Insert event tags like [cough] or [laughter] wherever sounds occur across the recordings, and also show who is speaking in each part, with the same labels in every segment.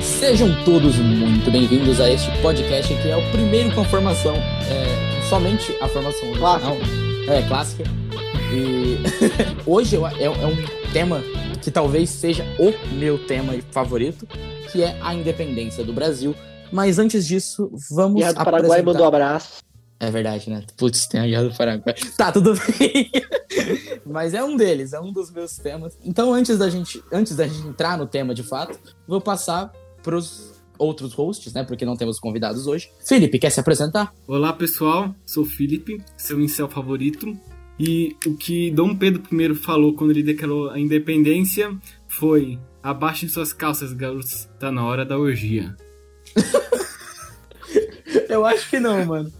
Speaker 1: Sejam todos muito bem-vindos a este podcast que é o primeiro com a formação, é, somente a formação original, é clássica. E [laughs] hoje eu- é, é um tema que talvez seja o meu tema favorito, que é a independência do Brasil. Mas antes disso, vamos
Speaker 2: E a do Paraguai
Speaker 1: apresentar-
Speaker 2: mandou um abraço.
Speaker 1: É verdade, né? Putz, tem a guerra do Paraguai. [laughs] Tá, tudo bem. [laughs] Mas é um deles, é um dos meus temas. Então, antes da gente, antes da gente entrar no tema de fato, vou passar pros outros hosts, né? Porque não temos convidados hoje. Felipe, quer se apresentar?
Speaker 3: Olá pessoal, sou o Felipe, seu incel favorito. E o que Dom Pedro I falou quando ele declarou a independência foi: abaixem suas calças, garotos, tá na hora da orgia.
Speaker 1: Eu acho que não, mano.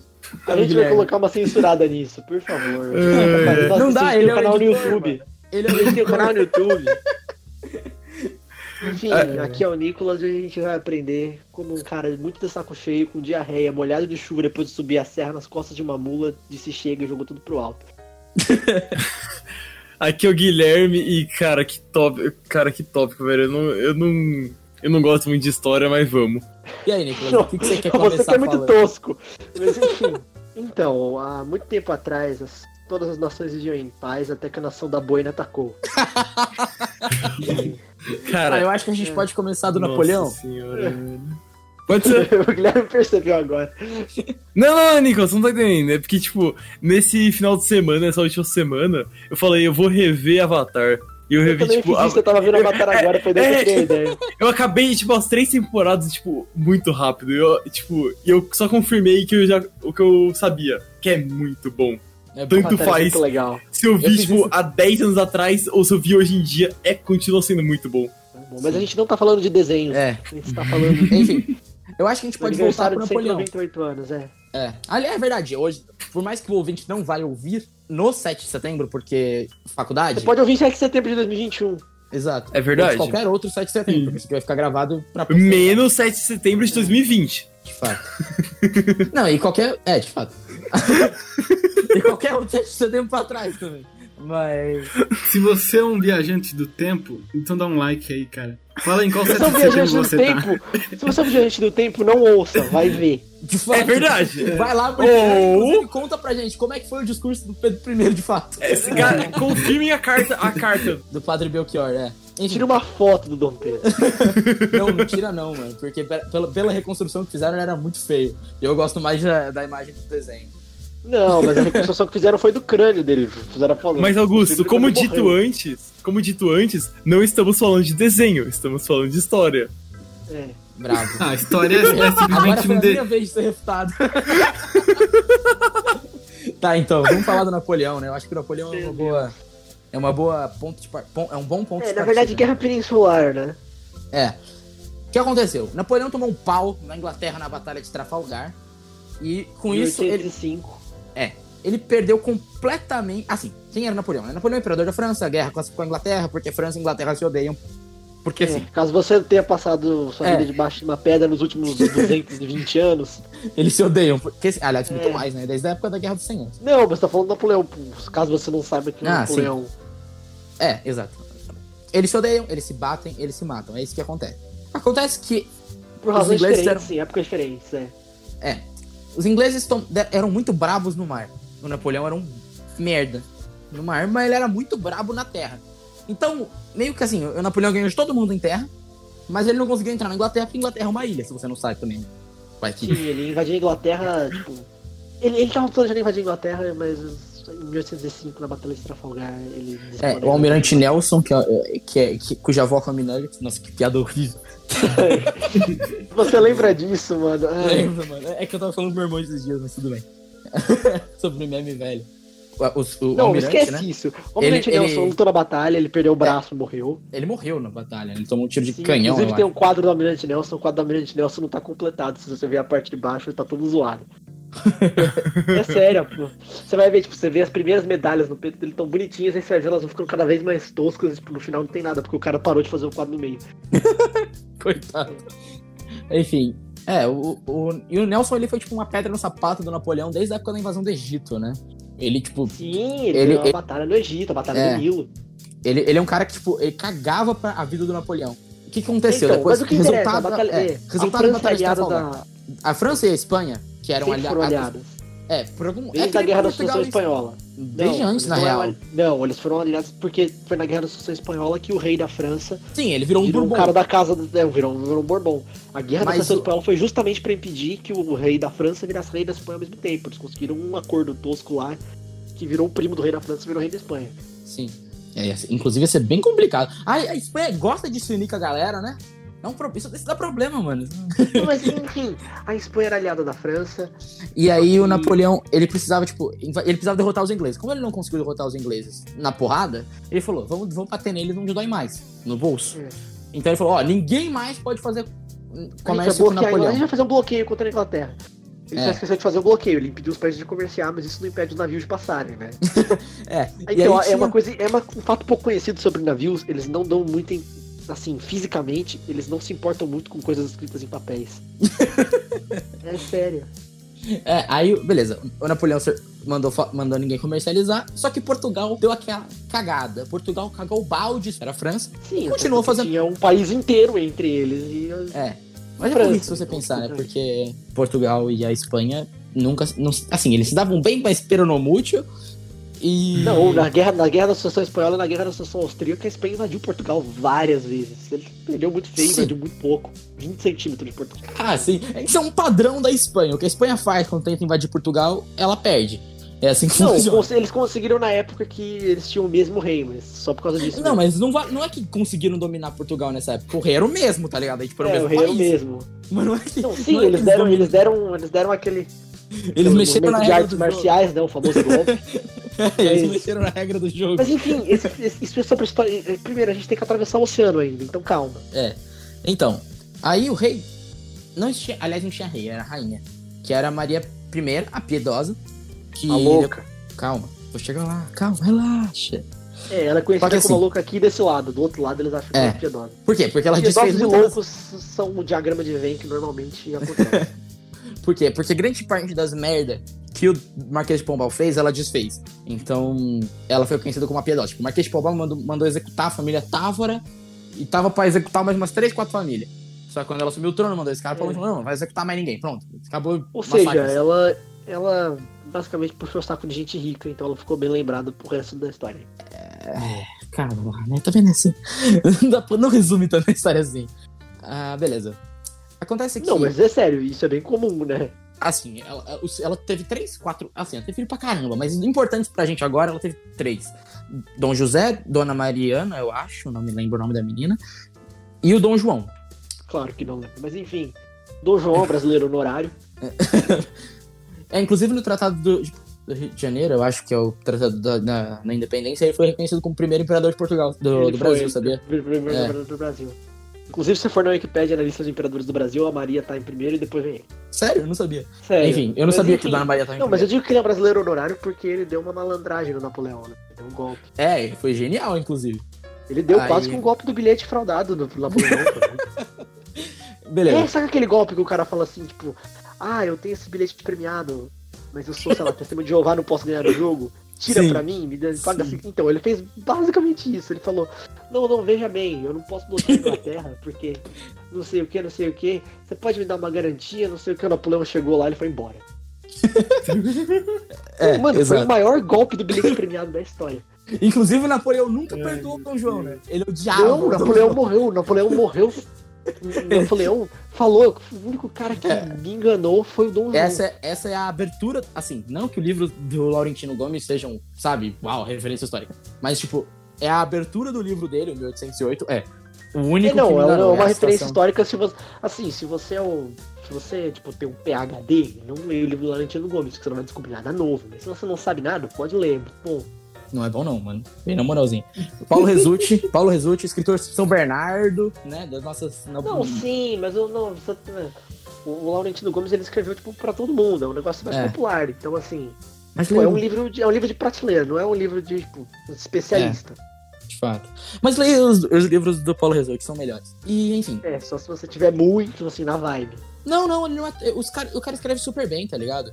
Speaker 2: A gente vai colocar uma censurada nisso, por favor.
Speaker 3: É.
Speaker 2: Nossa,
Speaker 1: Não dá,
Speaker 2: vocês têm
Speaker 1: ele é
Speaker 2: um
Speaker 1: o
Speaker 2: canal no
Speaker 1: editor,
Speaker 2: YouTube.
Speaker 1: Ele é
Speaker 2: A gente tem um canal no YouTube. [laughs] Enfim, aqui é o Nicolas e a gente vai aprender como um cara muito de saco cheio, com diarreia, molhado de chuva depois de subir a serra nas costas de uma mula, disse chega e jogou tudo pro alto.
Speaker 4: Aqui é o Guilherme e, cara, que top, cara, que tópico, velho. Eu não, eu não, eu não gosto muito de história, mas vamos.
Speaker 1: E aí, Nicolas, o que, que você quer começar
Speaker 2: [laughs] Você que é muito
Speaker 1: falando?
Speaker 2: tosco. Mas enfim. Então, há muito tempo atrás, as- todas as nações viviam em paz até que a nação da boina atacou. [laughs]
Speaker 1: Ah,
Speaker 4: Cara,
Speaker 1: eu acho que a gente pode começar do
Speaker 4: nossa
Speaker 1: Napoleão.
Speaker 4: senhora, velho. Pode ser.
Speaker 2: o Guilherme percebeu agora.
Speaker 4: Não, não, não, Nicolas, você não tá entendendo. É porque, tipo, nesse final de semana, essa última semana, eu falei, eu vou rever Avatar. E eu
Speaker 2: Eu
Speaker 4: revi,
Speaker 2: também
Speaker 4: tipo,
Speaker 2: fiz isso,
Speaker 4: a-
Speaker 2: eu tava vendo Avatar agora, foi né? daí que eu
Speaker 4: [laughs] é.
Speaker 2: dei a ideia.
Speaker 4: eu acabei, tipo, as três temporadas, tipo, muito rápido. Eu, tipo, e eu só confirmei que eu já, o que eu sabia, que é muito bom.
Speaker 1: É bom.
Speaker 4: Tanto
Speaker 2: Avatar é
Speaker 4: faz.
Speaker 2: muito legal.
Speaker 4: Se eu
Speaker 1: Eu
Speaker 4: vi,
Speaker 1: fiz
Speaker 4: tipo,
Speaker 1: isso.
Speaker 4: há 10 anos atrás, ou se eu vi hoje em dia, é continua sendo muito bom.
Speaker 2: Bom, mas a gente não tá falando de desenhos,
Speaker 1: É,
Speaker 2: a gente tá falando [laughs] de
Speaker 1: enfim. Eu acho que a gente pode voltar
Speaker 2: aniversário
Speaker 1: pro
Speaker 2: de
Speaker 1: Napoleão.
Speaker 2: 198 anos, é.
Speaker 1: É. Aliás, é verdade, hoje, por mais que o ouvinte não vai ouvir no 7 de setembro, porque faculdade.
Speaker 2: Você pode ouvir 7 de setembro de 2021.
Speaker 1: Exato.
Speaker 4: É verdade.
Speaker 1: Ou de qualquer outro 7 de setembro, porque isso aqui vai ficar gravado pra
Speaker 4: Menos 7 de setembro de 2020.
Speaker 1: de
Speaker 4: [laughs]
Speaker 1: fato. não, e qualquer. É, de fato. [laughs] e qualquer outro 7 de setembro pra trás também. Mas.
Speaker 3: Se você é um viajante do tempo, então dá um like aí, cara. Fala em qual
Speaker 2: Se você é um
Speaker 3: 7 de setembro
Speaker 2: viajante do
Speaker 3: você tá.
Speaker 2: tempo, se você é um viajante do tempo, não ouça, vai ver.
Speaker 1: De fato.
Speaker 4: É verdade.
Speaker 1: Vai lá, porque,
Speaker 4: Ou-
Speaker 1: inclusive, conta pra gente como é que foi o discurso do Pedro I, de fato.
Speaker 4: Esse cara, confirmem a carta, a carta.
Speaker 1: Do padre Belchior, é. Enfim,
Speaker 2: Tira um- uma foto do Dom Pedro.
Speaker 1: não, não tira não, mano. Porque pe- pela, pela reconstrução que fizeram era muito feio. E eu gosto mais da, da imagem do desenho.
Speaker 2: Não, mas a reconstrução que fizeram foi do crânio dele, fizeram falando.
Speaker 4: Mas Augusto,
Speaker 2: Sempre
Speaker 4: como
Speaker 2: quando
Speaker 4: dito
Speaker 2: morreu.
Speaker 4: antes, como dito antes, não estamos falando de desenho, estamos falando de história.
Speaker 2: É.
Speaker 4: [laughs]
Speaker 1: Bravo.
Speaker 3: Ah, a história é, é
Speaker 1: Agora
Speaker 3: simplesmente
Speaker 1: foi
Speaker 3: um
Speaker 1: a
Speaker 3: de...
Speaker 1: minha vez de ser refutado. [laughs] tá, então, vamos falar do Napoleão, né? Eu acho que o Napoleão é uma boa. É uma boa ponto de par... pon- É um bom ponto
Speaker 2: É,
Speaker 1: de
Speaker 2: na
Speaker 1: partida.
Speaker 2: verdade, guerra peninsular, né?
Speaker 1: É. O que aconteceu? Napoleão tomou um pau na Inglaterra na Batalha de Trafalgar. E com isso ele,
Speaker 2: 1805.
Speaker 1: ele perdeu completamente. Assim, quem era Napoleão? Né? Napoleão é imperador da França, a guerra classificou a Inglaterra, porque França e Inglaterra se odeiam. Porque assim,
Speaker 2: É, caso você tenha passado sua
Speaker 1: É.
Speaker 2: vida debaixo de uma pedra nos últimos 220 anos.
Speaker 1: eles se odeiam. Porque, assim, aliás, muito
Speaker 2: É.
Speaker 1: mais, né? Desde a época da Guerra dos 100 Anos.
Speaker 2: Não, mas tá falando do Napoleão. Caso você não saiba que o
Speaker 1: Ah,
Speaker 2: Napoleão.
Speaker 1: É, exato. Eles se odeiam, eles se batem, eles se matam. É isso que acontece. Acontece que
Speaker 2: Por
Speaker 1: Os
Speaker 2: razões
Speaker 1: ingleses
Speaker 2: diferentes, sim, épocas diferentes, é.
Speaker 1: os ingleses tom- de- eram muito bravos no mar. O Napoleão era um merda no mar, mas ele era muito brabo na terra. Então, meio que assim, o Napoleão ganhou de todo mundo em terra, mas ele não conseguiu entrar na Inglaterra, porque Inglaterra é uma ilha, se você não sabe também. né? Vai
Speaker 2: Sim,
Speaker 1: que...
Speaker 2: ele invadiu a Inglaterra, tipo. Ele, ele tava planejando invadir a Inglaterra, mas em 1805, na Batalha de Trafalgar, ele.
Speaker 1: É,
Speaker 2: desplaneja.
Speaker 1: o Almirante Nelson, que, é- que, é- que, cuja avó come nuggets. Nossa, que piada horrível.
Speaker 2: Você lembra disso, mano? É.
Speaker 1: Lembra, mano? É que eu tava falando pro meu irmão esses dias, mas tudo [laughs] bem. Sobre meme velho. O, o- o
Speaker 2: Não,
Speaker 1: Almirante,
Speaker 2: esquece
Speaker 1: né?
Speaker 2: isso. O Almirante
Speaker 1: Ele-
Speaker 2: Nelson
Speaker 1: ele- É.
Speaker 2: lutou na batalha, ele perdeu o braço, morreu.
Speaker 1: Ele morreu na batalha, ele tomou um tiro de
Speaker 2: Sim,
Speaker 1: canhão.
Speaker 2: Inclusive
Speaker 1: eu
Speaker 2: tem
Speaker 1: acho.
Speaker 2: um quadro do Almirante Nelson, o quadro do Almirante Nelson não tá completado. Se você ver a parte de baixo, ele tá
Speaker 1: [laughs]
Speaker 2: todo zoado. é sério, pô. Você vai ver, tipo, você vê as primeiras medalhas no peito dele tão bonitinhas, aí você vai ver elas vão ficando cada vez mais toscas, e, tipo, no final não tem nada, porque o cara parou de fazer o quadro no meio.
Speaker 1: Coitado. Enfim, é, o, o, e o Nelson ele foi tipo uma pedra no sapato do Napoleão desde a época da invasão do Egito, né? Ele, tipo,
Speaker 2: Sim, ele,
Speaker 1: Ele-
Speaker 2: deu uma
Speaker 1: ele-
Speaker 2: batalha no Egito, a batalha
Speaker 1: É.
Speaker 2: do Nilo.
Speaker 1: Ele, ele é um cara que, tipo, ele cagava pra a vida do Napoleão. O que, que aconteceu?
Speaker 2: Então,
Speaker 1: Depois,
Speaker 2: mas o que interessa,
Speaker 1: resultado,
Speaker 2: a batalha-
Speaker 1: é,
Speaker 2: é,
Speaker 1: resultado
Speaker 2: a
Speaker 1: da
Speaker 2: França
Speaker 1: Batalha de
Speaker 2: aliada
Speaker 1: Trafalgar.
Speaker 2: da-
Speaker 1: A França e a Espanha, que eram
Speaker 2: sempre foram
Speaker 1: aliadas.
Speaker 2: aliadas.
Speaker 1: É, por algum... é
Speaker 2: Desde
Speaker 1: que
Speaker 2: a
Speaker 1: nem
Speaker 2: Guerra da
Speaker 1: Portugal
Speaker 2: Sucessão
Speaker 1: e-
Speaker 2: Espanhola.
Speaker 1: Desde
Speaker 2: Não, é
Speaker 1: antes, na
Speaker 2: eles
Speaker 1: real.
Speaker 2: foram ali- Não, eles foram aliados porque foi na Guerra da Sucessão Espanhola que o rei da França
Speaker 1: Sim, ele virou um
Speaker 2: virou um
Speaker 1: Bourbon.
Speaker 2: cara da casa do. É, virou, um- virou um Bourbon. A Guerra
Speaker 1: Mas
Speaker 2: da Sucessão
Speaker 1: o-
Speaker 2: Espanhola foi justamente pra impedir que o rei da França virasse rei da Espanha ao mesmo tempo. Eles conseguiram um acordo tosco lá que virou o primo do rei da França e virou rei
Speaker 1: [laughs]
Speaker 2: da Espanha.
Speaker 1: Sim. É, ia ser- inclusive ia ser bem complicado. Ah, a Espanha gosta de se unir com a galera, né? É um pro... Isso isso dá problema, mano.
Speaker 2: Não, Mas enfim, a Espanha era aliada da França.
Speaker 1: E aí o Napoleão, ele precisava, tipo, inva- ele precisava derrotar os ingleses. Como ele não conseguiu derrotar os ingleses na porrada, ele falou, vamos, vamos bater neles onde dói mais, no bolso.
Speaker 2: É.
Speaker 1: Então ele falou, ó, ninguém mais pode fazer hum,
Speaker 2: a gente
Speaker 1: comércio com
Speaker 2: vai bloquear a Inglaterra, a gente
Speaker 1: Napoleão.
Speaker 2: vai fazer um bloqueio contra a Inglaterra. Ele
Speaker 1: É.
Speaker 2: só esqueceu de fazer o bloqueio, ele impediu os países de comerciar, mas isso não impede os navios de passarem, né?
Speaker 1: É, e aí
Speaker 2: Então, é
Speaker 1: tinha-
Speaker 2: uma coisa, é uma- um fato pouco conhecido sobre navios, eles não dão muito em- assim, fisicamente, eles não se importam muito com coisas escritas em papéis. é sério.
Speaker 1: É, aí, beleza, o Napoleão cer- mandou, fa- mandou ninguém comercializar, só que Portugal deu aquela cagada. Portugal cagou o balde, era a França.
Speaker 2: Sim,
Speaker 1: Continua
Speaker 2: até porque
Speaker 1: fazendo-
Speaker 2: Tinha um país inteiro entre eles e
Speaker 1: É. Mas é
Speaker 2: França,
Speaker 1: bonito se você
Speaker 2: então,
Speaker 1: pensar, né?
Speaker 2: tudo bem.
Speaker 1: Porque Portugal e a Espanha nunca. Não, assim, eles se davam bem, mas peronomútil. E.
Speaker 2: não, ou na guerra, na guerra da Associação Espanhola, na guerra da Associação Austríaca, a Espanha invadiu Portugal várias vezes. Ele perdeu muito feio,
Speaker 1: Sim.
Speaker 2: invadiu muito pouco. 20 centímetros de Portugal.
Speaker 1: Ah, sim. Isso é um padrão da Espanha. O que a Espanha faz quando tenta invadir Portugal, ela perde. É assim que
Speaker 2: Não,
Speaker 1: funciona.
Speaker 2: cons- eles conseguiram na época que eles tinham o mesmo rei, mas só por causa disso.
Speaker 1: Não,
Speaker 2: né?
Speaker 1: mas não, va- não é que conseguiram dominar Portugal nessa época. O rei era o mesmo, tá ligado? A gente foi o
Speaker 2: é,
Speaker 1: mesmo
Speaker 2: o rei era o
Speaker 1: país.
Speaker 2: mesmo.
Speaker 1: Mas não é que.
Speaker 2: Não, sim,
Speaker 1: não é que
Speaker 2: eles deram,
Speaker 1: dominaram.
Speaker 2: eles deram, eles deram aquele
Speaker 1: Eles
Speaker 2: aquele
Speaker 1: mexeram na
Speaker 2: movimento de
Speaker 1: regra
Speaker 2: artes
Speaker 1: do jogo. É,
Speaker 2: marciais, né, o famoso golpe.
Speaker 1: Eles
Speaker 2: isso.
Speaker 1: mexeram na regra do jogo.
Speaker 2: [laughs] Mas enfim, esse, esse- isso é sobre história. Primeiro, a gente tem que atravessar o oceano ainda, então calma.
Speaker 1: Então, aí o rei. Não tinha, aliás, não tinha rei, era rainha. Que era Maria I, a piedosa. Que
Speaker 2: Tá
Speaker 1: Calma, vou chegar lá. Calma, relaxa.
Speaker 2: É, ela
Speaker 1: Só
Speaker 2: é conhecida
Speaker 1: que
Speaker 2: como a
Speaker 1: assim-
Speaker 2: louca aqui desse lado, do outro lado eles acham que
Speaker 1: É.
Speaker 2: ela é piedosa.
Speaker 1: Por quê? Porque ela desfez
Speaker 2: Piedosos e
Speaker 1: muita...
Speaker 2: loucos são o diagrama de Venn que normalmente acontece.
Speaker 1: Por quê? Porque grande parte das merda que o Marquês de Pombal fez, ela desfez. Então, ela foi conhecida como a piedosa. Tipo, o Marquês de Pombal mandou, mandou executar a família Távora e tava pra executar mais umas três, quatro famílias. Só que quando ela assumiu o trono, mandou esse cara falou,
Speaker 2: É.
Speaker 1: não, não vai executar mais ninguém. Pronto, acabou.
Speaker 2: Ou
Speaker 1: o
Speaker 2: seja,
Speaker 1: massacre. assim."
Speaker 2: ela, ela basicamente puxou o saco de gente rica, então ela ficou bem lembrada pro resto da história.
Speaker 1: Cara, né? Tá vendo assim? [laughs] não, dá pra- não resume tanto a história assim. Ah, beleza. Acontece que...
Speaker 2: Não, mas é sério, isso é bem comum, né?
Speaker 1: Assim, ela, ela teve três, quatro. Assim, ela teve filho pra caramba, mas importante pra gente agora, ela teve três: Dom José, Dona Mariana, eu acho, não me lembro o nome da menina, e o Dom João.
Speaker 2: Claro que não, né? Mas enfim, Dom João, brasileiro honorário.
Speaker 1: É, inclusive no Tratado do, do Rio de Janeiro, eu acho que é o Tratado da, da- da Independência, ele foi reconhecido como o primeiro imperador de Portugal, do,
Speaker 2: Ele
Speaker 1: do
Speaker 2: foi
Speaker 1: Brasil, sabia?
Speaker 2: Primeiro
Speaker 1: É.
Speaker 2: imperador do Brasil. Inclusive, se você for na Wikipédia, na lista dos imperadores do Brasil, a Maria tá em primeiro e depois vem ele.
Speaker 1: Sério, eu não sabia.
Speaker 2: Sério.
Speaker 1: Enfim, eu não
Speaker 2: É, Mas
Speaker 1: sabia
Speaker 2: enfim.
Speaker 1: que Dona Maria tava em
Speaker 2: Não, mas eu
Speaker 1: primeiro.
Speaker 2: digo que ele é um brasileiro honorário porque ele deu uma malandragem no Napoleão, né? Deu um golpe.
Speaker 1: É, foi genial, inclusive.
Speaker 2: Ele deu
Speaker 1: Aí.
Speaker 2: quase que um golpe do bilhete fraudado no Napoleão. cara. é,
Speaker 1: Beleza.
Speaker 2: sabe aquele golpe que o cara fala assim, tipo, ah, eu tenho esse bilhete premiado, mas eu sou, sei lá, testemunho de Jeová, não posso ganhar o jogo. Tira
Speaker 1: Sim.
Speaker 2: pra mim, me dá, paga
Speaker 1: Sim.
Speaker 2: assim. Então, ele fez basicamente isso. Ele falou, não, não, veja bem, eu não posso bloquear
Speaker 1: [laughs]
Speaker 2: a Inglaterra, porque não sei o que, não sei o que. Você pode me dar uma garantia, não sei o que. O Napoleão chegou lá, ele foi embora.
Speaker 1: É,
Speaker 2: Mano, foi o
Speaker 1: exato.
Speaker 2: maior golpe do bilhete premiado da história.
Speaker 1: Inclusive, Napoleão nunca
Speaker 3: Ai,
Speaker 1: perdoou o
Speaker 3: meu
Speaker 1: Dom João, né? Ele odiava.
Speaker 2: Não,
Speaker 1: o Dom
Speaker 2: Napoleão
Speaker 1: João.
Speaker 2: morreu, Napoleão morreu.
Speaker 1: [laughs]
Speaker 2: Napoleão falou, o único cara que
Speaker 1: É.
Speaker 2: me enganou foi o Dom João.
Speaker 1: Essa, é- essa é a abertura, assim, não que o livro do Laurentino Gomes sejam, sabe, uau, referência histórica, mas, tipo, é a abertura do livro dele, o 1808, é o
Speaker 2: É,
Speaker 1: único
Speaker 2: não,
Speaker 1: que me
Speaker 2: ela não é
Speaker 1: enganou,
Speaker 2: uma
Speaker 1: a situação.
Speaker 2: referência histórica se você. Assim, se você é um. Se você, tipo, tem um PhD, não lê o livro do Laurentino Gomes, que você não vai descobrir nada novo. Mas se você não sabe nada, pode ler. Bom,
Speaker 1: Não é bom não, mano, bem na moralzinha. Paulo
Speaker 2: [laughs]
Speaker 1: Resutti, Paulo Resutti, escritor de São Bernardo, né, das nossas...
Speaker 2: não, sim, mas eu não. você- né? o- o Laurentino Gomes ele escreveu, tipo, pra todo mundo. É um negócio mais
Speaker 1: É.
Speaker 2: popular. Então, assim,
Speaker 1: mas
Speaker 2: pô, é
Speaker 1: leia,
Speaker 2: um livro de, é um livro de prateleira, não é um livro de, tipo, especialista.
Speaker 1: de fato. Mas leia os, os livros do Paulo Resutti, são melhores. E, enfim,
Speaker 2: É, só se você tiver muito, assim, na vibe.
Speaker 1: não, não, ele não é, os cara, o cara escreve super bem, tá ligado?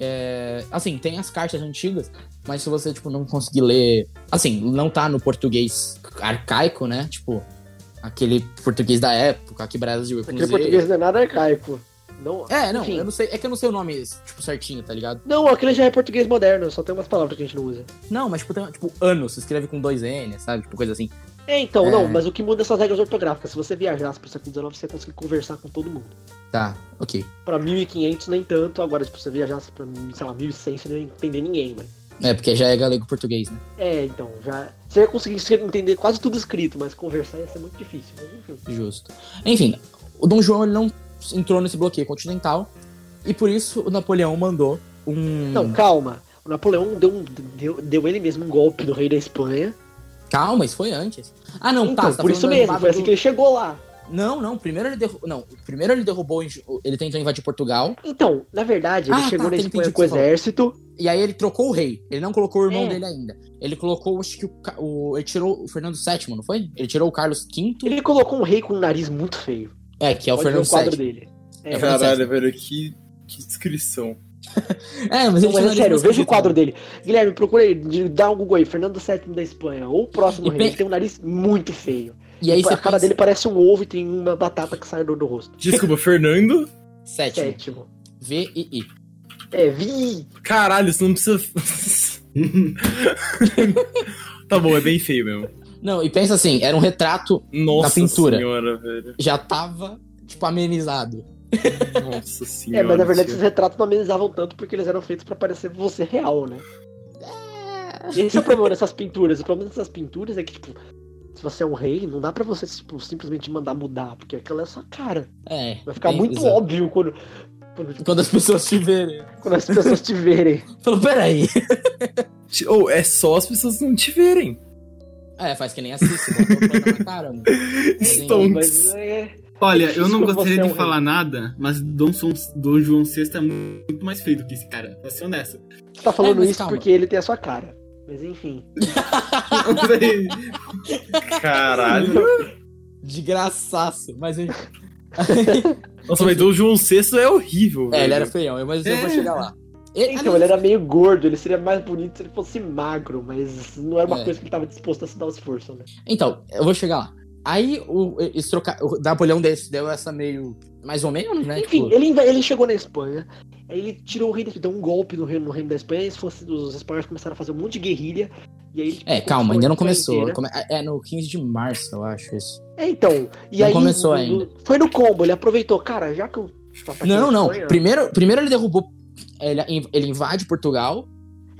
Speaker 1: é, assim, tem as cartas antigas, mas se você, tipo, não conseguir ler. Assim, não tá no português arcaico, né? Tipo, aquele português da época, aqui Brasil é com
Speaker 2: Aquele
Speaker 1: Z.
Speaker 2: português não é nada arcaico. Não,
Speaker 1: É, não,
Speaker 2: Enfim.
Speaker 1: eu não sei. É que eu não sei o nome, tipo, certinho, tá ligado?
Speaker 2: não, aquele já é português moderno, só tem umas palavras que a gente não usa.
Speaker 1: Não, mas tipo, tem, tipo, ano, se escreve com dois N, sabe? Tipo, coisa assim.
Speaker 2: É, então,
Speaker 1: É.
Speaker 2: não, mas o que muda são as regras ortográficas. Se você viajasse pro século XIX, você ia conseguir conversar com todo mundo.
Speaker 1: Tá, ok.
Speaker 2: Pra 1500, nem tanto. Agora, tipo, se você viajasse pra, sei lá, 1100, você não ia entender ninguém, mas...
Speaker 1: É, porque já é galego-português, né?
Speaker 2: É, então, já... Você ia conseguir escre- entender quase tudo escrito, mas conversar ia ser muito difícil. Mas, enfim.
Speaker 1: Justo. Enfim, o Dom João ele não entrou nesse bloqueio continental e por isso o Napoleão mandou um.
Speaker 2: Não, calma. O Napoleão deu, um- deu, deu ele mesmo um golpe no rei da Espanha.
Speaker 1: Calma, isso foi antes. Ah, não, tá.
Speaker 2: então,
Speaker 1: você tá
Speaker 2: por
Speaker 1: falando
Speaker 2: isso
Speaker 1: da
Speaker 2: mesmo,
Speaker 1: invasão
Speaker 2: foi assim
Speaker 1: do-
Speaker 2: que ele chegou lá.
Speaker 1: Não, não. Primeiro ele derrubou. Não, primeiro ele derrubou. em- Ele tentou invadir Portugal.
Speaker 2: Então, na verdade, ele
Speaker 1: Ah,
Speaker 2: chegou
Speaker 1: tá,
Speaker 2: na
Speaker 1: entendi o
Speaker 2: Espanha
Speaker 1: que
Speaker 2: com o
Speaker 1: você falou.
Speaker 2: exército.
Speaker 1: E aí ele trocou o rei. Ele não colocou o irmão
Speaker 2: É.
Speaker 1: dele ainda. Ele colocou, acho que o, Ca- o- Ele tirou o Fernando VII, não foi? Ele tirou o Carlos V.
Speaker 2: Ele colocou um rei com um nariz muito feio.
Speaker 1: É, que é o
Speaker 2: Pode ver
Speaker 1: Fernando
Speaker 2: o quadro
Speaker 1: VII.
Speaker 2: dele. É,
Speaker 1: É,
Speaker 4: Caralho, velho, que, que descrição.
Speaker 1: É, mas ele tinha
Speaker 2: Não, mas é sério,
Speaker 1: nariz mais
Speaker 2: veja o
Speaker 1: bonito,
Speaker 2: quadro
Speaker 1: né?
Speaker 2: dele. Guilherme, procura aí, de- dá um Google aí, Fernando VII da Espanha, ou o próximo
Speaker 1: E é
Speaker 2: rei,
Speaker 1: pe-
Speaker 2: ele tem um nariz muito feio.
Speaker 1: E aí
Speaker 2: a
Speaker 1: você
Speaker 2: cara dele parece um ovo e tem uma batata que sai do, do rosto.
Speaker 4: Desculpa,
Speaker 2: [laughs]
Speaker 4: Fernando?
Speaker 1: assim, Sétimo.
Speaker 2: Sétimo.
Speaker 1: V e I.
Speaker 2: É, vi!
Speaker 4: Caralho, você não precisa. [laughs] tá bom, é bem feio mesmo.
Speaker 1: Não, e pensa assim, era um retrato,
Speaker 4: Nossa
Speaker 1: pintura.
Speaker 4: senhora, velho.
Speaker 1: já tava, tipo, amenizado.
Speaker 4: Nossa senhora.
Speaker 2: É, mas na verdade esses
Speaker 4: senhora.
Speaker 2: retratos não amenizavam tanto porque eles eram feitos pra parecer você real, né? Esse é o problema dessas pinturas. O problema dessas pinturas é que, tipo, se você é um rei, não dá pra você tipo, simplesmente mandar mudar, porque aquela é a sua cara.
Speaker 1: É.
Speaker 2: Vai ficar
Speaker 1: bem-
Speaker 2: muito
Speaker 1: exato.
Speaker 2: óbvio quando, quando, tipo,
Speaker 1: Quando as pessoas te verem.
Speaker 2: quando as pessoas te verem.
Speaker 1: Falou, peraí.
Speaker 4: Ti- Ou é só as pessoas não te
Speaker 2: [laughs]
Speaker 4: verem.
Speaker 1: É, faz que nem assiste, botou o plano na cara, mano. Sim,
Speaker 4: Stonks.
Speaker 2: Mas é.
Speaker 3: Olha, eu não
Speaker 2: Desculpa, você
Speaker 3: gostaria
Speaker 2: é um
Speaker 3: de
Speaker 2: rei.
Speaker 3: falar nada, mas Dom, Son- Dom João VI é muito mais feio do que esse cara. Vou ser honesto. [laughs]
Speaker 2: Você tá
Speaker 1: É,
Speaker 2: falando
Speaker 1: mas
Speaker 2: isso
Speaker 1: calma.
Speaker 2: porque ele tem a sua cara. Mas enfim.
Speaker 3: Não sei.
Speaker 4: é. Caralho.
Speaker 1: De graçaço. Mas enfim.
Speaker 4: Nossa, mas Dom João VI é horrível, velho.
Speaker 1: [laughs] É, ele era feião, mas eu vou
Speaker 3: É.
Speaker 1: chegar lá. ah, Ele,
Speaker 2: Então, ele era meio gordo, ele seria mais bonito se ele fosse magro, mas não era uma
Speaker 1: É.
Speaker 2: coisa que ele tava disposto a se dar o esforço, né?
Speaker 1: Então, eu vou chegar lá. Aí o, esse troca... o Napoleão desse deu essa meio. Mais ou menos, né?
Speaker 2: Enfim,
Speaker 1: Tipo,
Speaker 2: ele, inva- ele chegou na Espanha, aí ele tirou o rei, deu um golpe no reino, no reino da Espanha, e se fosse, os espanhóis começaram a fazer um monte de guerrilha, e aí... ele, tipo,
Speaker 1: É, calma,
Speaker 2: conquistou
Speaker 1: ainda
Speaker 2: a
Speaker 1: não
Speaker 2: Espanha
Speaker 1: começou.
Speaker 2: inteira.
Speaker 1: Come- É no 15 de março, eu acho isso.
Speaker 2: É, então, e
Speaker 1: Não
Speaker 2: aí...
Speaker 1: começou
Speaker 2: no-
Speaker 1: ainda.
Speaker 2: Foi no combo, ele aproveitou, cara, já que eu... tô atacando
Speaker 1: Não,
Speaker 2: a
Speaker 1: não.
Speaker 2: Espanha-
Speaker 1: Primeiro, primeiro ele derrubou. Ele, ele invade Portugal.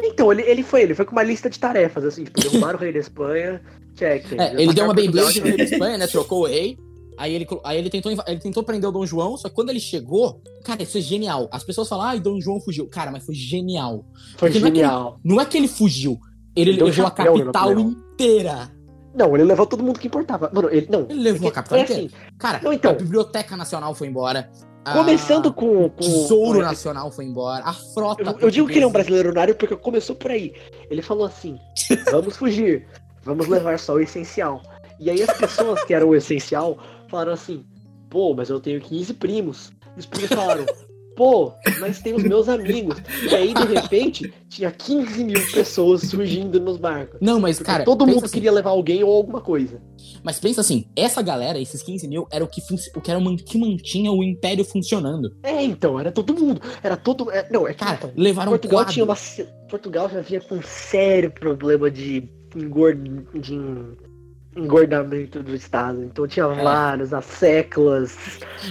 Speaker 2: Então, ele, ele foi, ele foi com uma lista de tarefas, assim, tipo, derrubar o rei da Espanha, check.
Speaker 1: É, ele deu uma
Speaker 2: bem
Speaker 1: Beyblade no rei da Espanha,
Speaker 2: [laughs]
Speaker 1: né? Trocou o rei. Aí ele, colo- aí ele tentou, inva- ele tentou prender o Dom João, só que quando ele chegou, cara, isso é genial. As pessoas falam, ai, Dom João fugiu. Cara, mas foi genial.
Speaker 2: Foi
Speaker 1: Porque não é que ele-
Speaker 2: genial.
Speaker 1: Não é que ele fugiu, ele
Speaker 2: Ele deu
Speaker 1: levou a
Speaker 2: chapéu né, no
Speaker 1: capital
Speaker 2: Napoleão.
Speaker 1: inteira.
Speaker 2: Não, ele levou todo mundo que importava. Mano, ele... Não,
Speaker 1: Ele levou a capital
Speaker 2: é
Speaker 1: inteira.
Speaker 2: assim,
Speaker 1: Cara,
Speaker 2: Não, então.
Speaker 1: a Biblioteca Nacional foi embora. a-
Speaker 2: começando
Speaker 1: O
Speaker 2: com... com
Speaker 1: Ah, Tesouro
Speaker 2: com-
Speaker 1: Nacional foi embora. A frota.
Speaker 2: Eu, eu digo que ele é
Speaker 1: portuguesa-
Speaker 2: um brasileironário porque começou por aí. Ele falou assim: vamos fugir, vamos levar só o essencial. E aí as pessoas que eram o essencial falaram assim: pô, mas eu tenho 15 primos. E os primos falaram: pô, mas tem os meus amigos. E aí de repente tinha 15 mil pessoas fugindo nos barcos.
Speaker 1: Não, mas,
Speaker 2: Porque
Speaker 1: cara.
Speaker 2: todo
Speaker 1: pensa
Speaker 2: mundo
Speaker 1: assim,
Speaker 2: queria levar alguém ou alguma coisa.
Speaker 1: Mas pensa assim: essa galera, esses 15 mil, era o que, func- o que, era, man- que mantinha o império funcionando.
Speaker 2: É, então, era todo mundo. Era todo. é, não, é que,
Speaker 1: Cara,
Speaker 2: então,
Speaker 1: levaram
Speaker 2: Portugal
Speaker 1: um quadro.
Speaker 2: tinha uma se- Portugal já vinha com um sério problema de, engor... de en- engordamento do estado. Então tinha vários, as séculas,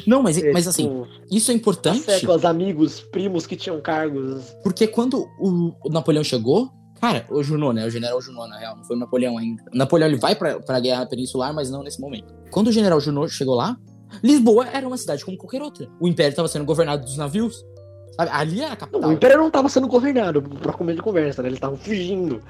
Speaker 1: Não, mas,
Speaker 2: é,
Speaker 1: É. mas
Speaker 2: tipo,
Speaker 1: assim, isso é
Speaker 2: as
Speaker 1: importante
Speaker 2: séculas, amigos, primos que tinham cargos.
Speaker 1: porque quando o, o Napoleão chegou. Cara, o Junot, né? O general Junot, na real, não foi o Napoleão ainda. O Napoleão ele vai pra, pra guerra peninsular, mas não nesse momento. Quando o general Junot chegou lá, Lisboa era uma cidade como qualquer outra. O império tava sendo governado dos navios. sabe? Ali era a
Speaker 2: Não,
Speaker 1: capital.
Speaker 2: o Império não estava sendo governado pra comer de conversa, né? Eles estavam fugindo.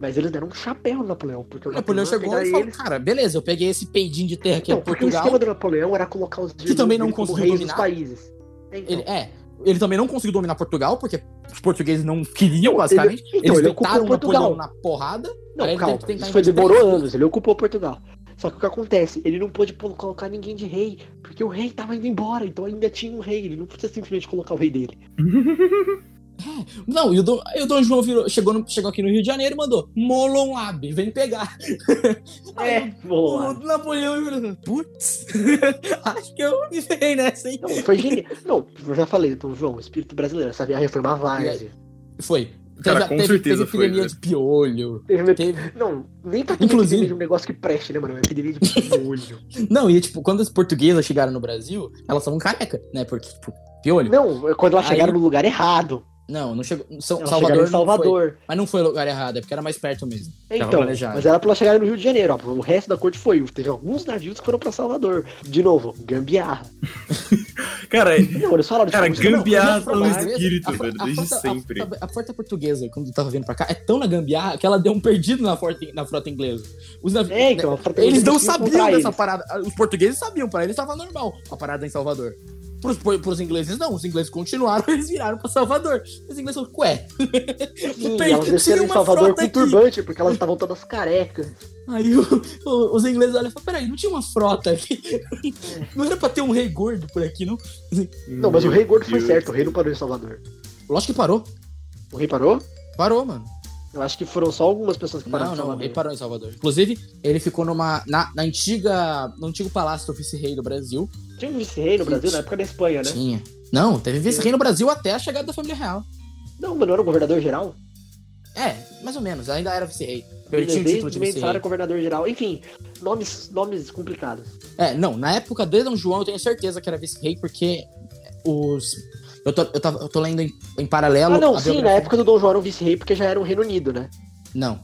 Speaker 2: Mas eles deram um chapéu no Napoleão, porque o
Speaker 1: O Napoleão
Speaker 2: Napoleão,
Speaker 1: chegou
Speaker 2: ia
Speaker 1: e
Speaker 2: pegar
Speaker 1: falou,
Speaker 2: eles.
Speaker 1: cara, beleza, eu peguei esse peidinho de terra aqui
Speaker 2: Não,
Speaker 1: em
Speaker 2: porque o esquema
Speaker 1: Portugal.
Speaker 2: do Napoleão era colocar os
Speaker 1: Que também não
Speaker 2: irmãos como
Speaker 1: conseguiu
Speaker 2: reis dos
Speaker 1: dominar.
Speaker 2: países. É, então.
Speaker 1: Ele, é, ele também não conseguiu dominar Portugal, porque os portugueses não queriam,
Speaker 2: Ele,
Speaker 1: basicamente.
Speaker 2: então, ele
Speaker 1: Eles
Speaker 2: ocupou
Speaker 1: deitaram o
Speaker 2: Portugal.
Speaker 1: Napoleão na porrada.
Speaker 2: Não,
Speaker 1: Aí ele
Speaker 2: calma,
Speaker 1: teve que tentar
Speaker 2: isso foi,
Speaker 1: invadir
Speaker 2: demorou
Speaker 1: Portugal.
Speaker 2: anos, ele ocupou Portugal. Só que o que acontece? Ele não pôde pô- colocar ninguém de rei, porque o rei tava indo embora, então ainda tinha um rei, ele não podia simplesmente colocar o rei dele.
Speaker 1: Não, e o Dom, aí o Dom João virou- chegou, no- chegou aqui no Rio de Janeiro e mandou Molon Lab, vem pegar. [laughs]
Speaker 2: É,
Speaker 1: O
Speaker 2: boa.
Speaker 1: Napoleão virou, putz, [laughs] acho que eu me ferrei nessa, hein?
Speaker 2: Não, foi genial. Não, eu já falei, Dom João, espírito brasileiro. Essa viagem foi uma várzea.
Speaker 1: Foi.
Speaker 4: Cara,
Speaker 1: Teve-
Speaker 4: com
Speaker 1: teve,
Speaker 4: certeza
Speaker 1: teve
Speaker 4: foi,
Speaker 1: epidemia
Speaker 4: né?
Speaker 1: de piolho.
Speaker 2: Teve- um
Speaker 1: Teve...
Speaker 2: Não, nem pra
Speaker 1: Inclusive-
Speaker 2: de um negócio que preste, né, mano? É Epidemia de
Speaker 1: [laughs]
Speaker 2: piolho.
Speaker 1: Não, e tipo, quando as portuguesas chegaram no Brasil, elas estavam careca, né? Porque, tipo, piolho.
Speaker 2: Não, é quando elas
Speaker 1: Aí-
Speaker 2: chegaram no lugar errado.
Speaker 1: Não, não chegou. São,
Speaker 2: Elas
Speaker 1: Salvador.
Speaker 2: chegaram em
Speaker 1: não foi.
Speaker 2: Salvador.
Speaker 1: mas não foi lugar errado, é porque era mais perto mesmo. Tava
Speaker 2: Então,
Speaker 1: planejado.
Speaker 2: mas era pra elas chegarem no Rio de Janeiro, ó. O resto da corte foi. Teve alguns navios que foram pra Salvador. De novo, gambiarra.
Speaker 4: Cara, é-
Speaker 2: Não, eles falaram de
Speaker 4: Cara,
Speaker 2: música, não,
Speaker 4: gambiarra
Speaker 2: não,
Speaker 4: é um
Speaker 2: mas-
Speaker 4: espírito,
Speaker 1: a for-
Speaker 4: velho,
Speaker 1: a
Speaker 4: desde
Speaker 1: frota-
Speaker 4: sempre.
Speaker 1: A, frota- a frota portuguesa, quando tava vindo pra cá, é tão na gambiarra que ela deu um perdido na frota, na frota inglesa. Os navi-
Speaker 2: É, então, a frota
Speaker 1: eles não
Speaker 2: inglesa
Speaker 1: sabiam
Speaker 2: contra
Speaker 1: dessa
Speaker 2: eles.
Speaker 1: parada. Os portugueses sabiam, pra eles tava normal a parada em Salvador. Pros, po- pros ingleses, não. Os ingleses continuaram, [laughs] eles viraram pra Salvador. Os ingleses falaram, ué.
Speaker 2: Sim,
Speaker 1: Tem-
Speaker 2: elas desceram
Speaker 1: tinha
Speaker 2: em
Speaker 1: uma
Speaker 2: Salvador
Speaker 1: frota
Speaker 2: com
Speaker 1: aqui.
Speaker 2: turbante, porque elas estavam todas carecas.
Speaker 1: Aí o- o- os ingleses olham e falam, peraí, não tinha uma frota aqui? [laughs] Não era pra ter um rei gordo por aqui, não?
Speaker 2: Não, mas o
Speaker 4: Meu
Speaker 2: rei gordo foi
Speaker 4: Deus.
Speaker 2: certo, o rei não parou em Salvador.
Speaker 1: Lógico que parou.
Speaker 2: O rei parou?
Speaker 1: Parou, mano.
Speaker 2: Eu acho que foram só algumas pessoas que pararam
Speaker 1: Não,
Speaker 2: em
Speaker 1: não,
Speaker 2: Salvador.
Speaker 1: ele parou em Salvador. Inclusive, ele ficou numa. Na, na antiga. No antigo palácio do vice-rei do Brasil.
Speaker 2: Tinha um vice-rei no Brasil na época da Espanha, né?
Speaker 1: Tinha. Não, teve vice-rei no Brasil até a chegada da família real.
Speaker 2: Não, mas não era o governador geral?
Speaker 1: É, mais ou menos, ainda era vice-rei. Ele tinha o título de
Speaker 2: Desde era
Speaker 1: vice-rei.
Speaker 2: governador geral. Enfim, nomes, nomes complicados.
Speaker 1: É, não, na época de Dom João eu tenho certeza que era vice-rei, porque os. Eu tô, eu tava, eu tô lendo em, em paralelo.
Speaker 2: Ah, não,
Speaker 1: a
Speaker 2: sim,
Speaker 1: biografia-
Speaker 2: na época do Dom João era um vice-rei porque já era o Reino Unido, né?
Speaker 1: Não.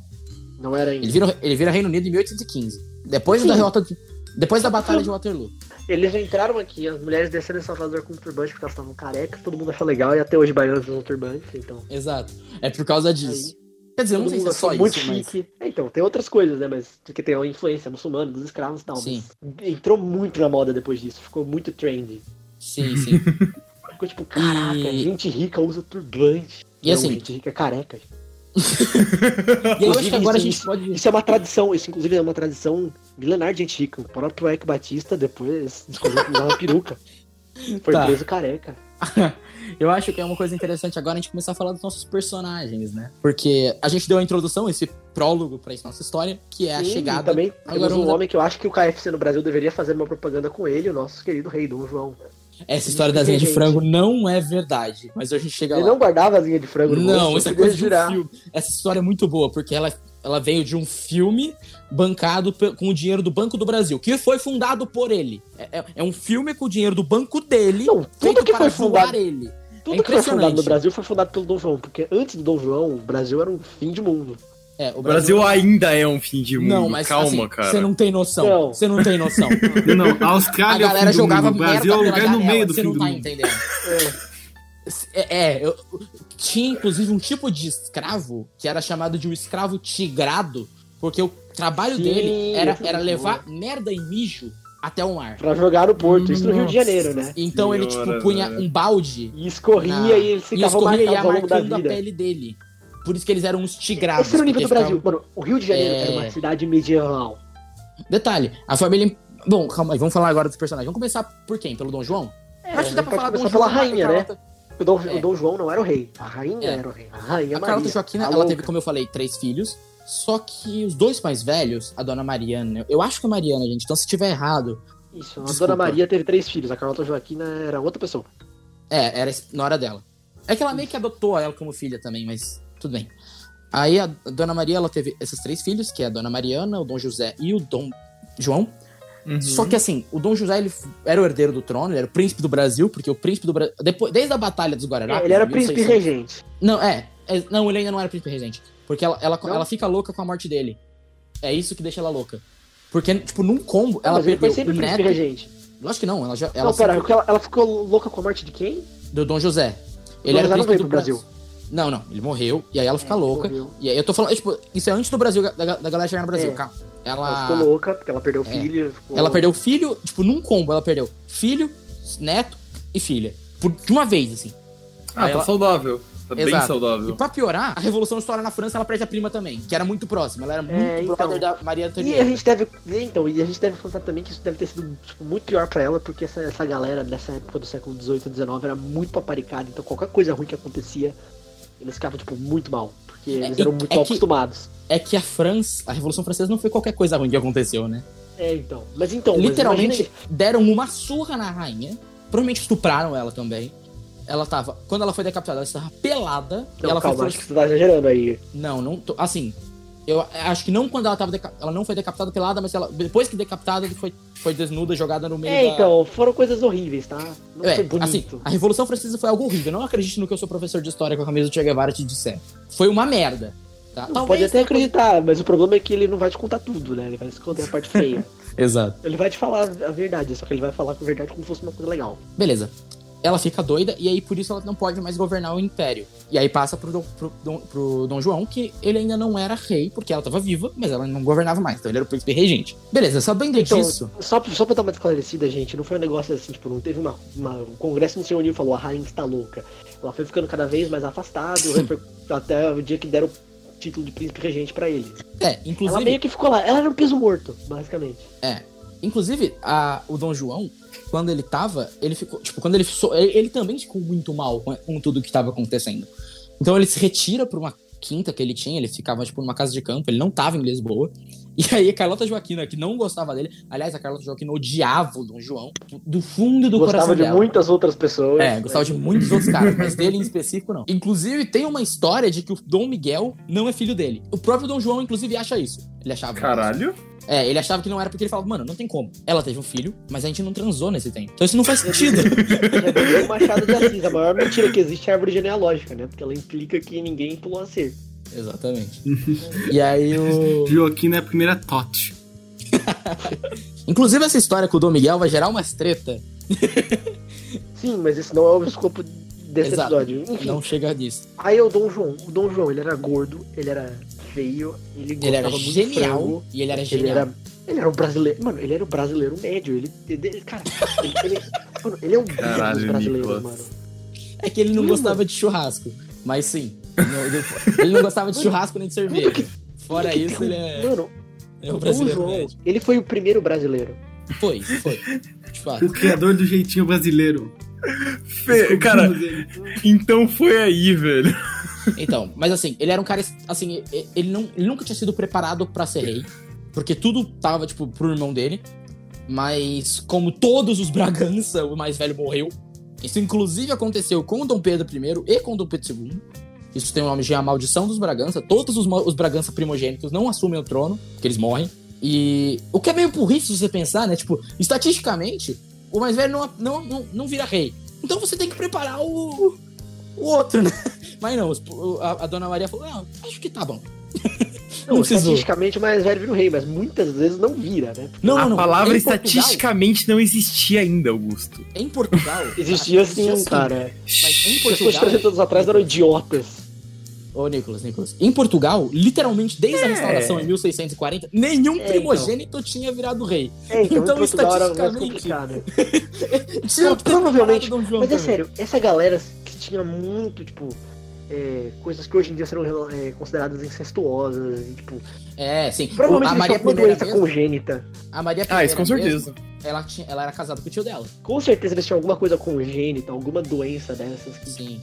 Speaker 2: Não era ainda.
Speaker 1: Ele vira, ele vira Reino Unido em 1815. Depois da
Speaker 2: Sim. Ah.
Speaker 1: derrota. de- Depois da Batalha de Waterloo.
Speaker 2: Eles entraram aqui, as mulheres desceram em Salvador com um turbante porque elas estavam carecas, todo mundo achou legal e até hoje baianos usam turbante, então.
Speaker 1: Exato. É por causa disso. Quer dizer, eu não
Speaker 2: Todo
Speaker 1: sei se
Speaker 2: mundo
Speaker 1: é só
Speaker 2: achou
Speaker 1: isso,
Speaker 2: muito
Speaker 1: mas.
Speaker 2: chique. É, então, tem outras coisas, né? Mas porque tem a influência muçulmana, dos escravos e tal.
Speaker 1: Sim.
Speaker 2: mas Entrou muito na moda depois disso, ficou muito trendy.
Speaker 1: Sim, sim.
Speaker 2: Ficou tipo, caraca,
Speaker 1: E-
Speaker 2: gente rica usa turbante. [laughs]
Speaker 1: E assim-
Speaker 2: gente rica é careca.
Speaker 1: E eu acho que
Speaker 2: Inclusive,
Speaker 1: agora a
Speaker 2: isso-
Speaker 1: gente pode.
Speaker 2: Isso é uma tradição, isso inclusive é uma tradição milenar de gente rica. O próprio Eric Batista depois descobriu que usava
Speaker 1: [laughs]
Speaker 2: peruca. Foi
Speaker 1: Tá.
Speaker 2: preso careca.
Speaker 1: Eu acho que é uma coisa interessante agora a gente começar a falar dos nossos personagens, né? Porque a gente deu a introdução, esse prólogo pra essa nossa história, que é a
Speaker 2: Sim,
Speaker 1: chegada.
Speaker 2: e também
Speaker 1: Agora
Speaker 2: temos um
Speaker 1: vamos-
Speaker 2: homem que eu acho que o KFC no Brasil deveria fazer uma propaganda com ele, o nosso querido rei Dom João.
Speaker 1: Essa história das linhas de
Speaker 2: Gente.
Speaker 1: frango não é verdade, mas a gente chega
Speaker 2: Ele
Speaker 1: lá.
Speaker 2: não guardava asinha de frango no
Speaker 1: Não,
Speaker 2: bolso,
Speaker 1: essa
Speaker 2: eu
Speaker 1: é
Speaker 2: queria
Speaker 1: coisa de um
Speaker 2: jurar.
Speaker 1: filme. Essa história é muito boa, porque ela, ela veio de um filme bancado pe- com o dinheiro do Banco do Brasil, que foi fundado por ele. É, é- é um filme com o dinheiro do banco dele,
Speaker 2: Não, tudo
Speaker 1: feito
Speaker 2: que
Speaker 1: para
Speaker 2: foi
Speaker 1: zoar
Speaker 2: fundado- é
Speaker 1: ele.
Speaker 2: Tudo que foi fundado
Speaker 1: impressionante.
Speaker 2: no Brasil foi fundado pelo Dom João, porque antes do Dom João, o Brasil era um fim de mundo.
Speaker 1: É, o
Speaker 4: O Brasil ainda é um fim de mundo.
Speaker 1: Não, mas
Speaker 4: Calma,
Speaker 1: assim,
Speaker 4: cara.
Speaker 1: Você não tem noção.
Speaker 2: Não.
Speaker 1: Você não tem
Speaker 2: [laughs]
Speaker 1: noção.
Speaker 3: Não, a
Speaker 1: a
Speaker 3: Austrália é o
Speaker 1: galera
Speaker 3: fim do
Speaker 1: jogava
Speaker 3: mundo, o Brasil é o
Speaker 1: merda pela
Speaker 3: lugar no
Speaker 1: janela,
Speaker 3: meio do
Speaker 1: você
Speaker 3: fim
Speaker 1: não
Speaker 3: do
Speaker 1: tá
Speaker 3: mundo.
Speaker 1: entendendo.
Speaker 2: É,
Speaker 1: É, é, eu, tinha inclusive um tipo de escravo que era chamado de um escravo tigrado, porque o trabalho
Speaker 2: Sim,
Speaker 1: dele era,
Speaker 2: isso
Speaker 1: era
Speaker 2: é
Speaker 1: levar merda e mijo até o mar.
Speaker 2: pra jogar no Porto, isso no Rio de
Speaker 1: Nossa
Speaker 2: Janeiro, né?
Speaker 1: Então ele tipo
Speaker 4: Senhora,
Speaker 1: punha
Speaker 3: né?
Speaker 4: velho.
Speaker 1: um balde
Speaker 2: E escorria
Speaker 1: Na-
Speaker 2: e eles
Speaker 1: Ah, e
Speaker 2: ficavam
Speaker 1: escorria e ia
Speaker 2: marcados ao longo da
Speaker 1: marcando a
Speaker 2: vida. É
Speaker 1: pele dele. Por isso que eles eram uns tigrados.
Speaker 2: Esse era o nível do
Speaker 1: porque
Speaker 2: Brasil.
Speaker 1: ficavam-
Speaker 2: Mano, o Rio de Janeiro
Speaker 1: É.
Speaker 2: era uma cidade medieval.
Speaker 1: Detalhe, a família. Bom, calma aí, vamos falar agora dos personagens. Vamos começar por quem? Pelo Dom João?
Speaker 2: É, a gente pode começar pela rainha, né? O Dom, o
Speaker 1: É.
Speaker 2: Dom João não era o rei. A rainha
Speaker 1: É.
Speaker 2: era o rei. A rainha
Speaker 1: A Carlota
Speaker 2: Maria.
Speaker 1: Joaquina,
Speaker 2: a
Speaker 1: ela
Speaker 2: louca.
Speaker 1: teve, como eu falei, três filhos. Só que os dois mais velhos, a dona Mariana, eu acho que é Mariana, gente, então se tiver errado,
Speaker 2: Isso, a
Speaker 1: Desculpa.
Speaker 2: Dona Maria teve três filhos. A Carlota Joaquina era outra pessoa.
Speaker 1: é, era na hora dela. É que ela meio que adotou ela como filha também, mas tudo bem. Aí a dona Maria, ela teve esses três filhos, que é a dona Mariana, o Dom José e o Dom João.
Speaker 4: Uhum.
Speaker 1: Só que assim, o Dom José, ele f- era o herdeiro do trono, ele era o príncipe do Brasil, porque o príncipe do Brasil, depois, desde a Batalha dos Guararapes...
Speaker 2: ele era
Speaker 1: em
Speaker 2: príncipe
Speaker 1: 1600
Speaker 2: regente.
Speaker 1: Não, é, é, Não, ele ainda não era príncipe regente. Porque ela, ela,
Speaker 2: Não?
Speaker 1: ela fica louca com a morte dele. É isso que deixa ela louca. Porque, tipo, num combo, ela
Speaker 2: Mas ele
Speaker 1: perdeu
Speaker 2: foi
Speaker 1: o
Speaker 2: sempre príncipe
Speaker 1: neto.
Speaker 2: regente.
Speaker 1: Lógico que não, ela já. Ela
Speaker 2: Não, pera,
Speaker 1: sempre-
Speaker 2: ela, ela ficou louca com a morte de quem?
Speaker 1: do Dom José. Ele
Speaker 2: Dom
Speaker 1: era
Speaker 2: José não
Speaker 1: príncipe
Speaker 2: veio
Speaker 1: do
Speaker 2: pro Brasil.
Speaker 1: Não, não, ele morreu. E aí ela fica
Speaker 2: É,
Speaker 1: louca.
Speaker 2: morreu.
Speaker 1: E aí eu tô falando, tipo, isso é antes do Brasil, da, da galera chegar no Brasil,
Speaker 2: É.
Speaker 1: calma.
Speaker 2: Ela ficou
Speaker 1: Ela.
Speaker 2: louca, porque ela perdeu o filho. ficou-
Speaker 1: Ah. É. Ela perdeu o filho, tipo, num combo, ela perdeu filho, neto e filha. Por, de uma vez, assim.
Speaker 4: Ah, tá
Speaker 1: Ela-
Speaker 4: saudável. Tá bem
Speaker 1: Exato.
Speaker 4: saudável.
Speaker 1: E pra piorar, a Revolução História na França, ela perde a prima também, que era muito próxima. Ela era muito
Speaker 2: então.
Speaker 1: brother da Maria
Speaker 2: E a
Speaker 1: Antonieta.
Speaker 2: gente deve. e Então, e a gente deve contar também que isso deve ter sido tipo, muito pior pra ela, porque essa, essa galera dessa época do século XVIII e XIX era muito paparicada, então qualquer coisa ruim que acontecia, Eles ficavam, tipo, muito mal. Porque
Speaker 1: É,
Speaker 2: eles
Speaker 1: e-
Speaker 2: eram muito
Speaker 1: é
Speaker 2: mal
Speaker 1: que-
Speaker 2: acostumados.
Speaker 1: É que a França, a Revolução Francesa não foi qualquer coisa ruim que aconteceu, né?
Speaker 2: É, então. Mas então. mas
Speaker 1: Literalmente
Speaker 2: imagina
Speaker 1: deram uma surra na rainha. Provavelmente estupraram ela também. Ela tava. Quando ela foi decapitada, ela estava pelada.
Speaker 2: aí-
Speaker 1: e
Speaker 2: Não,
Speaker 1: ela
Speaker 2: calma,
Speaker 1: foi.
Speaker 2: acho que você tá exagerando aí.
Speaker 1: Não, não. tô- Assim. Eu acho que não quando ela tava deca- Ela não foi decapitada pelada, mas ela. Depois que decapitada, foi, foi desnuda, jogada no meio
Speaker 2: É,
Speaker 1: da-
Speaker 2: então, foram coisas horríveis, tá? Não
Speaker 1: É,
Speaker 2: foi bonito.
Speaker 1: assim, a Revolução Francesa foi algo horrível. Não acredite no que eu sou professor de história com a camisa do Che Guevara te disser. Foi uma merda. Tá?
Speaker 2: Não,
Speaker 1: Talvez-
Speaker 2: pode até acreditar, mas o problema é que ele não vai te contar tudo, né? Ele vai esconder a parte feia.
Speaker 1: Exato.
Speaker 2: Ele vai te falar a verdade, só que ele vai falar com a verdade como se fosse uma coisa legal.
Speaker 1: Beleza. Ela fica doida e aí por isso ela não pode mais governar o império. E aí passa pro Dom, pro Dom- pro Dom João, que ele ainda não era rei, porque ela tava viva, mas ela não governava mais. Então ele era o príncipe regente. Beleza, sabendo
Speaker 2: Então,
Speaker 1: disso.
Speaker 2: Só, só pra dar uma esclarecida, gente, não foi um negócio assim, tipo, não teve uma. uma- o Congresso não se reuniu e falou, a rainha está louca. Ela foi ficando cada vez mais afastada,
Speaker 1: [laughs]
Speaker 2: o rei foi- até o dia que deram o título de príncipe regente pra ele.
Speaker 1: É,
Speaker 2: Ela
Speaker 1: inclusive.
Speaker 2: meio que ficou lá, ela era um peso morto, basicamente.
Speaker 1: Inclusive, a- o Dom João, quando ele tava, ele ficou. Tipo, quando ele. so- ele, ele também ficou muito mal com, com tudo que tava acontecendo. Então ele se retira pra uma quinta que ele tinha, ele ficava, tipo, numa casa de campo, ele não tava em Lisboa. E aí a Carlota Joaquina, que não gostava dele, aliás, a Carlota Joaquina odiava o Dom João do fundo do
Speaker 2: gostava
Speaker 1: coração
Speaker 2: de
Speaker 1: dela.
Speaker 2: muitas outras pessoas.
Speaker 1: É, gostava
Speaker 2: mas-
Speaker 1: de muitos outros caras, mas dele em específico não. Inclusive, tem uma história de que o Dom Miguel não é filho dele. O próprio Dom João, inclusive, acha isso. Ele achava.
Speaker 4: Caralho.
Speaker 1: É, ele achava que não era porque ele falava, mano, não tem como. Ela teve um filho, mas a gente não transou nesse tempo. Então isso não faz sentido.
Speaker 2: [laughs]
Speaker 1: [laughs]
Speaker 2: Já diria o Machado de Assis, a maior mentira que existe é a árvore genealógica, né? Porque ela implica que ninguém pulou a ser.
Speaker 1: Exatamente. e aí o.
Speaker 3: Joaquina é a primeira Tote.
Speaker 1: Inclusive, essa história com o Dom Miguel vai gerar umas treta.
Speaker 2: Sim, mas esse não é o escopo desse
Speaker 1: Exato.
Speaker 2: episódio. Enfim,
Speaker 1: Não chega disso.
Speaker 2: aí é o Dom João. O Dom João, ele era gordo, ele era feio, ele gostava
Speaker 1: Ele era
Speaker 2: muito de
Speaker 1: genial.
Speaker 2: frango,
Speaker 1: E ele era
Speaker 2: ele
Speaker 1: genial.
Speaker 2: era, ele era um brasileiro. Mano, ele era um brasileiro médio. Ele, ele- cara, ele, ele- mano, ele é um bicho dos
Speaker 4: Caralho,
Speaker 2: brasileiros,
Speaker 4: Nicolas.
Speaker 2: mano.
Speaker 1: É que ele não
Speaker 2: Hum.
Speaker 1: gostava de churrasco. Mas sim. não- ele não gostava de churrasco nem de cerveja. Fora isso, ele é,
Speaker 2: Mano,
Speaker 1: é um
Speaker 2: o Dom
Speaker 1: brasileiro.
Speaker 2: João,
Speaker 1: médio.
Speaker 2: ele foi o primeiro brasileiro.
Speaker 1: Foi, foi. De fato.
Speaker 3: O criador do jeitinho brasileiro.
Speaker 4: Fe- É, Cara, [laughs] então foi aí, velho.
Speaker 1: Então, mas assim, ele era um cara. Assim, e- ele, não, ele nunca tinha sido preparado pra ser rei. Porque tudo tava, tipo, pro irmão dele. Mas, como todos os Bragança, o mais velho morreu. Isso, inclusive, aconteceu com o Dom Pedro I e com o Dom Pedro II. Isso tem o nome de A Maldição dos Bragança. Todos os, ma- os Bragança primogênitos não assumem o trono, porque eles morrem. E o que é meio burrice se você pensar, né? Tipo, estatisticamente, o mais velho não, não, não, não vira rei. Então você tem que preparar o, o outro, né? [laughs] Mas não, os- o- a, a dona Maria falou: não, acho que tá bom. [laughs]
Speaker 2: Não,
Speaker 1: Não precisou.
Speaker 2: estatisticamente o mais velho vira o rei, mas muitas vezes não vira, né?
Speaker 1: Não,
Speaker 4: a
Speaker 1: não, não.
Speaker 4: palavra
Speaker 1: Em Portugal-
Speaker 4: estatisticamente não existia ainda, Augusto.
Speaker 1: em Portugal.
Speaker 2: [laughs] Existia sim, cara.
Speaker 1: Mas em
Speaker 2: Pessoas
Speaker 1: assim.
Speaker 2: de
Speaker 1: Portugal.
Speaker 2: [laughs] 300 anos atrás eram idiotas.
Speaker 1: Ô, Nicolas, Nicolas. Em Portugal, literalmente desde
Speaker 4: É.
Speaker 1: a restauração em 1640, nenhum
Speaker 2: É,
Speaker 1: primogênito tinha virado rei.
Speaker 2: É, então,
Speaker 1: Então,
Speaker 2: em Portugal era mais
Speaker 1: estatisticamente-
Speaker 2: complicado.
Speaker 1: Tinha
Speaker 2: Não,
Speaker 1: que ter
Speaker 2: provavelmente,
Speaker 1: comparado Dom [laughs] João
Speaker 2: Mas é
Speaker 1: também.
Speaker 2: sério, essa galera que tinha muito, tipo, é, coisas que hoje em dia serão é, consideradas incestuosas, e, tipo,
Speaker 1: É, sim.
Speaker 2: provavelmente
Speaker 1: a
Speaker 2: eles
Speaker 1: Maria
Speaker 2: tinham alguma
Speaker 1: I
Speaker 2: doença
Speaker 1: mesmo,
Speaker 2: congênita.
Speaker 1: a Maria
Speaker 4: Ah, isso
Speaker 1: I
Speaker 4: com
Speaker 1: mesmo,
Speaker 4: certeza.
Speaker 1: ela, tinha, ela era casada com o tio dela.
Speaker 2: Com certeza eles tinham alguma coisa congênita, alguma doença dessas que tipo,
Speaker 1: Sim.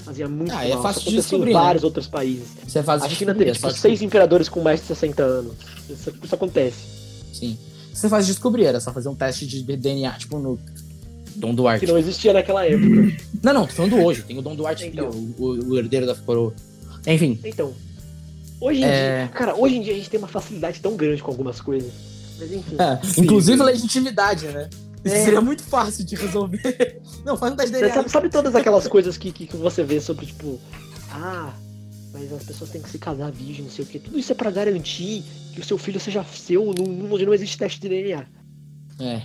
Speaker 2: fazia muito
Speaker 1: Ah,
Speaker 2: mal.
Speaker 1: é
Speaker 2: Isso
Speaker 1: fácil de
Speaker 2: aconteceu
Speaker 1: descobrir,
Speaker 2: em
Speaker 1: né?
Speaker 2: vários outros países.
Speaker 1: Você faz
Speaker 2: A
Speaker 1: de
Speaker 2: China
Speaker 1: descobrir,
Speaker 2: teve,
Speaker 1: é
Speaker 2: tipo,
Speaker 1: fácil de
Speaker 2: seis imperadores com mais de 60 anos. Isso, isso acontece.
Speaker 1: Sim. Você faz descobrir, era só fazer um teste de DNA, tipo no Dom Duarte.
Speaker 2: Que não existia naquela época.
Speaker 1: Não, não, tô falando hoje. Tem o Dom Duarte,
Speaker 2: Então.
Speaker 1: filho, o, o herdeiro da coroa. Enfim,
Speaker 2: Então, hoje em
Speaker 1: É.
Speaker 2: dia, cara, hoje em dia a gente tem uma facilidade tão grande com algumas coisas. Mas enfim,
Speaker 1: é,
Speaker 4: Sim,
Speaker 1: inclusive a
Speaker 4: velho.
Speaker 1: legitimidade, né? Isso
Speaker 2: É.
Speaker 1: seria muito fácil de resolver. [laughs] Não, faz um teste de
Speaker 2: Você
Speaker 1: DNA.
Speaker 2: sabe, sabe todas aquelas coisas que, que, que você vê sobre, tipo, ah, mas as pessoas têm que se casar virgem, não sei o quê. Tudo isso é pra garantir que o seu filho seja seu num mundo onde não existe teste de DNA.
Speaker 1: É.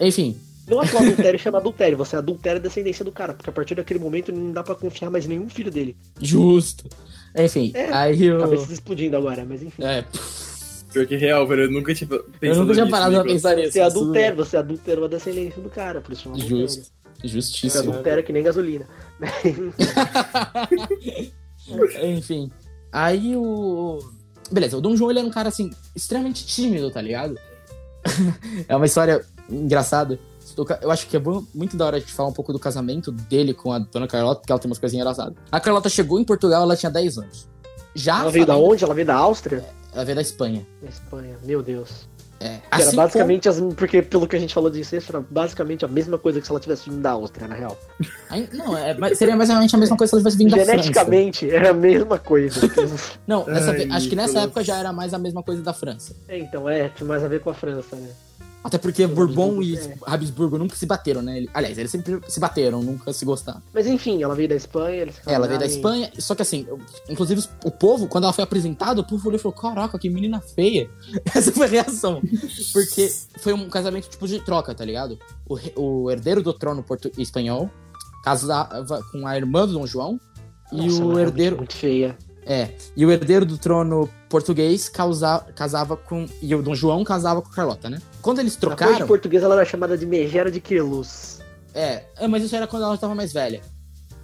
Speaker 1: Enfim,
Speaker 2: Não é só adultério [laughs] chama adultério, você adultera a descendência do cara, porque a partir daquele momento não dá pra confiar mais em nenhum filho dele.
Speaker 1: justo. Enfim,
Speaker 2: É,
Speaker 1: aí o.
Speaker 2: Cabeças explodindo agora, mas enfim.
Speaker 1: É,
Speaker 4: Pior que real, velho. Eu nunca tinha pensado
Speaker 1: eu nunca tinha
Speaker 4: nisso,
Speaker 1: parado pra
Speaker 4: Nicolas.
Speaker 1: pensar nisso.
Speaker 2: Você
Speaker 1: mas tudo
Speaker 2: adultera, você adultera a descendência do cara, por isso é um
Speaker 1: bem.
Speaker 2: adultério.
Speaker 1: Justo.
Speaker 2: Você
Speaker 1: Justíssimo.
Speaker 2: adultera que nem gasolina.
Speaker 1: Enfim. Aí o. Beleza, o Dom João ele [laughs] era um cara assim, extremamente tímido, tá ligado? é uma história É engraçada. Eu ca- Eu acho que é bom- muito da hora a gente falar um pouco do casamento dele com a dona Carlota, porque ela tem umas coisinhas engraçadas. A Carlota chegou em Portugal, ela tinha 10 anos. Já
Speaker 2: Ela veio da
Speaker 1: falando-
Speaker 2: onde? Ela veio da Áustria?
Speaker 1: Ela veio da Espanha.
Speaker 2: Da Espanha, meu Deus.
Speaker 1: É.
Speaker 2: Que
Speaker 1: Assim
Speaker 2: era basicamente as. Porque pelo que a gente falou de incesto, era basicamente a mesma coisa que se ela tivesse vindo da Áustria, na real.
Speaker 1: como- Ai, Não, é, mas seria basicamente a mesma coisa se ela tivesse vindo da França.
Speaker 2: Geneticamente era a mesma coisa. [laughs]
Speaker 1: Não, nessa
Speaker 4: Ai,
Speaker 1: ve- acho que nessa
Speaker 4: Nicolas.
Speaker 1: época já era mais a mesma coisa da França.
Speaker 2: é, então, é, tinha mais a ver com a França, né?
Speaker 1: Até porque Bourbon e
Speaker 2: É.
Speaker 1: Habsburgo nunca se bateram, né? Ele- Aliás, eles sempre se bateram, nunca se gostaram.
Speaker 2: Mas enfim, ela veio da Espanha, eles
Speaker 1: É, ela veio da
Speaker 2: casaram em-
Speaker 1: Espanha, só que assim, eu- inclusive os- o povo, quando ela foi apresentada, o povo olhou e falou: Caraca, que menina feia. [laughs] Essa foi a reação. Porque foi um casamento tipo de troca, tá ligado? O, re- o herdeiro do trono portu- espanhol casava com a irmã do Dom João e
Speaker 2: Nossa, ela
Speaker 1: o
Speaker 2: é realmente
Speaker 1: herdeiro.
Speaker 2: Muito feia.
Speaker 1: É, e o herdeiro do trono português causa, casava com. E o Dom João casava com Carlota, né? Quando eles
Speaker 2: Na corte
Speaker 1: trocaram.
Speaker 2: portuguesa ela era chamada de megera de Queluz.
Speaker 1: É, é, mas isso era quando ela tava mais velha.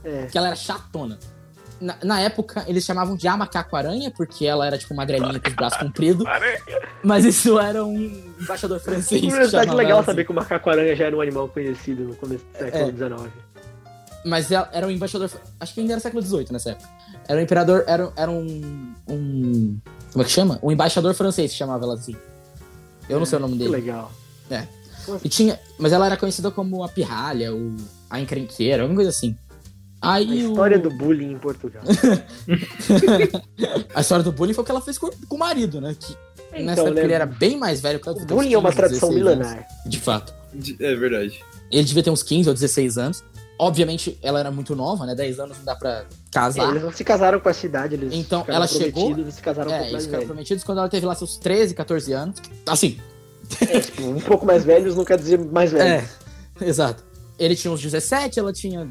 Speaker 2: É.
Speaker 1: Que ela era chatona. Na, na época, eles chamavam de amacaco-aranha, porque ela era tipo magrelinha com os braços compridos. Mas isso era um embaixador
Speaker 2: [laughs]
Speaker 1: francês. que
Speaker 2: Curiosidade
Speaker 1: chamava
Speaker 2: legal
Speaker 1: ela assim. É,
Speaker 2: saber que o macaco-aranha já era um animal conhecido no começo do século XIX.
Speaker 1: Mas ela era um embaixador. fr- Acho que ainda era século XVIII nessa época. Era um imperador. Era, era um, um. Como é que chama? Um embaixador francês que chamava ela assim. Eu não sei o nome
Speaker 2: Que
Speaker 1: dele.
Speaker 2: legal.
Speaker 1: E tinha, mas ela era conhecida como a pirralha, ou a encrenqueira, alguma coisa assim.
Speaker 2: A
Speaker 1: Aí o-
Speaker 2: história do bullying em
Speaker 1: [laughs]
Speaker 2: Portugal.
Speaker 1: a história do bullying foi o que ela fez com, com o marido, né? Que nessa
Speaker 2: então,
Speaker 1: época ele era
Speaker 2: né?
Speaker 1: bem mais velho que ela.
Speaker 2: O
Speaker 1: devia ter uns
Speaker 2: bullying é uma
Speaker 1: 15,
Speaker 2: tradição
Speaker 1: 16 anos.
Speaker 2: milenar.
Speaker 1: De fato.
Speaker 4: De- É verdade.
Speaker 1: Ele devia ter uns 15 ou 16 anos. Obviamente, ela era muito nova, né? 10 anos não dá pra
Speaker 2: É,
Speaker 1: casar.
Speaker 2: eles não se casaram com a cidade, eles
Speaker 1: Então,
Speaker 2: ficaram
Speaker 1: ela chegou-
Speaker 2: prometidos, Eles se casaram um
Speaker 1: É,
Speaker 2: pouco
Speaker 1: eles
Speaker 2: mais
Speaker 1: ficaram
Speaker 2: velhos.
Speaker 1: prometidos quando ela teve lá seus 13, 14 anos. Assim,
Speaker 2: É, tipo, um pouco mais velhos não quer dizer mais velhos.
Speaker 1: É, exato. Ele tinha uns 17, ela tinha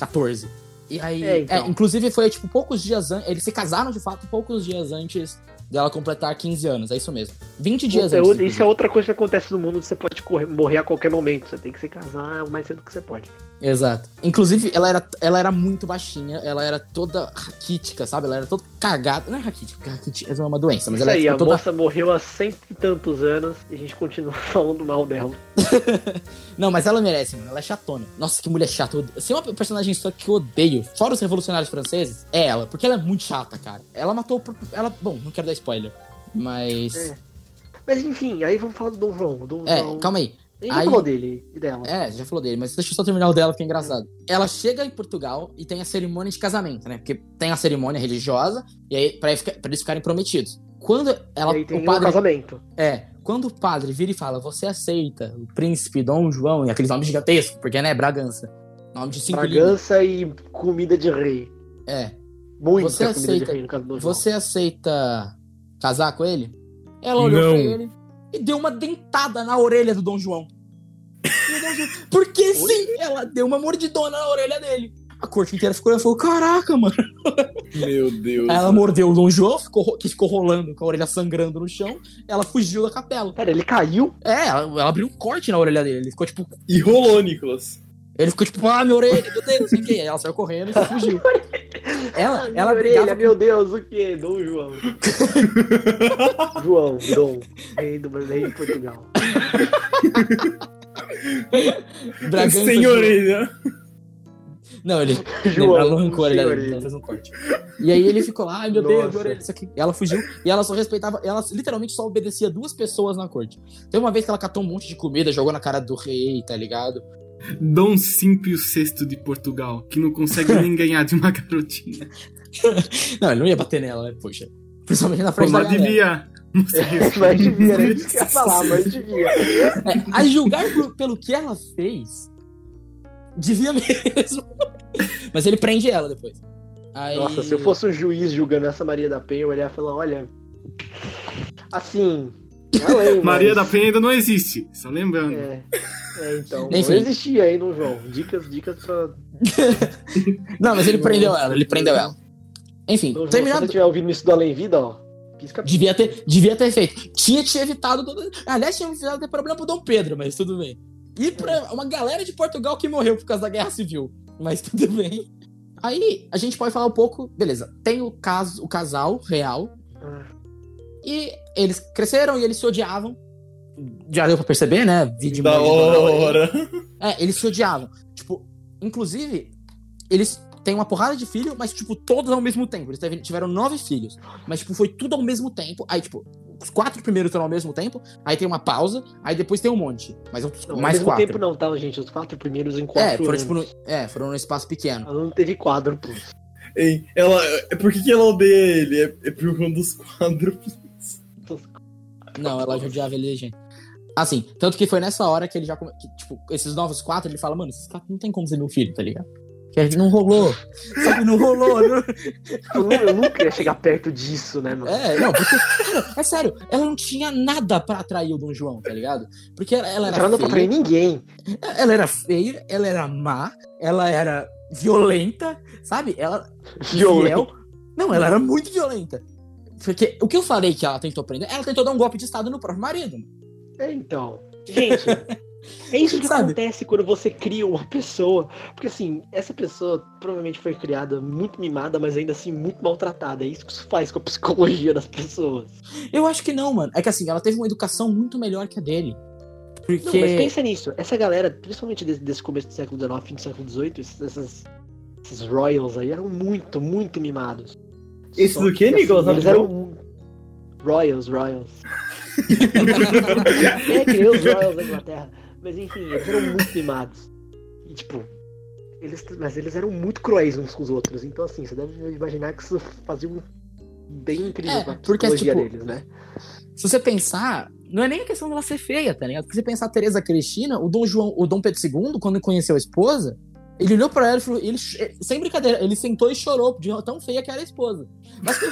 Speaker 1: 14. E aí,
Speaker 2: É, então.
Speaker 1: é, inclusive foi tipo poucos dias antes, eles se casaram de fato poucos dias antes dela completar 15 anos, é isso mesmo. 20 dias
Speaker 2: Puta,
Speaker 1: antes.
Speaker 2: isso é outra coisa que acontece no mundo, você pode correr- morrer a qualquer momento. Você tem que se casar o mais cedo que você pode.
Speaker 1: Exato. Inclusive, ela era, ela era muito baixinha, ela era toda raquítica, sabe? Ela era toda cagada. Não é raquítica, porque raquítica é uma doença, mas
Speaker 2: Isso
Speaker 1: ela
Speaker 2: aí,
Speaker 1: era
Speaker 2: a
Speaker 1: toda
Speaker 2: moça morreu há cento e tantos anos e a gente continua [laughs] falando mal dela.
Speaker 1: Não, mas ela merece, mano. Ela é chatona. Nossa, que mulher chata. Eu- Se é uma personagem só que eu odeio, fora os revolucionários franceses, é ela. Porque ela é muito chata, cara. Ela matou o próprio... Ela... Bom, não quero dar spoiler. Mas...
Speaker 2: É. Mas enfim, aí vamos falar do Dom João. O Dom
Speaker 1: É,
Speaker 2: João...
Speaker 1: calma aí.
Speaker 2: Ele
Speaker 1: aí-
Speaker 2: falou dele e dela.
Speaker 1: É, já falou dele, mas deixa eu só terminar o dela, que é engraçado. Ela chega em Portugal e tem a cerimônia de casamento, né? Porque tem a cerimônia religiosa, e aí pra, fica- pra eles ficarem prometidos. Quando ela,
Speaker 2: e aí tem
Speaker 1: o
Speaker 2: um
Speaker 1: padre
Speaker 2: casamento.
Speaker 1: É, quando o padre vira e fala, você aceita o príncipe Dom João, e aqueles nomes gigantescos, porque, né, Bragança. Nome de cinco línguas.
Speaker 2: Bragança e comida de rei.
Speaker 1: É.
Speaker 2: Muita
Speaker 1: Você
Speaker 2: comida
Speaker 1: aceita-
Speaker 2: de rei no caso do Dom João.
Speaker 1: Você aceita casar com ele? Ela olhou
Speaker 4: Não.
Speaker 1: pra ele e deu uma dentada na orelha do Dom João. E o Dom João, Porque sim, ela deu uma mordidona na orelha dele. A corte inteira ficou olhando e falou, caraca, mano.
Speaker 4: Meu Deus.
Speaker 1: Aí ela mordeu o Dom João, ficou, ro- que ficou rolando com a orelha sangrando no chão. Ela fugiu da capela.
Speaker 2: Pera, ele caiu?
Speaker 1: É, ela, ela abriu um corte na orelha dele. Ele ficou, tipo,
Speaker 4: E rolou, Nicolas.
Speaker 1: Ele ficou tipo, ah, minha orelha, meu Deus, não sei o quê. Ela saiu correndo e
Speaker 2: [laughs]
Speaker 1: fugiu. Ela,
Speaker 2: Ah, minha
Speaker 1: ela
Speaker 2: orelha,
Speaker 1: brigava.
Speaker 2: meu Deus, o que? Dom [laughs] João. João, Dom, rei do rei de Portugal.
Speaker 1: Bragança,
Speaker 4: Sem orelha.
Speaker 1: Não, ele,
Speaker 2: João,
Speaker 1: ela arrancou a
Speaker 2: sem
Speaker 1: orelha dele,
Speaker 2: orelha.
Speaker 1: então fez um corte. E aí ele ficou lá, ai meu Deus,
Speaker 2: Nossa.
Speaker 1: minha orelha, isso aqui. E ela fugiu e ela só respeitava, ela literalmente só obedecia duas pessoas na corte. Tem uma vez que ela catou um monte de comida, jogou na cara do rei, tá ligado?
Speaker 3: Dom Simpio VI de Portugal, que não consegue nem ganhar de uma [laughs] garotinha.
Speaker 1: Não, ele não ia bater nela, né? Poxa. Principalmente na
Speaker 3: Pô,
Speaker 1: frente da
Speaker 3: mas
Speaker 1: é, galera.
Speaker 3: devia. Não sei.
Speaker 2: Mas devia, né? Isso que eu ia falar, mas devia.
Speaker 1: É, a julgar por- pelo que ela fez, devia mesmo. Mas ele prende ela depois. Aí-
Speaker 2: Nossa, se eu fosse um juiz julgando essa Maria da Penha, eu olhar e falar, olha. Assim.
Speaker 1: [laughs]
Speaker 2: não é, mas-
Speaker 3: Maria da Penha ainda não existe, só lembrando.
Speaker 2: É, é, então.
Speaker 1: Enfim.
Speaker 2: Não existia aí no João. Dicas, dicas pra.
Speaker 1: Não, mas ele prendeu ela, ele prendeu ela. Enfim,
Speaker 2: Dom João, Se você
Speaker 1: terminado.
Speaker 2: estiver ouvindo isso do Além Vida, ó. Pisca
Speaker 1: Devia ter, devia ter feito. Tinha te evitado. todo- Aliás, tinha evitado ter problema pro Dom Pedro, mas tudo bem. E
Speaker 4: É.
Speaker 1: pra uma galera de Portugal que morreu por causa da guerra civil. Mas tudo [laughs] bem. Aí a gente pode falar um pouco. Beleza, tem o caso, o casal real.
Speaker 2: Ah.
Speaker 1: E eles cresceram e eles se odiavam. já deu pra perceber, né? Vídeo
Speaker 4: da hora.
Speaker 1: É, eles se odiavam. Tipo, inclusive, eles têm uma porrada de filho, mas, tipo, todos ao mesmo tempo. Eles teve- tiveram nove filhos. Mas, tipo, foi tudo ao mesmo tempo. Aí, tipo, os quatro primeiros foram ao mesmo tempo. Aí tem uma pausa. Aí depois tem um monte. Mas outros,
Speaker 2: Não,
Speaker 1: mais
Speaker 2: ao mesmo
Speaker 1: quatro.
Speaker 2: tempo não, tá, gente? Os quatro primeiros em quatro né?
Speaker 1: é, foram,
Speaker 2: anos.
Speaker 1: tipo, no, é, foram num espaço pequeno.
Speaker 2: Ela não teve quádruplo.
Speaker 4: [laughs] Hein? Ela, é- por que, que ela odeia ele? É, é por um dos quadros.
Speaker 1: Não, ela já odiava ele, gente. Assim, tanto que foi nessa hora que ele já. come- que, tipo, esses novos quatro, ele fala, mano, esses quatro não tem como ser meu filho, tá ligado? Que a gente não rolou. Sabe, não rolou. né? Não...
Speaker 2: Eu, nu- eu nunca ia chegar perto disso, né, mano? [laughs]
Speaker 1: É, não, porque. Cara, é sério, ela não tinha nada pra atrair o Dom João, tá ligado? Porque ela, ela
Speaker 2: Ela
Speaker 1: era.
Speaker 2: não
Speaker 1: feia,
Speaker 2: atraiu ninguém.
Speaker 1: Ela era feia, ela era má, ela era violenta, sabe? Ela. Fiel. Não, ela era muito violenta. Porque o que eu falei que ela tentou prender, ela tentou dar um golpe de estado no próprio marido.
Speaker 2: É, então.
Speaker 1: [laughs]
Speaker 2: Gente, é isso que
Speaker 1: Sabe?
Speaker 2: acontece quando você cria uma pessoa. Porque assim, essa pessoa provavelmente foi criada muito mimada, mas ainda assim muito maltratada. É isso que isso faz com a psicologia das pessoas.
Speaker 1: Eu acho que não, mano. É que assim, ela teve uma educação muito melhor que a dele. Porque.
Speaker 2: Não, mas pensa nisso. Essa galera, principalmente desse, desse começo do século XIX, fim do século XVIII, esses, essas- esses royals aí eram muito, muito mimados.
Speaker 4: Esse
Speaker 2: Só assim,
Speaker 4: do quê, Nicolas?
Speaker 2: Eles eram mu- royals,
Speaker 4: [laughs]
Speaker 2: royals. é que nem os royals da Inglaterra. Mas enfim, eles eram muito mimados. E tipo, eles, mas eles eram muito cruéis uns com os outros. Então assim, você deve imaginar que isso fazia um bem incrível
Speaker 1: É,
Speaker 2: pra
Speaker 1: porque,
Speaker 2: psicologia
Speaker 1: tipo,
Speaker 2: deles, né?
Speaker 1: Se você pensar, não é nem a questão dela ser feia, tá ligado? Porque se você pensar a Teresa Cristina, o Dom João, o Dom Pedro II, quando conheceu a esposa, ele olhou pra ela e falou, ele, eh, sem brincadeira, ele sentou e chorou de tão feia que era a esposa. Mas
Speaker 2: [laughs]
Speaker 1: é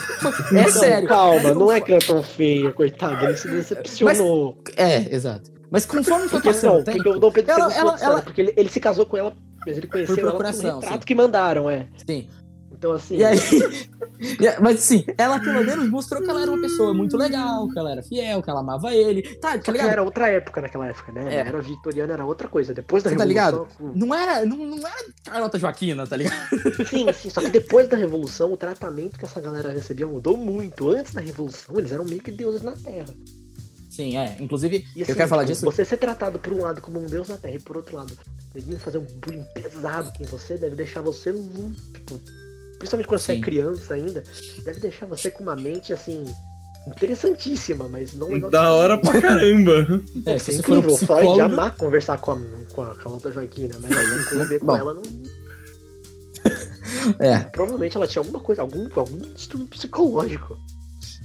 Speaker 2: Então,
Speaker 1: sério.
Speaker 2: Calma,
Speaker 1: Mas
Speaker 2: não é que ela é tão feia, coitado. Ele se decepcionou.
Speaker 1: É, exato. Mas conforme foi
Speaker 2: Porque
Speaker 1: passando
Speaker 2: não,
Speaker 1: o tempo,
Speaker 2: porque o Dom Pedro
Speaker 1: Ela-
Speaker 2: II
Speaker 1: ela-
Speaker 2: sabe?
Speaker 1: ela-
Speaker 2: porque ele, ele se casou com ela, mas ele conheceu
Speaker 1: Por
Speaker 2: ela por um
Speaker 1: procuração,
Speaker 2: retrato
Speaker 1: sim.
Speaker 2: que mandaram, é.
Speaker 1: sim.
Speaker 2: Então assim,
Speaker 1: E aí, tá [laughs] e aí- mas sim, ela pelo menos mostrou que ela era uma pessoa muito legal, que ela era fiel, que ela amava ele. Tá, tá
Speaker 2: só que
Speaker 1: ligado?
Speaker 2: era outra época naquela época, né?
Speaker 1: É.
Speaker 2: Era vitoriana, era outra coisa. Depois da
Speaker 1: Você tá
Speaker 2: Revolução.
Speaker 1: Não era, não, não era Carlota Joaquina, tá ligado?
Speaker 2: Sim, sim, só que depois da Revolução, o tratamento que essa galera recebia mudou muito. Antes da Revolução, eles eram meio que deuses na Terra.
Speaker 1: Sim, é. Inclusive,
Speaker 2: E, assim,
Speaker 1: eu quero falar disso.
Speaker 2: Você ser tratado por um lado como um deus na Terra e por outro lado, devia fazer um bullying pesado com você, deve deixar você nu- tipo, principalmente quando você é
Speaker 1: Sim.
Speaker 2: criança ainda, deve deixar você com uma mente assim interessantíssima, mas não legal.
Speaker 4: Da hora pra caramba.
Speaker 1: É, se
Speaker 2: Isso é
Speaker 1: você for um
Speaker 2: incrível, Freud
Speaker 1: psicólogo,
Speaker 2: amar conversar com a, com a, com a outra Joaquina, mas aí
Speaker 1: [laughs]
Speaker 2: não conviver com
Speaker 1: Bom.
Speaker 2: ela não.
Speaker 1: É.
Speaker 2: Provavelmente ela tinha alguma coisa, algum, algum distúrbio psicológico.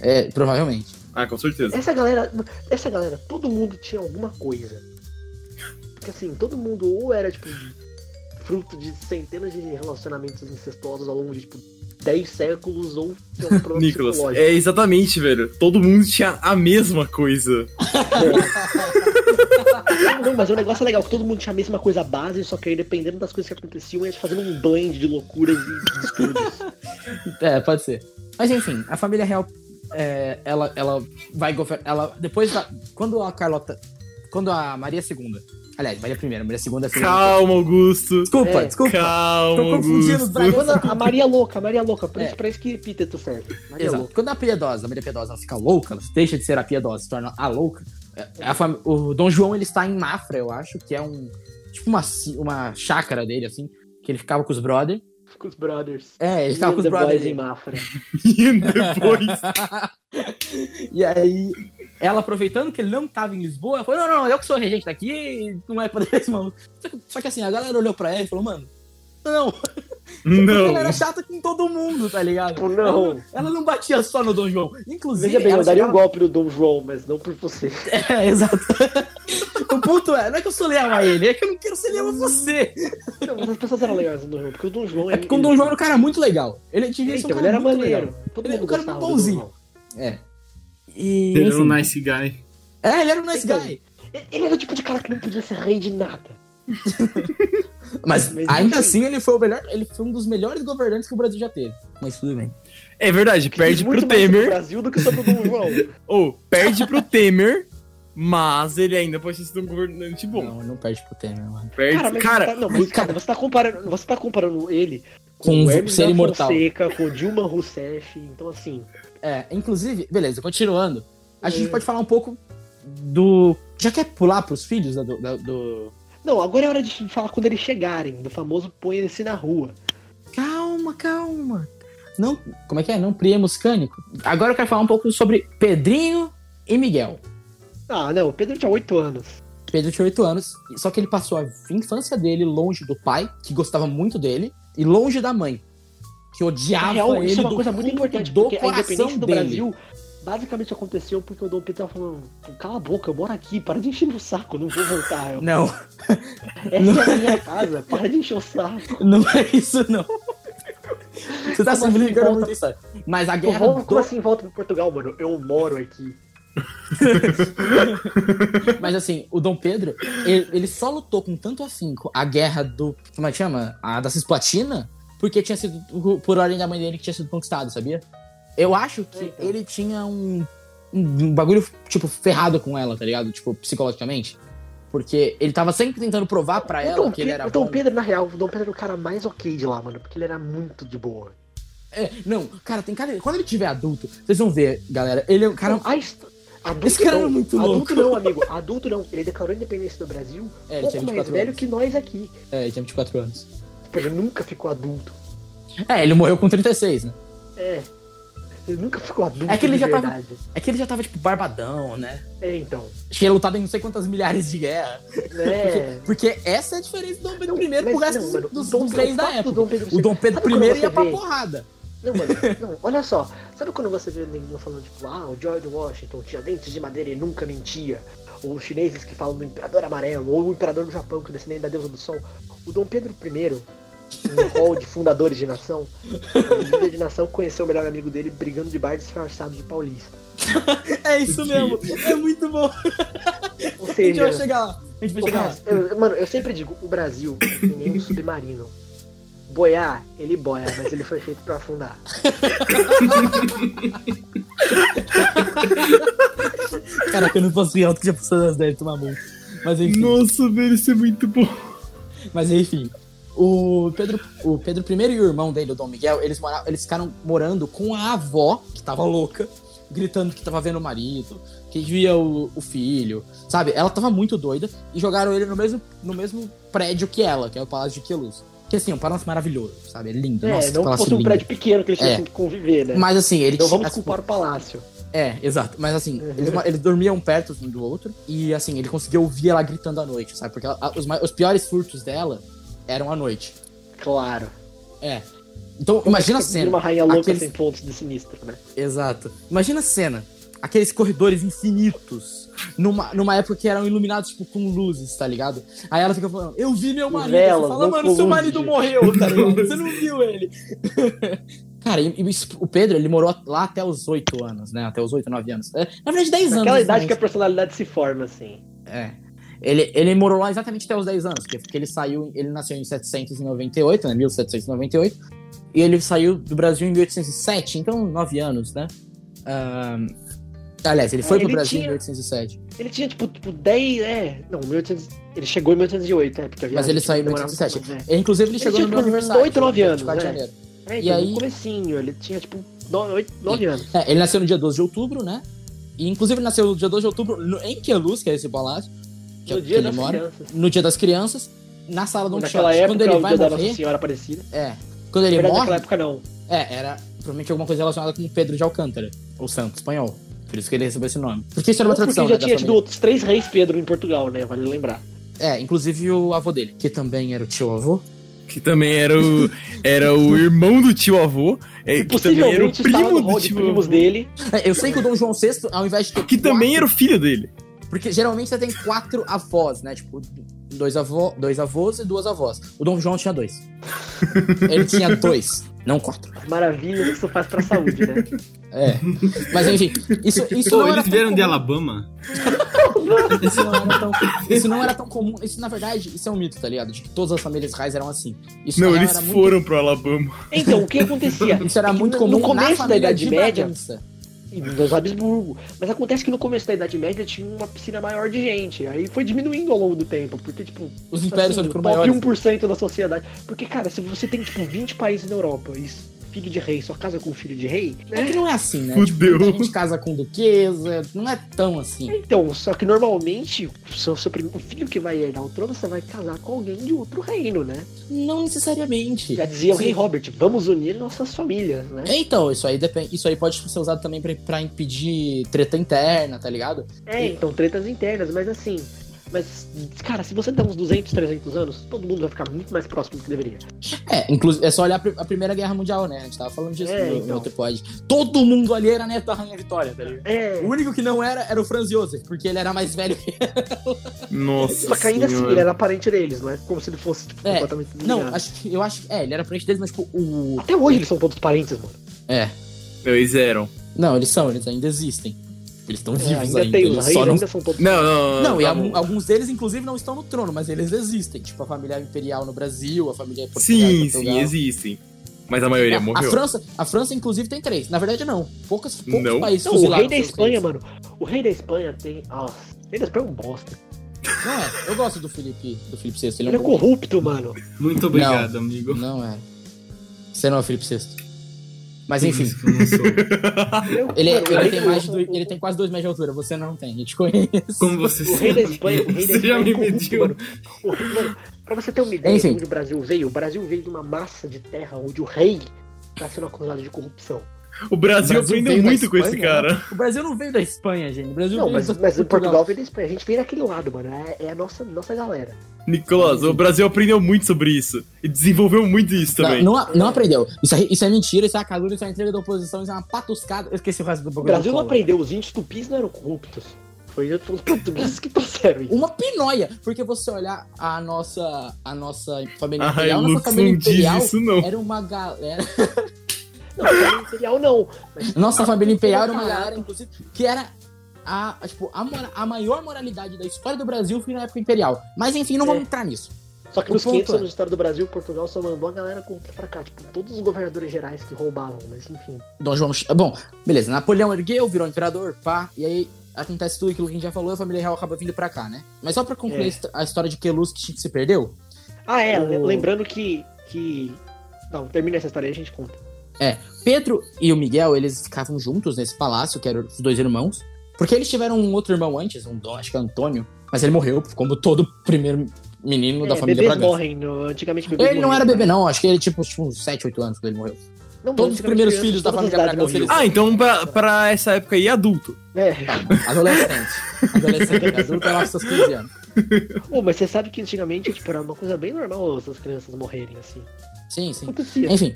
Speaker 1: é, provavelmente.
Speaker 4: Ah, com certeza.
Speaker 2: Essa galera, essa galera, todo mundo tinha alguma coisa. Porque assim, todo mundo ou era, tipo, fruto de centenas de relacionamentos incestuosos ao longo de, tipo, 10 séculos ou tinha
Speaker 4: [laughs]
Speaker 2: um problema
Speaker 4: Nicolas,
Speaker 2: psicológico.
Speaker 4: é exatamente, velho. Todo mundo tinha a mesma coisa.
Speaker 2: Não, mas o negócio é legal, que todo mundo tinha a mesma coisa base, só que aí dependendo das coisas que aconteciam, ia fazendo um blend de loucuras e [laughs] distúrbios.
Speaker 1: É, pode ser. Mas enfim, a família real, é, ela, ela vai governar. Ela, depois da. Quando a Carlota. Quando a Maria II. Aliás, Maria I, Maria II é filha.
Speaker 4: Calma, Augusto.
Speaker 1: Desculpa,
Speaker 2: É.
Speaker 1: desculpa.
Speaker 4: Calma,
Speaker 1: Tô confundindo os
Speaker 4: Augusto.
Speaker 1: dragões.
Speaker 2: Quando a, a Maria Louca, a Maria Louca, pra
Speaker 1: É.
Speaker 2: isso, pra isso que epíteto serve. Maria
Speaker 1: Exato.
Speaker 2: Louca.
Speaker 1: Quando a piedosa, a Maria Piedosa, ela fica louca, ela deixa de ser a piedosa, se torna a louca. é, a fam- o Dom João, ele está em Mafra, eu acho, que é um. Tipo uma, ci- uma chácara dele, assim. Que ele ficava com os brother.
Speaker 2: Com os brothers.
Speaker 1: É, ele ficava com os
Speaker 2: The
Speaker 1: brother.
Speaker 2: Boys
Speaker 1: dele.
Speaker 2: em Mafra.
Speaker 4: [laughs] E depois.
Speaker 1: e aí, ela aproveitando que ele não tava em Lisboa, ela falou: não, não, eu que sou regente daqui, não é pra [laughs] esse maluco. Só que, só que assim, a galera olhou pra ela e falou: mano,
Speaker 2: [laughs]
Speaker 1: não, porque ela era
Speaker 4: Não.
Speaker 1: chata com todo mundo, tá ligado?
Speaker 2: Tipo, não.
Speaker 1: Ela não batia só no Dom João. Inclusive,
Speaker 2: Veja bem,
Speaker 1: ela
Speaker 2: eu daria um
Speaker 1: chegava-
Speaker 2: golpe no Dom João, mas não por você.
Speaker 1: [laughs] É, exato. o ponto é: não é que eu sou leal a ele, é que eu não quero ser leal a você.
Speaker 2: [laughs] Não, mas as pessoas eram legais no Dom João, porque o Dom João...
Speaker 1: É porque o Dom João era um cara muito legal. Ele devia
Speaker 2: Ele,
Speaker 1: ser um
Speaker 2: então,
Speaker 1: cara
Speaker 2: ele era
Speaker 1: muito
Speaker 2: maneiro.
Speaker 1: legal.
Speaker 2: Todo
Speaker 1: Ele era
Speaker 2: mundo
Speaker 1: um cara
Speaker 2: gostava do Dom
Speaker 1: bonzinho.
Speaker 2: João.
Speaker 1: E,
Speaker 4: Ele era um
Speaker 1: enfim,
Speaker 4: nice guy.
Speaker 1: É, ele era um nice
Speaker 2: Então,
Speaker 1: guy.
Speaker 2: Ele- Ele era o tipo de cara que não podia ser rei de nada.
Speaker 1: Mas
Speaker 2: Mas
Speaker 1: ainda
Speaker 2: enfim.
Speaker 1: assim, ele foi o melhor, ele foi um dos melhores governantes que o Brasil já teve. Mas tudo bem.
Speaker 4: É verdade, perde
Speaker 2: Diz muito
Speaker 4: pro
Speaker 2: mais sobre o
Speaker 4: Temer.
Speaker 2: Brasil do que sobre o Dom João.
Speaker 4: Ou, perde pro Temer. Mas ele ainda pode ser um governante bom.
Speaker 1: Não, não perde pro Temer, mano.
Speaker 4: [laughs] Perde.
Speaker 2: Cara, mas, você, tá, não, mas, cara, você tá comparando, você tá comparando ele
Speaker 1: Com um
Speaker 2: com, o Hermes
Speaker 1: ser
Speaker 2: da
Speaker 1: imortal.
Speaker 2: Fonseca, com o Dilma Rousseff, então assim...
Speaker 1: É, inclusive, beleza, continuando. A gente
Speaker 2: É.
Speaker 1: pode falar um pouco do Já quer pular pros filhos da do- da- do...
Speaker 2: Não, agora é hora de falar quando eles chegarem, do famoso põe esse na rua.
Speaker 1: Calma, calma. Não, como é que é? Não priemos cânico. Agora eu quero falar um pouco sobre Pedrinho e Miguel.
Speaker 2: Ah, não, o Pedro tinha 8 anos.
Speaker 1: Pedro tinha 8 anos, só que ele passou a infância dele longe do pai, que gostava muito dele, e longe da mãe, que odiava
Speaker 2: Na real,
Speaker 1: ele
Speaker 2: isso é uma
Speaker 1: do
Speaker 2: coisa muito
Speaker 1: fundo
Speaker 2: importante,
Speaker 1: do
Speaker 2: porque a
Speaker 1: coração
Speaker 2: independência do
Speaker 1: dele.
Speaker 2: Brasil basicamente aconteceu porque o Dom Pedro tava falando, cala a boca, eu moro aqui, para de encher meu saco, não vou
Speaker 1: [laughs]
Speaker 2: voltar. Eu,
Speaker 1: Não,
Speaker 2: Essa
Speaker 1: não.
Speaker 2: é a minha casa, para de encher o saco.
Speaker 1: não é isso não. Você tá
Speaker 2: Como
Speaker 1: se
Speaker 2: assim,
Speaker 1: brincando
Speaker 2: volta?
Speaker 1: muito, sabe? Mas a
Speaker 2: Eu
Speaker 1: guerra
Speaker 2: vou,
Speaker 1: do
Speaker 2: como assim volta pra Portugal, mano? Eu moro aqui.
Speaker 1: Mas assim, o Dom Pedro, ele, ele só lutou com tanto afinco a guerra do. Como é que chama? A da Cisplatina, porque tinha sido por ordem da mãe dele que tinha sido conquistado, sabia? Eu acho que
Speaker 2: Eita.
Speaker 1: ele tinha um, um bagulho, tipo, ferrado com ela, tá ligado? Tipo, psicologicamente. Porque ele tava sempre tentando provar pra
Speaker 2: o
Speaker 1: ela
Speaker 2: Dom,
Speaker 1: que ele era
Speaker 2: o Dom
Speaker 1: bom.
Speaker 2: Pedro, na real, o Dom Pedro era o cara mais ok de lá, mano, porque ele era muito de boa.
Speaker 1: É, não, cara, tem cara. Quando ele tiver adulto, vocês vão ver, galera. Ele é um cara.
Speaker 2: Não, Então, a hist- Adulto
Speaker 1: Esse cara
Speaker 2: não,
Speaker 1: é muito louco.
Speaker 2: Adulto
Speaker 1: [laughs]
Speaker 2: não, amigo. Adulto não. Ele declarou a independência do Brasil
Speaker 1: É, ele
Speaker 2: pouco
Speaker 1: tinha
Speaker 2: mais
Speaker 1: 24
Speaker 2: velho
Speaker 1: anos.
Speaker 2: que nós aqui.
Speaker 1: É, ele tinha 24 anos.
Speaker 2: Tipo, ele nunca ficou adulto.
Speaker 1: É, ele morreu com 36, né?
Speaker 2: É. Ele nunca ficou adulto.
Speaker 1: É que ele
Speaker 2: de
Speaker 1: já tava-
Speaker 2: verdade.
Speaker 1: É que ele já tava, tipo, barbadão, né?
Speaker 2: É, então.
Speaker 1: Tinha lutado em não sei quantas milhares de guerra. [laughs]
Speaker 2: É.
Speaker 1: Porque essa é a diferença do Dom Pedro
Speaker 2: Não,
Speaker 1: I pro
Speaker 2: mas
Speaker 1: resto
Speaker 2: não,
Speaker 1: dos-
Speaker 2: mano,
Speaker 1: dos,
Speaker 2: o Dom-
Speaker 1: dos reis
Speaker 2: o
Speaker 1: da
Speaker 2: fato do
Speaker 1: época.
Speaker 2: Dom Pedro
Speaker 1: o Dom
Speaker 2: ser-
Speaker 1: Pedro
Speaker 2: Sabe quando
Speaker 1: I ia
Speaker 2: você
Speaker 1: pra
Speaker 2: vê?
Speaker 1: porrada.
Speaker 2: Não, mano. Não, olha só. Sabe quando você vê ninguém falando, tipo, ah, o George Washington tinha dentes de madeira e nunca mentia? Ou os chineses que falam do Imperador Amarelo, ou o Imperador do Japão que é descendente da Deusa do Sol. O Dom Pedro I, no hall de fundadores de nação, o líder de nação conheceu o melhor amigo dele brigando de bar disfarçado de paulista.
Speaker 1: É isso mesmo. É muito bom.
Speaker 2: Ou
Speaker 1: A gente vai
Speaker 2: seja,
Speaker 1: chegar lá. A gente vai
Speaker 2: o
Speaker 1: chegar lá.
Speaker 2: Brasil- eu- mano, eu sempre digo, o Brasil é que nem um submarino. Boiar, ele boia, mas ele foi feito pra afundar.
Speaker 1: Caraca, eu não posso ir alto que já passou das 10 tomar multa. Mas enfim.
Speaker 4: Nossa, velho, isso é muito bom.
Speaker 1: Mas enfim. O Pedro, o Pedro I e o irmão dele, o Dom Miguel, eles, mora, eles ficaram morando com a avó, que tava louca, gritando que tava vendo o marido, que via o, o filho, sabe? Ela tava muito doida e jogaram ele no mesmo, no mesmo prédio que ela, que é o Palácio de Queluz. Que assim, é um palácio maravilhoso, sabe? É lindo. nossa,
Speaker 2: é, não
Speaker 1: que palácio
Speaker 2: fosse um
Speaker 1: lindo.
Speaker 2: prédio pequeno que eles
Speaker 1: É.
Speaker 2: tinham que conviver, né?
Speaker 1: Mas assim, ele
Speaker 2: Então vamos
Speaker 1: assim,
Speaker 2: culpar Uhum. o palácio.
Speaker 1: é, exato. Mas assim, eles, ma- eles dormiam perto um do outro. E assim, ele conseguiu ouvir ela gritando à noite, sabe? Porque ela- a- os, mai- os piores furtos dela eram à noite.
Speaker 2: Claro.
Speaker 1: É. Então, imagina a
Speaker 2: De é Uma
Speaker 1: cena.
Speaker 2: rainha louca
Speaker 1: Aqueles-
Speaker 2: sem pontos de sinistro, né?
Speaker 1: Exato. Imagina a cena. Aqueles corredores infinitos. Numa, numa época que eram iluminados, tipo, com luzes, tá ligado? Aí ela fica falando, eu vi meu marido.
Speaker 2: Velas,
Speaker 1: Você fala,
Speaker 2: não
Speaker 1: mano, seu
Speaker 2: colunde."
Speaker 1: marido morreu,
Speaker 2: [laughs]
Speaker 1: tá ligado? Você não viu ele. [laughs] Cara, e, e isso- o Pedro, ele morou lá até os 8 anos, né? Até os 8, 9 anos. É, Na verdade, 10 anos. né?
Speaker 2: Naquela idade
Speaker 1: exatamente.
Speaker 2: que a personalidade se forma, assim.
Speaker 1: É. Ele, ele morou lá exatamente até os 10 anos, porque porque ele saiu, ele nasceu em 798, né, 1798, e ele saiu do Brasil em 1807, então 9 anos, né? Ahn, aliás, ele foi
Speaker 2: É,
Speaker 1: pro
Speaker 2: ele
Speaker 1: Brasil em
Speaker 2: tinha-
Speaker 1: 1807,
Speaker 2: Ele tinha, tipo, tipo 10. É. Não, 1800. Ele chegou em 1808, é, porque a
Speaker 1: mas
Speaker 2: viagem
Speaker 1: ele
Speaker 2: tinha
Speaker 1: saiu em
Speaker 2: demorado
Speaker 1: 1807.
Speaker 2: muito, né?
Speaker 1: E, inclusive, ele,
Speaker 2: Ele
Speaker 1: chegou
Speaker 2: tinha,
Speaker 1: no meu
Speaker 2: tipo,
Speaker 1: aniversário.
Speaker 2: oito, nove
Speaker 1: dia
Speaker 2: anos,
Speaker 1: 24 de
Speaker 2: né?
Speaker 1: janeiro.
Speaker 2: É,
Speaker 1: E
Speaker 2: então,
Speaker 1: aí-
Speaker 2: no comecinho, ele tinha, tipo, 9 anos.
Speaker 1: É, ele nasceu no dia 12 de outubro, né? E, inclusive, ele nasceu no dia 12 de outubro no, em Queluz, que é esse palácio, que, é
Speaker 2: No
Speaker 1: que
Speaker 2: dia
Speaker 1: ele
Speaker 2: das
Speaker 1: mora,
Speaker 2: crianças.
Speaker 1: no dia das crianças, na sala do Don
Speaker 2: Naquela
Speaker 1: Quixote.
Speaker 2: época,
Speaker 1: Quando ele
Speaker 2: o
Speaker 1: vai
Speaker 2: dia da Nossa
Speaker 1: morrer,
Speaker 2: Senhora Aparecida.
Speaker 1: é, quando ele
Speaker 2: Na verdade,
Speaker 1: morre,
Speaker 2: naquela época, não.
Speaker 1: É, era provavelmente alguma coisa relacionada com Pedro de Alcântara, ou santo espanhol. Por isso que ele recebeu esse nome. Porque isso era uma
Speaker 2: Porque
Speaker 1: tradição,
Speaker 2: já
Speaker 1: né, da
Speaker 2: tinha tido
Speaker 1: família.
Speaker 2: outros três reis Pedro em Portugal, né? Vale lembrar.
Speaker 1: É, inclusive o avô dele, que também era o tio avô.
Speaker 4: Que também era o, era o irmão do tio avô. É, que também era o
Speaker 2: Possivelmente estava
Speaker 4: primo
Speaker 2: no
Speaker 4: do
Speaker 2: hall de
Speaker 4: tio
Speaker 2: primos
Speaker 4: avô.
Speaker 2: dele.
Speaker 1: É, eu sei que o Dom João VI, ao invés de ter
Speaker 4: Que também era
Speaker 1: quatro,
Speaker 4: o filho dele.
Speaker 1: Porque geralmente você tem quatro avós, né? Tipo, dois, avô, dois avós e duas avós. O Dom João tinha
Speaker 4: [laughs]
Speaker 1: dois. ele tinha dois, não quatro.
Speaker 2: [laughs] As maravilhas que isso faz pra saúde, né?
Speaker 1: É. Mas enfim, isso, isso
Speaker 3: Pô,
Speaker 1: não era
Speaker 3: eles
Speaker 1: tão
Speaker 3: vieram de
Speaker 1: comum.
Speaker 3: Alabama?
Speaker 1: Isso não, era tão, isso não era tão comum. Isso, na verdade, isso é um mito, tá ligado? De que todas as famílias reais eram assim. Isso na
Speaker 4: Não,
Speaker 1: real,
Speaker 4: eles
Speaker 1: era muito
Speaker 4: foram pro Alabama.
Speaker 2: [laughs] Então, o que acontecia?
Speaker 1: Isso era
Speaker 2: É que
Speaker 1: muito
Speaker 2: no-
Speaker 1: comum
Speaker 2: no começo
Speaker 1: na
Speaker 2: da
Speaker 1: família
Speaker 2: Idade
Speaker 1: de
Speaker 2: Média.
Speaker 1: Bragança.
Speaker 2: E dos Habsburgo. Mas acontece que no começo da Idade Média tinha uma piscina maior de gente. Aí foi diminuindo ao longo do tempo. Porque, tipo,
Speaker 1: Os impérios foram
Speaker 2: assim,
Speaker 1: ficando
Speaker 2: top
Speaker 1: maiores.
Speaker 2: 1% da sociedade. Porque, cara, se você tem, tipo, 20 países na Europa e filho de rei só casa com filho de rei,
Speaker 1: É que
Speaker 2: né?
Speaker 1: não é assim, né?
Speaker 4: Fudeu.
Speaker 1: Tipo, muita gente casa com duquesa, não é tão assim.
Speaker 2: Então, só que normalmente, o seu, seu prim- o filho que vai herdar o trono, você vai casar com alguém de outro reino, né?
Speaker 1: Não necessariamente.
Speaker 2: Já dizia o
Speaker 1: Sim.
Speaker 2: rei Robert, vamos unir nossas famílias, né?
Speaker 1: Então, isso aí depende. Isso aí pode ser usado também pra, pra impedir treta interna, tá ligado?
Speaker 2: É, então tretas internas, mas assim. Mas, cara, se você der uns 200, 300 anos, todo mundo vai ficar muito mais próximo do que deveria.
Speaker 1: É, inclusive, é só olhar a pri- a Primeira Guerra Mundial, né? A gente tava falando disso
Speaker 2: É,
Speaker 1: no, no
Speaker 2: então.
Speaker 1: outro pod. Todo mundo ali era neto da Rainha Vitória, tá ligado?
Speaker 2: É,
Speaker 1: O único que não era era o Franz Josef, porque ele era mais velho que
Speaker 4: Nossa.
Speaker 2: só que ainda assim,
Speaker 4: senhora.
Speaker 2: ele era parente deles, não é como se ele fosse tipo,
Speaker 1: É,
Speaker 2: completamente
Speaker 1: Não,
Speaker 2: desligado.
Speaker 1: acho que. Eu acho que. É, ele era frente deles, mas tipo, o.
Speaker 2: Até hoje eles são todos parentes, mano.
Speaker 1: É.
Speaker 4: Eles eram.
Speaker 1: Não, eles são, eles ainda existem. Eles estão
Speaker 2: É,
Speaker 1: vivos ainda.
Speaker 2: ainda tem os
Speaker 1: eles
Speaker 2: reis,
Speaker 1: só não...
Speaker 2: ainda são todos.
Speaker 4: Não, não,
Speaker 1: não, e
Speaker 4: tá
Speaker 1: algum-
Speaker 4: bom.
Speaker 1: alguns deles, inclusive, não estão no trono, mas eles existem. Tipo, a família imperial no Brasil, a família portuguesa.
Speaker 4: Sim,
Speaker 1: em Portugal.
Speaker 4: sim, existem. Mas a maioria
Speaker 1: Ah,
Speaker 4: morreu.
Speaker 1: A França, a França, inclusive, tem três. Na verdade, não. Poucas, poucos
Speaker 4: Não.
Speaker 1: países
Speaker 2: Não, o rei
Speaker 1: fuzilaram
Speaker 2: da
Speaker 1: seus
Speaker 2: Espanha,
Speaker 1: reis.
Speaker 2: mano. O rei da Espanha tem. Nossa, o rei da Espanha é um bosta.
Speaker 1: Não é. Eu gosto do Felipe, do Felipe VI. Ele
Speaker 2: Ele
Speaker 1: é
Speaker 2: é
Speaker 1: um bom...
Speaker 2: corrupto, mano.
Speaker 3: Muito obrigado, amigo.
Speaker 1: Não é. Você não é o Felipe VI. Mas enfim,
Speaker 3: Isso que eu não sou.
Speaker 1: Ah, ele,
Speaker 2: é
Speaker 1: é
Speaker 2: Mano, o
Speaker 1: ele,
Speaker 2: rei
Speaker 1: tem,
Speaker 2: do-
Speaker 1: mais de
Speaker 2: o-
Speaker 1: dois- ele tem quase dois metros de altura. Você não tem. Eu te conheço.
Speaker 3: Como
Speaker 1: [laughs]
Speaker 3: você
Speaker 2: O rei da
Speaker 3: sabe,
Speaker 2: Espanha, o rei da
Speaker 3: Você já
Speaker 2: Espanha
Speaker 3: me
Speaker 2: é corrupto,
Speaker 3: mediu.
Speaker 2: mano. O rei- mano, pra você ter uma ideia
Speaker 1: Enfim.
Speaker 2: de onde o Brasil veio, o Brasil veio de uma massa de terra onde o rei tá sendo acusado de corrupção.
Speaker 4: O Brasil, aprendeu
Speaker 1: veio da
Speaker 4: muito com esse
Speaker 1: Espanha,
Speaker 4: cara. [laughs]
Speaker 1: né? O Brasil não veio da Espanha, gente. O Brasil
Speaker 2: Não,
Speaker 1: veio
Speaker 2: mas,
Speaker 1: da-
Speaker 2: mas o Portugal veio da Espanha. A gente veio daquele lado, mano. É, é a nossa, nossa galera.
Speaker 4: Nicolas, o Brasil aprendeu muito sobre isso. E desenvolveu muito isso também.
Speaker 1: Não, não, não aprendeu. Isso, é- isso é mentira, isso é uma calúnia, isso é uma entrega da oposição, isso é uma patuscada. Eu esqueci o resto do
Speaker 2: O
Speaker 1: programa.
Speaker 2: Brasil não
Speaker 1: Fala.
Speaker 2: aprendeu, os índios tupis não eram corruptos. Foi os portugueses que trouxeram isso.
Speaker 1: Uma pinóia, porque você olhar a nossa, a nossa família
Speaker 4: Ai,
Speaker 1: imperial, a nossa
Speaker 4: Lux
Speaker 1: família
Speaker 4: não diz
Speaker 1: imperial
Speaker 4: isso, não.
Speaker 1: era uma galera.
Speaker 2: Não, não é imperial não.
Speaker 1: Nossa família imperial era uma galera, inclusive, que era a, a, tipo, a, mora- a maior moralidade da história do Brasil foi na época imperial. Mas enfim, não
Speaker 2: É.
Speaker 1: vamos entrar nisso.
Speaker 2: Só que
Speaker 1: O
Speaker 2: nos
Speaker 1: ponto
Speaker 2: 500
Speaker 1: é-
Speaker 2: anos de história do Brasil, Portugal só mandou a galera corrupta pra cá. Tipo, todos os governadores gerais que roubavam, mas enfim.
Speaker 1: Dom João. Bom, beleza. Napoleão ergueu, virou imperador, pá. E aí acontece tudo aquilo que a gente já falou, a família real acaba vindo pra cá, né? Mas só pra concluir
Speaker 2: É.
Speaker 1: a histó- a história de Queluz que se perdeu.
Speaker 2: Ah, é, le-
Speaker 1: O-
Speaker 2: lembrando que, que. Não, termina essa história aí a gente conta.
Speaker 1: Pedro e o Miguel, eles ficavam juntos nesse palácio, que eram os dois irmãos. Porque eles tiveram um outro irmão antes, um dom, acho que é Antônio. Mas ele morreu, como todo primeiro menino da
Speaker 2: É,
Speaker 1: família
Speaker 2: bebês
Speaker 1: Bragança.
Speaker 2: morrem. no- Antigamente bebês
Speaker 1: Ele não
Speaker 2: morriam.
Speaker 1: era bebê, não. Acho que ele tipo, tinha uns 7, 8 anos quando ele morreu.
Speaker 2: Não,
Speaker 1: Todos os
Speaker 2: antigamente
Speaker 1: primeiros
Speaker 2: crianças,
Speaker 1: filhos da
Speaker 2: todas as
Speaker 1: família
Speaker 2: idades
Speaker 1: Bragança,
Speaker 2: morriam.
Speaker 4: Ah, então pra, pra essa época aí, adulto.
Speaker 2: É.
Speaker 1: Tá, Adolescente.
Speaker 2: [laughs]
Speaker 1: Adolescente, adulto, ela seus 15 anos.
Speaker 2: Ô, mas você sabe que antigamente tipo, era uma coisa bem normal essas crianças morrerem assim.
Speaker 1: Sim, sim.
Speaker 2: Acontecia,
Speaker 1: Enfim.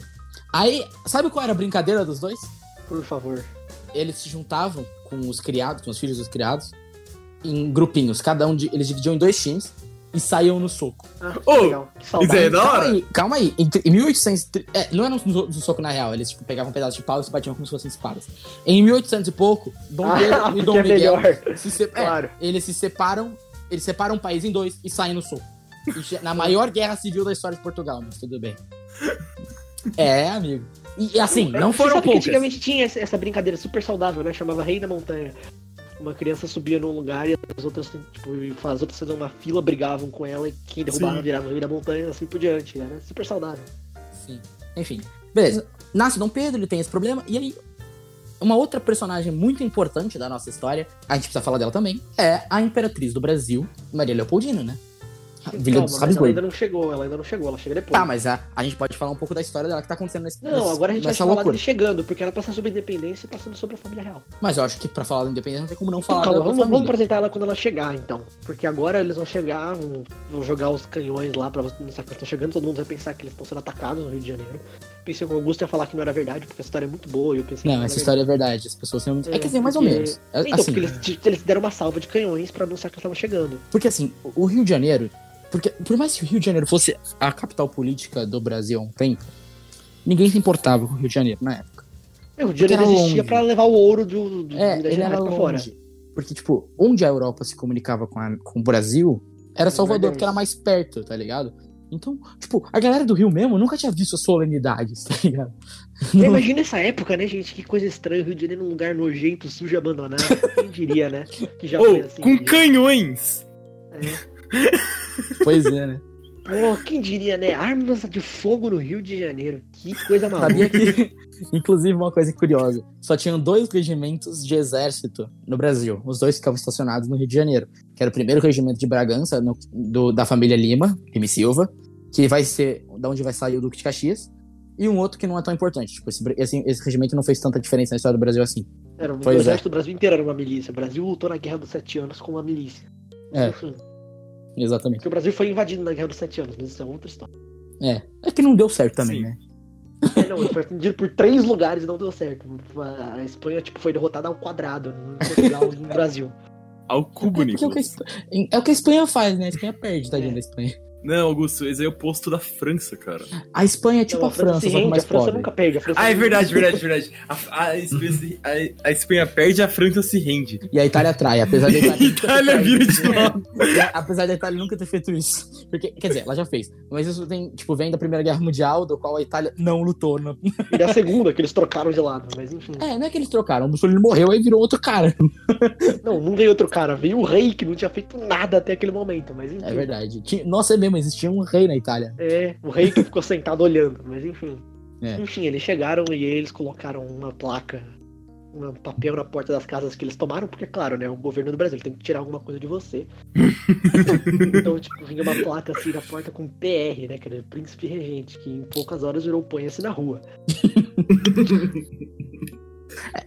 Speaker 1: Aí, sabe qual era a brincadeira dos dois?
Speaker 2: por favor.
Speaker 1: Eles se juntavam com os criados, com os filhos dos criados, em grupinhos. Cada um, de, eles dividiam em dois times e saíam no soco.
Speaker 2: Ah, que
Speaker 4: Ô,
Speaker 2: legal. Que
Speaker 4: Isso
Speaker 2: saudade.
Speaker 4: aí é da
Speaker 1: Calma
Speaker 4: hora.
Speaker 1: aí, calma aí. Em, tr- em 1800. tri- É, não era um, um soco na real, eles tipo, pegavam um pedaço de pau e se batiam como se fossem espadas. Em 1800 e pouco, Dom Pedro
Speaker 2: Ah,
Speaker 1: e Dom
Speaker 2: porque é
Speaker 1: Miguel
Speaker 2: melhor.
Speaker 1: se se- é,
Speaker 2: Claro.
Speaker 1: eles se separam, eles separam o país em dois e saem no soco. E che- Na maior guerra civil da história de Portugal, mas tudo bem. É, amigo. E e assim, não
Speaker 2: Você
Speaker 1: foram
Speaker 2: sabe que
Speaker 1: poucas.
Speaker 2: antigamente tinha essa- essa brincadeira super saudável, né? Chamava Rei da Montanha. Uma criança subia num lugar e as outras, tipo, e as outras faziam uma fila, brigavam com ela e quem derrubava
Speaker 4: Sim.
Speaker 2: virava Rei da Montanha, assim por diante. Era super saudável.
Speaker 1: Sim. Enfim, beleza. Nasce Dom Pedro, ele tem esse problema. E aí, uma outra personagem muito importante da nossa história, a gente precisa falar dela também, é a Imperatriz do Brasil, Maria Leopoldina, né? Vilha
Speaker 2: Calma,
Speaker 1: dos
Speaker 2: mas ela
Speaker 1: Habsburgo.
Speaker 2: ainda não chegou, ela ainda não chegou, ela chega depois.
Speaker 1: Tá, mas a, a gente pode falar um pouco da história dela que tá acontecendo nesse
Speaker 2: Não, agora a gente vai
Speaker 1: nessa
Speaker 2: falar
Speaker 1: é loucura.
Speaker 2: dele chegando, porque ela passa sobre a independência e passando sobre a família real.
Speaker 1: Mas eu acho que pra falar da independência não tem como não
Speaker 2: Então,
Speaker 1: falar
Speaker 2: calma,
Speaker 1: da
Speaker 2: vamos,
Speaker 1: família.
Speaker 2: vamos apresentar ela quando ela chegar, então. Porque agora eles vão chegar, vão vão jogar os canhões lá pra você não saber que estão chegando, todo mundo vai pensar que eles estão sendo atacados no Rio de Janeiro. Pensei que o Augusto ia falar que não era verdade, porque a história é muito boa e eu pensei que
Speaker 1: Não,
Speaker 2: era
Speaker 1: essa
Speaker 2: verdade.
Speaker 1: história é verdade. As pessoas são. É,
Speaker 2: É,
Speaker 1: quer dizer, mais ou
Speaker 2: porque-
Speaker 1: menos. É,
Speaker 2: Então,
Speaker 1: assim,
Speaker 2: porque eles, t- eles deram uma salva de canhões pra anunciar que eles estavam chegando.
Speaker 1: Porque assim, o- o Rio de Janeiro. Porque, por mais que o Rio de Janeiro fosse a capital política do Brasil há um tempo, ninguém se importava com o Rio de Janeiro na época.
Speaker 2: Meu, o dinheiro
Speaker 1: era
Speaker 2: existia
Speaker 1: longe.
Speaker 2: pra levar o ouro do, do
Speaker 1: É,
Speaker 2: Minas
Speaker 1: ele era
Speaker 2: Gerais pra fora.
Speaker 1: longe. Porque, tipo, onde a Europa se comunicava com, a- com o Brasil era Salvador,
Speaker 2: verdade.
Speaker 1: porque era mais perto, tá ligado? Então, tipo, a galera do Rio mesmo nunca tinha visto as solenidades, [laughs] tá
Speaker 2: [laughs]
Speaker 1: ligado? [laughs]
Speaker 2: Eu imagino essa época, né, gente? Que coisa estranha, o Rio de Janeiro num lugar nojento, sujo e abandonado. Quem diria, né? Que já
Speaker 4: Ou,
Speaker 2: foi assim.
Speaker 4: com canhões.
Speaker 1: Pois é, né?
Speaker 2: Pô, quem diria, né? Armas de fogo no Rio de Janeiro. Que coisa
Speaker 1: [laughs]
Speaker 2: maluca.
Speaker 1: Sabia que, inclusive, uma coisa curiosa: só tinham dois regimentos de exército no Brasil. Os dois ficavam estacionados no Rio de Janeiro. Que era o primeiro regimento de Bragança, no- do- da família Lima, Lima e Silva, que vai ser da onde vai sair o Duque de Caxias. E um outro que não é tão importante. Tipo, esse, esse- esse regimento não fez tanta diferença na história do Brasil assim.
Speaker 2: Era um
Speaker 1: Pois é.
Speaker 2: exército do Brasil inteiro era uma milícia. O Brasil lutou na Guerra dos Sete Anos com uma milícia.
Speaker 1: É.
Speaker 2: Enfim,
Speaker 1: Exatamente.
Speaker 2: Porque o Brasil foi invadido na Guerra dos Sete Anos, mas isso é outra história.
Speaker 1: É que não deu certo também,
Speaker 4: Sim.
Speaker 1: né?
Speaker 2: É, não, ele foi invadido por três lugares e não deu certo. A a Espanha tipo, foi derrotada ao quadrado, né? em Portugal e no Brasil.
Speaker 4: Ao cubo,
Speaker 1: É, Porque o que a
Speaker 4: Nicolas.
Speaker 1: Espa- é o que a Espanha faz, né? A Espanha perde, tadinha
Speaker 2: É.
Speaker 1: da Espanha.
Speaker 4: Não, Augusto, esse aí é o posto da França, cara.
Speaker 1: A Espanha é tipo
Speaker 2: Não,
Speaker 1: a França,
Speaker 2: se
Speaker 1: só que
Speaker 2: rende,
Speaker 1: mais
Speaker 2: a França
Speaker 1: pobre.
Speaker 2: nunca perde. A França
Speaker 4: Ah, é
Speaker 2: nunca-
Speaker 1: [laughs]
Speaker 4: verdade, verdade, verdade. A, a Espanha, se- a- a Espanha perde, a França se rende.
Speaker 1: E a Itália trai, apesar
Speaker 4: [laughs]
Speaker 1: da Itália.
Speaker 4: Itália vira de novo.
Speaker 1: [laughs] apesar da Itália nunca ter feito isso. Porque, quer dizer, ela já fez. Mas isso tem, tipo, vem da Primeira Guerra Mundial, do qual a Itália não lutou. Não.
Speaker 2: E da segunda, que eles trocaram de lado, mas enfim.
Speaker 1: É, não é que eles trocaram. O Mussolini morreu e virou outro cara.
Speaker 2: Não, não veio outro cara, veio o rei que não tinha feito nada até aquele momento, mas enfim.
Speaker 1: É verdade. Tinha- nossa, é mesmo, existia um rei na Itália.
Speaker 2: É, o rei que ficou sentado olhando, mas enfim.
Speaker 1: É.
Speaker 2: Enfim, eles chegaram e eles colocaram uma placa, um papel na porta das casas que eles tomaram, porque, claro, né, o governo do Brasil ele tem que tirar alguma coisa
Speaker 1: [laughs]
Speaker 2: de você. então, tipo, vinha uma placa assim na porta com PR, né, que era Príncipe Regente, que em poucas horas virou um ponha-se na rua.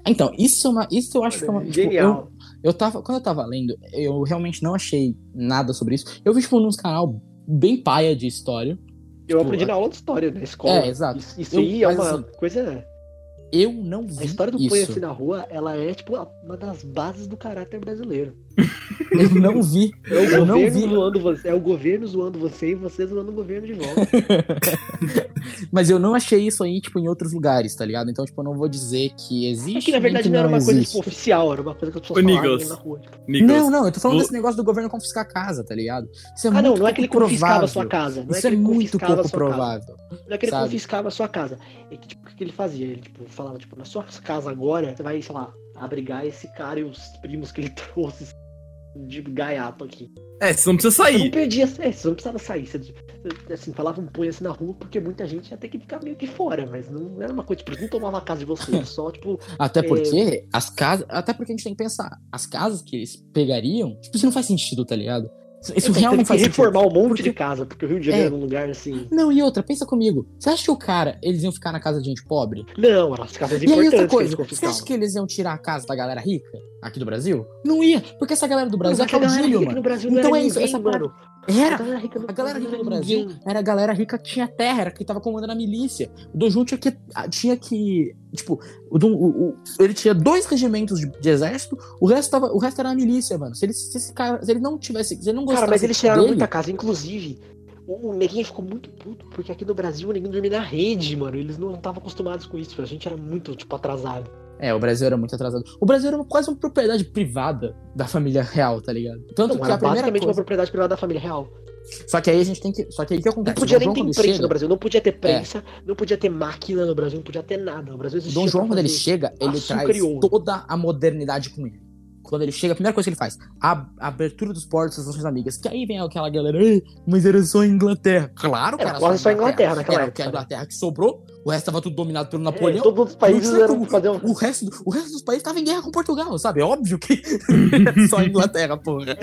Speaker 1: Então, isso é uma. Isso eu acho que é uma. tipo, eu-
Speaker 2: Genial.
Speaker 1: Eu tava, quando eu tava lendo, eu realmente não achei nada sobre isso. Eu vi, tipo, num canal bem paia de história.
Speaker 2: Eu, aprendi na aula de história, na escola.
Speaker 1: É, exato.
Speaker 2: Isso, isso
Speaker 1: Eu-
Speaker 2: aí é
Speaker 1: mas,
Speaker 2: uma
Speaker 1: assim,
Speaker 2: coisa.
Speaker 1: Eu não vi
Speaker 2: A história do
Speaker 1: isso.
Speaker 2: ponha-se na rua, ela é, tipo, a- uma das bases do caráter brasileiro.
Speaker 1: Eu não vi.
Speaker 2: É o
Speaker 1: Eu não
Speaker 2: governo
Speaker 1: vi.
Speaker 2: zoando você. É o governo zoando você e você zoando o governo de volta.
Speaker 1: Mas eu não achei isso aí, tipo, em outros lugares, tá ligado? Então, tipo, eu não vou dizer que existe.
Speaker 2: É que na
Speaker 1: nem
Speaker 2: verdade não era uma coisa
Speaker 1: existe.
Speaker 2: tipo, oficial, era uma coisa que as
Speaker 4: Ô,
Speaker 2: pessoas falavam
Speaker 4: Nicolas.
Speaker 2: na
Speaker 1: é
Speaker 2: rua. tipo.
Speaker 4: Nicolas,
Speaker 1: Não, não, eu tô falando
Speaker 4: Vo-
Speaker 1: desse negócio do governo confiscar a casa, tá ligado? Isso é
Speaker 2: Ah, não,
Speaker 1: muito
Speaker 2: não é que ele
Speaker 1: pouco
Speaker 2: confiscava a
Speaker 1: provável.
Speaker 2: sua casa. Não
Speaker 1: Isso é,
Speaker 2: que ele
Speaker 1: muito
Speaker 2: confiscava a
Speaker 1: pouco
Speaker 2: sua casa.
Speaker 1: provável.
Speaker 2: Não é que ele
Speaker 1: sabe?
Speaker 2: confiscava a sua casa. É que, tipo, o que que ele fazia? Ele tipo, falava, tipo, na sua casa agora, você vai, sei lá, abrigar esse cara e os primos que ele [laughs] trouxe de gaiato aqui.
Speaker 4: É, você não precisa
Speaker 2: Você não
Speaker 4: sair.
Speaker 2: perdia, é, você não precisava sair. Você, assim, falava um punho assim na rua, porque muita gente ia ter que ficar meio que fora, mas não era uma coisa, tipo, eles não tomavam a casa de você, eles só, tipo,
Speaker 1: Até
Speaker 2: É.
Speaker 1: porque as casas. Até porque a gente tem que pensar. As casas que eles pegariam, tipo, isso não faz sentido, tá ligado? Isso- Isso
Speaker 2: Então,
Speaker 1: realmente
Speaker 2: teve
Speaker 1: faz
Speaker 2: que
Speaker 1: sentido.
Speaker 2: reformar um monte
Speaker 1: Porque-
Speaker 2: de casa, porque o Rio de
Speaker 1: É.
Speaker 2: Janeiro era um lugar assim.
Speaker 1: Não, e outra, pensa comigo. Você acha que o cara, eles iam ficar na casa de gente pobre?
Speaker 2: Não, eram as casas
Speaker 1: E aí,
Speaker 2: importantes
Speaker 1: outra
Speaker 2: que eles
Speaker 1: coisa, você
Speaker 2: confiscavam.
Speaker 1: acha que eles iam tirar a casa da galera rica aqui do Brasil? Não ia, porque essa galera do
Speaker 2: Mas
Speaker 1: Brasil é
Speaker 2: aquela galera
Speaker 1: caudilho,
Speaker 2: rica no
Speaker 1: mano.
Speaker 2: Brasil não
Speaker 1: Então
Speaker 2: era
Speaker 1: é isso,
Speaker 2: ninguém,
Speaker 1: essa parada-
Speaker 2: mano.
Speaker 1: Era,
Speaker 2: galera rica no
Speaker 1: A galera rica no
Speaker 2: era
Speaker 1: Brasil
Speaker 2: ninguém.
Speaker 1: era a galera rica que tinha terra, era quem tava comandando a milícia. O Dojun tinha que. a- Tinha que tipo, o, Dom- o- o- ele tinha dois regimentos de, de exército, o resto, tava, o resto era a milícia, mano. Se ele, se esse cara, se ele não tivesse. Se ele não gostasse
Speaker 2: Cara, mas eles tiraram
Speaker 1: dele,
Speaker 2: muita casa. Inclusive, o, o neguinho ficou muito puto, porque aqui no Brasil ninguém dormia na rede, mano. Eles não estavam acostumados com isso. A gente era muito, tipo, atrasado.
Speaker 1: É, o Brasil era muito atrasado. O Brasil era quase uma propriedade privada da família real, tá ligado? Tanto
Speaker 2: Não,
Speaker 1: que
Speaker 2: era
Speaker 1: a primeira
Speaker 2: basicamente
Speaker 1: coisa...
Speaker 2: uma propriedade privada da família real.
Speaker 1: Só que aí a gente tem que. Só que aí o que
Speaker 2: Não
Speaker 1: acontece?
Speaker 2: podia
Speaker 1: O Dom
Speaker 2: nem
Speaker 1: É, João, quando
Speaker 2: ter imprensa
Speaker 1: ele
Speaker 2: no
Speaker 1: chega, É.
Speaker 2: Brasil, não podia ter prensa, não podia ter máquina no Brasil, não podia ter nada. No Brasil
Speaker 1: o
Speaker 2: existia.
Speaker 1: Dom João,
Speaker 2: pra
Speaker 1: quando ele
Speaker 2: fazer.
Speaker 1: chega, ele
Speaker 2: açúcar
Speaker 1: traz
Speaker 2: e ouro.
Speaker 1: toda a modernidade com ele. Quando ele chega, a primeira coisa que ele faz, a a abertura dos portos das Nações Amigas. Que aí vem aquela galera, "Ei, mas era só a Inglaterra. Claro,
Speaker 2: Era
Speaker 1: cara.
Speaker 2: quase só a Inglaterra naquela
Speaker 1: Era o que a
Speaker 2: época, né?
Speaker 1: Inglaterra que sobrou, o resto tava tudo dominado pelo
Speaker 2: É,
Speaker 1: Napoleão.
Speaker 2: todos os países
Speaker 1: Não sei
Speaker 2: eram
Speaker 1: como- [laughs]
Speaker 2: fazer um
Speaker 1: O resto, do- o resto dos países tava em guerra com Portugal, sabe? É óbvio que [laughs] é só a Inglaterra, porra.
Speaker 2: É.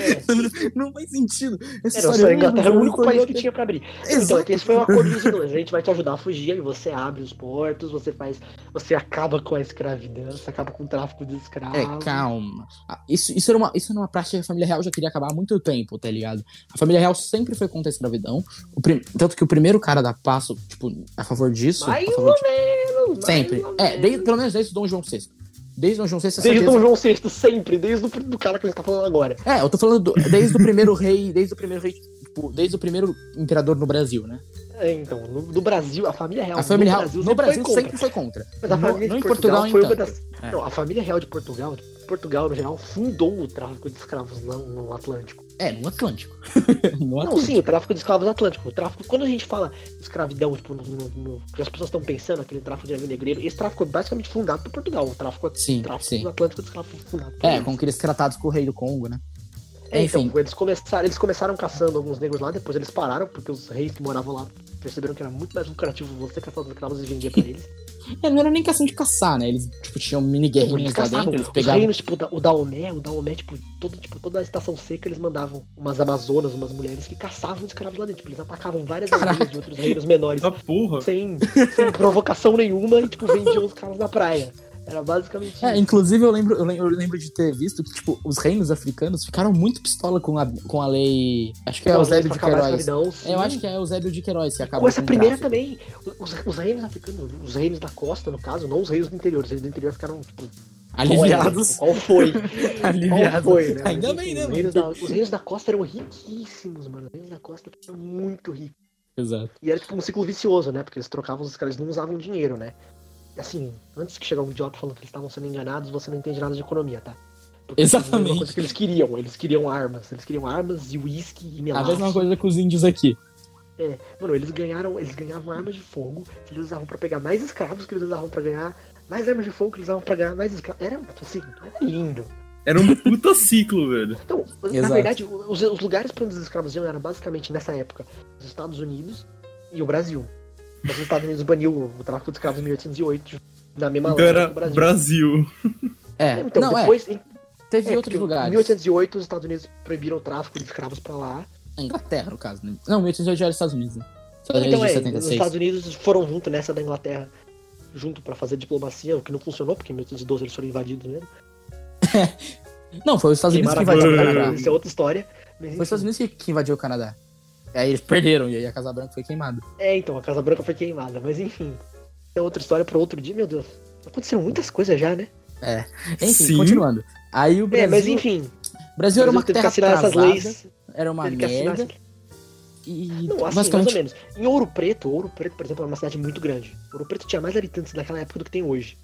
Speaker 1: Não faz sentido. Essa
Speaker 2: Era
Speaker 1: história
Speaker 2: só a
Speaker 1: é muito
Speaker 2: Inglaterra, era o
Speaker 1: ruim,
Speaker 2: único
Speaker 1: foi
Speaker 2: país
Speaker 1: uma-
Speaker 2: que tinha pra abrir. Então,
Speaker 1: Exato.
Speaker 2: é que esse foi um acordo dos ingleses. A gente vai te ajudar a fugir, aí você abre os portos, você faz. Você acaba com a escravidão, você acaba com o tráfico de escravos.
Speaker 1: É, calma. Ah, Isso, isso, era uma, isso era uma prática que a família real já queria acabar há muito tempo, tá ligado? A família real sempre foi contra a escravidão. O prim- Tanto que o primeiro cara da passo, tipo, a favor disso.
Speaker 2: Mais
Speaker 1: a
Speaker 2: ou
Speaker 1: favor de-
Speaker 2: menos, mais
Speaker 1: Sempre.
Speaker 2: ou
Speaker 1: É,
Speaker 2: menos.
Speaker 1: desde- pelo menos desde o Dom João VI. Desde o Dom João VI, essa
Speaker 2: Desde
Speaker 1: certeza-
Speaker 2: Dom João VI, sempre, desde o pr- do cara que a gente tá falando agora.
Speaker 1: É, eu tô falando do- desde o primeiro rei, desde o primeiro rei, tipo, desde o primeiro imperador no Brasil, né?
Speaker 2: É, então, no, do Brasil, a família real.
Speaker 1: a família
Speaker 2: no
Speaker 1: real
Speaker 2: Brasil
Speaker 1: no Brasil
Speaker 2: foi contra.
Speaker 1: sempre foi contra.
Speaker 2: Mas a
Speaker 1: No-
Speaker 2: família
Speaker 1: no em
Speaker 2: de Portugal,
Speaker 1: Portugal,
Speaker 2: foi uma
Speaker 1: então.
Speaker 2: das.
Speaker 1: É.
Speaker 2: Não, a família real de Portugal, Portugal no geral, fundou o tráfico de escravos no, no Atlântico.
Speaker 1: É, no Atlântico. [laughs] no
Speaker 2: Não,
Speaker 1: Atlântico.
Speaker 2: sim, o tráfico de escravos atlântico. O tráfico, quando a gente fala escravidão, tipo, no, no- no- que as pessoas estão pensando, aquele tráfico de navio negreiro, esse tráfico é basicamente fundado por Portugal. O tráfico,
Speaker 1: Sim, É,
Speaker 2: o tráfico
Speaker 1: sim.
Speaker 2: do Atlântico de escravos foi fundado por
Speaker 1: É,
Speaker 2: eles.
Speaker 1: com aqueles tratados com o rei do Congo, né?
Speaker 2: É,
Speaker 1: Enfim.
Speaker 2: Então, eles começaram, eles começaram caçando alguns negros lá, depois eles pararam, porque os reis que moravam lá perceberam que era muito mais lucrativo você caçar os escravos e vender pra eles.
Speaker 1: É, não era nem questão de caçar, né? Eles, tipo, tinham mini
Speaker 2: Então,
Speaker 1: [laughs] guerrinhas
Speaker 2: eles
Speaker 1: lá dentro,
Speaker 2: caçavam.
Speaker 1: eles
Speaker 2: Os
Speaker 1: pegavam.
Speaker 2: reinos, tipo, da- o Daomé, o Daomé, tipo, todo, tipo, toda a estação seca, eles mandavam umas amazonas, umas mulheres que caçavam os escravos lá dentro. Tipo, eles atacavam várias aldeias de outros reinos menores.
Speaker 4: Da porra.
Speaker 2: sem, sem provocação nenhuma e, tipo, vendiam os caras na praia. Era basicamente isso.
Speaker 1: É, inclusive eu lembro, eu lem- eu lembro, de ter visto que, tipo, os reinos africanos ficaram muito pistola com a, com a lei. Acho que é
Speaker 2: Então,
Speaker 1: o
Speaker 2: pra
Speaker 1: Eusébio de
Speaker 2: acabar a
Speaker 1: Queiroz.
Speaker 2: escravidão, sim.
Speaker 1: É, eu acho que é o Eusébio de Queiroz que acabou.
Speaker 2: Ou essa
Speaker 1: com o
Speaker 2: primeira
Speaker 1: tráfico.
Speaker 2: também, os, os reinos africanos, os reinos da costa, no caso, não os reinos do interior. Os reinos do interior ficaram, tipo,
Speaker 1: Aliviados.
Speaker 2: Qual foi? Qual
Speaker 1: Aliviados.
Speaker 2: foi, né?
Speaker 1: Ainda
Speaker 2: Mas,
Speaker 1: bem,
Speaker 2: enfim,
Speaker 1: né,
Speaker 2: Os reinos, da, os reinos da costa eram riquíssimos, mano. Os reinos da costa eram muito ricos.
Speaker 1: Exato.
Speaker 2: E era tipo um ciclo vicioso, né? Porque eles trocavam os caras, eles não usavam dinheiro, né? E, Assim, antes que chegar um idiota falando que eles estavam sendo enganados, você não entende nada de economia, tá? Porque eles fizeram a mesma
Speaker 1: Exatamente.
Speaker 2: coisa que eles queriam, eles queriam armas, eles queriam armas e uísque e
Speaker 1: A
Speaker 2: melaço.
Speaker 1: mesma coisa com os índios aqui.
Speaker 2: Mano, eles ganharam, eles ganhavam armas de fogo que eles usavam pra pegar mais escravos que eles usavam pra ganhar, mais armas de fogo que eles usavam pra ganhar mais escravos. Era assim, era lindo.
Speaker 4: Era um puta ciclo, velho.
Speaker 2: Então, na
Speaker 1: Exato.
Speaker 2: verdade, os, os lugares para onde os escravos iam eram basicamente nessa época os Estados Unidos e o Brasil. Mas os Estados Unidos baniu o tráfico de escravos em 1808, na mesma
Speaker 4: Então
Speaker 2: lógica
Speaker 4: era
Speaker 2: que o Brasil.
Speaker 4: Brasil.
Speaker 1: É,
Speaker 2: É, Então,
Speaker 1: não,
Speaker 2: depois, em,
Speaker 1: é. Teve
Speaker 2: é,
Speaker 1: outros
Speaker 2: porque em
Speaker 1: lugares.
Speaker 2: 1808, os Estados Unidos proibiram o tráfico de escravos para lá.
Speaker 1: A É, Inglaterra, no caso. Né? Não, 1808 já era Estados Unidos. Né? Estados Unidos
Speaker 2: Então,
Speaker 1: de
Speaker 2: é, os
Speaker 1: 76.
Speaker 2: Estados Unidos foram junto nessa da Inglaterra, junto para fazer diplomacia, o que não funcionou, porque em 1812 eles foram invadidos mesmo.
Speaker 1: Não, foi os Estados Unidos que
Speaker 2: Queimaram a
Speaker 1: invadiu
Speaker 2: Casa
Speaker 1: o
Speaker 4: Brasil.
Speaker 1: Canadá.
Speaker 2: Branca, isso é outra história. Mas,
Speaker 1: Foi os
Speaker 2: enfim.
Speaker 1: Estados Unidos que, que invadiu o Canadá. E aí eles perderam, e aí a Casa Branca foi queimada.
Speaker 2: É, então, a Casa Branca foi queimada, mas enfim. É outra história pra outro dia, meu Deus. Aconteceram muitas coisas já, né?
Speaker 1: Enfim,
Speaker 4: Sim.
Speaker 1: continuando. Aí o Brasil,
Speaker 2: é, mas enfim.
Speaker 1: o Brasil era uma
Speaker 2: teve que
Speaker 1: terra
Speaker 2: assinar essas
Speaker 1: atrasada,
Speaker 2: leis.
Speaker 1: era uma
Speaker 2: teve que assinar
Speaker 1: merda.
Speaker 2: essas-
Speaker 1: E
Speaker 2: Não, assim, mais ou
Speaker 1: basicamente,
Speaker 2: menos. Em Ouro Preto, Ouro Preto, por exemplo, era uma cidade muito grande. Ouro Preto tinha mais habitantes naquela época do que tem hoje.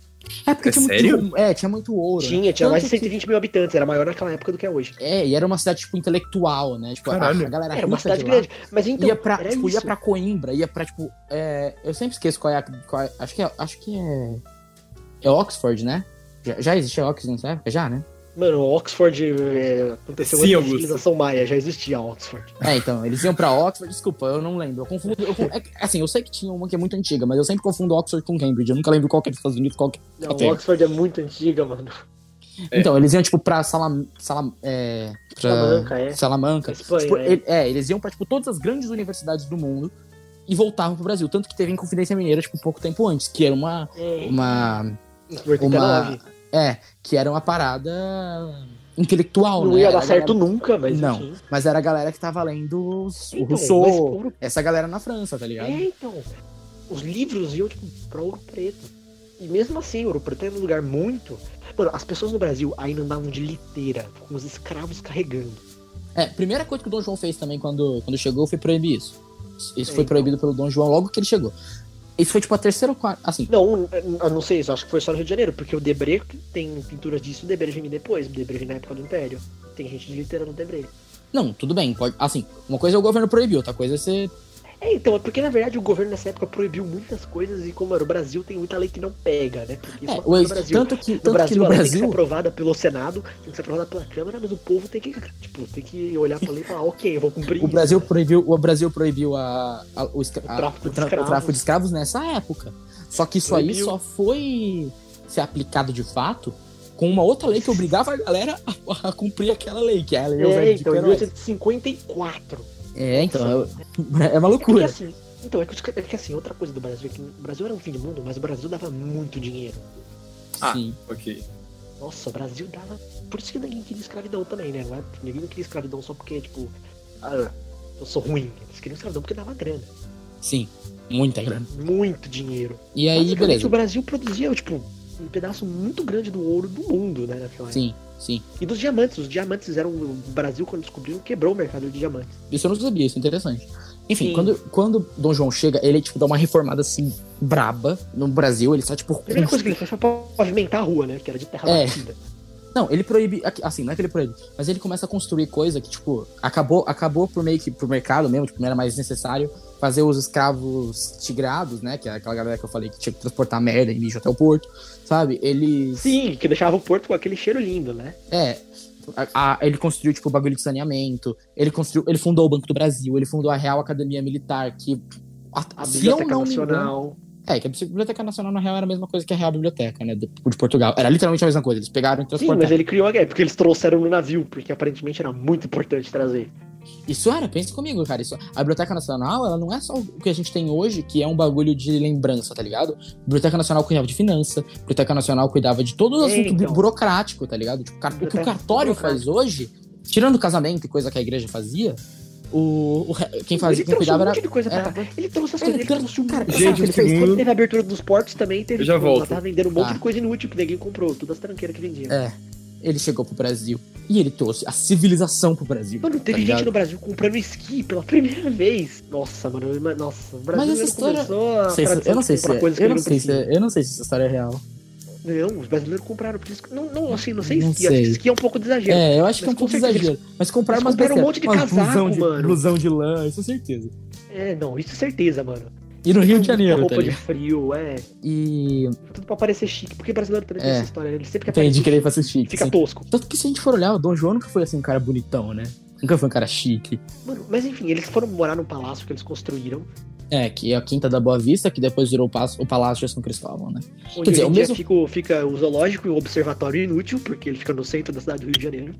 Speaker 1: é porque
Speaker 4: É
Speaker 1: tinha muito,
Speaker 4: sério?
Speaker 1: é, tinha muito ouro. né?
Speaker 2: Tinha, tinha mais de
Speaker 1: Tanto que-
Speaker 2: 120 mil habitantes, era maior naquela época do que é hoje.
Speaker 1: É, e era uma cidade tipo intelectual, né? Tipo, a, a
Speaker 4: Caralho.
Speaker 1: galera
Speaker 2: Era uma
Speaker 1: rica
Speaker 2: cidade
Speaker 1: de lá
Speaker 2: grande. Mas então,
Speaker 1: ia pra,
Speaker 2: era
Speaker 1: tipo, ia
Speaker 2: isso.
Speaker 1: pra Coimbra, ia pra, tipo, é, eu sempre esqueço qual é, a, qual é- acho que é, acho que é, é Oxford, né? Já, já existia Oxford nessa época? Já, né?
Speaker 2: Mano, Oxford é, aconteceu
Speaker 4: Sim,
Speaker 2: antes da
Speaker 4: Augusto.
Speaker 2: civilização maia, já existia Oxford.
Speaker 1: É, então, eles iam pra Oxford, desculpa, eu não lembro, eu confundo, eu con- é que, assim, eu sei que tinha uma que é muito antiga, mas eu sempre confundo Oxford com Cambridge, eu nunca lembro qual que é dos Estados Unidos, qual que...
Speaker 2: Não,
Speaker 1: Ok.
Speaker 2: Oxford é muito antiga, mano.
Speaker 4: É.
Speaker 1: Então, eles iam, tipo, pra Salam... Salam é, pra
Speaker 2: Salamanca, é.
Speaker 1: Salamanca.
Speaker 2: Espanha,
Speaker 1: Tipo,
Speaker 2: é.
Speaker 1: ele- é, eles iam pra, tipo, todas as grandes universidades do mundo e voltavam pro Brasil, tanto que teve Inconfidência Mineira, tipo, pouco tempo antes, que era uma...
Speaker 2: É,
Speaker 1: uma
Speaker 2: em 89.
Speaker 1: É, que era uma parada intelectual,
Speaker 2: Não
Speaker 1: né?
Speaker 2: ia
Speaker 1: Era
Speaker 2: dar
Speaker 1: a galera-
Speaker 2: certo nunca, mas
Speaker 1: Não.
Speaker 2: enfim.
Speaker 1: Mas era a galera que tava lendo os- o
Speaker 2: Então, mas
Speaker 1: Rousseau,
Speaker 2: Ouro-
Speaker 1: essa galera na França, tá ligado?
Speaker 2: É, então. Os livros iam, tipo, pra Ouro Preto. E mesmo assim, Ouro Preto era um lugar muito. Mano, as pessoas no Brasil ainda andavam de liteira, com os escravos carregando.
Speaker 1: É, primeira coisa que o Dom João fez também quando, quando chegou foi proibir isso. Isso
Speaker 2: É,
Speaker 1: foi
Speaker 2: então.
Speaker 1: proibido pelo Dom João logo que ele chegou. Isso foi tipo a terceira ou quarta. Assim,
Speaker 2: Não, eu não sei isso, acho que foi só no Rio de Janeiro, porque o Debré tem pinturas disso, o Debré vem depois, o Debré vem na época do Império. Tem gente de liteira no Debré.
Speaker 1: não, tudo bem. Pode, assim, uma coisa é o governo proibir, outra coisa é você.
Speaker 2: É, então, é porque na verdade o governo nessa época proibiu muitas coisas e como era o Brasil, tem muita lei que não pega, né? Porque
Speaker 1: É,
Speaker 2: só
Speaker 1: o ex-
Speaker 2: no Brasil.
Speaker 1: tanto que,
Speaker 2: No
Speaker 1: tanto que
Speaker 2: Brasil,
Speaker 1: no
Speaker 2: ela tem que ser
Speaker 1: Brasil.
Speaker 2: aprovada pelo Senado, tem que ser aprovada pela Câmara, mas o povo tem que, tipo, tem que olhar pra lei e falar, ok, eu vou cumprir
Speaker 1: O
Speaker 2: isso.
Speaker 1: Brasil proibiu, o Brasil proibiu a, a- o, escra-
Speaker 2: O
Speaker 1: a-
Speaker 2: tráfico
Speaker 1: o
Speaker 2: de
Speaker 1: tra- o
Speaker 2: escravos.
Speaker 1: tráfico de escravos nessa época. Só que isso aí
Speaker 2: Proibiu.
Speaker 1: só foi ser aplicado de fato com uma outra lei que obrigava a galera a, a cumprir aquela lei, que é a lei
Speaker 2: É,
Speaker 1: Eusébio de
Speaker 2: então, em
Speaker 1: Queiroz.
Speaker 2: 1854.
Speaker 1: É, então, é, é uma
Speaker 2: É porque
Speaker 1: loucura.
Speaker 2: assim, então, é que, os ca- é que assim, outra coisa do Brasil é que o Brasil era um fim do mundo, mas o Brasil dava muito dinheiro.
Speaker 4: Ah.
Speaker 1: Sim.
Speaker 4: Ok.
Speaker 2: Nossa, o Brasil dava. Por isso que ninguém queria escravidão também, né? Não é- Ninguém queria escravidão só porque, tipo, ah, eu sou ruim. Eles queriam escravidão porque dava grana.
Speaker 1: Sim, muita grana.
Speaker 2: Muito dinheiro.
Speaker 1: E É aí,
Speaker 2: Basicamente,
Speaker 1: beleza.
Speaker 2: O Brasil produzia, tipo, um pedaço muito grande do ouro do mundo, né, naquela época.
Speaker 1: Sim, sim.
Speaker 2: E dos diamantes. Os diamantes eram. O Brasil, quando descobriram, quebrou o mercado de diamantes.
Speaker 1: Isso eu não sabia, isso é interessante. Enfim,
Speaker 2: Sim.
Speaker 1: quando, quando Dom João chega, ele, tipo, dá uma reformada, assim, braba no Brasil. Ele só, tipo...
Speaker 2: É A primeira coisa que ele fez foi pavimentar a rua, né? Que era de terra
Speaker 1: É.
Speaker 2: batida.
Speaker 1: Não, ele proíbe. aqui- Assim, não é que ele proíbe, mas ele começa a construir coisa que, tipo, acabou, acabou por meio que pro mercado mesmo, tipo, não era mais necessário fazer os escravos tigrados, né? Que é aquela galera que eu falei que tinha que transportar merda e lixo até o porto, sabe? Eles.
Speaker 2: Sim, que deixava o porto com aquele cheiro lindo, né?
Speaker 1: É. a- a- ele construiu, tipo, o bagulho de saneamento. Ele construiu. Ele fundou o Banco do Brasil, ele fundou a Real Academia Militar, que.
Speaker 2: A
Speaker 1: se eu
Speaker 2: Biblioteca
Speaker 1: não me engano-
Speaker 2: Nacional.
Speaker 1: É, que a Biblioteca Nacional, na real, era a mesma coisa que a Real Biblioteca, né? do- De Portugal. Era literalmente a mesma coisa. Eles pegaram e
Speaker 2: Sim,
Speaker 1: transportaram.
Speaker 2: mas ele criou a guerra, porque eles trouxeram no navio, porque aparentemente era muito importante trazer. é-
Speaker 1: Isso era, pensa comigo, cara. Isso, a Biblioteca Nacional, ela não é só o que a gente tem hoje, que é um bagulho de lembrança, tá ligado? Biblioteca Nacional cuidava de finança, Biblioteca Nacional cuidava de todo o
Speaker 2: É,
Speaker 1: assunto
Speaker 2: então.
Speaker 1: burocrático, tá ligado? Tipo, car- o que o
Speaker 2: Biblioteca
Speaker 1: cartório faz
Speaker 2: burocrática.
Speaker 1: hoje, tirando casamento e coisa que a igreja fazia, o, o re- quem fazia,
Speaker 2: ele
Speaker 1: quem
Speaker 2: trouxe
Speaker 1: cuidava
Speaker 2: um
Speaker 1: era. É.
Speaker 2: monte de coisa pra
Speaker 1: era-
Speaker 2: cá. Ele trouxe as
Speaker 1: Ele
Speaker 2: coisas, ele
Speaker 1: trouxe-
Speaker 2: trouxe um
Speaker 1: cara,
Speaker 2: monte.
Speaker 1: gente,
Speaker 2: Ele
Speaker 1: um
Speaker 2: fez-
Speaker 4: segundo.
Speaker 2: quando teve a abertura dos portos também, teve.
Speaker 4: Eu já
Speaker 2: ela
Speaker 4: volto.
Speaker 2: Tava vendendo um monte
Speaker 1: Tá.
Speaker 2: de coisa inútil que ninguém comprou, tudo as tranqueiras que vendia.
Speaker 1: É. Ele chegou pro Brasil e ele trouxe a civilização pro Brasil.
Speaker 2: Mano,
Speaker 1: tá
Speaker 2: teve
Speaker 1: ligado?
Speaker 2: gente no Brasil comprando esqui pela primeira vez. Nossa, mano, mas- nossa, o Brasil
Speaker 1: essa
Speaker 2: não
Speaker 1: história-
Speaker 2: começou a
Speaker 1: Não sei se-
Speaker 2: tradição
Speaker 1: eu não sei
Speaker 2: de
Speaker 1: se
Speaker 2: comprar
Speaker 1: é-
Speaker 2: coisas que
Speaker 1: eu
Speaker 2: ele
Speaker 1: não sei se
Speaker 2: precisa.
Speaker 1: é- eu não sei se essa história é real.
Speaker 2: Não, os brasileiros compraram, por isso que- não, não, assim, não sei
Speaker 1: Não
Speaker 2: esqui, acho que
Speaker 1: sei.
Speaker 2: esqui é um pouco de exagero.
Speaker 1: É, eu acho
Speaker 2: Mas
Speaker 1: que é um
Speaker 2: com
Speaker 1: pouco
Speaker 2: certeza
Speaker 1: exagero. Mas comprar
Speaker 2: eles
Speaker 1: umas
Speaker 2: compraram
Speaker 1: besteiras.
Speaker 2: um monte de
Speaker 1: Umas
Speaker 2: casaco,
Speaker 1: blusão de,
Speaker 2: mano.
Speaker 1: Blusão de lã, isso é certeza.
Speaker 2: É, não, isso é certeza, mano.
Speaker 1: E no Rio de Janeiro,
Speaker 2: roupa
Speaker 1: tá
Speaker 2: de
Speaker 1: ligado?
Speaker 2: frio, é.
Speaker 1: E
Speaker 2: Tudo pra parecer chique, porque brasileiro também tem
Speaker 1: É.
Speaker 2: essa história, ele sempre quer
Speaker 1: entendi
Speaker 2: parecer
Speaker 1: que ele ia fazer chique.
Speaker 2: fica
Speaker 1: sim.
Speaker 2: tosco.
Speaker 1: Tanto que se a gente for olhar, o Dom João nunca foi assim um cara bonitão, né? Nunca foi um cara chique.
Speaker 2: Mano, mas enfim, eles foram morar num palácio que eles construíram.
Speaker 1: É, que é a Quinta da Boa Vista, que depois virou o Palácio, o Palácio de São Cristóvão, né?
Speaker 2: Onde
Speaker 1: dizer,
Speaker 2: hoje
Speaker 1: o
Speaker 2: em dia
Speaker 1: mesmo-
Speaker 2: fica, o- fica o zoológico e o observatório inútil, porque ele fica no centro da cidade do Rio de Janeiro.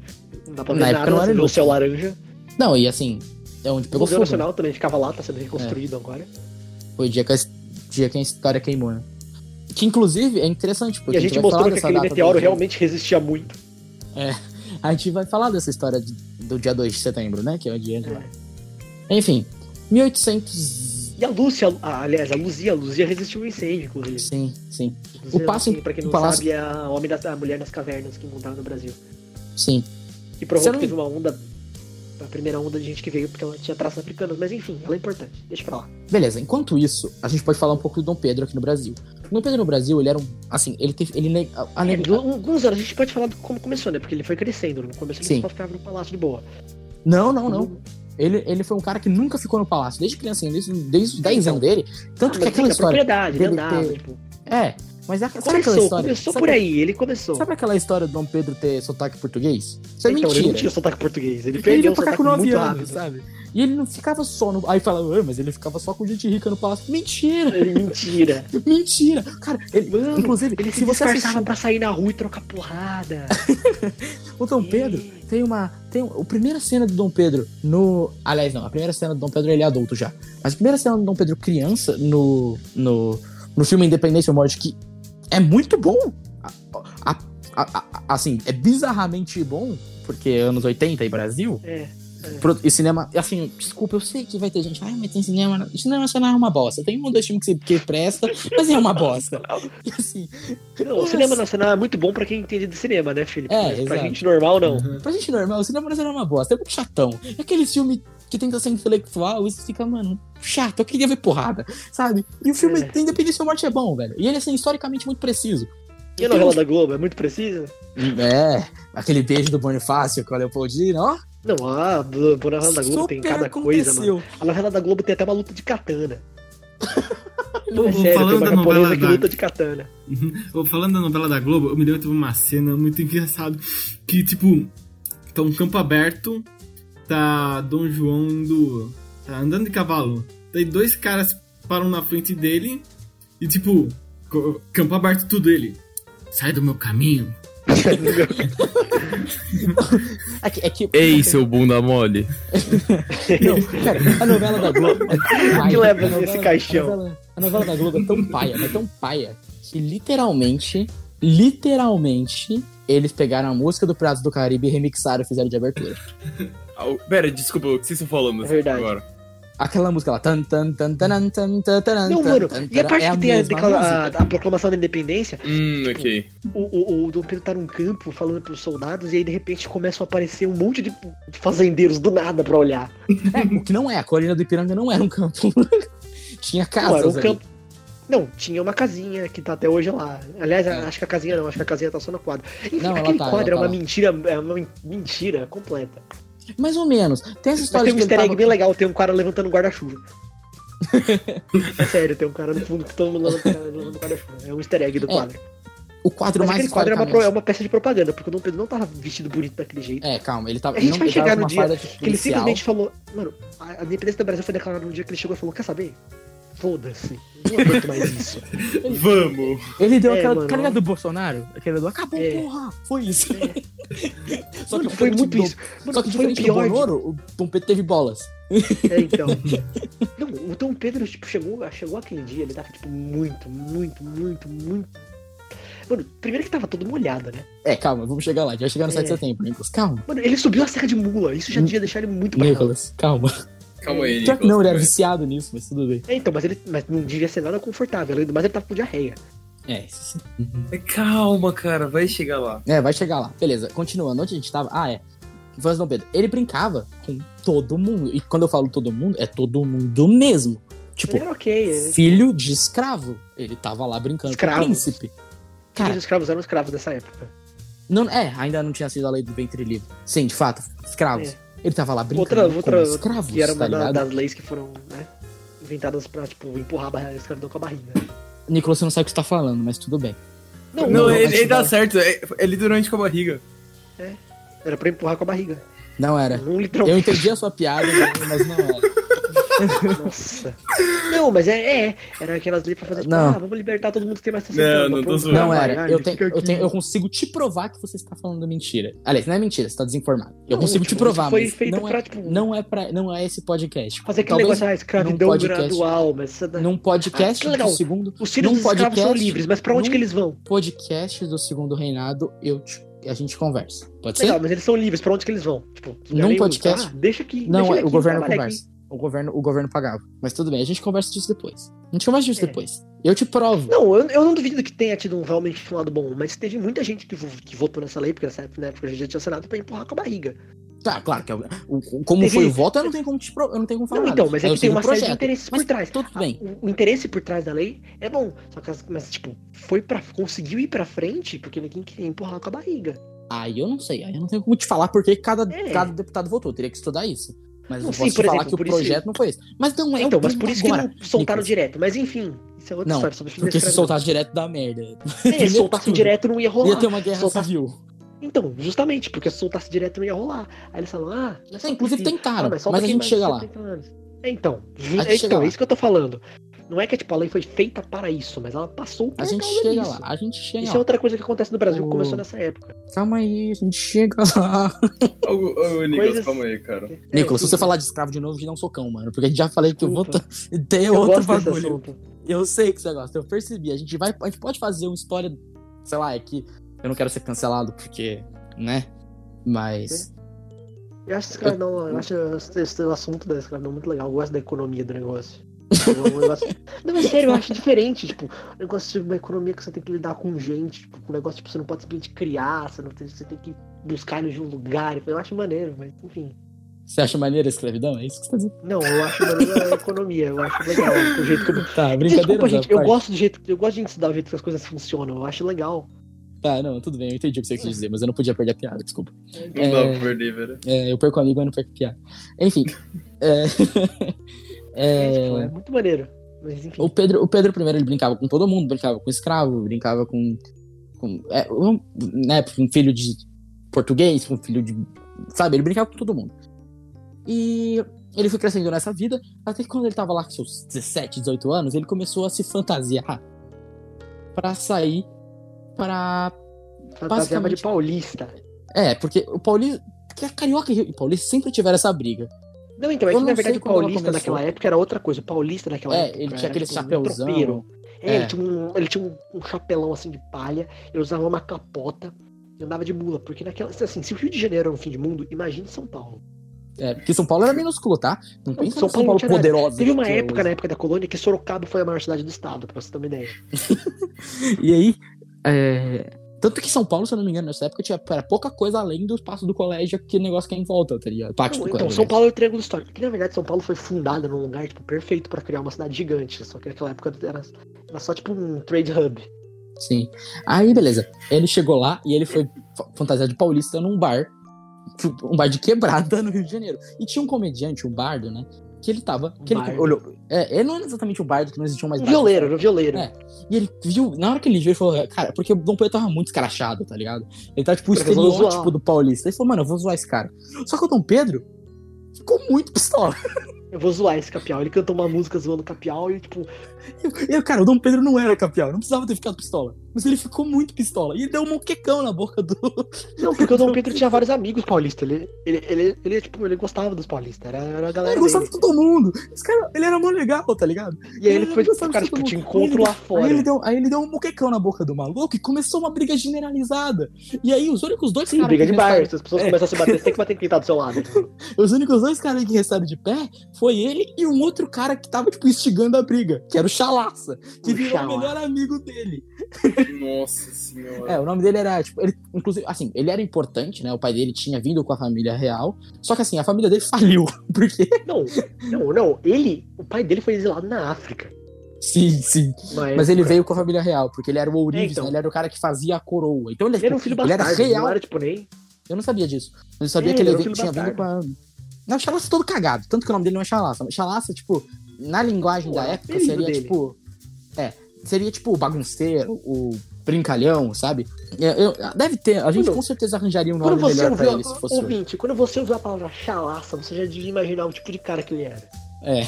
Speaker 2: Não dá pra ver
Speaker 1: Na época
Speaker 2: nada,
Speaker 1: não era
Speaker 2: você vê o
Speaker 1: inútil.
Speaker 2: céu laranja.
Speaker 1: Não, e assim, é onde
Speaker 2: O
Speaker 1: pegou
Speaker 2: Museu
Speaker 1: fogo.
Speaker 2: Nacional também ficava lá, tá sendo reconstruído agora.
Speaker 1: né? Foi o dia que, a, dia que a história queimou, né? Que inclusive é interessante, porque
Speaker 2: E a gente
Speaker 1: vai
Speaker 2: mostrou
Speaker 1: falar
Speaker 2: que
Speaker 1: dessa
Speaker 2: aquele
Speaker 1: data do
Speaker 2: meteoro
Speaker 1: dia.
Speaker 2: realmente resistia muito.
Speaker 1: A gente vai falar dessa história de- do dia 2 de setembro, né? Que é o dia de lá.
Speaker 2: É.
Speaker 1: Enfim, 1800.
Speaker 2: E a Lúcia, ah, aliás, a Luzia, a Luzia resistiu ao incêndio, inclusive.
Speaker 1: Sim, sim,
Speaker 2: Luzia,
Speaker 1: passo-
Speaker 2: pra quem
Speaker 1: o
Speaker 2: não
Speaker 1: palácio-
Speaker 2: sabe, é a, homem das, a mulher nas cavernas que encontraram no Brasil.
Speaker 1: sim. Você
Speaker 2: Que provou
Speaker 1: não-
Speaker 2: que teve uma onda, a primeira onda de gente que veio porque ela tinha traços africanos. Mas enfim, ela é importante, deixa pra lá.
Speaker 1: Beleza, enquanto isso, a gente pode falar um pouco do Dom Pedro aqui no Brasil. O Dom Pedro no Brasil, ele era um. Assim, ele teve. Ele, ne- a, a,
Speaker 2: É,
Speaker 1: neg-
Speaker 2: mas alguns anos a gente pode falar de como começou, né? Porque ele foi crescendo, no começo ele
Speaker 1: Sim.
Speaker 2: só ficava no palácio de boa. Ah,
Speaker 1: não, não, não. Ele, ele foi um cara que nunca ficou no palácio, desde criança, desde, desde os 10 anos dele.
Speaker 2: Ah,
Speaker 1: Tanto
Speaker 2: mas
Speaker 1: que aquela
Speaker 2: fica a
Speaker 1: história.
Speaker 2: propriedade, ele
Speaker 1: dele
Speaker 2: andava,
Speaker 1: ter-
Speaker 2: tipo.
Speaker 1: É, mas é, sabe aquela
Speaker 2: Começou,
Speaker 1: história?
Speaker 2: começou
Speaker 1: sabe,
Speaker 2: por aí, ele começou.
Speaker 1: Sabe aquela história do Dom Pedro ter sotaque português? Isso é
Speaker 2: então, ele não
Speaker 1: mentira.
Speaker 2: tinha sotaque português, ele
Speaker 1: Ele
Speaker 2: perdeu
Speaker 1: veio
Speaker 2: o
Speaker 1: pra cá
Speaker 2: sotaque
Speaker 1: com
Speaker 2: muito
Speaker 1: 9
Speaker 2: rápido.
Speaker 1: anos, sabe? E ele não ficava só no. Aí fala, "Ah, mas ele ficava só com gente rica no palácio. Mentira!
Speaker 2: é Mentira.
Speaker 1: Mentira! Cara, ele,
Speaker 2: Mano,
Speaker 1: inclusive,
Speaker 2: Ele se,
Speaker 1: se você
Speaker 2: disfarçava
Speaker 1: assistir
Speaker 2: pra sair na rua e trocar porrada.
Speaker 1: o Dom Pedro, tem uma. Tem o- a primeira cena do Dom Pedro no. Aliás, não, a primeira cena do Dom Pedro ele é adulto já. Mas a primeira cena do Dom Pedro criança no. no, no filme Independência ou Morte, que é muito bom. A- a- a- a- assim, é bizarramente bom, porque é anos 80 e Brasil.
Speaker 2: É.
Speaker 1: pro- E cinema, assim, desculpa, eu sei que vai ter gente, ai, mas tem cinema. Cinema nacional é uma bosta. Tem um, dois filmes que, que presta, mas é uma
Speaker 2: [laughs]
Speaker 1: bosta. E assim,
Speaker 2: Não, o cinema nacional é muito bom pra quem entende de cinema, né, Felipe?
Speaker 1: É,
Speaker 2: Mas pra
Speaker 1: exato. Uhum.
Speaker 2: gente normal, não.
Speaker 1: Pra gente normal, o cinema brasileiro é uma bosta, é muito chatão. É aquele filme que tenta ser intelectual, isso fica, mano, chato, eu queria ver porrada, sabe? E o filme
Speaker 2: É.
Speaker 1: Independência ou Morte é bom, velho. E ele é assim, historicamente muito preciso.
Speaker 2: E a novela da Globo, é muito precisa? Hum.
Speaker 1: É, aquele beijo do Bonifácio com a Leopoldina, ó.
Speaker 2: Não, ah, a do- do novela da Globo tem
Speaker 1: super
Speaker 2: cada coisa, mano.
Speaker 1: aconteceu.
Speaker 2: A novela da Globo tem até uma luta de katana. Não, é
Speaker 3: Falando
Speaker 2: sério, tem uma
Speaker 3: da novela
Speaker 2: japonesa que
Speaker 3: da-
Speaker 2: luta de katana.
Speaker 3: Ô, Falando da novela da Globo, eu me lembro que teve uma cena muito engraçada que, tipo, tá um campo aberto, tá Dom João indo, tá andando de cavalo. Daí dois caras param na frente dele e, tipo, co- campo aberto tudo ele. Sai do meu caminho.
Speaker 1: É que, é que-
Speaker 5: Ei, seu bunda mole.
Speaker 1: Não, cara, a novela da Globo é tão paia.
Speaker 2: [laughs] Que leva
Speaker 1: a novela-
Speaker 2: nesse caixão?
Speaker 1: A novela, a novela da Globo é tão paia, mas tão paia, que literalmente, literalmente, eles pegaram a música do Prato do Caribe e remixaram e fizeram de abertura.
Speaker 4: Ah, o- Pera, desculpa, o que vocês estão falando
Speaker 2: É verdade.
Speaker 4: agora?
Speaker 1: Aquela música lá. Tan, tan, tan, taran, tan, tan, taran,
Speaker 2: Não,
Speaker 1: tan,
Speaker 2: mano,
Speaker 1: tan,
Speaker 2: e a
Speaker 1: taran,
Speaker 2: parte
Speaker 1: é
Speaker 2: que tem a,
Speaker 1: mesma
Speaker 2: declara- a- [laughs]
Speaker 1: música.
Speaker 2: a proclamação da independência,
Speaker 4: Hum, ok.
Speaker 2: o, o, o Dom Pedro tá num campo falando pros soldados e aí de repente começam a aparecer um monte de fazendeiros do nada pra olhar.
Speaker 1: É, o que não é, a colina do Ipiranga não era um campo. [laughs] Tinha casas
Speaker 2: Não, era um
Speaker 1: ali.
Speaker 2: campo. Não, tinha uma casinha que tá até hoje lá. Aliás, acho que a casinha não, acho que a casinha tá só no quadro. Enfim,
Speaker 1: Tá. Não, ela
Speaker 2: aquele
Speaker 1: tá, ela
Speaker 2: quadro é
Speaker 1: tá
Speaker 2: uma
Speaker 1: lá.
Speaker 2: mentira, é uma men- mentira completa.
Speaker 1: Mais ou menos. Tem essa
Speaker 2: Mas
Speaker 1: história
Speaker 2: tem um
Speaker 1: de que
Speaker 2: easter
Speaker 1: ele
Speaker 2: egg bem
Speaker 1: tava-
Speaker 2: legal, tem um cara levantando
Speaker 1: [laughs]
Speaker 2: um guarda-chuva. é sério, tem um cara no fundo que todo mundo levantando levantando um guarda-chuva. É um easter egg do
Speaker 1: É.
Speaker 2: quadro.
Speaker 1: o quadro
Speaker 2: Mas
Speaker 1: mais
Speaker 2: aquele quadro é uma, pro- é
Speaker 1: historicamente-
Speaker 2: uma peça de propaganda, porque o Dom Pedro não tava vestido bonito daquele jeito.
Speaker 1: É, calma, ele tava.
Speaker 2: A gente
Speaker 1: não,
Speaker 2: vai
Speaker 1: ele tava
Speaker 2: chegar
Speaker 1: com
Speaker 2: no
Speaker 1: uma
Speaker 2: dia
Speaker 1: farda de
Speaker 2: Que ele
Speaker 1: policial.
Speaker 2: simplesmente falou, mano, a, a independência do Brasil foi declarada no dia que ele chegou e falou, quer saber? Foda-se, não aguento mais
Speaker 1: [laughs]
Speaker 2: isso.
Speaker 4: Vamos!
Speaker 1: Ele deu
Speaker 2: É,
Speaker 1: aquela.
Speaker 2: mano.
Speaker 1: Tá ligado do Bolsonaro? Aquele do. Acabou,
Speaker 2: É.
Speaker 1: porra! Foi isso. [laughs] Só
Speaker 2: Mano,
Speaker 1: que
Speaker 2: foi
Speaker 1: diferente
Speaker 2: muito
Speaker 1: do-
Speaker 2: isso. Mano,
Speaker 1: Só que
Speaker 2: foi o
Speaker 1: diferente do
Speaker 2: pior. de-
Speaker 1: Bonoro, o Dom Pedro teve bolas. [laughs]
Speaker 2: É, então. Não, o Dom Pedro, tipo, chegou, chegou aquele dia, ele tava, tipo, muito, muito, muito, muito. Mano, primeiro que tava todo molhado, né?
Speaker 1: É, calma, vamos chegar lá. Já vai chegar no 7 de
Speaker 2: É.
Speaker 1: setembro, Nicolas. Calma,
Speaker 2: Mano, ele subiu a serra de mula, isso já
Speaker 1: Hum.
Speaker 2: devia deixar ele muito bravo.
Speaker 1: Nicolas, calma.
Speaker 5: Calma aí,
Speaker 1: Pior que não, ele era
Speaker 5: Nicolas.
Speaker 1: viciado nisso, mas tudo bem.
Speaker 2: É, então, mas ele mas não devia ser nada confortável, além do mais ele tava com diarreia.
Speaker 1: É, isso sim.
Speaker 4: Calma, cara, vai chegar lá.
Speaker 1: É, vai chegar lá. Beleza, continuando. Onde a gente tava? Ah, é. Infância do Dom Pedro. Ele brincava com todo mundo. E quando eu falo todo mundo, é todo mundo mesmo. Tipo,
Speaker 2: Ele era ok, né? ele-
Speaker 1: filho de escravo. Ele tava lá brincando com
Speaker 2: Escravos.
Speaker 1: o príncipe.
Speaker 2: Filhos
Speaker 1: Cara,
Speaker 2: de escravos eram escravos nessa época.
Speaker 1: não, é, ainda não tinha sido a lei do ventre livre. Sim, de fato, escravos.
Speaker 2: É.
Speaker 1: Ele tava lá brincando
Speaker 2: Outra-
Speaker 1: com
Speaker 2: outra-
Speaker 1: escravos,
Speaker 2: Que era
Speaker 1: tá
Speaker 2: uma da-
Speaker 1: ligado?
Speaker 2: das leis que foram, né? Inventadas pra, tipo, empurrar a barra- a escravidão com a barriga.
Speaker 1: Nicolas, você não sabe o que você tá falando, mas tudo bem.
Speaker 4: Não,
Speaker 1: não,
Speaker 4: ele,
Speaker 1: acho
Speaker 4: ele dá
Speaker 1: vai.
Speaker 4: certo, é, é literalmente com a barriga.
Speaker 2: Era pra empurrar com a barriga.
Speaker 1: Não era.
Speaker 2: Um litrão.
Speaker 1: Eu entendi a sua piada, mas não
Speaker 2: [laughs]
Speaker 1: era.
Speaker 2: Nossa. Não, mas é, é. Era aquelas leis pra fazer, tipo,
Speaker 1: Não.
Speaker 2: ah, vamos libertar todo mundo que tem mais
Speaker 4: Não, não tô zoando.
Speaker 1: Não era. Eu,
Speaker 2: é
Speaker 1: tenho, eu, tenho- eu consigo te provar que você está falando mentira. Aliás, não é mentira, você está desinformado. Eu
Speaker 2: Não,
Speaker 1: consigo
Speaker 2: tipo,
Speaker 1: te provar,
Speaker 2: isso foi
Speaker 1: mas
Speaker 2: feito
Speaker 1: não,
Speaker 2: pra,
Speaker 1: é,
Speaker 2: tipo,
Speaker 1: não é pra, não é esse podcast.
Speaker 2: Fazer aquele
Speaker 1: Talvez
Speaker 2: negócio, ah, escravidão
Speaker 1: num podcast.
Speaker 2: gradual, mas... essa da-
Speaker 1: Num podcast
Speaker 2: Ah, que legal.
Speaker 1: do segundo
Speaker 2: Os filhos
Speaker 1: num
Speaker 2: dos escravos são
Speaker 1: podcast,
Speaker 2: livres, mas pra onde
Speaker 1: num-
Speaker 2: que eles vão?
Speaker 1: podcast do segundo reinado, eu te- a gente conversa. Pode ser?
Speaker 2: Legal, mas eles são livres, pra onde que eles vão? Tipo,
Speaker 1: Num
Speaker 2: nenhum.
Speaker 1: podcast?
Speaker 2: Ah, deixa aqui.
Speaker 1: Não,
Speaker 2: deixa
Speaker 1: é,
Speaker 2: ele
Speaker 1: o
Speaker 2: aqui,
Speaker 1: governo
Speaker 2: trabalha
Speaker 1: conversa. O governo, o governo pagava. Mas tudo bem, a gente conversa disso depois. A gente conversa disso
Speaker 2: É.
Speaker 1: depois. Eu te provo.
Speaker 2: Não, eu, eu não duvido que tenha tido um, realmente um lado bom, mas teve muita gente que, vo- que votou nessa lei, porque nessa época, na época a gente já tinha assinado pra empurrar com a barriga.
Speaker 1: Tá, claro que é o- o- como
Speaker 2: Teve-
Speaker 1: foi o voto, eu não tenho como te pro- eu não tenho como falar.
Speaker 2: não, então, mas é
Speaker 1: eu
Speaker 2: que tem
Speaker 1: sigo
Speaker 2: uma
Speaker 1: o
Speaker 2: série de
Speaker 1: projeto.
Speaker 2: interesses
Speaker 1: Mas
Speaker 2: por trás.
Speaker 1: Tudo
Speaker 2: Ah,
Speaker 1: bem.
Speaker 2: O, o interesse por trás da lei é bom, só que, as- mas, tipo, foi pra, conseguiu ir pra frente porque ninguém queria empurrar com a barriga.
Speaker 1: Aí eu não sei, aí eu não tenho como te falar porque cada,
Speaker 2: É.
Speaker 1: cada deputado votou, eu teria que estudar isso. Mas
Speaker 2: Não,
Speaker 1: eu
Speaker 2: sim,
Speaker 1: posso te
Speaker 2: por
Speaker 1: falar
Speaker 2: exemplo,
Speaker 1: que o
Speaker 2: por isso-
Speaker 1: projeto não foi esse. Mas não é
Speaker 2: então,
Speaker 1: o
Speaker 2: mas
Speaker 1: ponto
Speaker 2: por isso
Speaker 1: agora.
Speaker 2: que não soltaram
Speaker 1: Nicolas.
Speaker 2: direto, mas enfim, isso é outra
Speaker 1: Não,
Speaker 2: história sobre filho da
Speaker 1: Porque se
Speaker 2: escravidão.
Speaker 1: soltasse direto dá merda.
Speaker 2: É,
Speaker 1: [laughs] primeiro
Speaker 2: se soltasse
Speaker 1: tudo.
Speaker 2: direto não ia rolar.
Speaker 1: Ia ter um uma guerra
Speaker 2: soltasse-
Speaker 1: civil.
Speaker 2: Então, justamente, porque se soltasse direto não ia rolar. Aí eles falam, ah, não é só
Speaker 1: É, inclusive
Speaker 2: possível.
Speaker 1: tentaram,
Speaker 2: Ah,
Speaker 1: mas,
Speaker 2: solta
Speaker 1: a
Speaker 2: quem
Speaker 1: gente
Speaker 2: mais
Speaker 1: chega
Speaker 2: de
Speaker 1: lá.
Speaker 2: 70 anos. É, então, ju-
Speaker 1: A gente
Speaker 2: é,
Speaker 1: chega
Speaker 2: então
Speaker 1: lá.
Speaker 2: é isso que eu tô falando. Não é que tipo, a lei foi feita para isso, mas ela passou por
Speaker 1: A gente
Speaker 2: causa
Speaker 1: chega
Speaker 2: disso.
Speaker 1: lá, a gente chega
Speaker 2: Isso é
Speaker 1: lá.
Speaker 2: outra coisa que acontece no Brasil,
Speaker 1: O-
Speaker 2: que começou nessa época.
Speaker 1: Calma aí, a gente chega lá.
Speaker 5: Ô, ô, Nicolas,
Speaker 2: Coisas-
Speaker 5: calma aí, cara.
Speaker 2: É,
Speaker 1: Nicolas, se
Speaker 2: tudo.
Speaker 1: você falar de escravo de novo, eu te dá um socão, mano. Porque a gente já falei que eu vou. [laughs]
Speaker 2: Desculpa.
Speaker 1: Tem
Speaker 2: eu
Speaker 1: outro
Speaker 2: gosto desse
Speaker 1: bagulho.
Speaker 2: assunto.
Speaker 1: Eu sei que você gosta, eu percebi. A gente vai. A gente pode fazer uma história. Sei lá, é que eu não quero ser cancelado, porque. né? Mas.
Speaker 2: Eu acho, escravidão, eu acho esse, esse assunto da escravidão muito legal. Eu gosto da economia do negócio. Eu- eu gosto-
Speaker 1: [laughs]
Speaker 2: Não, mas sério, eu acho diferente. Tipo, o negócio de uma economia que você tem que lidar com gente. Tipo, um negócio que você não pode simplesmente criar. Você, não tem, você tem que buscar em um lugar. Eu acho maneiro, mas enfim.
Speaker 1: Você acha maneira a escravidão? É isso que você tá dizendo?
Speaker 2: Não, eu acho maneiro a economia. Eu acho legal o
Speaker 1: [laughs]
Speaker 2: jeito que eu
Speaker 1: Tá, brincadeira.
Speaker 2: Desculpa, gente, eu gosto do jeito, eu gosto de estudar o jeito que as coisas funcionam, eu acho legal.
Speaker 1: Tá, não, tudo bem, eu entendi o que você quis dizer, mas eu não podia perder a piada, desculpa.
Speaker 5: Não
Speaker 1: É.
Speaker 5: dá pra perder, velho.
Speaker 1: É, eu perco amigo, mas não perco piada. Enfim. é,
Speaker 2: É,
Speaker 1: é,
Speaker 2: tipo, é muito maneiro. Mas enfim,
Speaker 1: O Pedro, o Pedro primeiro ele brincava com todo mundo, brincava com escravo, brincava com, com é, um, né, com um filho de português, com um filho de, sabe, ele brincava com todo mundo. E ele foi crescendo nessa vida, até que quando ele tava lá com seus 17, 18 anos, ele começou a se fantasiar pra sair pra
Speaker 2: fantasiava
Speaker 1: basicamente-
Speaker 2: tá, de paulista.
Speaker 1: é, porque o Paulista, porque a carioca e o paulista sempre tiveram essa briga.
Speaker 2: Não, então, é
Speaker 1: Eu
Speaker 2: que na
Speaker 1: não
Speaker 2: verdade
Speaker 1: sei
Speaker 2: o
Speaker 1: como ela
Speaker 2: paulista
Speaker 1: começou.
Speaker 2: naquela época era outra coisa. O paulista naquela
Speaker 1: É,
Speaker 2: época.
Speaker 1: ele tinha
Speaker 2: era,
Speaker 1: aquele
Speaker 2: tipo, um
Speaker 1: chapéuzão.
Speaker 2: tropeiro. É,
Speaker 1: É.
Speaker 2: ele tinha, um, ele tinha um, um chapelão assim de palha, ele usava uma capota e andava de mula. Porque naquela. Assim, se o Rio de Janeiro era um fim de mundo, imagine São Paulo.
Speaker 1: É, porque São Paulo era minúsculo, tá? Não pensa
Speaker 2: São
Speaker 1: São, São
Speaker 2: Paulo não
Speaker 1: Paulo,
Speaker 2: tinha nada.
Speaker 1: poderosa.
Speaker 2: Teve uma
Speaker 1: que é
Speaker 2: época, na época da colônia, que Sorocaba foi a maior cidade do estado, pra você ter uma ideia.
Speaker 1: E aí, é, tanto que São Paulo, se eu não me engano, nessa época tinha era pouca coisa além do espaço do colégio, que negócio que é em volta, tá ligado? Pátio
Speaker 2: Não,
Speaker 1: do
Speaker 2: então,
Speaker 1: colégio.
Speaker 2: São Paulo é o triângulo histórico. Que na verdade São Paulo foi fundada num lugar tipo, perfeito pra criar uma cidade gigante. Só que naquela época era, era só tipo um trade hub.
Speaker 1: Sim. Aí, beleza. Ele chegou lá e ele foi fa- fantasiado de paulista num bar. Um bar de quebrada no Rio de Janeiro. E tinha um comediante, um bardo, né? que ele tava. Que ele
Speaker 2: Bardo.
Speaker 1: olhou. É, ele não era exatamente o bardo que não existiam mais
Speaker 2: Um
Speaker 1: bardos.
Speaker 2: violeiro, era um violeiro.
Speaker 1: É. E ele viu, na hora que ele viu, ele falou, cara, porque o Dom Pedro tava muito escrachado, tá ligado? Ele tava tipo o
Speaker 2: Pra resolver
Speaker 1: estereótipo
Speaker 2: zoar.
Speaker 1: do paulista. Ele falou, mano, eu vou zoar esse cara. Só que o Dom Pedro ficou muito pistola. [laughs]
Speaker 2: Eu vou zoar esse Capial. Ele cantou uma música zoando o Capial e, tipo,
Speaker 1: E, eu, cara, o Dom Pedro não era campeão, não precisava ter ficado pistola. Mas ele ficou muito pistola. E deu um moquecão na boca do. [laughs]
Speaker 2: Não, porque o Dom Pedro tinha vários amigos paulistas. Ele, ele, ele, ele, tipo, ele gostava dos paulistas. Era, era a galera.
Speaker 1: Ele gostava
Speaker 2: dele.
Speaker 1: de todo mundo. Esse cara, ele era mó legal, tá ligado?
Speaker 2: E aí ele
Speaker 1: ele
Speaker 2: foi,
Speaker 1: gostava
Speaker 2: tipo,
Speaker 1: de
Speaker 2: cara,
Speaker 1: todo
Speaker 2: tipo, te
Speaker 1: mundo.
Speaker 2: encontro lá
Speaker 1: Aí
Speaker 2: fora.
Speaker 1: ele, deu, aí ele deu um moquecão na boca do maluco e começou uma briga generalizada. E aí os únicos dois
Speaker 2: Sim,
Speaker 1: caras
Speaker 2: briga
Speaker 1: que
Speaker 2: de bar.
Speaker 1: restaram-
Speaker 2: Se as pessoas
Speaker 1: É.
Speaker 2: começam a se bater, você tem que bater quem tá do seu lado.
Speaker 1: Os únicos dois caras que restaram de pé foi ele e um outro cara que tava, tipo, instigando a briga, que era o Chalaça, [laughs] que
Speaker 2: O
Speaker 1: virou
Speaker 2: Chalaça.
Speaker 1: o melhor amigo dele.
Speaker 5: Nossa senhora.
Speaker 1: É, o nome dele era, tipo, ele, inclusive, assim, ele era importante, né? O pai dele tinha vindo com a família real. Só que assim, a família dele [laughs] faliu, porque.
Speaker 2: Não, não, não. Ele, o pai dele foi exilado na África.
Speaker 1: Sim, sim.
Speaker 2: Mas,
Speaker 1: Mas ele veio com a família real, porque ele era o Ourives,
Speaker 2: É, então.
Speaker 1: né? Ele era o cara que fazia a coroa. Então ele,
Speaker 2: Ele era um filho
Speaker 1: ele
Speaker 2: bastardo.
Speaker 1: era
Speaker 2: Ele
Speaker 1: real.
Speaker 2: não era, tipo, nem.
Speaker 1: Eu não sabia disso. Mas eu sabia
Speaker 2: É,
Speaker 1: que ele
Speaker 2: ele era um
Speaker 1: veio- tinha
Speaker 2: filho
Speaker 1: vindo com a. Não, o Chalaça todo cagado. Tanto que o nome dele não é Chalaça. Chalaça, tipo, na linguagem
Speaker 2: Pô,
Speaker 1: da
Speaker 2: é o
Speaker 1: época,
Speaker 2: apelido
Speaker 1: seria
Speaker 2: dele.
Speaker 1: tipo. É, seria tipo o bagunceiro, o brincalhão, sabe? É, eu- deve ter, a gente
Speaker 2: Quando-
Speaker 1: com certeza arranjaria um nome
Speaker 2: Quando você
Speaker 1: melhor pra
Speaker 2: ouviu
Speaker 1: ele se
Speaker 2: a,
Speaker 1: fosse hoje.
Speaker 2: ouvinte, quando você ouviu a palavra chalaça, você já devia imaginar o tipo de cara que ele era.
Speaker 1: É.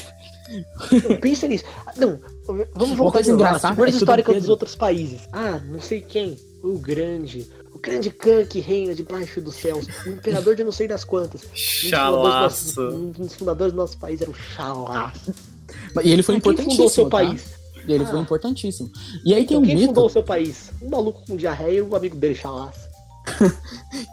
Speaker 2: Não, pensa nisso. Ah, Não, vamos
Speaker 1: Uma
Speaker 2: voltar
Speaker 1: coisa
Speaker 2: de novo.
Speaker 1: engraçada
Speaker 2: As figuras
Speaker 1: é que o Dom
Speaker 2: históricas
Speaker 1: Pedro-
Speaker 2: dos outros países. Ah, não sei quem. O grande. O grande Khan que reina debaixo dos céus. O imperador de não sei das quantas.
Speaker 1: É,
Speaker 2: Um dos fundadores do
Speaker 5: Chalaço.
Speaker 2: nosso- Um dos fundadores do nosso país era o Chalaço.
Speaker 1: E ele foi
Speaker 2: Quem
Speaker 1: importantíssimo.
Speaker 2: fundou o seu
Speaker 1: tá?
Speaker 2: país?
Speaker 1: E Ele foi
Speaker 2: Ah.
Speaker 1: importantíssimo. E aí tem um
Speaker 2: Quem fundou
Speaker 1: mito,
Speaker 2: o seu país? Um maluco com diarreia e o amigo dele, Chalaço.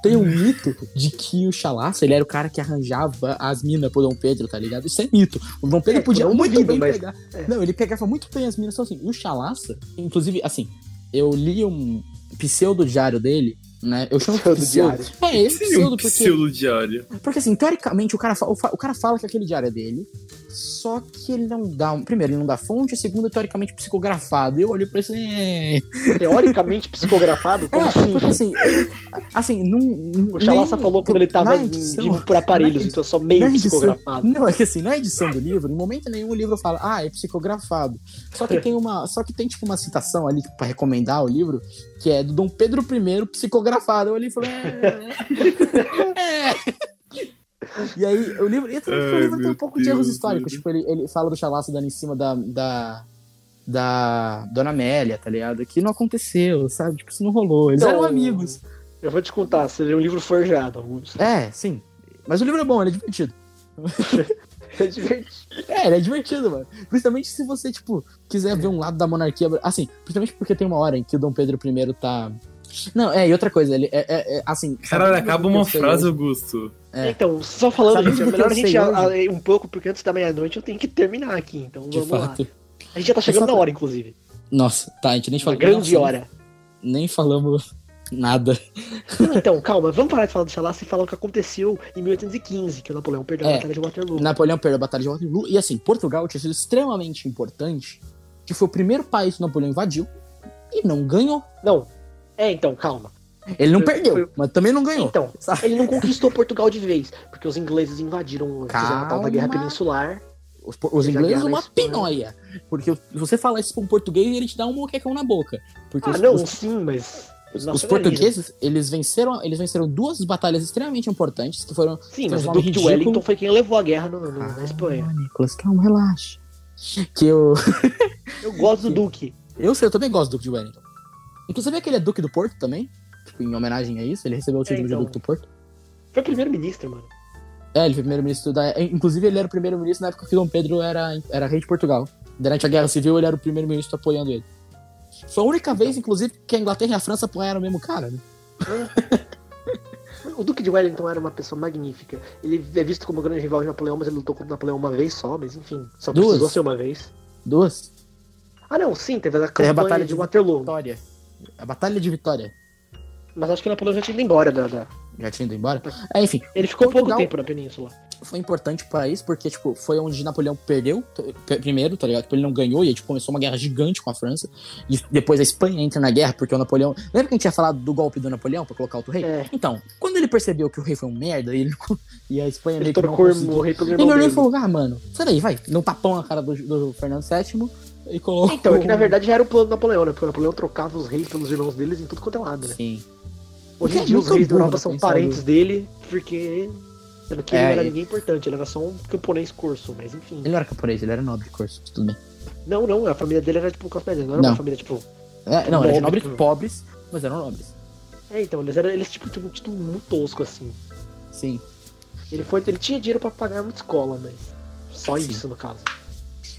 Speaker 1: tem um mito de que o Chalaça, ele era o cara que arranjava as minas pro Dom Pedro, tá ligado? Isso é mito. O Dom Pedro
Speaker 2: É,
Speaker 1: podia
Speaker 2: eu não
Speaker 1: muito
Speaker 2: duvido,
Speaker 1: bem
Speaker 2: mas-
Speaker 1: pegar.
Speaker 2: é.
Speaker 1: Não, ele pegava muito bem as minas só assim. E o Chalaça, inclusive, assim, eu li um pseudo-diário dele, né? Eu chamo de pseudo.
Speaker 2: Pseudo-diário.
Speaker 1: É, esse
Speaker 5: Seria
Speaker 1: pseudo,
Speaker 5: um
Speaker 1: porque
Speaker 5: pseudo diário.
Speaker 1: Porque assim, teoricamente, o cara, fa- o, fa- o cara fala que aquele diário é dele, só que ele não dá. um- Primeiro, ele não dá fonte, e segundo, é teoricamente psicografado. E "É, eu olhei pra isso e.
Speaker 2: Teoricamente psicografado, como
Speaker 1: É,
Speaker 2: É, assim?
Speaker 1: porque assim. [laughs] Assim, não. não-
Speaker 2: O Chalaça
Speaker 1: nem-
Speaker 2: falou quando ele tava
Speaker 1: na edição-
Speaker 2: vivo por aparelhos,
Speaker 1: na
Speaker 2: então é só
Speaker 1: na
Speaker 2: meio
Speaker 1: edição- [laughs]
Speaker 2: psicografado.
Speaker 1: Não, é que assim, na edição do livro, em momento nenhum o livro fala, ah, é psicografado. Só
Speaker 5: É.
Speaker 1: que tem uma, só que tem tipo uma citação ali pra recomendar o livro, que é do Dom Pedro I psicografado. Eu ali falei, é. é. E aí, o livro, e até que o
Speaker 5: Ai,
Speaker 1: livro tem um
Speaker 5: meu
Speaker 1: pouco de erros
Speaker 5: Deus,
Speaker 1: históricos.
Speaker 5: meu
Speaker 1: Tipo, ele, ele fala do Chalaça dando em cima da, da, da Dona Amélia, tá ligado? Que não aconteceu, sabe? Tipo, isso não rolou. Eles
Speaker 2: Não.
Speaker 5: Então,
Speaker 1: eram amigos.
Speaker 2: Então, Eu vou te contar, seria um livro forjado, Augusto. [laughs]
Speaker 1: É, sim. Mas o livro é bom, ele é divertido.
Speaker 2: É divertido.
Speaker 1: É, ele é divertido, mano. Principalmente se você, tipo, quiser ver um lado da monarquia. Assim, principalmente porque tem uma hora em que o Dom Pedro I tá. Não, é, e outra coisa, ele é, é- é, assim.
Speaker 5: Caralho,
Speaker 1: sabe
Speaker 5: acaba
Speaker 1: do que
Speaker 5: uma
Speaker 1: eu sei
Speaker 5: frase,
Speaker 1: hoje?
Speaker 5: Augusto.
Speaker 1: É.
Speaker 2: Então, só falando,
Speaker 1: Sabe
Speaker 2: gente, é
Speaker 1: do que
Speaker 2: melhor
Speaker 1: eu
Speaker 2: a gente
Speaker 1: sei
Speaker 2: a- a- um pouco, porque antes da meia-noite eu tenho que terminar aqui, então
Speaker 1: De
Speaker 2: vamos lá.
Speaker 1: fato.
Speaker 2: A gente já tá chegando
Speaker 1: Essa-
Speaker 2: na hora, inclusive.
Speaker 1: Nossa, tá, a gente nem
Speaker 2: Uma
Speaker 1: falou.
Speaker 2: grande
Speaker 1: nossa,
Speaker 2: hora.
Speaker 1: Nem falamos nada.
Speaker 2: Não, então, calma, vamos parar de falar do Chalaça e falar o que aconteceu em 1815, que o Napoleão perdeu a
Speaker 1: É.
Speaker 2: batalha de Waterloo.
Speaker 1: Napoleão perdeu a Batalha de Waterloo. E assim, Portugal tinha sido extremamente importante, que foi o primeiro país que Napoleão invadiu e não ganhou.
Speaker 2: Não. É, então, calma.
Speaker 1: Ele não
Speaker 2: Foi-
Speaker 1: perdeu,
Speaker 2: foi-
Speaker 1: mas também não ganhou.
Speaker 2: Então,
Speaker 1: sabe?
Speaker 2: ele não conquistou Portugal de vez, porque os ingleses invadiram, fizeram a tal da Guerra
Speaker 1: Calma.
Speaker 2: Peninsular.
Speaker 1: Os, por- os
Speaker 2: Ele já
Speaker 1: ingleses
Speaker 2: ganhava
Speaker 1: uma
Speaker 2: isso, né?
Speaker 1: pinóia. Porque se você falar isso pra um português, ele te dá um moquecão na boca. Porque
Speaker 2: Ah,
Speaker 1: os-
Speaker 2: não,
Speaker 1: os
Speaker 2: sim, mas...
Speaker 1: Os, os
Speaker 2: nacionalismo.
Speaker 1: portugueses, eles venceram, eles venceram duas batalhas extremamente importantes, que foram...
Speaker 2: Sim,
Speaker 1: Tem
Speaker 2: mas
Speaker 1: um
Speaker 2: o
Speaker 1: nome
Speaker 2: Duque de
Speaker 1: ridículo.
Speaker 2: Wellington foi quem levou a guerra no- no- na Espanha.
Speaker 1: Ah, Nicolas, calma, relaxa. Que eu...
Speaker 2: Eu gosto do Duque.
Speaker 1: Eu sei, eu também gosto do Duque de Wellington. Inclusive aquele é Duque do Porto também, tipo, em homenagem a isso, ele recebeu o título
Speaker 2: então.
Speaker 1: de Duque do Porto.
Speaker 2: Foi primeiro-ministro, mano.
Speaker 1: É, ele foi primeiro-ministro da... Inclusive ele era o primeiro-ministro na época que Dom Pedro era, era rei de Portugal. Durante a Guerra Civil ele era o primeiro-ministro apoiando ele. Foi a única vez, inclusive, que a Inglaterra e a França apoiaram o mesmo cara, né?
Speaker 2: O Duque de Wellington era uma pessoa magnífica. Ele é visto como o grande rival de Napoleão, mas ele lutou contra Napoleão uma vez só, mas enfim, só
Speaker 1: Duas.
Speaker 2: precisou ser uma vez.
Speaker 1: Duas.
Speaker 2: Ah não, sim, teve a
Speaker 1: Teve a
Speaker 2: campanha
Speaker 1: Batalha
Speaker 2: de
Speaker 1: de
Speaker 2: Waterloo.
Speaker 1: Vitória. A Batalha de Vitória.
Speaker 2: Mas acho que o Napoleão já tinha ido embora da. da-
Speaker 1: Já tinha ido embora? É, enfim,
Speaker 2: Ele ficou
Speaker 1: Portugal-
Speaker 2: pouco tempo na península.
Speaker 1: foi importante para isso, porque, tipo, foi onde Napoleão perdeu t- p- primeiro, tá ligado? Tipo, ele não ganhou e aí, tipo, começou uma guerra gigante com a França. E depois a Espanha entra na guerra, porque o Napoleão. Lembra que a gente tinha falado do golpe do Napoleão pra colocar outro rei?
Speaker 2: É.
Speaker 1: Então, quando ele percebeu que o rei foi um merda e, ele... [laughs] e a Espanha
Speaker 2: Ele
Speaker 1: meio que não
Speaker 2: trocou
Speaker 1: conseguiu.
Speaker 2: o rei pelo
Speaker 1: Ele
Speaker 2: irmão
Speaker 1: olhou e
Speaker 2: dele.
Speaker 1: falou: ah, mano, sai daí, vai. Deu um tapão na cara do, do Fernando VII e colocou.
Speaker 2: Então, é que na verdade já era o plano do Napoleão, né? Porque o Napoleão trocava os reis pelos irmãos deles em tudo quanto é lado, né?
Speaker 1: Sim.
Speaker 2: Hoje
Speaker 1: É
Speaker 2: em dia os
Speaker 1: muito
Speaker 2: reis da
Speaker 1: burro
Speaker 2: Europa são
Speaker 1: pensar
Speaker 2: parentes dele, porque. Sendo que ele
Speaker 1: É,
Speaker 2: não era
Speaker 1: e-
Speaker 2: ninguém importante, ele era só um camponês corso, mas enfim.
Speaker 1: Ele não era camponês, ele era nobre, corso, tudo bem.
Speaker 2: Não, não, a família dele era tipo classe média, não era
Speaker 1: Não.
Speaker 2: uma família tipo.
Speaker 1: É, não, era de
Speaker 2: Nobre.
Speaker 1: nobres pobres, mas eram nobres.
Speaker 2: É, então, eles, eram, eles tipo, tinham um título muito tosco assim.
Speaker 1: Sim.
Speaker 2: Ele, foi, ele tinha dinheiro pra pagar muita escola, mas. Só
Speaker 1: Sim.
Speaker 2: isso, no caso.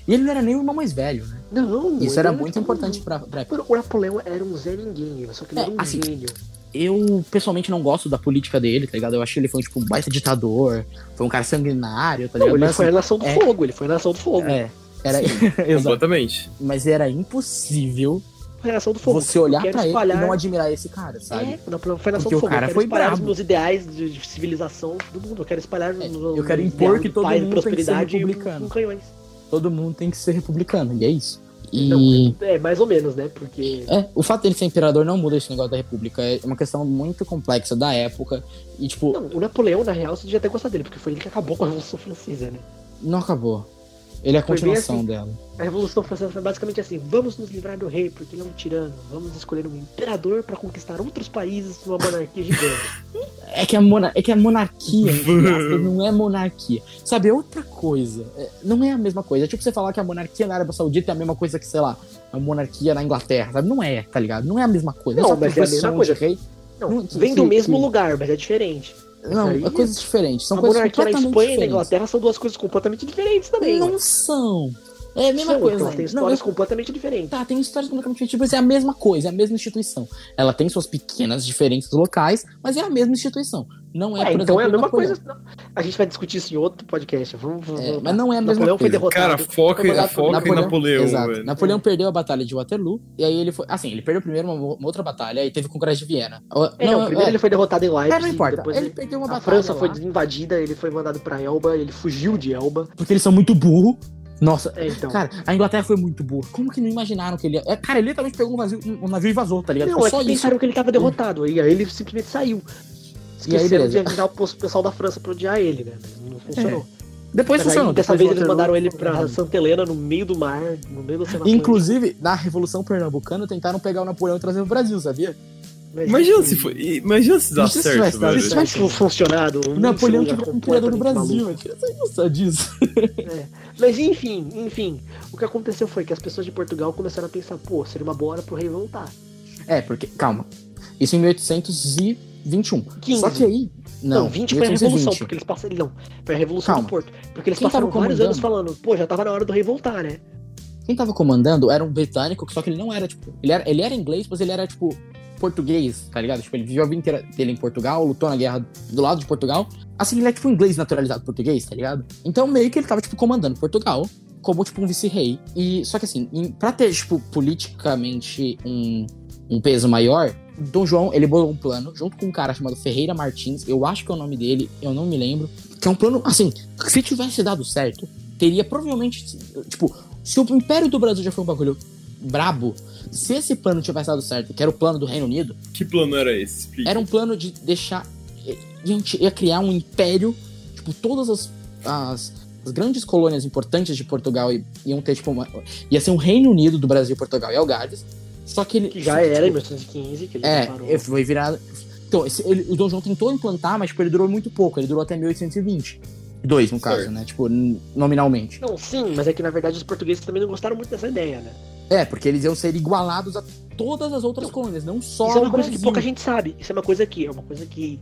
Speaker 1: E ele não era nem o irmão mais velho, né?
Speaker 2: Não,
Speaker 1: Isso
Speaker 2: ele
Speaker 1: era muito
Speaker 2: tipo,
Speaker 1: importante pra, pra época.
Speaker 2: Mano, o Napoleão era um Zé Ninguém, só que ele
Speaker 1: É,
Speaker 2: era um
Speaker 1: assim,
Speaker 2: gênio.
Speaker 1: Eu, pessoalmente, não gosto da política dele, tá ligado? Eu acho que ele foi, tipo, um baita ditador, foi um cara sanguinário, tá
Speaker 2: Não,
Speaker 1: ligado?
Speaker 2: ele
Speaker 1: Mas,
Speaker 2: foi a nação do
Speaker 1: é-
Speaker 2: fogo, ele foi a nação do fogo.
Speaker 1: É, era, [laughs] exato.
Speaker 4: Completamente.
Speaker 1: Mas era impossível
Speaker 2: Foi a nação do fogo.
Speaker 1: você olhar
Speaker 2: quero
Speaker 1: pra ele
Speaker 2: espalhar-
Speaker 1: e não admirar esse cara, sabe?
Speaker 2: É, o Napoleão foi a nação
Speaker 1: Porque
Speaker 2: do
Speaker 1: o
Speaker 2: fogo.
Speaker 1: cara
Speaker 2: eu quero
Speaker 1: foi
Speaker 2: espalhar os
Speaker 1: brabo.
Speaker 2: meus ideais de, de civilização do mundo. Eu quero espalhar os
Speaker 1: É,
Speaker 2: meus
Speaker 1: eu quero
Speaker 2: meus
Speaker 1: impor
Speaker 2: ideais
Speaker 1: que
Speaker 2: de
Speaker 1: todo
Speaker 2: paz,
Speaker 1: mundo tem que ser
Speaker 2: prosperidade e
Speaker 1: republicano.
Speaker 2: com canhões.
Speaker 1: Todo mundo tem que ser republicano, e é isso. E
Speaker 2: Não, é, mais ou menos, né? Porque.
Speaker 1: é, o fato dele ser imperador não muda esse negócio da república. É uma questão muito complexa da época. E, tipo,
Speaker 2: Não, o Napoleão, na real, você devia até gostar dele, porque foi ele que acabou com a Revolução Francesa, né?
Speaker 1: não acabou. Ele é a
Speaker 2: Foi bem
Speaker 1: continuação
Speaker 2: assim.
Speaker 1: dela.
Speaker 2: A Revolução Francesa foi basicamente assim: vamos nos livrar do rei, porque ele é um tirano. Vamos escolher um imperador pra conquistar outros países numa monarquia gigante.
Speaker 1: É que a, mona, é que a monarquia entre aspas, não é monarquia. Sabe, é outra coisa. É, não é a mesma coisa. É tipo você falar que a monarquia na Arábia Saudita é a mesma coisa que, sei lá, a monarquia na Inglaterra, sabe? Não é, tá ligado? Não é a mesma coisa.
Speaker 2: Não,
Speaker 1: só
Speaker 2: mas é a mesma
Speaker 1: sucessão de
Speaker 2: coisa.
Speaker 1: rei.
Speaker 2: Não,
Speaker 1: Não,
Speaker 2: vem
Speaker 1: sim,
Speaker 2: do mesmo
Speaker 1: sim.
Speaker 2: lugar, mas é diferente.
Speaker 1: Não,
Speaker 2: Isso aí
Speaker 1: é coisas diferentes. São
Speaker 2: a
Speaker 1: coisas
Speaker 2: monarquia na
Speaker 1: completamente
Speaker 2: Espanha e na
Speaker 1: diferentes.
Speaker 2: Inglaterra são duas coisas completamente diferentes também. né?
Speaker 1: Não são. É a mesma
Speaker 2: São,
Speaker 1: coisa.
Speaker 2: Elas têm
Speaker 1: né? Não,
Speaker 2: histórias
Speaker 1: eu-
Speaker 2: completamente diferentes.
Speaker 1: Tá, tem histórias completamente diferentes, mas é a mesma coisa, é a mesma instituição. Ela tem suas pequenas diferenças locais, mas é a mesma instituição. Não é,
Speaker 2: É,
Speaker 1: por
Speaker 2: então
Speaker 1: exemplo,
Speaker 2: é a mesma
Speaker 1: Napoleão.
Speaker 2: coisa. A gente vai discutir isso em outro podcast. Vamos, vamos
Speaker 1: É,
Speaker 2: voltar.
Speaker 1: mas não é a mesma
Speaker 2: Napoleão foi
Speaker 1: coisa.
Speaker 2: derrotado.
Speaker 4: Cara,
Speaker 5: Foi
Speaker 4: foca,
Speaker 5: mandado por
Speaker 4: foca em Napoleão,
Speaker 1: Exato.
Speaker 4: velho.
Speaker 1: Napoleão perdeu a batalha de Waterloo, e aí ele foi. Assim, ele perdeu primeiro uma, uma outra batalha e teve com o Congresso de Viena. Ou-
Speaker 2: É, não,
Speaker 1: é-
Speaker 2: primeiro ele foi derrotado em
Speaker 1: é,
Speaker 2: Leipzig.
Speaker 1: não importa.
Speaker 2: Depois
Speaker 1: Ele
Speaker 2: ele-
Speaker 1: perdeu uma
Speaker 2: a
Speaker 1: batalha.
Speaker 2: França foi
Speaker 1: lá,
Speaker 2: invadida, ele foi mandado pra Elba, ele fugiu de Elba.
Speaker 1: Porque eles são muito burro. Nossa.
Speaker 2: É, então.
Speaker 1: Cara, a Inglaterra foi muito burra. Como que não imaginaram que ele ia. é, Cara, ele literalmente pegou um, vazio- um- um navio e vazou, tá ligado?
Speaker 2: não,
Speaker 1: Foi
Speaker 2: é
Speaker 1: só
Speaker 2: que
Speaker 1: isso.
Speaker 2: pensaram que ele tava derrotado. E aí ele simplesmente saiu.
Speaker 1: E aí,
Speaker 2: Esqueceram de
Speaker 1: beleza.
Speaker 2: avisar o pos- pessoal da França pra odiar ele, né? Não funcionou.
Speaker 1: Depois
Speaker 2: Mas aí,
Speaker 1: funcionou.
Speaker 2: dessa
Speaker 1: depois
Speaker 2: vez eles
Speaker 1: Waterloo
Speaker 2: mandaram ele
Speaker 1: foi
Speaker 2: pra
Speaker 1: errado.
Speaker 2: Santa Helena, no meio do mar, no meio do oceano.
Speaker 1: Inclusive, na Revolução Pernambucana, tentaram pegar o Napoleão e trazer o Brasil, sabia?
Speaker 2: Atlântico.
Speaker 4: Imagina se foi. Imagina se dá
Speaker 1: Não sei se vai
Speaker 4: certo,
Speaker 1: se dá
Speaker 4: velho.
Speaker 2: Isso vai funcionado.
Speaker 1: O Napoleão que
Speaker 2: Isso é
Speaker 1: virou imperador do
Speaker 2: completamente
Speaker 1: Brasil. velho. Você tem noção disso?
Speaker 2: Mas enfim, enfim, o que aconteceu foi que as pessoas de Portugal começaram a pensar, pô, seria uma boa hora pro rei voltar.
Speaker 1: É, porque. Calma. Isso em 1821.
Speaker 2: 15.
Speaker 1: Só que aí.
Speaker 2: não,
Speaker 1: Não,
Speaker 2: 20 foi a revolução,
Speaker 1: 1820.
Speaker 2: porque eles passaram, não, foi a revolução
Speaker 1: Calma.
Speaker 2: do Porto, porque eles
Speaker 1: Quem
Speaker 2: passaram
Speaker 1: tava
Speaker 2: vários
Speaker 1: comandando?
Speaker 2: anos falando, pô, já tava na hora do rei voltar, né?
Speaker 1: Quem tava comandando era um britânico, só que ele não era, tipo. Ele era, ele era inglês, mas ele era, tipo, português, tá ligado? Tipo, ele viveu a vida inteira dele em Portugal, lutou na guerra do lado de Portugal. Assim, ele é, tipo, inglês naturalizado português, tá ligado? Então, meio que ele tava, tipo, comandando Portugal como, tipo, um vice-rei. E, só que assim, em, pra ter, tipo, politicamente um, um peso maior. Dom João, ele bolou um plano junto com um cara chamado Ferreira Martins, eu acho que é o nome dele, eu não me lembro. Que é um plano, assim, se tivesse dado certo, teria provavelmente, tipo, se o Império do Brasil já foi um bagulho brabo, se esse plano tivesse dado certo, que era o plano do Reino Unido,
Speaker 4: Que plano era esse? Explica.
Speaker 1: era um plano de deixar. Ia, ia criar um império, tipo, todas as, as, as grandes colônias importantes de Portugal i- iam ter, tipo, uma, ia ser um Reino Unido do Brasil, Portugal e Algarves. Só que ele.
Speaker 2: Que já era em
Speaker 1: tipo,
Speaker 2: 1915, que ele
Speaker 1: É,
Speaker 2: parou.
Speaker 1: ele foi virado. Então, esse- ele- o Dom João tentou implantar, mas tipo, ele durou muito pouco, ele durou até 1820. Dois, no caso,
Speaker 5: Certo.
Speaker 1: né? Tipo, n- nominalmente.
Speaker 2: Não, sim, mas é que na verdade os portugueses também não gostaram muito dessa ideia, né?
Speaker 1: É, porque eles iam ser igualados a todas as outras colônias, não só
Speaker 2: Isso é
Speaker 1: o
Speaker 2: uma coisa
Speaker 1: Brasil.
Speaker 2: que pouca gente sabe. Isso é uma coisa que, é uma coisa que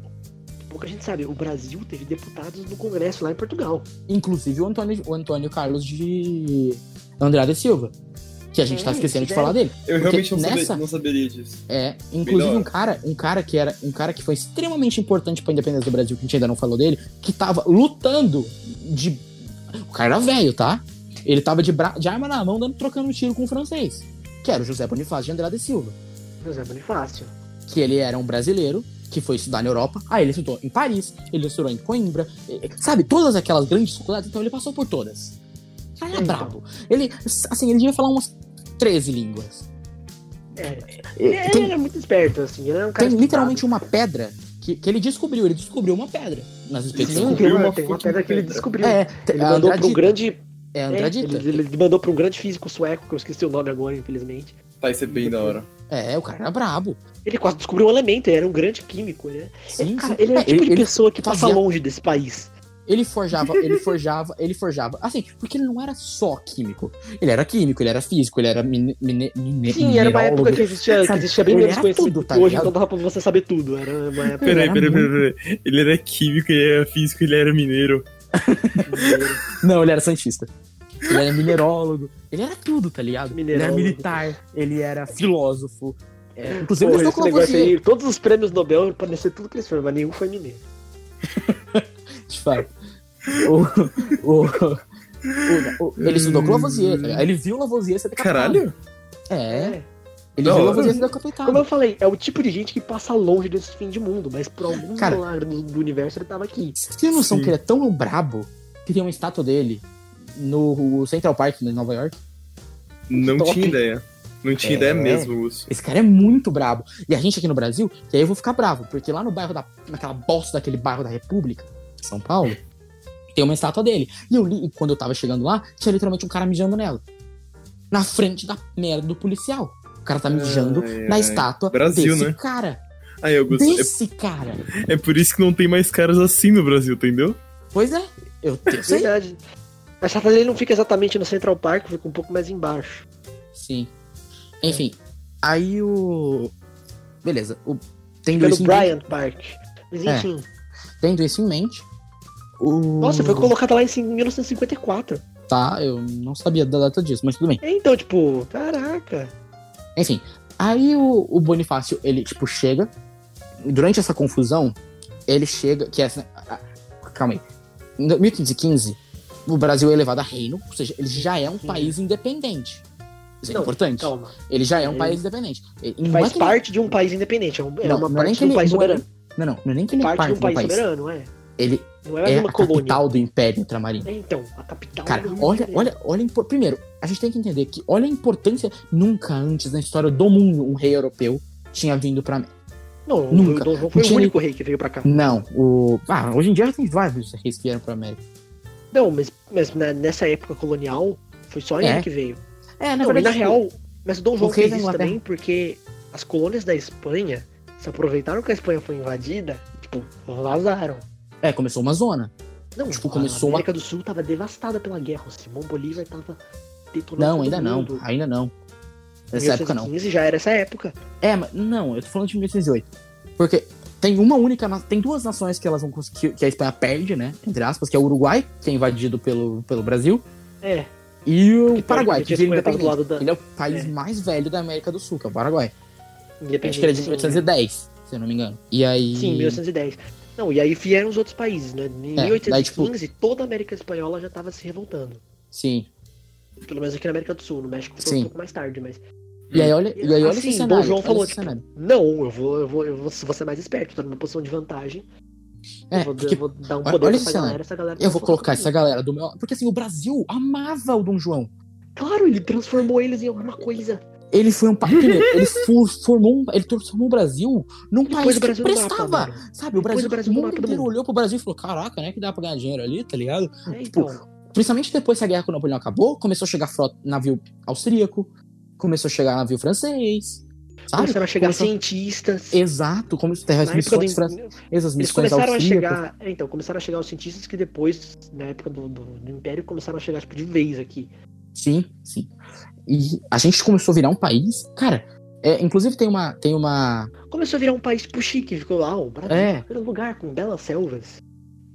Speaker 2: pouca gente sabe. O Brasil teve deputados no Congresso lá em Portugal.
Speaker 1: Inclusive o Antônio, o Antônio Carlos de Andrade Silva, que a gente tá
Speaker 2: É,
Speaker 1: esquecendo de
Speaker 2: sério?
Speaker 1: falar dele.
Speaker 5: Eu realmente não,
Speaker 1: nessa-
Speaker 5: sabia, não saberia disso.
Speaker 1: É, inclusive
Speaker 5: Melhor.
Speaker 1: um cara, um cara que era um cara que foi extremamente importante pra independência do Brasil, que a gente ainda não falou dele, que tava lutando de o cara era velho, tá? Ele tava de, bra... de arma na mão, dando trocando um tiro com o francês, que era o José Bonifácio de Andrade Silva.
Speaker 2: José Bonifácio.
Speaker 1: que ele era um brasileiro, que foi estudar na Europa. Aí ele estudou em Paris, ele estudou em Coimbra, eh, sabe? Todas aquelas grandes faculdades, então ele passou por todas. O Cara, é
Speaker 2: Então.
Speaker 1: brabo. Ele, assim, ele devia falar umas 13 línguas.
Speaker 2: É.
Speaker 1: Eh,
Speaker 2: Ele,
Speaker 1: Tem,
Speaker 2: ele era muito esperto, assim. Ele era um cara
Speaker 1: tem
Speaker 2: estudado.
Speaker 1: literalmente uma pedra que, que ele descobriu. Ele descobriu uma pedra nas
Speaker 2: Sim,
Speaker 1: expedições.
Speaker 2: tem uma,
Speaker 4: uma
Speaker 2: tem uma
Speaker 4: fucking
Speaker 2: pedra que ele
Speaker 4: pedra.
Speaker 2: descobriu.
Speaker 1: É,
Speaker 2: Ele
Speaker 1: é a
Speaker 2: mandou pra um
Speaker 1: Andradita.
Speaker 2: grande.
Speaker 1: É a
Speaker 2: é,
Speaker 1: Andradita.
Speaker 2: ele, ele mandou pra um grande físico sueco, que eu esqueci o nome agora, infelizmente.
Speaker 5: Tá, isso é bem da hora.
Speaker 1: É, o cara era brabo.
Speaker 2: Ele quase descobriu um elemento, ele era um grande químico, né?
Speaker 1: Sim,
Speaker 2: ele, cara,
Speaker 1: sim.
Speaker 2: ele era
Speaker 1: É,
Speaker 2: o tipo de
Speaker 1: ele-
Speaker 2: pessoa que passa
Speaker 1: fazia-
Speaker 2: longe desse país.
Speaker 1: Ele forjava, ele forjava, ele forjava. Assim, porque ele não era só químico. Ele era químico, ele era físico, ele era mine, mine, mine,
Speaker 2: Sim, era uma época
Speaker 1: minerólogo.
Speaker 2: que existia, que
Speaker 1: Sabe,
Speaker 2: existia bem
Speaker 1: ele
Speaker 2: menos
Speaker 1: era
Speaker 2: conhecimento
Speaker 1: tudo, tá
Speaker 2: que hoje,
Speaker 1: ligado?
Speaker 2: então dava pra você saber tudo. Era uma época
Speaker 1: Peraí,
Speaker 4: Peraí,
Speaker 1: peraí,
Speaker 4: peraí, peraí, Ele era químico, ele era físico, ele era mineiro.
Speaker 2: de
Speaker 1: Não, ele era santista. Ele era minerólogo. Ele era tudo, tá ligado?
Speaker 2: Minerólogo.
Speaker 1: Ele era militar, ele era filósofo. É, inclusive,
Speaker 2: Porra,
Speaker 1: ele
Speaker 2: esse
Speaker 1: com
Speaker 2: negócio
Speaker 1: Lavoisier.
Speaker 2: aí, todos os prêmios Nobel parecia tudo que eles foram, mas nenhum foi mineiro.
Speaker 1: De fato. O, o, o- o- ele estudou com Lavoisier, tá ligado? Ele viu Lavoisier ser decapitado.
Speaker 4: Caralho?
Speaker 1: É,
Speaker 2: É.
Speaker 1: ele viu
Speaker 4: Da hora.
Speaker 1: Lavoisier ser
Speaker 2: Como
Speaker 1: decapitado.
Speaker 2: eu falei, é o tipo de gente que passa longe desse fim de mundo, mas por algum
Speaker 1: Cara-
Speaker 2: milagre do, do universo ele tava aqui.
Speaker 1: Você tem noção
Speaker 4: Sim.
Speaker 1: que ele é tão brabo que tem uma estátua dele no Central Park, em Nova York?
Speaker 4: Não
Speaker 1: Top.
Speaker 4: tinha ideia.
Speaker 5: Não tinha
Speaker 1: É.
Speaker 5: ideia mesmo, Lúcio.
Speaker 1: Esse cara é muito brabo. E a gente aqui no Brasil, que aí eu vou ficar bravo, porque lá no bairro da. naquela bosta daquele bairro da República, São Paulo, tem uma estátua dele. E eu li, e quando eu tava chegando lá, tinha literalmente um cara mijando nela. Na frente da merda do policial. O cara tá mijando
Speaker 5: Ai,
Speaker 1: na
Speaker 5: ai.
Speaker 1: estátua
Speaker 4: Brasil,
Speaker 1: desse
Speaker 4: né?
Speaker 1: cara.
Speaker 4: Aí, Augusto, é-
Speaker 1: Desse cara.
Speaker 4: é, por isso que não tem mais caras assim no Brasil, entendeu?
Speaker 1: Pois é, eu, eu sei.
Speaker 2: Verdade. A chata dele não fica exatamente no Central Park, fica um pouco mais embaixo.
Speaker 1: Sim. Enfim, aí o. Beleza. O... Tendo,
Speaker 2: Pelo
Speaker 1: isso em...
Speaker 2: Bryant Park. Mas
Speaker 1: É.
Speaker 2: enfim.
Speaker 1: tendo isso em mente. O...
Speaker 2: Nossa, foi colocado lá em cin- 1954.
Speaker 1: Tá, eu não sabia da data disso, mas tudo bem.
Speaker 2: É, Então, tipo, caraca.
Speaker 1: Enfim, aí o, o Bonifácio, ele, tipo, chega. Durante essa confusão, ele chega. Que é essa. ah, ah, Calma aí. Em 1515, o Brasil é elevado a reino, ou seja, ele já é um país independente. Isso é
Speaker 2: Não,
Speaker 1: importante.
Speaker 2: Calma.
Speaker 1: ele já é um
Speaker 2: ele-
Speaker 1: país independente. Ele, não é
Speaker 2: Faz
Speaker 1: que ele-
Speaker 2: parte de um país independente. É um- é
Speaker 1: Não,
Speaker 2: uma
Speaker 1: não é nem
Speaker 2: parte
Speaker 1: que
Speaker 2: de um
Speaker 1: ele-
Speaker 2: país
Speaker 1: não é-
Speaker 2: soberano.
Speaker 1: Não, não, não é nem que ele é
Speaker 2: Parte de
Speaker 1: parte
Speaker 2: um
Speaker 1: do
Speaker 2: país,
Speaker 1: país.
Speaker 2: soberano, não é?
Speaker 1: Ele
Speaker 2: Não é mais
Speaker 1: é
Speaker 2: uma
Speaker 1: a
Speaker 2: colônia.
Speaker 1: capital do Império Ultramarino.
Speaker 2: É, então, a capital.
Speaker 1: Cara,
Speaker 2: do- é-
Speaker 1: olha, olha, olha. a impor- Primeiro, a gente tem que entender que olha a importância. Nunca antes na história do mundo um rei europeu tinha vindo pra.
Speaker 2: Não,
Speaker 1: nunca.
Speaker 2: o Dom João foi
Speaker 1: Não tinha
Speaker 2: o único rei que veio pra cá.
Speaker 1: Não, o. Ah, hoje em dia já tem vários reis que vieram pra América.
Speaker 2: Não, mas, mas na- nessa época colonial, foi só ele
Speaker 1: É.
Speaker 2: que veio.
Speaker 1: É,
Speaker 2: Não, e na tipo, real, mas o Dom João
Speaker 1: o rei
Speaker 2: fez
Speaker 1: da
Speaker 2: isso
Speaker 1: Inglaterra.
Speaker 2: também porque as colônias da Espanha se aproveitaram que a Espanha foi invadida, tipo, vazaram.
Speaker 1: É, começou uma zona.
Speaker 2: Não,
Speaker 1: Tipo,
Speaker 2: a
Speaker 1: começou uma-
Speaker 2: América do Sul tava devastada pela guerra. O Simão Bolívar tava detonando
Speaker 1: Não,
Speaker 2: todo
Speaker 1: ainda não,
Speaker 2: mundo.
Speaker 1: ainda não. Nessa época não.
Speaker 2: 1915 já era essa época.
Speaker 1: É, mas não, eu tô falando de 1908. Porque tem uma única. na- Tem duas nações que elas vão cons- que, que a Espanha perde, né? Entre aspas, que é o Uruguai, que é invadido pelo, pelo Brasil,
Speaker 2: É.
Speaker 1: e o
Speaker 2: porque
Speaker 1: Paraguai, que
Speaker 2: teoricamente, a
Speaker 1: vira
Speaker 2: Espanha tava do
Speaker 1: independente.
Speaker 2: lado da
Speaker 1: Ele é o país mais velho da América do Sul, que é o Paraguai. Acho que ele é de
Speaker 2: independência.
Speaker 1: 1810, se eu não me engano. E aí.
Speaker 2: Sim, 1910. Não, e aí vieram os outros países, né? Em
Speaker 1: É, daí, tipo-
Speaker 2: 1815, toda a América Espanhola já tava se revoltando.
Speaker 1: Sim.
Speaker 2: Pelo menos aqui na América do Sul, no México foi
Speaker 1: Sim.
Speaker 2: um pouco mais tarde, mas.
Speaker 1: E aí, olha, e aí, olha
Speaker 2: assim,
Speaker 1: esse
Speaker 2: Dom
Speaker 1: cenário.
Speaker 2: João
Speaker 1: olha
Speaker 2: falou,
Speaker 1: esse
Speaker 2: tipo,
Speaker 1: cenário.
Speaker 2: não, eu vou, eu vou, eu vou, se você é mais esperto, tô numa posição de vantagem.
Speaker 1: É,
Speaker 2: eu, vou,
Speaker 1: porque
Speaker 2: eu vou dar um
Speaker 1: olha-
Speaker 2: poder
Speaker 1: olha
Speaker 2: pra
Speaker 1: esse
Speaker 2: essa
Speaker 1: cenário.
Speaker 2: galera, essa galera. tá
Speaker 1: Eu vou
Speaker 2: transforma
Speaker 1: colocar
Speaker 2: tudo.
Speaker 1: essa galera do meu lado. Porque assim, o Brasil amava o Dom João.
Speaker 2: Claro, ele transformou eles em alguma coisa.
Speaker 1: Ele foi um país.
Speaker 2: [laughs]
Speaker 1: ele for- formou um- Ele transformou o Brasil num
Speaker 2: Ele
Speaker 1: país
Speaker 2: pôs o Brasil
Speaker 1: que
Speaker 2: no
Speaker 1: prestava.
Speaker 2: mapa, mano.
Speaker 1: Sabe, o
Speaker 2: Ele pôs
Speaker 1: Brasil,
Speaker 2: o Brasil
Speaker 1: o
Speaker 2: no
Speaker 1: mundo
Speaker 2: mapa do
Speaker 1: inteiro
Speaker 2: mundo.
Speaker 1: olhou pro Brasil e falou: caraca, né? Que dá pra ganhar dinheiro ali, tá ligado?
Speaker 2: É,
Speaker 1: Tipo,
Speaker 2: então,
Speaker 1: Principalmente depois que a guerra com Napoleão acabou, começou a chegar frota, navio austríaco, começou a chegar navio francês. Sabe?
Speaker 2: começaram a chegar
Speaker 1: Começou-
Speaker 2: cientistas.
Speaker 1: Exato, como se tivesse
Speaker 2: na época do
Speaker 1: missões francesas.
Speaker 2: in-
Speaker 1: Essas
Speaker 2: Eles
Speaker 1: missões
Speaker 2: começaram a
Speaker 1: austríacas.
Speaker 2: chegar. é, então, começaram a chegar os cientistas que depois, na época do, do, do Império, começaram a chegar tipo, de vez aqui.
Speaker 1: Sim, sim. E a gente começou a virar um país. Cara, é, inclusive tem uma. Tem uma.
Speaker 2: Começou a virar um país tipo chique, ficou lá, o Brasil,
Speaker 1: É.
Speaker 2: primeiro lugar, com belas selvas.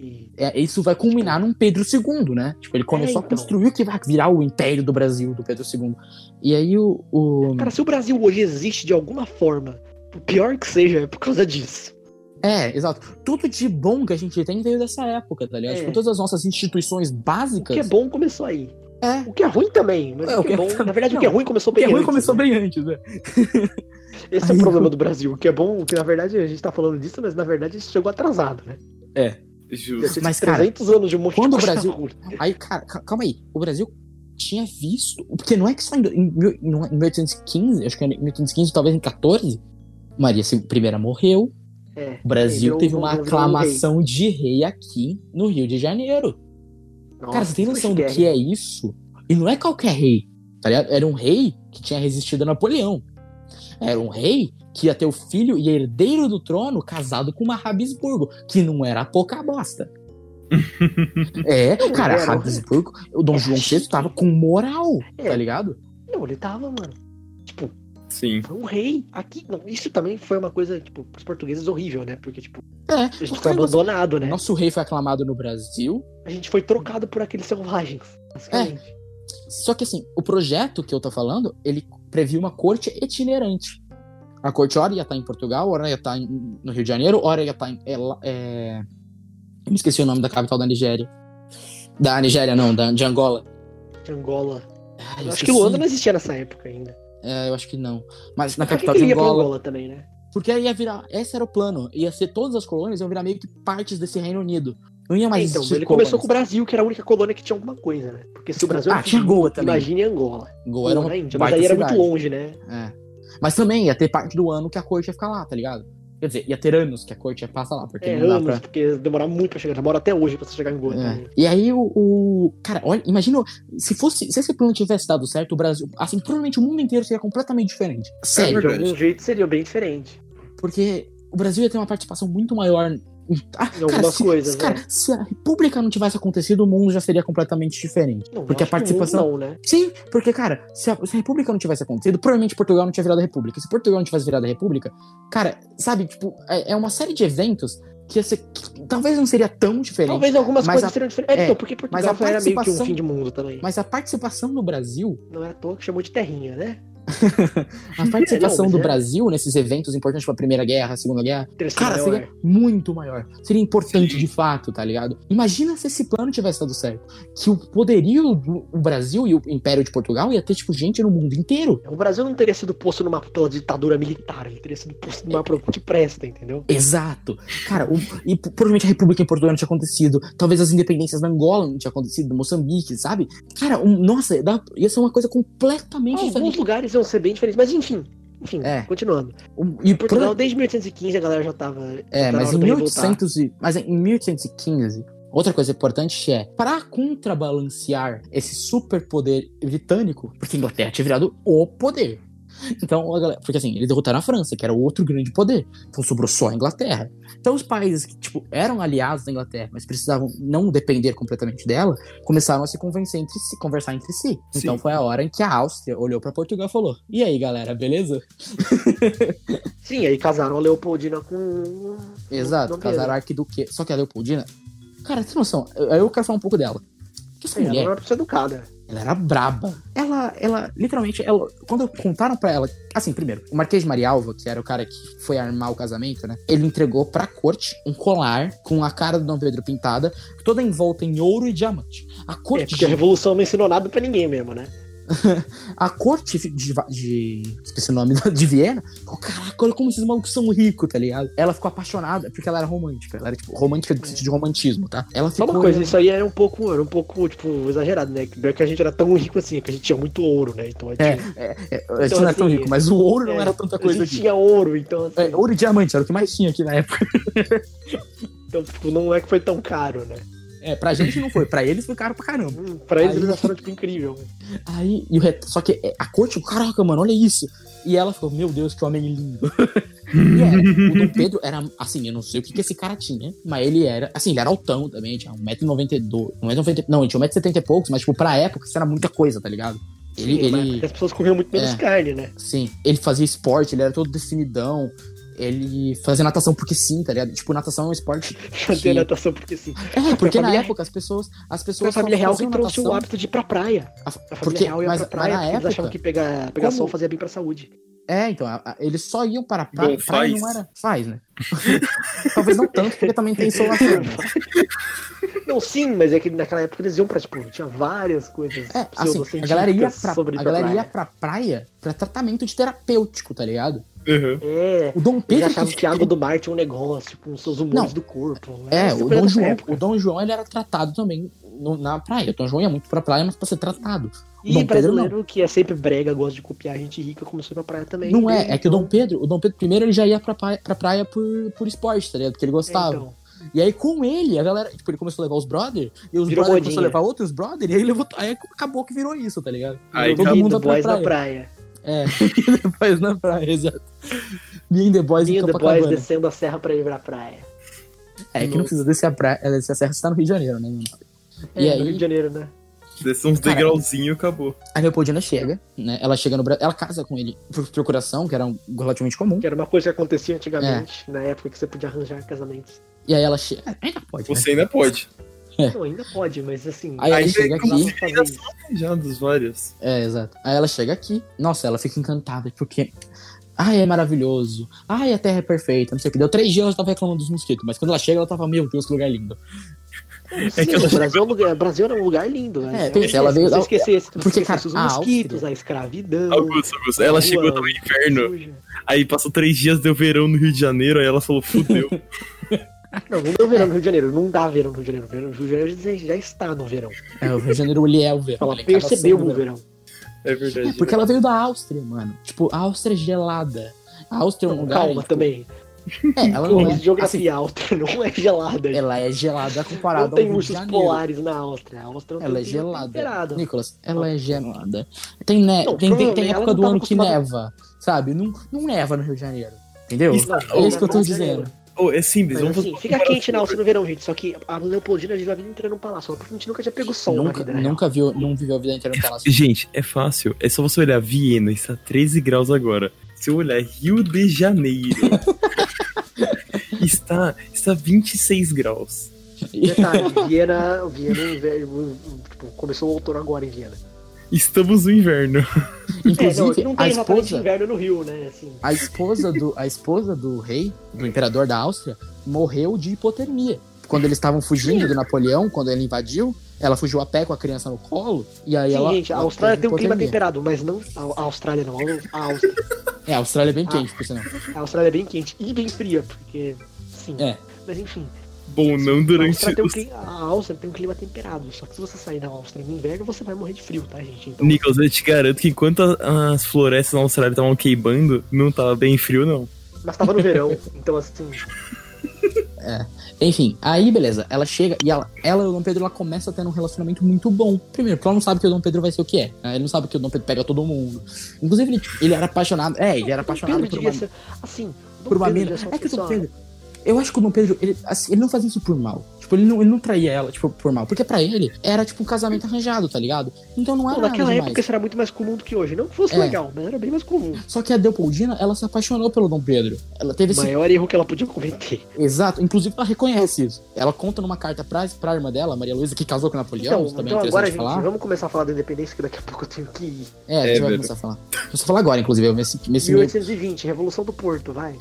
Speaker 2: E
Speaker 1: é, isso vai culminar num Pedro II, né? Tipo, ele começou
Speaker 2: então.
Speaker 1: a construir o que vai virar o Império do Brasil, do Pedro II. E aí o. o-
Speaker 2: Cara, se o Brasil hoje existe de alguma forma, por pior que seja, é por causa disso.
Speaker 1: É, exato. Tudo de bom que a gente tem veio dessa época, tá ligado?
Speaker 2: É.
Speaker 1: Tipo, todas as nossas instituições
Speaker 2: O
Speaker 1: básicas.
Speaker 2: que é bom começou aí.
Speaker 1: É.
Speaker 2: O que é ruim também, mas
Speaker 1: É,
Speaker 2: o que é bom. Na verdade,
Speaker 1: Não,
Speaker 2: o que é ruim começou
Speaker 1: O que
Speaker 2: bem
Speaker 1: é ruim
Speaker 2: antes,
Speaker 1: começou
Speaker 2: né?
Speaker 1: bem antes, né?
Speaker 2: Esse é
Speaker 1: Aí
Speaker 2: o
Speaker 1: eu-
Speaker 2: problema do Brasil, que é bom, que na verdade a gente tá falando disso, mas na verdade isso chegou atrasado, né?
Speaker 4: Justo.
Speaker 1: Mas,
Speaker 2: Mas, 300 anos de um monte
Speaker 1: quando o
Speaker 2: de coisa
Speaker 1: Brasil-
Speaker 2: ruim.
Speaker 1: Aí, cara, ca- calma aí. O Brasil tinha visto. Porque não é que só em, do- em, mil- não é- em 1815, acho que era em 1815, talvez em 14, Maria II primeira morreu.
Speaker 2: É,
Speaker 1: O Brasil
Speaker 2: entendeu?
Speaker 1: teve uma
Speaker 2: Morreu um
Speaker 1: aclamação de rei aqui no Rio de Janeiro.
Speaker 2: rei. Nossa,
Speaker 1: cara, você tem noção do
Speaker 2: guerra,
Speaker 1: que é isso? E não é qualquer rei, tá ligado? Era um rei que tinha resistido a Napoleão. Era um rei que ia ter o filho e herdeiro do trono casado com uma Habsburgo, que não era pouca bosta. é, cara,
Speaker 2: Era. um
Speaker 1: Habsburgo, o Dom João VI tava com moral, tá
Speaker 2: É.
Speaker 1: ligado?
Speaker 2: Não, ele tava, mano. Tipo,
Speaker 5: Sim.
Speaker 2: foi um rei aqui. Não, isso também foi uma coisa, tipo, pros portugueses horrível, né? Porque, tipo,
Speaker 1: É,
Speaker 2: a gente
Speaker 1: porque
Speaker 2: foi
Speaker 1: o negócio-
Speaker 2: abandonado, né?
Speaker 1: nosso rei foi aclamado no Brasil,
Speaker 2: A gente foi trocado por aqueles selvagens, basicamente.
Speaker 1: Só que assim, o projeto que eu tô falando, ele previu uma corte itinerante. A corte ora ia estar em Portugal, ora ia estar em- no Rio de Janeiro, ora ia estar em. é lá- é, Eu me esqueci o nome da capital da Nigéria. Da Nigéria, não, da, de Angola. É.
Speaker 2: De Angola.
Speaker 1: Ah, eu
Speaker 2: Eu acho
Speaker 1: esqueci.
Speaker 2: que Luanda não existia nessa época ainda.
Speaker 1: É, eu acho que não. Mas na
Speaker 2: Pra que
Speaker 1: capital
Speaker 2: que ele
Speaker 1: de
Speaker 2: ia pra
Speaker 1: Angola.
Speaker 2: Angola também, né?
Speaker 1: Porque aí ia virar. Esse era o plano. Ia ser todas as colônias, iam virar meio que partes desse Reino Unido. Não ia mais
Speaker 2: então,
Speaker 1: existir
Speaker 2: ele começou com o
Speaker 1: colônias.
Speaker 2: Brasil, que era a única colônia que tinha alguma coisa, né? Porque se o Brasil
Speaker 1: Ah, tinha Goa também.
Speaker 2: imagine Angola.
Speaker 1: Goa era
Speaker 2: Ou
Speaker 1: uma
Speaker 2: na Índia, mas
Speaker 1: baita
Speaker 2: aí era
Speaker 1: cidade.
Speaker 2: muito longe, né?
Speaker 1: É. Mas também ia ter parte do ano que a corte ia ficar lá, tá ligado? Quer dizer, ia ter anos que a corte ia passar lá, porque
Speaker 2: É,
Speaker 1: não dá
Speaker 2: anos,
Speaker 1: pra.
Speaker 2: porque demorava muito pra chegar. Demora até hoje pra você chegar em Goa.
Speaker 1: É.
Speaker 2: né?
Speaker 1: E aí o, o- Cara, olha, imagina. Se fosse. Se esse plano tivesse dado certo, o Brasil. Assim, provavelmente o mundo inteiro seria completamente diferente. Sério.
Speaker 2: De
Speaker 5: verdade.
Speaker 2: algum jeito seria bem diferente.
Speaker 1: porque o Brasil ia ter uma participação muito maior. em- Ah, cara,
Speaker 2: algumas
Speaker 1: se,
Speaker 2: coisas, é.
Speaker 1: se- cara, se a República não tivesse acontecido, o mundo já seria completamente diferente.
Speaker 2: Não,
Speaker 1: Porque
Speaker 2: acho
Speaker 1: a
Speaker 2: que o mundo
Speaker 1: participação-
Speaker 2: Não, né?
Speaker 1: Sim, porque, cara, se a, se a República não tivesse acontecido, provavelmente Portugal não tinha virado a República. Se Portugal não tivesse virado a República, cara, sabe, tipo, é, é uma série de eventos que ia ser. que talvez não seria tão diferente.
Speaker 2: Talvez algumas
Speaker 1: Mas
Speaker 2: coisas
Speaker 1: a-
Speaker 2: seriam diferentes. É,
Speaker 1: é,
Speaker 2: então, porque
Speaker 1: mas
Speaker 2: Portugal
Speaker 1: a
Speaker 2: era meio que um
Speaker 1: participação-
Speaker 2: fim de mundo também.
Speaker 1: Mas a participação do Brasil,
Speaker 2: Não é à toa que chamou de terrinha, né? [laughs]
Speaker 1: a participação
Speaker 2: mas
Speaker 1: do
Speaker 2: é.
Speaker 1: Brasil nesses eventos importantes tipo a Primeira Guerra, a Segunda Guerra,
Speaker 2: Terceira
Speaker 1: cara,
Speaker 2: maior.
Speaker 1: seria muito maior. Seria importante de fato, tá ligado? Imagina se esse plano tivesse dado certo. Que o poderio do o Brasil e o Império de Portugal ia ter, tipo, gente no mundo inteiro.
Speaker 2: O Brasil não teria sido posto no mapa pela ditadura militar, ele teria sido posto
Speaker 1: É.
Speaker 2: no mapa de presta, entendeu?
Speaker 1: Exato. Cara, o- e p- provavelmente a República em Portugal não tinha acontecido. Talvez as independências da Angola não tinha acontecido, Moçambique, sabe? Cara, um- nossa, dá- ia ser uma coisa completamente
Speaker 2: Alguns
Speaker 1: diferente.
Speaker 2: lugares iam ser bem diferentes, mas enfim. Enfim,
Speaker 1: É.
Speaker 2: continuando.
Speaker 1: Um- E
Speaker 2: Em Portugal,
Speaker 1: prova-
Speaker 2: desde 1815, a galera já tava.
Speaker 1: É,
Speaker 2: já
Speaker 1: mas
Speaker 2: tava
Speaker 1: em,
Speaker 2: pra
Speaker 1: 1800 e- mas em 1815, outra coisa importante é, para contrabalancear esse superpoder britânico, porque a Inglaterra tinha virado o poder. Então, a galera, porque assim, eles derrotaram a França, que era outro grande poder. Então sobrou só a Inglaterra. Então os países que, tipo, eram aliados da Inglaterra, mas precisavam não depender completamente dela, começaram a se convencer entre si, conversar entre si. Então foi a hora em que a Áustria olhou pra Portugal e falou: "E aí, galera, beleza?"
Speaker 2: voltar. Sim, aí casaram a Leopoldina com.
Speaker 1: Exato,
Speaker 2: Não
Speaker 1: casar
Speaker 2: mesmo.
Speaker 1: arquiduque. Só que a Leopoldina. Cara, tem noção? Eu, eu quero falar um pouco dela. Porque essa
Speaker 2: Sim, ela
Speaker 1: mulher,
Speaker 2: era uma pessoa educada.
Speaker 1: ela era braba. Ela, ela, literalmente, ela, quando contaram pra ela. Assim, primeiro, o Marquês de Marialva, que era o cara que foi armar o casamento, né? Ele entregou pra corte um colar com a cara do Dom Pedro pintada, toda envolta em ouro e diamante. A
Speaker 2: É,
Speaker 1: corte,
Speaker 2: porque a Revolução não ensinou nada pra ninguém mesmo, né?
Speaker 1: a corte de, de, esqueci o nome, [laughs] de Viena, ficou, caraca, olha como esses malucos são ricos, tá ligado? Ela ficou apaixonada, porque ela era romântica. Ela era, tipo, romântica no sentido de romantismo, tá? Ela
Speaker 2: Só
Speaker 1: ficou.
Speaker 2: uma coisa, isso aí era um pouco, era um pouco, tipo, exagerado, né? Que pior que a gente era tão rico assim, que a gente tinha muito ouro, né? Então a gente,
Speaker 1: É, é, é, a gente não era tão rico, mas o ouro não
Speaker 2: É,
Speaker 1: era tanta
Speaker 2: a gente
Speaker 1: coisa aqui.
Speaker 2: tinha ouro, então assim,
Speaker 1: É, ouro e diamante era o que mais tinha aqui na época.
Speaker 2: então, tipo, não é que foi tão caro, né?
Speaker 1: É, pra gente não foi, pra eles foi caro pra caramba.
Speaker 2: Hum, Pra eles
Speaker 1: Aí-
Speaker 2: eles acharam, tipo, incrível.
Speaker 1: Aí, e o ret- só que é, a corte, caraca, mano, olha isso. E ela ficou, meu Deus, que homem lindo. [laughs] e era, o Dom Pedro era, assim, eu não sei o que, que esse cara tinha, mas ele era, assim, ele era altão também, tinha 1,92m, 1,90m, não, ele tinha 1,70m e poucos, mas, tipo, pra época isso era muita coisa, tá ligado? Ele,
Speaker 2: Sim, mas
Speaker 1: ele,
Speaker 2: As pessoas comiam muito menos
Speaker 1: É.
Speaker 2: carne, né? [laughs]
Speaker 1: Sim, ele fazia esporte, ele era todo definidão. Ele fazia natação porque sim, tá ligado? Tipo, natação é um esporte.
Speaker 2: Fazer natação, porque assim,
Speaker 1: É, porque na
Speaker 2: família-
Speaker 1: época as pessoas. As
Speaker 2: foi a
Speaker 1: pessoas
Speaker 2: família
Speaker 1: só
Speaker 2: real que
Speaker 1: faziam
Speaker 2: trouxe o
Speaker 1: natação-
Speaker 2: hábito de ir pra praia.
Speaker 1: a-
Speaker 2: A família
Speaker 1: Porque,
Speaker 2: real ia
Speaker 1: mas,
Speaker 2: pra
Speaker 1: mas
Speaker 2: praia,
Speaker 1: na
Speaker 2: porque eles achavam
Speaker 1: época.
Speaker 2: que pegar, pegar
Speaker 1: Como?
Speaker 2: sol fazia bem pra saúde.
Speaker 1: É, então, a- a- eles só iam para a pra-
Speaker 5: Bom,
Speaker 1: praia.
Speaker 5: faz.
Speaker 1: não era. Faz, né? [laughs] Talvez não tanto, porque também tem insolação. né?
Speaker 2: Não, sim, mas é que naquela época eles iam pra, tipo, tinha várias coisas
Speaker 1: É, assim, a galera ia pra, a galera ia pra praia pra tratamento de terapêutico, tá ligado?
Speaker 4: Uhum.
Speaker 2: É.
Speaker 1: O Dom
Speaker 2: Ele
Speaker 1: Pedro.
Speaker 2: achava
Speaker 1: que- tipo
Speaker 2: que a água do mar tinha um negócio, tipo, uns seus humores do corpo.
Speaker 1: É,
Speaker 2: né? Isso
Speaker 1: o
Speaker 2: foi
Speaker 1: Dom
Speaker 2: nessa
Speaker 1: João.
Speaker 2: época.
Speaker 1: O Dom João ele era tratado também no- na praia. O Dom João ia muito pra praia, mas pra ser tratado.
Speaker 2: E
Speaker 1: Dom Pedro
Speaker 2: brasileiro que é sempre brega, gosta de copiar gente rica, começou na praia também.
Speaker 1: Não
Speaker 2: né?
Speaker 1: é, é que o Dom Pedro, o Dom Pedro primeiro ele já ia pra praia, pra praia por, por esporte, tá ligado? Porque ele gostava.
Speaker 2: Então,
Speaker 1: E aí com ele, a galera, tipo, ele começou a levar os brother, e os
Speaker 2: Virou
Speaker 1: brother começou a
Speaker 2: modinha.
Speaker 1: levar outros brother, e aí levou, aí acabou que virou isso, tá [laughs] ligado?
Speaker 4: Aí
Speaker 1: todo
Speaker 2: todo
Speaker 1: mundo
Speaker 2: mundo
Speaker 1: vai pra
Speaker 2: boys na
Speaker 1: praia.
Speaker 2: praia.
Speaker 1: É, e depois na praia, exato. Me and the Boys em
Speaker 2: Vindo depois
Speaker 1: Copacabana.
Speaker 2: descendo a serra pra ir pra praia.
Speaker 1: É, que não precisa descer a praia, é, descer a serra, você tá no Rio de Janeiro, né? mano?
Speaker 2: É,
Speaker 1: E
Speaker 2: no Rio de
Speaker 1: aí,
Speaker 2: Janeiro, né?
Speaker 5: Desceu uns
Speaker 1: Caralho.
Speaker 5: degrauzinhos e acabou.
Speaker 1: a Leopoldina chega, né? Ela chega no Brasil, ela casa com ele por procuração, que era um, relativamente comum.
Speaker 2: Que era uma coisa que acontecia antigamente,
Speaker 1: É.
Speaker 2: na época que você podia arranjar casamentos.
Speaker 1: E aí ela chega. Ainda pode, né?
Speaker 5: Você ainda pode.
Speaker 4: [laughs]
Speaker 2: Não, ainda pode, mas assim.
Speaker 1: Aí ela
Speaker 5: Ainda
Speaker 1: chega
Speaker 5: é
Speaker 1: aqui.
Speaker 5: como se-
Speaker 2: fazer isso.
Speaker 5: Já dos vários.
Speaker 1: É, exato. Aí ela chega aqui, nossa, ela fica encantada, porque. Ai, é maravilhoso. Ai, a terra é perfeita. Não sei o que. Deu três dias, ela tava reclamando dos mosquitos. Mas quando ela chega, ela tava, meu Deus, que lugar lindo.
Speaker 2: Sim,
Speaker 5: que eu-
Speaker 2: o Brasil, é um lugar- o Brasil era um lugar lindo, né?
Speaker 1: É, pensa, ela veio-
Speaker 2: Se você esquecesse,
Speaker 1: Porque,
Speaker 2: porque,
Speaker 1: cara,
Speaker 2: cara, os
Speaker 1: a
Speaker 2: mosquitos,
Speaker 1: Áustria-
Speaker 2: a, escravidão.
Speaker 5: Augusto, Augusto, ela
Speaker 2: Boa.
Speaker 5: chegou no inverno,
Speaker 2: suja.
Speaker 5: aí passou três dias, deu verão no Rio de Janeiro, aí ela falou, fudeu.
Speaker 2: Não, não deu verão no Rio de Janeiro, não dá verão no Rio de Janeiro. Verão no Rio de Janeiro já, já está no verão.
Speaker 1: É, o Rio de Janeiro, ele é o verão.
Speaker 2: Ela
Speaker 1: ele acaba
Speaker 2: percebeu
Speaker 1: sendo
Speaker 2: o verão.
Speaker 5: É
Speaker 1: É,
Speaker 5: verdade.
Speaker 1: porque ela veio da Áustria, mano. Tipo, a Áustria é gelada. A Áustria é um lugar.
Speaker 2: Calma
Speaker 1: tipo,
Speaker 2: também.
Speaker 1: É, ela
Speaker 2: Pô,
Speaker 1: não
Speaker 2: mas
Speaker 1: é. assim,
Speaker 2: geografia alta [laughs] não é gelada.
Speaker 1: ela é gelada comparada
Speaker 2: [laughs] não tem
Speaker 1: ao Rio de
Speaker 2: ursos
Speaker 1: Janeiro.
Speaker 2: polares na Áustria. A Áustria não
Speaker 1: Ela
Speaker 2: tem
Speaker 1: é
Speaker 2: clima temperado.
Speaker 1: gelada. Nicolas, ela é gelada. Tem, ne...
Speaker 2: Não,
Speaker 1: tem, tem, tem
Speaker 2: provavelmente
Speaker 1: época
Speaker 2: ela
Speaker 1: do
Speaker 2: não
Speaker 1: ano
Speaker 2: tava
Speaker 1: que
Speaker 2: acostumada-
Speaker 1: neva, sabe? Não, não neva no Rio de Janeiro. Entendeu?
Speaker 5: Isso-
Speaker 1: É isso que eu tô dizendo.
Speaker 5: Oh, é simples,
Speaker 2: né? Mas,
Speaker 5: vamos
Speaker 2: assim,
Speaker 5: fazer
Speaker 2: fica
Speaker 5: uma
Speaker 2: quente na Áustria
Speaker 5: comparação.
Speaker 2: no verão, gente. Só que a Leopoldina vive a vida inteira num palácio. Porque a gente nunca tinha pego sol na
Speaker 1: Nunca,
Speaker 2: vida, né?
Speaker 1: nunca viu, não viveu a vida inteira
Speaker 2: [laughs]
Speaker 1: no palácio.
Speaker 5: Gente, é fácil. É só você olhar Viena, está 13 graus agora. Se eu olhar Rio de Janeiro, está, está 26 graus.
Speaker 1: [laughs]
Speaker 2: Detalhe, Viena, Viena é um inverno, tipo, começou o outono agora em Viena.
Speaker 5: Estamos no inverno.
Speaker 2: É, não,
Speaker 1: Inclusive,
Speaker 2: não tem
Speaker 1: a
Speaker 2: exatamente
Speaker 1: esposa,
Speaker 2: inverno no Rio, né? Assim,
Speaker 1: a esposa do, a esposa do rei, do imperador da Áustria, morreu de hipotermia. Quando eles estavam fugindo do Napoleão, quando ele invadiu, ela fugiu a pé com a criança no colo e aí
Speaker 2: Sim,
Speaker 1: ela.
Speaker 2: gente, a
Speaker 1: ela
Speaker 2: Austrália
Speaker 1: teve
Speaker 2: tem um clima
Speaker 1: hipotermia.
Speaker 2: temperado, mas não a a Austrália não, a Áustria.
Speaker 1: É, a Austrália é bem quente, por sinal.
Speaker 2: A Austrália é bem quente e bem fria, porque sim.
Speaker 1: É.
Speaker 2: Mas enfim,
Speaker 5: Bom, não
Speaker 2: a
Speaker 5: durante
Speaker 2: Austrália, tem um
Speaker 5: os-
Speaker 2: clima, a Áustria tem um clima temperado, só que se você sair da Áustria no inverno, você vai morrer de frio, tá, gente? Então,
Speaker 5: Nicolas, eu te garanto que enquanto a- as florestas na Austrália estavam queimando, não tava bem frio, não.
Speaker 2: mas tava
Speaker 1: [laughs]
Speaker 2: no verão, então assim,
Speaker 1: Enfim, aí beleza, ela chega e ela, ela e o Dom Pedro ela começa tendo um relacionamento muito bom. Primeiro, porque ela não sabe que o Dom Pedro vai ser o que é. né? Ele não sabe que o Dom Pedro pega todo mundo. Inclusive, ele, ele era apaixonado. É, ele era
Speaker 2: Dom
Speaker 1: apaixonado
Speaker 2: Pedro
Speaker 1: por
Speaker 2: devia
Speaker 1: uma,
Speaker 2: ser, assim, Dom
Speaker 1: por uma
Speaker 2: Pedro
Speaker 1: mina.
Speaker 2: devia ser uma
Speaker 1: É que o Dom
Speaker 2: pessoa-
Speaker 1: Pedro. Eu acho que o Dom Pedro, ele, assim, ele não fazia isso por mal. Tipo, ele não, ele não traía ela, tipo, por mal. Porque pra ele era tipo um casamento arranjado, tá ligado? Então não
Speaker 2: Não,
Speaker 1: era
Speaker 2: naquela
Speaker 1: nada
Speaker 2: época
Speaker 1: demais.
Speaker 2: isso era muito mais comum do que hoje. Não que fosse
Speaker 1: É.
Speaker 2: legal, mas era bem mais comum.
Speaker 1: Só que a Leopoldina, ela se apaixonou pelo Dom Pedro. Ela teve
Speaker 2: O
Speaker 1: esse
Speaker 2: maior erro que ela podia cometer.
Speaker 1: Exato, inclusive ela reconhece isso. Ela conta numa carta pra, pra irmã dela, Maria Luísa, que casou com Napoleão,
Speaker 2: Então,
Speaker 1: isso também é
Speaker 2: então
Speaker 1: interessante
Speaker 2: agora, gente,
Speaker 1: falar.
Speaker 2: vamos começar a falar da independência, que daqui a pouco eu tenho que ir.
Speaker 1: É, a gente
Speaker 5: É,
Speaker 1: vai
Speaker 5: velho.
Speaker 1: começar a falar. Vamos falar agora, inclusive, nesse, nesse meio.
Speaker 2: 1820, Revolução do Porto,
Speaker 1: É,
Speaker 2: vai.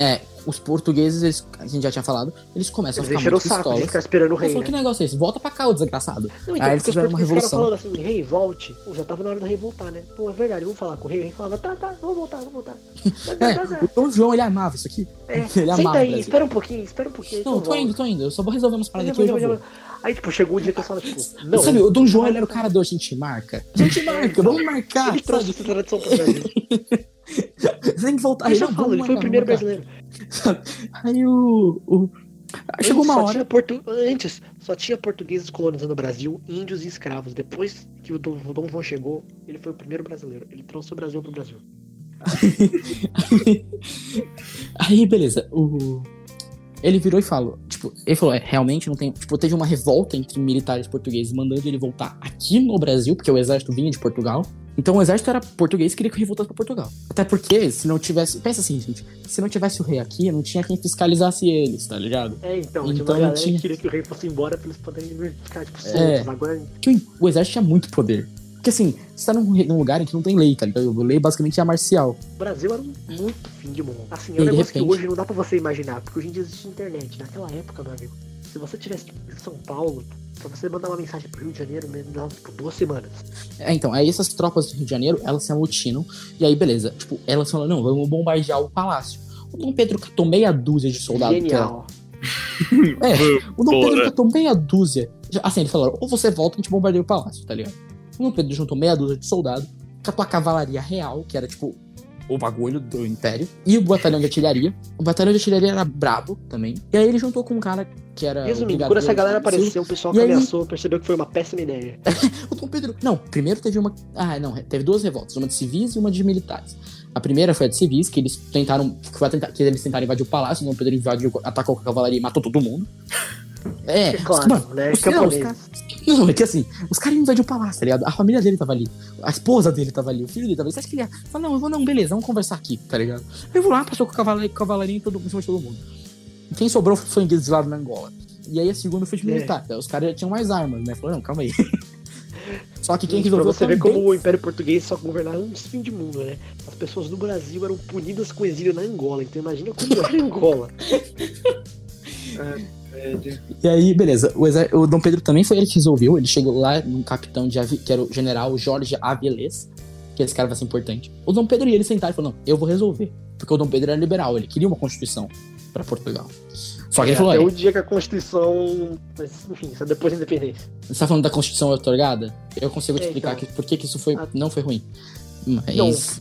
Speaker 1: Os portugueses, eles- a gente já tinha falado, eles começam
Speaker 2: Eles
Speaker 1: a ficar
Speaker 2: encheram o
Speaker 1: muito
Speaker 2: saco de
Speaker 1: pistolas.
Speaker 2: ficar esperando o
Speaker 1: Ela
Speaker 2: rei,
Speaker 1: falou,
Speaker 2: né?
Speaker 1: que negócio é esse? Volta pra cá, ô desgraçado.
Speaker 2: Não,
Speaker 1: Ah,
Speaker 2: então,
Speaker 1: eles
Speaker 2: porque os
Speaker 1: fizeram uma
Speaker 2: portugueses ficaram
Speaker 1: revolução.
Speaker 2: falando assim, rei, volte. Pô, já tava na hora do rei voltar, né? Pô, é verdade, vamos falar com o rei. O rei falava, tá, tá, vamos voltar, vamos
Speaker 1: [laughs]
Speaker 2: voltar. Tá, tá, tá,
Speaker 1: É, o
Speaker 2: tá.
Speaker 1: Dom João, ele amava isso aqui.
Speaker 2: É,
Speaker 1: Ele
Speaker 2: Senta
Speaker 1: amava o
Speaker 2: aí,
Speaker 1: Brasil.
Speaker 2: espera um pouquinho, espera um pouquinho.
Speaker 1: Não,
Speaker 2: então
Speaker 1: tô
Speaker 2: volta.
Speaker 1: indo, tô indo. Eu só vou resolver umas paradas aqui
Speaker 2: Aí,
Speaker 1: e eu já vou.
Speaker 2: Aí, tipo, chegou o dia que eu falava, tipo, não.
Speaker 1: Sabe, o Dom João, ele era o cara do a gente marca. A gente marca, vamos marcar,
Speaker 2: Ele trouxe
Speaker 1: sabe?
Speaker 2: essa tradição
Speaker 1: [laughs]
Speaker 2: pro Brasil.
Speaker 1: Tem que voltar.
Speaker 2: Eu
Speaker 1: Aí,
Speaker 2: já
Speaker 1: não,
Speaker 2: falo,
Speaker 1: vamos
Speaker 2: ele foi o
Speaker 1: marcar,
Speaker 2: primeiro
Speaker 1: vamos
Speaker 2: brasileiro.
Speaker 1: marcar. Aí o... o- Aí Chegou
Speaker 2: Antes
Speaker 1: uma
Speaker 2: só
Speaker 1: hora...
Speaker 2: tinha portu- Antes só tinha portugueses colonizando o Brasil, índios e escravos. Depois que o Dom, o Dom João chegou, ele foi o primeiro brasileiro. Ele trouxe o Brasil pro Brasil.
Speaker 1: Aí, beleza, o. Ele virou e falou, tipo, ele falou, é, realmente não tem. Tipo, teve uma revolta entre militares portugueses mandando ele voltar aqui no Brasil, porque o exército vinha de Portugal. Então o exército era português e queria que ele voltasse pra Portugal. Até porque, se não tivesse. Pensa assim, gente. Se não tivesse o rei aqui, não tinha quem fiscalizasse eles, tá ligado?
Speaker 2: É, então,
Speaker 1: Então não
Speaker 2: tinha uma galera
Speaker 1: tinha.
Speaker 2: que queria que o rei fosse embora pra eles poderem ficar, tipo, soltos.
Speaker 1: É.
Speaker 2: Agora,
Speaker 1: Porque o- o exército tinha muito poder. Porque assim, você tá num, re- num lugar em que não tem lei, tá ligado? A lei basicamente é a marcial.
Speaker 2: o Brasil era um muito fim de mundo. Assim,
Speaker 1: E
Speaker 2: é um
Speaker 1: de
Speaker 2: negócio que
Speaker 1: repente-
Speaker 2: hoje não dá pra você imaginar, porque hoje em dia existe internet. Naquela época, meu amigo, Se você tivesse tipo, em São Paulo, pra você mandar uma mensagem pro Rio de Janeiro, não, por duas semanas.
Speaker 1: É, então, aí essas tropas do Rio de Janeiro, elas se amotinam. E aí, beleza. Tipo, elas falam, não, vamos bombardear o palácio. O Dom Pedro catou meia dúzia de soldados.
Speaker 2: Genial.
Speaker 1: É, o Dom Pedro
Speaker 5: Bora.
Speaker 1: catou meia dúzia. Já- Assim, eles falaram, ou você volta e a gente bombardeia o palácio, tá ligado? O Dom Pedro juntou meia dúzia de soldados, catou a cavalaria real, que era tipo o bagulho do Império, e o batalhão de artilharia. O batalhão de artilharia era brabo também. E aí ele juntou com um cara que era. o
Speaker 2: Resumindo, quando
Speaker 1: brigadeiro
Speaker 2: essa galera
Speaker 1: Silva.
Speaker 2: apareceu, o pessoal
Speaker 1: É, E
Speaker 2: que
Speaker 1: aí-
Speaker 2: ameaçou percebeu que foi uma péssima ideia.
Speaker 1: O Dom Pedro. Não, primeiro teve uma. Ah, não, teve duas revoltas, uma de civis e uma de militares. A primeira foi a de civis, que eles tentaram. Que, foi atenta- que eles tentaram invadir o palácio, então o Dom Pedro invadiu, atacou com a cavalaria e matou todo mundo. É,
Speaker 2: É claro,
Speaker 1: mano,
Speaker 2: né?
Speaker 1: os- não, os
Speaker 2: Camponês.
Speaker 1: caras- não, é que assim, os caras invadiram o palácio, tá ligado? A família dele tava ali, a esposa dele tava ali, o filho dele tava ali. Você acha que ele ia. Fala, não, eu vou não, beleza, vamos conversar aqui, tá ligado? Eu vou lá, passou com a cavalaria, com a cavalaria em, todo, em cima de todo mundo. Quem sobrou foi inglês lá na Angola. E aí a segunda foi de
Speaker 2: É.
Speaker 1: militar. tá? Os caras já tinham mais armas, né? Falou, não, calma aí. [laughs] Só que quem
Speaker 2: Gente, pra
Speaker 1: resolveu
Speaker 2: você ver
Speaker 1: também-
Speaker 2: como o Império Português só governava um fim de mundo, né? As pessoas do Brasil eram punidas com exílio na Angola, então imagina como era a Angola.
Speaker 1: [laughs] E aí, beleza, o, exer- o Dom Pedro também foi ele que resolveu. Ele chegou lá num capitão de avi... que era o general Jorge Avilés, que esse cara vai ser importante. O Dom Pedro e ele sentaram e falaram: Não, eu vou resolver. Porque o Dom Pedro era liberal, ele queria uma constituição pra Portugal. Só que ele falou:
Speaker 2: É, Até
Speaker 1: "Olha,
Speaker 2: o dia que a Constituição. Mas enfim, isso é depois da independência.
Speaker 1: Você tá falando da Constituição otorgada? Eu consigo te
Speaker 2: É,
Speaker 1: explicar
Speaker 2: então.
Speaker 1: que, por que, que isso foi,
Speaker 2: Ah.
Speaker 1: não foi ruim. Mas.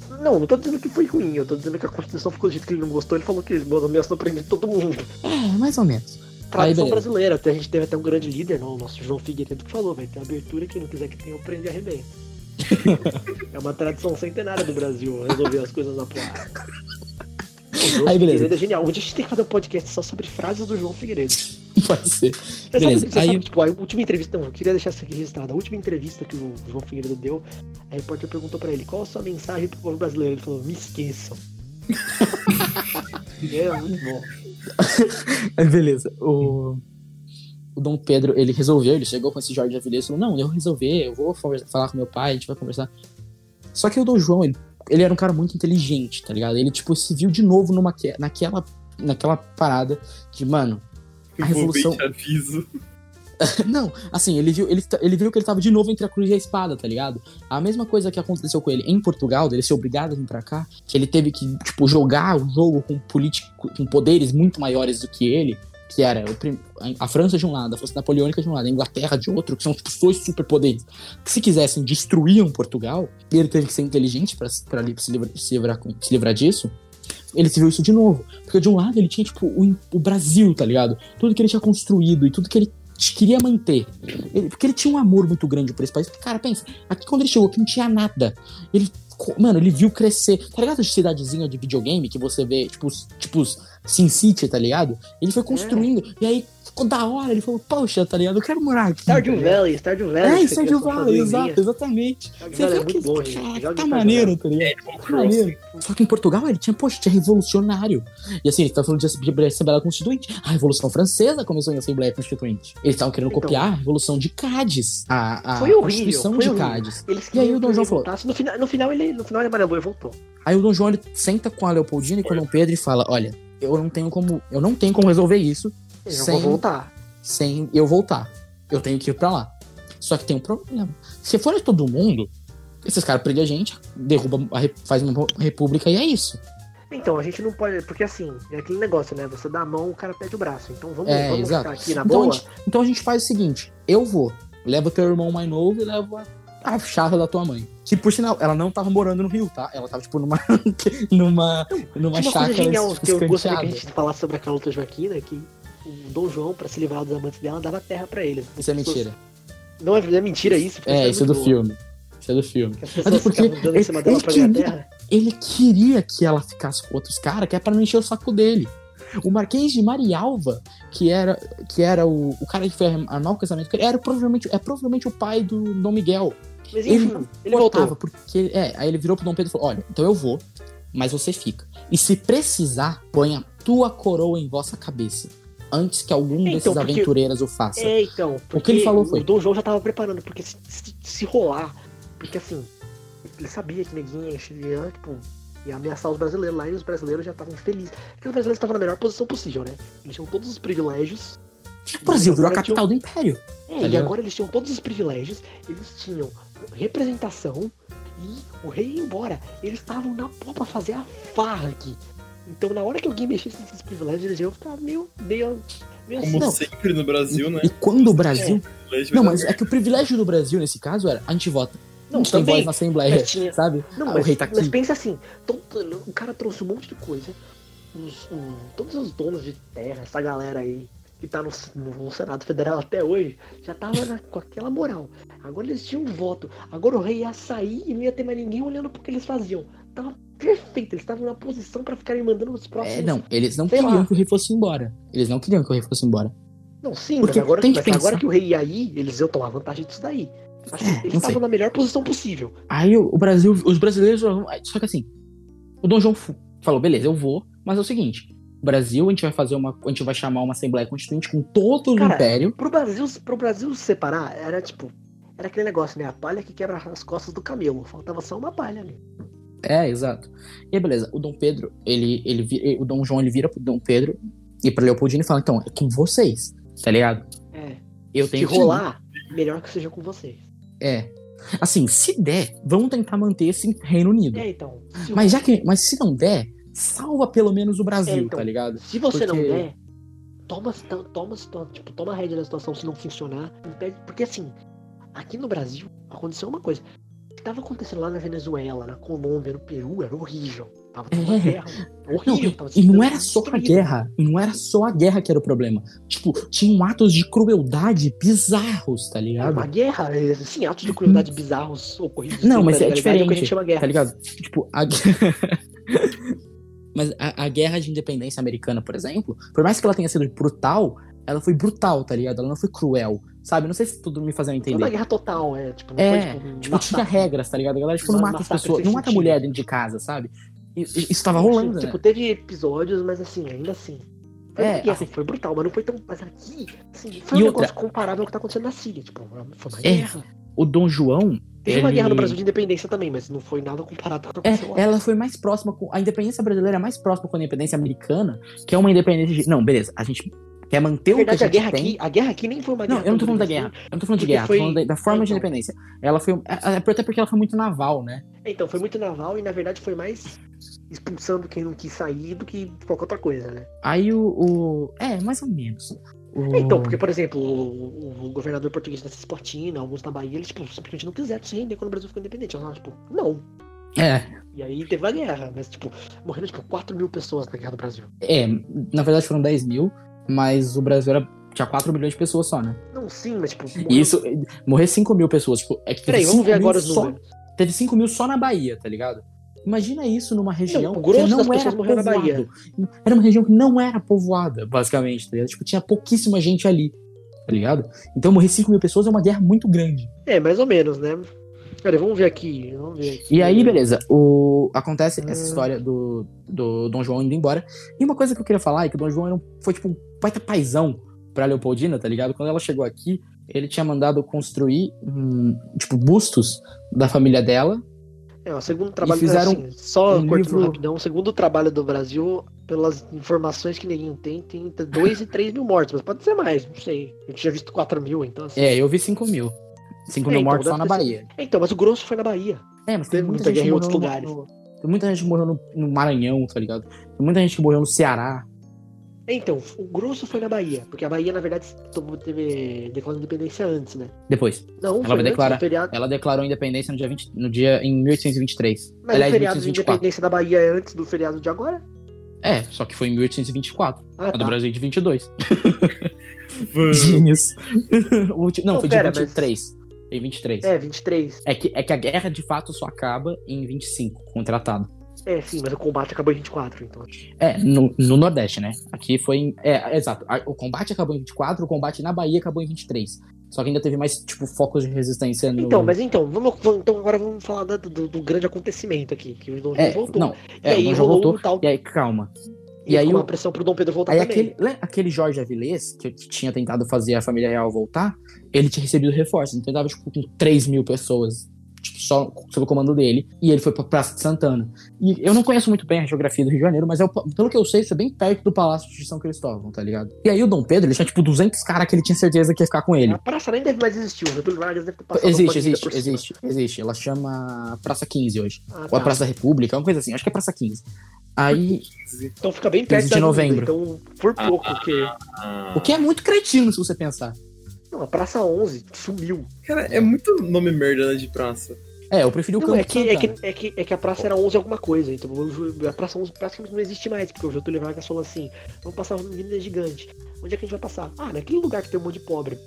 Speaker 2: Não, não, não tô dizendo que foi ruim, eu tô dizendo que a Constituição ficou do jeito que ele não gostou, ele falou que eles ameaçam prender todo mundo.
Speaker 1: É, mais ou menos. [laughs]
Speaker 2: Tradição
Speaker 1: beleza.
Speaker 2: brasileira, até a gente teve até um grande líder, não, o nosso João Figueiredo que falou, vai ter abertura, quem não quiser que tenha, prende
Speaker 1: [laughs]
Speaker 2: e arrebenta. é uma tradição centenária do Brasil, resolver as coisas na porrada. O João
Speaker 1: Aí, beleza.
Speaker 2: Figueiredo é genial. Um dia a gente tem que fazer um podcast só sobre frases do João Figueiredo.
Speaker 1: Pode ser.
Speaker 2: Você
Speaker 1: Beleza,
Speaker 2: sabe, você
Speaker 1: aí-
Speaker 2: sabe, tipo, a última entrevista, não, eu queria deixar isso aqui registrado. A última entrevista que o João Figueiredo deu, a repórter perguntou pra ele qual a sua mensagem pro povo brasileiro. Ele falou,
Speaker 1: [laughs]
Speaker 2: me esqueçam. é muito bom.
Speaker 1: Aí, beleza. O... o Dom Pedro, ele resolveu, ele chegou com esse Jorge Avilés e falou: Não, eu vou resolver, eu vou conver- falar com meu pai, a gente vai conversar. Só que o Dom João, ele, ele era um cara muito inteligente, tá ligado? Ele, tipo, se viu de novo numa, que- naquela, naquela parada de, mano. A revolução. [laughs]
Speaker 5: Te aviso.
Speaker 1: Não, assim, ele viu, ele, ta- ele viu que ele tava de novo entre a cruz e a espada, tá ligado? A mesma coisa que aconteceu com ele em Portugal, dele ser obrigado a vir pra cá, que ele teve que, tipo, jogar o jogo com político, com poderes muito maiores do que ele, que era o prim- a França de um lado, a França Napoleônica de um lado, a Inglaterra de outro, que são, tipo, dois superpoderes, que se quisessem destruíam Portugal, e ele teve que ser inteligente pra, pra ali se livrar, se, livrar, com- se livrar disso. Ele se viu isso de novo. Porque de um lado ele tinha, tipo, o, o Brasil, tá ligado? Tudo que ele tinha construído e tudo que ele te queria manter. Ele- porque ele tinha um amor muito grande por esse país. Porque, cara, pensa, aqui quando ele chegou aqui não tinha nada. Ele, co- mano, ele viu crescer. Tá ligado? As cidadezinha de videogame que você vê, tipo, os- tipo os Sin City, tá ligado? Ele foi construindo. E aí ficou da hora. Ele falou, poxa, tá ligado? Eu quero morar aqui.
Speaker 2: Stardew Valley, Stardew Valley.
Speaker 1: É,
Speaker 2: que
Speaker 1: isso
Speaker 2: você
Speaker 1: É. Stardew
Speaker 2: criou sua
Speaker 1: Valley,
Speaker 2: fazendezinha.
Speaker 1: exato, exatamente.
Speaker 2: Stardew
Speaker 1: Você
Speaker 2: Valley
Speaker 1: viu
Speaker 2: é
Speaker 1: que
Speaker 2: muito bom, gente.
Speaker 1: caraca,
Speaker 2: Joga
Speaker 1: tá
Speaker 2: Stardew
Speaker 1: maneiro,
Speaker 2: Valley.
Speaker 1: tá ligado? Tá maneiro. Só que em Portugal ele tinha, poxa, tinha revolucionário. E assim, ele tá falando de asse- de Assembleia Constituinte. A Revolução Francesa começou em Assembleia Constituinte. Eles estavam querendo
Speaker 2: Então.
Speaker 1: copiar a Revolução de Cádiz. A, a
Speaker 2: Foi horrível,
Speaker 1: Constituição
Speaker 2: foi
Speaker 1: de
Speaker 2: horrível.
Speaker 1: Cádiz.
Speaker 2: Eles
Speaker 1: E aí o
Speaker 2: queriam
Speaker 1: Dom João
Speaker 2: que
Speaker 1: falou-
Speaker 2: voltasse. No final, no final ele, no final ele amarelou e voltou.
Speaker 1: Aí o Dom João ele senta com a Leopoldina e
Speaker 2: É.
Speaker 1: com o Dom Pedro e fala: Olha, eu não tenho como. Eu não tenho como resolver isso
Speaker 2: Eu
Speaker 1: Sem-
Speaker 2: vou voltar.
Speaker 1: sem eu voltar. Eu tenho que ir pra lá. Só que tem um problema. Se for todo mundo, esses caras prendem a gente, derruba, a re- faz uma república e é isso.
Speaker 2: Então, a gente não pode. Porque assim, é aquele negócio, né? Você dá a mão, o cara pede o braço. Então vamos,
Speaker 1: É,
Speaker 2: vamos
Speaker 1: exato.
Speaker 2: ficar aqui
Speaker 1: Então
Speaker 2: na
Speaker 1: a,
Speaker 2: Tá boa.
Speaker 1: gente, então a gente faz o seguinte: eu vou, levo teu irmão mais novo e levo a, a chave da tua mãe. Que por sinal, ela não tava morando no Rio, tá? Ela tava, tipo, numa. [laughs] numa. numa
Speaker 2: Tinha uma coisa
Speaker 1: chácara
Speaker 2: genial que eu gostaria que a
Speaker 1: escanteada.
Speaker 2: gente falasse sobre aquela outra Joaquina, que o Dom João, pra se livrar dos amantes dela, dava terra pra ele.
Speaker 1: Isso é mentira.
Speaker 2: Não é, é mentira isso? porque
Speaker 1: É, isso é do
Speaker 2: muito-
Speaker 1: filme. Isso é do filme.
Speaker 2: que As
Speaker 1: Mas é
Speaker 2: pessoas
Speaker 1: porque
Speaker 2: ficavam dando em cima
Speaker 1: ele-
Speaker 2: dela
Speaker 1: ele
Speaker 2: pra ganhar
Speaker 1: queria-
Speaker 2: terra.
Speaker 1: Ele queria que ela ficasse com outros caras, que é pra não encher o saco dele. O Marquês de Marialva, que era, que era o, o cara que foi armar o casamento, com ele, era provavelmente, é provavelmente o pai do Dom Miguel.
Speaker 2: Mas
Speaker 1: ele
Speaker 2: enfim, ele, voltou.
Speaker 1: Porque, é, aí ele virou pro Dom Pedro e falou: Olha, então eu vou, mas você fica. E se precisar, põe a tua coroa em vossa cabeça. Antes que algum
Speaker 2: Então,
Speaker 1: desses
Speaker 2: porque-
Speaker 1: aventureiros o faça.
Speaker 2: É, então. porque
Speaker 1: ele falou foi-
Speaker 2: O Dom João já tava preparando, porque se, se, se rolar. Porque assim, ele sabia que neguinho ia, tipo, ia ameaçar os brasileiros lá e os brasileiros já estavam felizes. Porque os brasileiros estavam na melhor posição possível, né? Eles tinham todos os privilégios.
Speaker 1: É, O Brasil virou a capital do império.
Speaker 2: É,
Speaker 1: Tá
Speaker 2: e
Speaker 1: ligado?
Speaker 2: agora eles tinham todos os privilégios, eles tinham representação e o rei ia embora. Eles estavam na pó pra fazer a farra aqui. Então na hora que alguém mexesse nesses privilégios, eles iam ficar meio, meio, meio assim,
Speaker 4: Como
Speaker 2: não.
Speaker 4: sempre no Brasil, né?
Speaker 1: E quando o Brasil.
Speaker 4: Privilégio,
Speaker 1: Não,
Speaker 4: mas-
Speaker 1: mas é que o privilégio do Brasil nesse caso era a gente vota.
Speaker 2: Não,
Speaker 1: a gente tem
Speaker 2: também,
Speaker 1: voz na Assembleia,
Speaker 2: mas tinha-
Speaker 1: sabe?
Speaker 2: Não,
Speaker 1: Ah,
Speaker 2: mas,
Speaker 1: o rei tá
Speaker 2: mas
Speaker 1: aqui.
Speaker 2: pensa assim, to- to- o cara trouxe um monte de coisa. os- o- todos os donos de terra, essa galera aí que tá no, no Senado Federal até hoje, já tava na- com aquela moral. Agora eles tinham um voto. Agora o rei ia sair e não ia ter mais ninguém olhando pro que eles faziam. Tava perfeito, eles estavam na posição pra ficarem mandando os próximos.
Speaker 1: É, não, eles não
Speaker 2: Sei lá.
Speaker 1: queriam que o rei fosse embora. Eles não queriam que o rei fosse embora.
Speaker 2: Não, sim,
Speaker 1: Porque
Speaker 2: mas agora,
Speaker 1: tem que
Speaker 2: mas agora
Speaker 1: pensar.
Speaker 2: que o rei ia aí, eles iam tomar vantagem disso daí. Mas
Speaker 1: É,
Speaker 2: eles
Speaker 1: não sei.
Speaker 2: estavam na melhor posição possível.
Speaker 1: Aí o o Brasil, os brasileiros. Só que assim, o Dom João fu- falou: beleza, eu vou, mas é o seguinte: o Brasil, a gente vai fazer uma. A gente vai chamar uma Assembleia Constituinte com todo o
Speaker 2: Cara,
Speaker 1: Império.
Speaker 2: Pro Brasil, pro Brasil se separar, era tipo. Era aquele negócio, né? A palha que quebra as costas do camelo. Faltava só uma palha ali.
Speaker 1: É, exato. E aí, beleza, o Dom Pedro, ele, ele, vi- o Dom João ele vira pro Dom Pedro e pra Leopoldina e fala: então, é com vocês, tá ligado?
Speaker 2: É.
Speaker 1: Eu
Speaker 2: Se
Speaker 1: tenho que ir.
Speaker 2: rolar, melhor que seja com vocês.
Speaker 1: É. Assim, se der, vamos tentar manter esse Reino Unido.
Speaker 2: É, então. Se,
Speaker 1: Mas já que. Mas se não der, salva pelo menos o Brasil,
Speaker 2: É, então.
Speaker 1: tá ligado?
Speaker 2: se você não
Speaker 1: porque-
Speaker 2: der, toma, situa- toma, situa- tipo, toma a rédea da situação se não funcionar. impede- Porque assim, aqui no Brasil, aconteceu uma coisa. O que tava acontecendo lá na Venezuela, na Colômbia, no Peru, era horrível. Tava tendo uma
Speaker 1: É.
Speaker 2: guerra.
Speaker 1: Não,
Speaker 2: Horrível.
Speaker 1: e,
Speaker 2: tava
Speaker 1: e não
Speaker 2: sendo
Speaker 1: era só a
Speaker 2: destruído.
Speaker 1: guerra. E não era só a guerra que era o problema. Tipo, tinham atos de crueldade bizarros, tá
Speaker 2: É uma
Speaker 1: ligado?
Speaker 2: guerra, é, sim, atos de crueldade bizarros ocorridos.
Speaker 1: Não, mas
Speaker 2: tá
Speaker 1: é
Speaker 2: ligado? o que a
Speaker 1: diferente,
Speaker 2: gente chama guerra.
Speaker 1: Tá ligado? Tipo, a. gue- [laughs] Mas a, a guerra de independência americana, por exemplo, por mais que ela tenha sido brutal, ela foi brutal, tá ligado? Ela não foi cruel, sabe? Não sei se tudo me fazendo
Speaker 2: Não é uma
Speaker 1: entender.
Speaker 2: guerra total, é. Tipo, não
Speaker 1: É,
Speaker 2: foi, tipo,
Speaker 1: Tipo, tinha
Speaker 2: massacre.
Speaker 1: regras, tá ligado? A galera tipo, não
Speaker 2: Não,
Speaker 1: mata as
Speaker 2: massacre
Speaker 1: pessoas, não
Speaker 2: sem
Speaker 1: mata
Speaker 2: sentido.
Speaker 1: mulher dentro de casa, sabe? E- e- Isso tava rolando, né?
Speaker 2: Tipo, teve episódios, mas assim, ainda assim. Foi
Speaker 1: É,
Speaker 2: uma guerra,
Speaker 1: assim-
Speaker 2: foi brutal, mas não foi tão. Mas aqui, assim, foi
Speaker 1: E
Speaker 2: um
Speaker 1: outra-
Speaker 2: negócio comparável ao que tá acontecendo na Síria. Tipo, foi uma
Speaker 1: É,
Speaker 2: guerra.
Speaker 1: O Dom João,
Speaker 2: Teve uma
Speaker 1: ele-
Speaker 2: guerra no Brasil de independência também, mas não foi nada comparado ao que aconteceu
Speaker 1: É,
Speaker 2: lá.
Speaker 1: ela foi mais próxima com. A independência brasileira é mais próxima com a independência americana, que é uma independência. de- Não, beleza. A gente quer manter
Speaker 2: Na verdade, a,
Speaker 1: o que a gente
Speaker 2: guerra
Speaker 1: tem.
Speaker 2: aqui, a guerra aqui nem foi uma
Speaker 1: Não,
Speaker 2: guerra. assim.
Speaker 1: eu não tô
Speaker 2: tão
Speaker 1: falando da
Speaker 2: grande,
Speaker 1: guerra. Eu não tô falando de
Speaker 2: Porque
Speaker 1: guerra,
Speaker 2: foi-
Speaker 1: tô falando da, da forma de
Speaker 2: Então.
Speaker 1: independência. Ela foi. é- é- Até porque ela foi muito naval, né?
Speaker 2: né? Então, foi muito naval e na verdade foi mais expulsando quem não quis sair do que qualquer outra coisa, né?
Speaker 1: Aí o. o- É, mais ou menos. O-
Speaker 2: Então, porque, por exemplo, o, o- o governador português da Cisplatina, alguns da Bahia, eles tipo, simplesmente não quiseram se render quando o Brasil ficou independente. Eles falaram, tipo, não,
Speaker 1: É,
Speaker 2: E aí teve a guerra, mas tipo, morreram tipo 4 mil pessoas na guerra do Brasil.
Speaker 1: é, na verdade foram 10 mil, mas o Brasil era. Tinha 4 milhões de pessoas só, né?
Speaker 2: Não, sim, mas tipo.
Speaker 1: E
Speaker 2: morreram-
Speaker 1: isso. Morrer 5 mil pessoas. Tipo, é que teve
Speaker 2: Peraí, vamos
Speaker 1: 5
Speaker 2: ver
Speaker 1: mil
Speaker 2: agora os
Speaker 1: só-
Speaker 2: números.
Speaker 1: Teve 5 mil só na Bahia, tá ligado? Imagina isso numa região
Speaker 2: o
Speaker 1: que
Speaker 2: grosso
Speaker 1: não
Speaker 2: das pessoas
Speaker 1: era
Speaker 2: morreu na
Speaker 1: povoado.
Speaker 2: Bahia.
Speaker 1: Era uma região que não era povoada, basicamente, tá ligado? Tipo, tinha pouquíssima gente ali, tá ligado? Então morrer 5 mil pessoas é uma guerra muito grande.
Speaker 2: É, mais ou menos, né? Peraí, vamos ver aqui. Vamos ver aqui.
Speaker 1: E aí, beleza, o... acontece essa
Speaker 2: Hum.
Speaker 1: história do, do Dom João indo embora. E uma coisa que eu queria falar é que o Dom João era um- foi tipo um baita paizão pra Leopoldina, tá ligado? Quando ela chegou aqui, ele tinha mandado construir, hum, tipo, bustos da família dela.
Speaker 2: É, o segundo trabalho
Speaker 1: fizeram
Speaker 2: assim, só
Speaker 1: um
Speaker 2: cortando
Speaker 1: livro-
Speaker 2: rapidão. O segundo trabalho do Brasil, pelas informações que ninguém tem, tem entre 2 e 3 mil mortes, mas pode ser mais, não sei. Eu tinha visto 4 mil, então assim.
Speaker 1: É, eu vi 5 mil. 5
Speaker 2: É,
Speaker 1: mil
Speaker 2: então,
Speaker 1: mortos só
Speaker 2: deve
Speaker 1: na
Speaker 2: ter sido-
Speaker 1: Bahia.
Speaker 2: Então, mas o grosso foi na Bahia.
Speaker 1: É, mas
Speaker 2: Teve muita guerra em
Speaker 1: que
Speaker 2: outros
Speaker 1: morreu no- no- tem muita gente que morreu no, no Maranhão, tá ligado? Tem muita gente que morreu no Ceará.
Speaker 2: É, Então, o grosso foi na Bahia, porque a Bahia, na verdade, tomou- teve declarou independência antes, né?
Speaker 1: Depois, Ela
Speaker 2: Não, foi
Speaker 1: vai
Speaker 2: antes do
Speaker 1: declarar. É.
Speaker 2: feriado.
Speaker 1: ela declarou a independência no dia, 20, no dia em 1823.
Speaker 2: Mas
Speaker 1: Aliás,
Speaker 2: o feriado de
Speaker 1: 1824.
Speaker 2: independência da Bahia é antes do feriado de agora?
Speaker 1: É, só que foi em 1824.
Speaker 2: Ah,
Speaker 1: A do Brasil é de 22.
Speaker 4: Vamos.
Speaker 1: Gênios. [laughs] O último- não,
Speaker 2: Não,
Speaker 1: foi
Speaker 2: pera,
Speaker 1: de
Speaker 2: mas-
Speaker 1: 23. Em 23. É.
Speaker 2: É, 23.
Speaker 1: que, é que a guerra de fato só acaba em 25, com o tratado.
Speaker 2: É, sim, mas o combate acabou em 24, então.
Speaker 1: É, no, no Nordeste, né? Aqui foi em. É, exato. A- O combate acabou em 24, o combate na Bahia acabou em 23. Só que ainda teve mais, tipo, focos de resistência no.
Speaker 2: Então, mas então, vamos, vamos- então agora vamos falar da- do, do grande acontecimento aqui, que o Dom João
Speaker 1: É,
Speaker 2: voltou.
Speaker 1: não.
Speaker 2: e
Speaker 1: É,
Speaker 2: aí
Speaker 1: o Dom João
Speaker 2: rolou
Speaker 1: voltou.
Speaker 2: um tal,
Speaker 1: E aí, calma.
Speaker 2: e
Speaker 1: e aí
Speaker 2: aí
Speaker 1: o-
Speaker 2: uma pressão pro Dom Pedro voltar
Speaker 1: Aí
Speaker 2: também.
Speaker 1: aquele, lem- aquele Jorge Avilés, que, que tinha tentado fazer a família real voltar, ele tinha recebido reforços. Então ele tava, tipo, com 3 mil pessoas tipo, só sob o comando dele, e ele foi pra Praça de Santana. E eu não conheço muito bem a geografia do Rio de Janeiro, mas é o- pelo que eu sei, isso é bem perto do Palácio de São Cristóvão, tá ligado? E aí o Dom Pedro, ele tinha tipo 200 caras que ele tinha certeza que ia ficar com ele.
Speaker 2: A praça nem deve mais existir, o Getúlio Vargas deve ter passado uma
Speaker 1: Existe,
Speaker 2: corrida
Speaker 1: existe,
Speaker 2: por cima.
Speaker 1: existe, existe. Ela chama Praça 15 hoje.
Speaker 2: Ah,
Speaker 1: Ou a
Speaker 2: tá.
Speaker 1: Praça da República, uma coisa assim. Acho que é Praça 15. Aí,
Speaker 2: Então fica bem perto
Speaker 1: 15 de
Speaker 2: da avenida,
Speaker 1: novembro.
Speaker 2: Então, por pouco, porque...
Speaker 5: Ah,
Speaker 1: o que é muito cretino se você pensar.
Speaker 2: Não, a Praça 11 sumiu.
Speaker 5: Cara, é muito nome merda né, de praça.
Speaker 1: É, eu preferi o
Speaker 2: Não,
Speaker 1: campo
Speaker 2: é
Speaker 1: de
Speaker 2: que, é, que,
Speaker 1: Santana.
Speaker 2: é, que, é que a praça era 11 alguma coisa, então o Ju- a praça 11 praticamente não existe mais, porque o Getúlio Vargas falou assim, vamos passar uma avenida gigante. Onde é que a gente vai passar? Ah, naquele lugar que tem um monte de
Speaker 1: [laughs]
Speaker 2: pobre.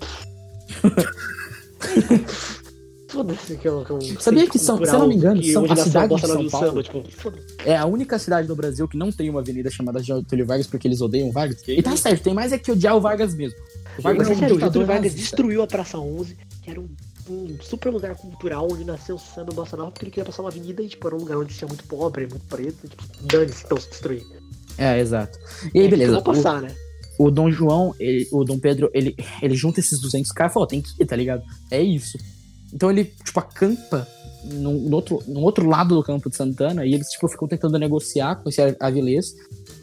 Speaker 2: Foda-se que é um... que é um
Speaker 1: Sabia que são- se eu não me engano,
Speaker 2: que
Speaker 1: são-
Speaker 2: onde
Speaker 1: a
Speaker 2: nasceu
Speaker 1: cidade
Speaker 2: bossa
Speaker 1: de
Speaker 2: nova
Speaker 1: São
Speaker 2: do
Speaker 1: Paulo-
Speaker 2: samba, tipo, foda-se.
Speaker 1: É a única cidade do Brasil que não tem uma avenida chamada Getúlio Vargas porque eles odeiam o Vargas.
Speaker 5: Que
Speaker 1: E tá certo, tem mais é que odiar o Vargas mesmo. O Vargas
Speaker 2: Não,
Speaker 1: é um
Speaker 2: sério,
Speaker 1: ditador
Speaker 2: o assim, Getúlio Vargas
Speaker 1: nazista.
Speaker 2: destruiu a Praça 11, que era um, um super lugar cultural onde nasceu o samba e bossa nova, porque ele queria passar uma avenida e tipo, era um lugar onde tinha muito pobre, muito preto, tipo, dane-se, então se destruir.
Speaker 1: É, exato. E aí, beleza.
Speaker 2: Vou
Speaker 1: O,
Speaker 2: passar, né?
Speaker 1: o Dom João, ele- o Dom Pedro, ele, ele junta esses 200 caras e fala, "Ó, tem que ir, tá ligado? É isso. Então ele, tipo, acampa no, no outro, no outro lado do campo de Santana e eles, tipo, ficam tentando negociar com esse avilês.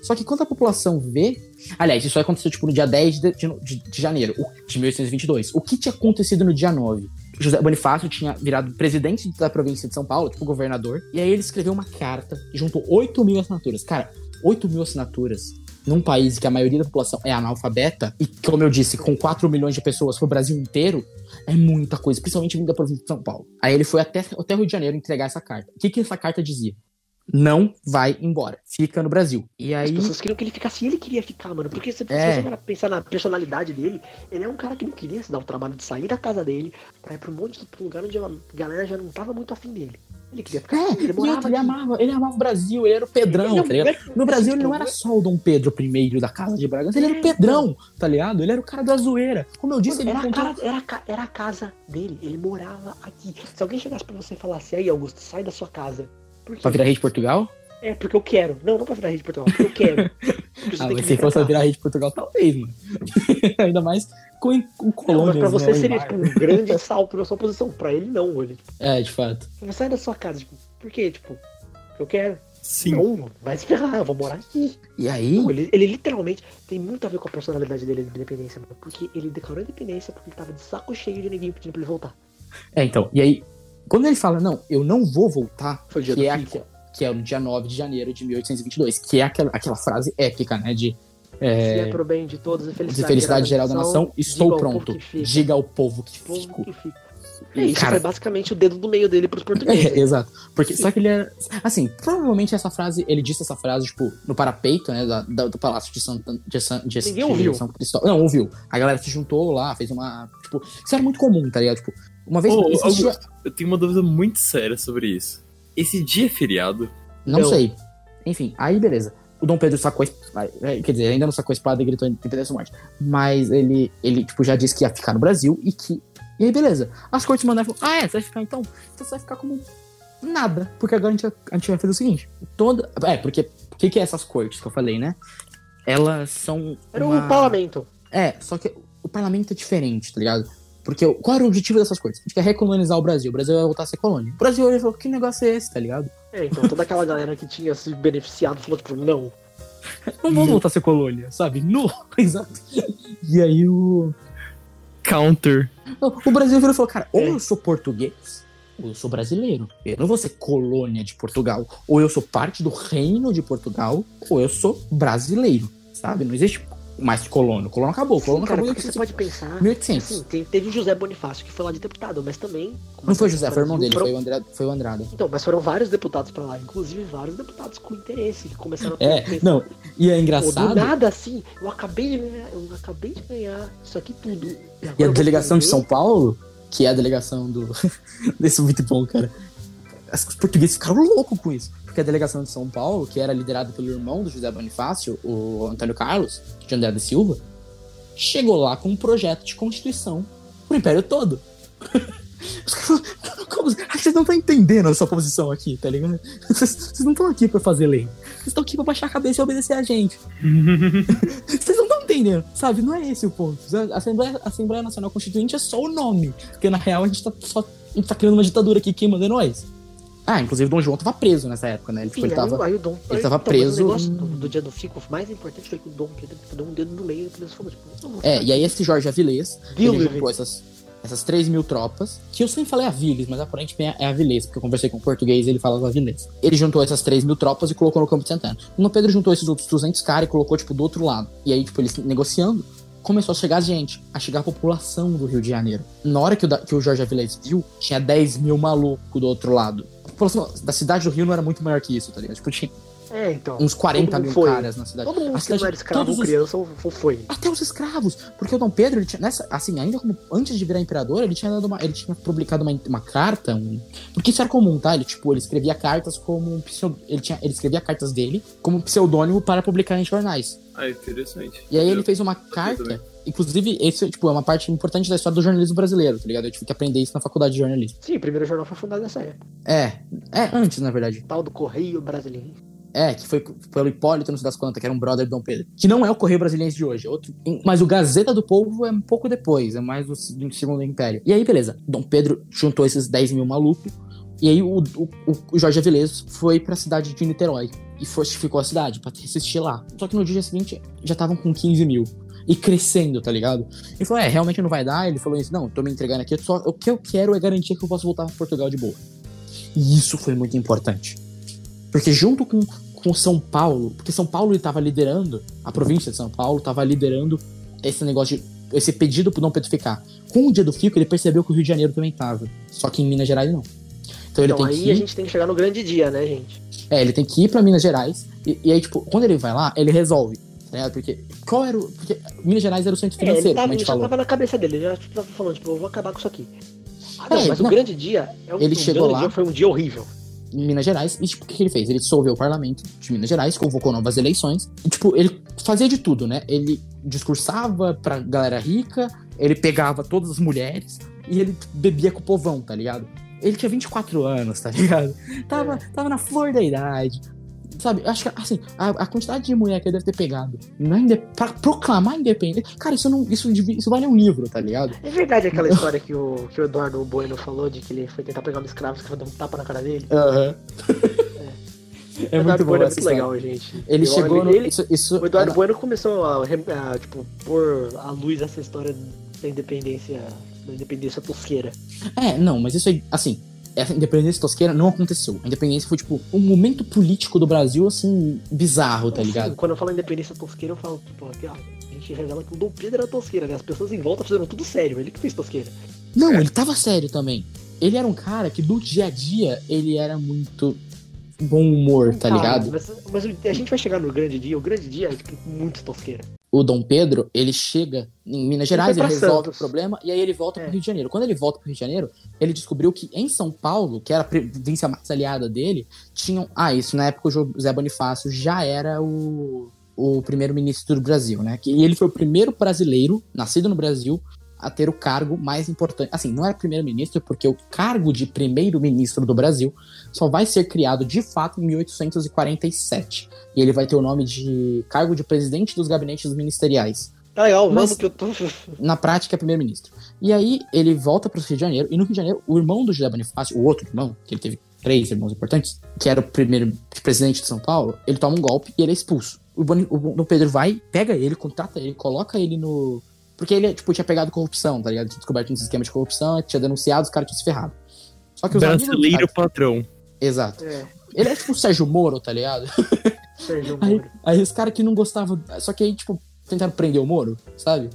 Speaker 1: Só que quando a população vê... Aliás, isso aí aconteceu, tipo, no dia 10 de, de, de- de janeiro o- de 1822. O que tinha acontecido no dia 9? José Bonifácio tinha virado presidente da província de São Paulo, tipo, governador. E aí ele escreveu uma carta e juntou 8 mil assinaturas. Cara, 8 mil assinaturas num país que a maioria da população é analfabeta, e como eu disse, com 4 milhões de pessoas pro Brasil inteiro, é muita coisa, principalmente vindo da província de São Paulo. Aí ele foi até, até o Rio de Janeiro entregar essa carta. O que, que essa carta dizia? Não vai embora, fica no Brasil. E
Speaker 2: As
Speaker 1: aí.
Speaker 2: pessoas queriam que ele ficasse e ele queria ficar, mano. Porque se, se
Speaker 1: É.
Speaker 2: você for pensar na personalidade dele, ele é um cara que não queria se dar o trabalho de sair da casa dele pra ir pra um monte de pra um lugar onde a galera já não tava muito afim dele. Ele queria ficar
Speaker 1: É,
Speaker 2: aqui, ele
Speaker 1: ele,
Speaker 2: morava
Speaker 1: ele
Speaker 2: aqui.
Speaker 1: amava, ele amava o Brasil, ele era o Pedrão,
Speaker 2: Ele é um não
Speaker 1: tá ligado?
Speaker 2: era-
Speaker 1: No Brasil ele não era só o Dom Pedro I da Casa de Bragança, ele era o Pedrão, tá ligado? Ele era o cara da zoeira. Como eu disse, ele
Speaker 2: É. Era a,
Speaker 1: encontrou...
Speaker 2: casa, era, a ca- era a casa dele, ele morava aqui. Se alguém chegasse pra você e falasse, aí Augusto, sai da sua casa. Por quê?
Speaker 1: Pra virar rei de Portugal?
Speaker 2: É, porque eu quero. Não, não pra virar rei de Portugal, porque
Speaker 1: [laughs]
Speaker 2: eu quero. Porque
Speaker 1: Ah,
Speaker 2: você tem que
Speaker 1: mas se
Speaker 2: vir pra
Speaker 1: fosse
Speaker 2: cá.
Speaker 1: a virar rede de Portugal, talvez, mano. [laughs] Ainda mais com né, o
Speaker 2: Não, mas
Speaker 1: Colômbia.
Speaker 2: pra você seria tipo, um grande [laughs] assalto na sua posição. Pra ele não, ele
Speaker 1: É, de fato.
Speaker 2: Você sai da sua casa, tipo, por quê? Tipo, eu quero.
Speaker 5: Sim.
Speaker 2: Não, vai se ferrar, eu vou morar aqui.
Speaker 1: E aí,
Speaker 2: Não, ele, ele literalmente tem muito a ver com a personalidade dele de independência, mano. Porque ele declarou independência porque ele tava de saco cheio de ninguém pedindo pra ele voltar.
Speaker 1: é, então, e aí, quando ele fala, não, eu não vou voltar,
Speaker 2: Foi o dia
Speaker 1: que é,
Speaker 2: do pico.
Speaker 1: aquela- que é no dia 9 de janeiro de 1822, que é aquela, aquela frase épica, né, de é,
Speaker 2: Se é pro bem de todos e felicidade,
Speaker 1: de felicidade geral da nação, estou
Speaker 2: diga ao povo
Speaker 1: pronto,
Speaker 2: que fica.
Speaker 1: diga ao povo que [laughs]
Speaker 2: povo
Speaker 1: fico.
Speaker 2: que fica. É isso,
Speaker 1: Cara-
Speaker 2: foi basicamente o dedo do meio dele pros portugueses.
Speaker 1: [laughs] É, exato. Porque, só que ele era. Assim, provavelmente essa frase, ele disse essa frase, tipo, no parapeito, né? da- da- do Palácio de Santa. De San, de,
Speaker 2: Ninguém
Speaker 1: de
Speaker 2: ouviu.
Speaker 1: São Cristóvão. Não, ouviu. A galera se juntou lá, fez uma. Tipo, isso era muito comum, tá ligado? Tipo, uma vez.
Speaker 5: Ô,
Speaker 1: existiu-
Speaker 5: Eu tenho uma dúvida muito séria sobre isso. Esse dia é feriado?
Speaker 1: Não
Speaker 2: Não.
Speaker 1: sei. Enfim, aí beleza. O Dom Pedro sacou a espada. Quer dizer, ainda não sacou a espada e gritou independência ou morte. Mas ele, ele tipo, já disse que ia ficar no Brasil e que. E aí, beleza. As cortes mandaram e falaram, ah, é, você vai ficar então? Então você vai ficar como nada. Porque agora a gente, vai- a gente vai fazer o seguinte. Toda. É, porque. O que, que é essas cortes que eu falei, né? Elas são.
Speaker 2: Era um
Speaker 1: uma-
Speaker 2: parlamento.
Speaker 1: é, só que o parlamento é diferente, tá ligado? Porque o- qual era o objetivo dessas cortes? A gente quer recolonizar o Brasil. O Brasil vai voltar a ser colônia. O Brasil olhou e falou, que negócio é esse, tá ligado?
Speaker 2: É, então toda aquela galera que tinha se beneficiado falou, tipo, não.
Speaker 1: Não vamos voltar a ser colônia, sabe? No, [laughs] exato. E aí o.
Speaker 5: Counter.
Speaker 1: O Brasil virou e falou, cara, ou
Speaker 2: É.
Speaker 1: eu sou português, ou eu sou brasileiro. Eu não vou ser colônia de Portugal. Ou eu sou parte do reino de Portugal, ou eu sou brasileiro, sabe? Não existe mais colono. Colono acabou, colono
Speaker 2: Sim, cara,
Speaker 1: acabou em
Speaker 2: porque você pode pensar. assim?
Speaker 1: 1800.
Speaker 2: Sim, tem- teve o José Bonifácio que foi lá de deputado, mas também.
Speaker 1: Não foi José, foi o irmão dele,
Speaker 2: Foram-
Speaker 1: foi o Andrada. Foi o Andrada.
Speaker 2: Então, mas foram vários deputados pra lá, inclusive vários deputados com interesse, que começaram a
Speaker 1: É, não, e é
Speaker 2: Pô, do
Speaker 1: engraçado.
Speaker 2: nada assim, eu acabei de ganhar, eu acabei de ganhar isso aqui tudo. agora
Speaker 1: E a
Speaker 2: eu vou
Speaker 1: delegação de
Speaker 2: perder?"
Speaker 1: São Paulo, que é a delegação do. [laughs] isso é muito bom, cara. As- Os portugueses ficaram loucos com isso. Porque a delegação de São Paulo, que era liderada pelo irmão do José Bonifácio, o Antônio Carlos, de André da Silva, chegou lá com um projeto de constituição pro império todo. [laughs] Os caras falaram, Como? Ah, Vocês não estão entendendo a sua posição aqui, tá ligado? [laughs] Vocês, vocês não estão aqui pra fazer lei. Vocês estão aqui pra baixar a cabeça e obedecer a gente. Vocês não estão entendendo, sabe? Não é esse o ponto. A Assembleia, a Assembleia Nacional Constituinte é só o nome. Porque na real a gente tá só a gente tá criando uma ditadura aqui, quem manda é nós. Ah, inclusive Dom João tava preso nessa época, né? Ele, tipo,
Speaker 2: Enfim,
Speaker 1: ele
Speaker 2: aí o-
Speaker 1: tava.
Speaker 2: aí o Dom-
Speaker 1: ele
Speaker 2: aí-
Speaker 1: tava
Speaker 2: então, mas
Speaker 1: preso.
Speaker 2: O negócio do, do dia do Fico, o mais importante foi que o Dom Pedro deu um dedo no meio e transformou. Tipo, não, não,
Speaker 1: É, e aí esse Jorge Avilés,
Speaker 2: Deus
Speaker 1: ele
Speaker 2: me
Speaker 1: juntou essas, essas 3 mil tropas, que eu sempre falei Avilés, mas aparentemente é Avilés, porque eu conversei com um português e ele falava Avilés. Ele juntou essas 3 mil tropas e colocou no campo de Santana. O Dom Pedro juntou esses outros 200 caras e colocou, tipo, do outro lado. E aí, tipo, eles negociando, começou a chegar gente, a chegar a população do Rio de Janeiro. Na hora que o, da- que o Jorge Avilés viu, tinha 10 mil malucos do outro lado. A população da cidade do Rio não era muito maior que isso, tá ligado? Tipo, tinha
Speaker 2: É, então.
Speaker 1: uns 40
Speaker 2: Todo mundo
Speaker 1: mil
Speaker 2: foi.
Speaker 1: caras na cidade.
Speaker 2: Todo
Speaker 1: A
Speaker 2: mundo que
Speaker 1: cidade-
Speaker 2: não era escravo
Speaker 1: todos
Speaker 2: ou
Speaker 1: os-
Speaker 2: criança ou- ou foi.
Speaker 1: até os escravos, porque o Dom Pedro, ele tinha, nessa, assim, ainda como antes de virar imperador, ele tinha, dado uma- ele tinha publicado uma, uma carta, um- porque isso era comum, tá? Ele, tipo, ele escrevia cartas como um pseu- ele, tinha, ele escrevia cartas dele como um pseudônimo para publicar em jornais.
Speaker 5: Ah, interessante.
Speaker 1: E aí ele fez uma carta, inclusive, isso, tipo, é uma parte importante da história do jornalismo brasileiro, tá ligado? Eu tive que aprender isso na faculdade de jornalismo.
Speaker 2: Sim, o primeiro jornal foi fundado nessa época.
Speaker 1: É, é antes, na verdade.
Speaker 2: Tal do Correio Brasileiro.
Speaker 1: É, que foi pelo Hipólito, não sei das quantas, que era um brother do Dom Pedro. Que não é o Correio Brasiliense de hoje, é outro. Mas o Gazeta do Povo é um pouco depois, é mais do, do Segundo Império. E aí, beleza, Dom Pedro juntou esses 10 mil malucos, e aí o, o, o Jorge Avilés foi pra cidade de Niterói e fortificou a cidade pra resistir lá. Só que no dia seguinte já estavam com 15 mil. E crescendo, tá ligado? Ele falou, é, realmente não vai dar. Ele falou isso, não, eu tô me entregando aqui, só o que eu quero é garantir que eu posso voltar pra Portugal de boa. E isso foi muito importante. Porque junto com, com São Paulo, porque São Paulo estava liderando, a província de São Paulo estava liderando esse negócio de, esse pedido pro Dom Pedro ficar. Com o dia do Fico, ele percebeu que o Rio de Janeiro também tava. Só que em Minas Gerais não. Então ele
Speaker 2: Então
Speaker 1: tem
Speaker 2: aí
Speaker 1: que ir,
Speaker 2: a gente tem que chegar no grande dia, né, gente?
Speaker 1: é, ele tem que ir pra Minas Gerais. E, e aí, tipo, quando ele vai lá, ele resolve. Tá ligado? Porque qual era o. Porque Minas Gerais era o centro
Speaker 2: É, ele
Speaker 1: financeiro, como
Speaker 2: tava,
Speaker 1: a gente
Speaker 2: já
Speaker 1: falou.
Speaker 2: tava na cabeça dele, ele já tava falando, tipo, eu vou acabar com isso aqui. Ah, não,
Speaker 1: É,
Speaker 2: mas
Speaker 1: não.
Speaker 2: o grande dia é um,
Speaker 1: Ele
Speaker 2: o
Speaker 1: chegou
Speaker 2: grande
Speaker 1: lá.
Speaker 2: dia foi um dia horrível.
Speaker 1: em Minas Gerais. E, tipo, o que que ele fez? Ele dissolveu o parlamento de Minas Gerais, convocou novas eleições. E, tipo, ele fazia de tudo, né? Ele discursava pra galera rica, ele pegava todas as mulheres e ele bebia com o povão, tá ligado? Ele tinha 24 anos, tá ligado?
Speaker 2: É.
Speaker 1: Tava, tava na flor da idade. Sabe, eu acho que assim, a, a quantidade de mulher que ele deve ter pegado na inde- pra proclamar a independência. Cara, isso não. Isso, devia- isso vale um livro, tá ligado?
Speaker 2: É verdade aquela história que o, que o Eduardo Bueno falou de que ele foi tentar pegar um escravo que foi dar um tapa na cara dele.
Speaker 1: Aham. [laughs] É,
Speaker 2: o
Speaker 1: muito
Speaker 2: Eduardo
Speaker 1: bom
Speaker 2: Bueno é
Speaker 1: essa
Speaker 2: muito
Speaker 1: história.
Speaker 2: legal, gente.
Speaker 1: Ele
Speaker 2: Eu-
Speaker 1: chegou no.
Speaker 2: ele-
Speaker 1: isso, isso é
Speaker 2: O Eduardo
Speaker 1: era-
Speaker 2: Bueno começou a, re- a, tipo, pôr à luz essa história da independência, da independência tosqueira.
Speaker 1: É, não, mas isso aí, assim, essa independência tosqueira não aconteceu. A independência foi, tipo, um momento político do Brasil, assim, bizarro, tá ligado?
Speaker 2: Assim, quando eu falo independência tosqueira, eu falo, tipo, aqui, ó, a gente revela que o Dom Pedro era tosqueira, né? As pessoas em volta fizeram tudo sério, ele que fez tosqueira.
Speaker 1: Não, ele tava sério também. Ele era um cara que do dia a dia ele era muito bom humor, tá
Speaker 2: Ah,
Speaker 1: ligado?
Speaker 2: Mas, mas a gente vai chegar no grande dia, o grande dia é tipo, muito tosqueira.
Speaker 1: O Dom Pedro, ele chega em Minas Gerais,
Speaker 2: foi
Speaker 1: ele
Speaker 2: pra
Speaker 1: resolve
Speaker 2: Santos.
Speaker 1: o problema e aí ele volta pro
Speaker 2: É.
Speaker 1: Rio de Janeiro. Quando ele volta pro Rio de Janeiro, ele descobriu que em São Paulo, que era a província mais aliada dele, tinham. Ah, isso na época o José Bonifácio já era o, o primeiro-ministro do Brasil, né? Que- E ele foi o primeiro brasileiro, nascido no Brasil, a ter o cargo mais importante. Assim, não era primeiro-ministro, porque o cargo de primeiro-ministro do Brasil só vai ser criado de fato em 1847. E ele vai ter o nome de cargo de presidente dos gabinetes ministeriais
Speaker 2: Tá legal,
Speaker 1: Mas-
Speaker 2: vamos que eu tô.
Speaker 1: na prática é primeiro-ministro. E aí ele volta para o Rio de Janeiro, e no Rio de Janeiro, o irmão do José Bonifácio, o outro irmão, que ele teve três irmãos importantes, que era o primeiro presidente de São Paulo, ele toma um golpe e ele é expulso. O, Boni, o Dom Pedro vai, pega ele, contrata ele, coloca ele no. Porque ele, tipo, tinha pegado corrupção, tá ligado? Tinha descoberto um esquema de corrupção, tinha denunciado, os caras tinham se ferrado. Só que os amigos do
Speaker 5: Brasileiro
Speaker 1: cara-
Speaker 5: patrão.
Speaker 1: Exato.
Speaker 2: É,
Speaker 1: Ele é tipo o Sérgio Moro, tá ligado?
Speaker 2: Sérgio
Speaker 1: Aí,
Speaker 2: Moro.
Speaker 1: aí os caras que não gostavam. Só que aí, tipo, tentaram prender o Moro, sabe?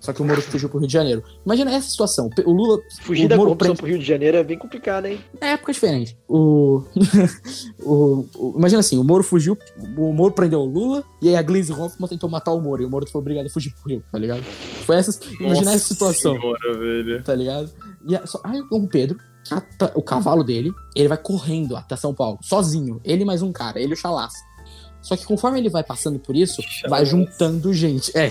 Speaker 1: Só que o Moro fugiu pro Rio de Janeiro. Imagina essa situação. O Pe- O Lula.
Speaker 2: Fugir
Speaker 1: o
Speaker 2: da
Speaker 1: Moro
Speaker 2: corrupção pro Rio de Janeiro é bem complicado, hein?
Speaker 1: É época diferente. O... [laughs] o- o- Imagina assim, o Moro fugiu, o Moro prendeu o Lula, e aí a Gleisi Hoffmann tentou matar o Moro, e o Moro foi obrigado a fugir pro Rio, tá ligado? Foi essa. Imagina essa situação
Speaker 5: Senhora, velho.
Speaker 1: tá ligado? E a- só- aí o Dom Pedro cata o cavalo dele, ele vai correndo até São Paulo, sozinho. Ele mais um cara, ele e o Chalaça. Só que conforme ele vai passando por isso,
Speaker 5: Chalaça.
Speaker 1: vai juntando gente. É,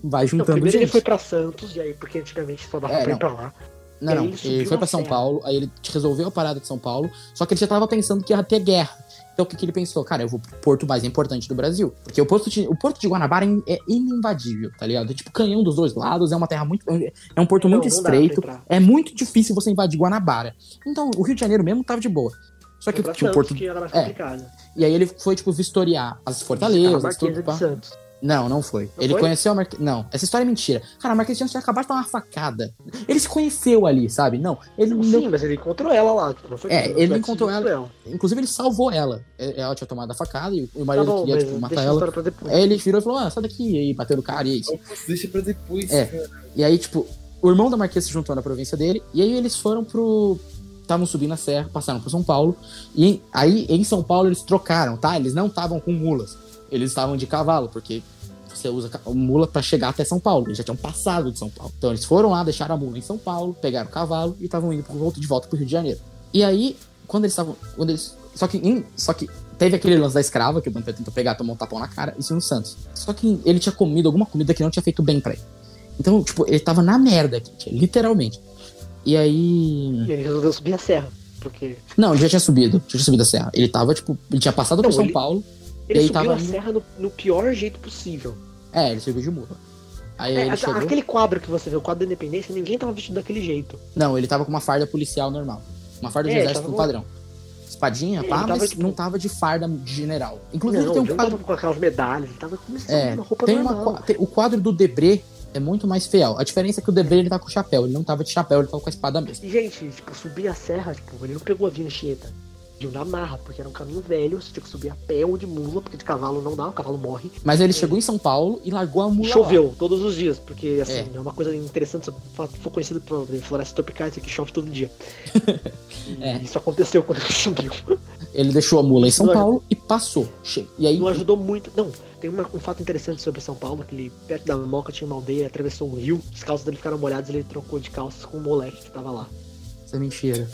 Speaker 1: vai
Speaker 2: Não,
Speaker 1: juntando
Speaker 2: primeiro
Speaker 1: gente.
Speaker 2: ele foi pra Santos, e aí, porque antigamente só dava
Speaker 1: É,
Speaker 2: pra
Speaker 1: não.
Speaker 2: ir pra lá.
Speaker 1: Não,
Speaker 2: E
Speaker 1: não.
Speaker 2: aí ele subiu
Speaker 1: Ele foi
Speaker 2: na
Speaker 1: pra São
Speaker 2: serra.
Speaker 1: Paulo, aí ele resolveu a parada de São Paulo, só que ele já tava pensando que ia ter guerra. Então o que, que ele pensou? Cara, eu vou pro porto mais importante do Brasil. Porque o porto de, o porto de Guanabara é ininvadível, tá ligado? É tipo canhão dos dois lados, é uma terra muito. É um porto
Speaker 2: Não,
Speaker 1: muito
Speaker 2: não dá pra
Speaker 1: estreito.
Speaker 2: entrar.
Speaker 1: É muito difícil você invadir Guanabara. Então, o Rio de Janeiro mesmo tava de boa. Só que
Speaker 2: Foi pra
Speaker 1: tinha o
Speaker 2: Santos,
Speaker 1: porto.
Speaker 2: que era mais
Speaker 1: é, Tá
Speaker 2: complicado.
Speaker 1: E aí ele foi, tipo, vistoriar as
Speaker 2: Era a
Speaker 1: fortalezas,
Speaker 2: Marquesa
Speaker 1: tudo.
Speaker 2: de
Speaker 1: Pá.
Speaker 2: Santos.
Speaker 1: Não, não foi.
Speaker 2: é Não
Speaker 1: ele
Speaker 2: foi?
Speaker 1: conheceu a Marquinhos. Não, essa história é mentira. Cara, a Marquinhos tinha acabado de dar uma facada. Ele se conheceu ali, sabe? Não, ele não.
Speaker 2: Sim, mas ele encontrou ela lá. tipo, Não foi
Speaker 1: É,
Speaker 2: que-
Speaker 1: ele
Speaker 2: foi
Speaker 1: encontrou
Speaker 2: que-
Speaker 1: ela. Inclusive, ele salvou ela. É- Ela tinha tomado a facada e o
Speaker 2: Tá
Speaker 1: marido
Speaker 2: bom,
Speaker 1: queria,
Speaker 2: mas
Speaker 1: tipo,
Speaker 2: deixa
Speaker 1: matar
Speaker 2: a
Speaker 1: ela.
Speaker 2: história pra depois.
Speaker 1: Aí ele virou e falou: ah, sai daqui. E aí bateu no cara e é isso.
Speaker 5: Deixa pra depois,
Speaker 1: É.
Speaker 5: cara.
Speaker 1: E aí, tipo, o irmão da Marquesa se juntou na província dele, e aí eles foram pro. Estavam subindo a serra, passaram por São Paulo, e aí em São Paulo eles trocaram, tá? Eles não estavam com mulas, eles estavam de cavalo, porque você usa ca- mula pra chegar até São Paulo, eles já tinham passado de São Paulo. Então eles foram lá, deixaram a mula em São Paulo, pegaram o cavalo e estavam indo pro- volta- de volta pro Rio de Janeiro. E aí, quando eles estavam. Quando eles. Só que, em- só que teve aquele lance da escrava que o Dante tentou pegar, tomou um tapão na cara, isso no Santos. Só que ele tinha comido alguma comida que não tinha feito bem pra ele. Então, tipo, ele tava na merda, gente, literalmente. E aí.
Speaker 2: E ele resolveu subir a serra. Porque
Speaker 1: Não, ele já tinha subido. Já tinha subido a serra. Ele tava, tipo, ele tinha passado
Speaker 2: Não,
Speaker 1: por São
Speaker 2: ele-
Speaker 1: Paulo.
Speaker 2: ele
Speaker 1: aí
Speaker 2: subiu
Speaker 1: tava
Speaker 2: a
Speaker 1: indo-
Speaker 2: serra no, no pior jeito possível.
Speaker 1: É, ele subiu de mula. Aí
Speaker 2: É,
Speaker 1: ele
Speaker 2: a-
Speaker 1: chegou.
Speaker 2: aquele quadro que você vê, o quadro da independência, ninguém tava vestido daquele jeito.
Speaker 1: Não, ele tava com uma farda policial normal. Uma farda de
Speaker 2: É, ele
Speaker 1: exército
Speaker 2: tava-
Speaker 1: padrão. Espadinha,
Speaker 2: Ele
Speaker 1: pá,
Speaker 2: tava,
Speaker 1: mas
Speaker 2: tipo-
Speaker 1: não tava de farda de general. Inclusive,
Speaker 2: não,
Speaker 1: tem um
Speaker 2: ele não
Speaker 1: quadro.
Speaker 2: tava com aquelas medalhas, ele tava com isso,
Speaker 1: É,
Speaker 2: uma roupa
Speaker 1: tem uma,
Speaker 2: normal.
Speaker 1: qua- tem- o quadro do Debré é muito mais fiel. A diferença é que o Debré ele tá com chapéu. Ele não tava de chapéu, ele tava com a espada mesmo.
Speaker 2: E, gente, tipo, subir a serra, tipo, ele não pegou a via Anchieta. Viu na marra, porque era um caminho velho, você tinha que subir a pé ou de mula, porque de cavalo não dá, o cavalo morre.
Speaker 1: Mas ele chegou em São Paulo e largou a mula. lá.
Speaker 2: Choveu todos os dias, porque assim, é, uma coisa interessante, foi conhecido por florestas tropicais que chove todo
Speaker 1: [laughs]
Speaker 2: dia. E
Speaker 1: É.
Speaker 2: Isso aconteceu quando ele [laughs] subiu.
Speaker 1: Ele deixou a mula em São
Speaker 2: Não é-
Speaker 1: Paulo e passou. Che- E aí,
Speaker 2: Não ajudou muito. Não, tem uma- um fato interessante sobre São Paulo, que ele, perto da Moca tinha uma aldeia, atravessou um rio, os calços dele ficaram molhados, ele trocou de calças com um moleque que tava lá.
Speaker 1: Isso é mentira.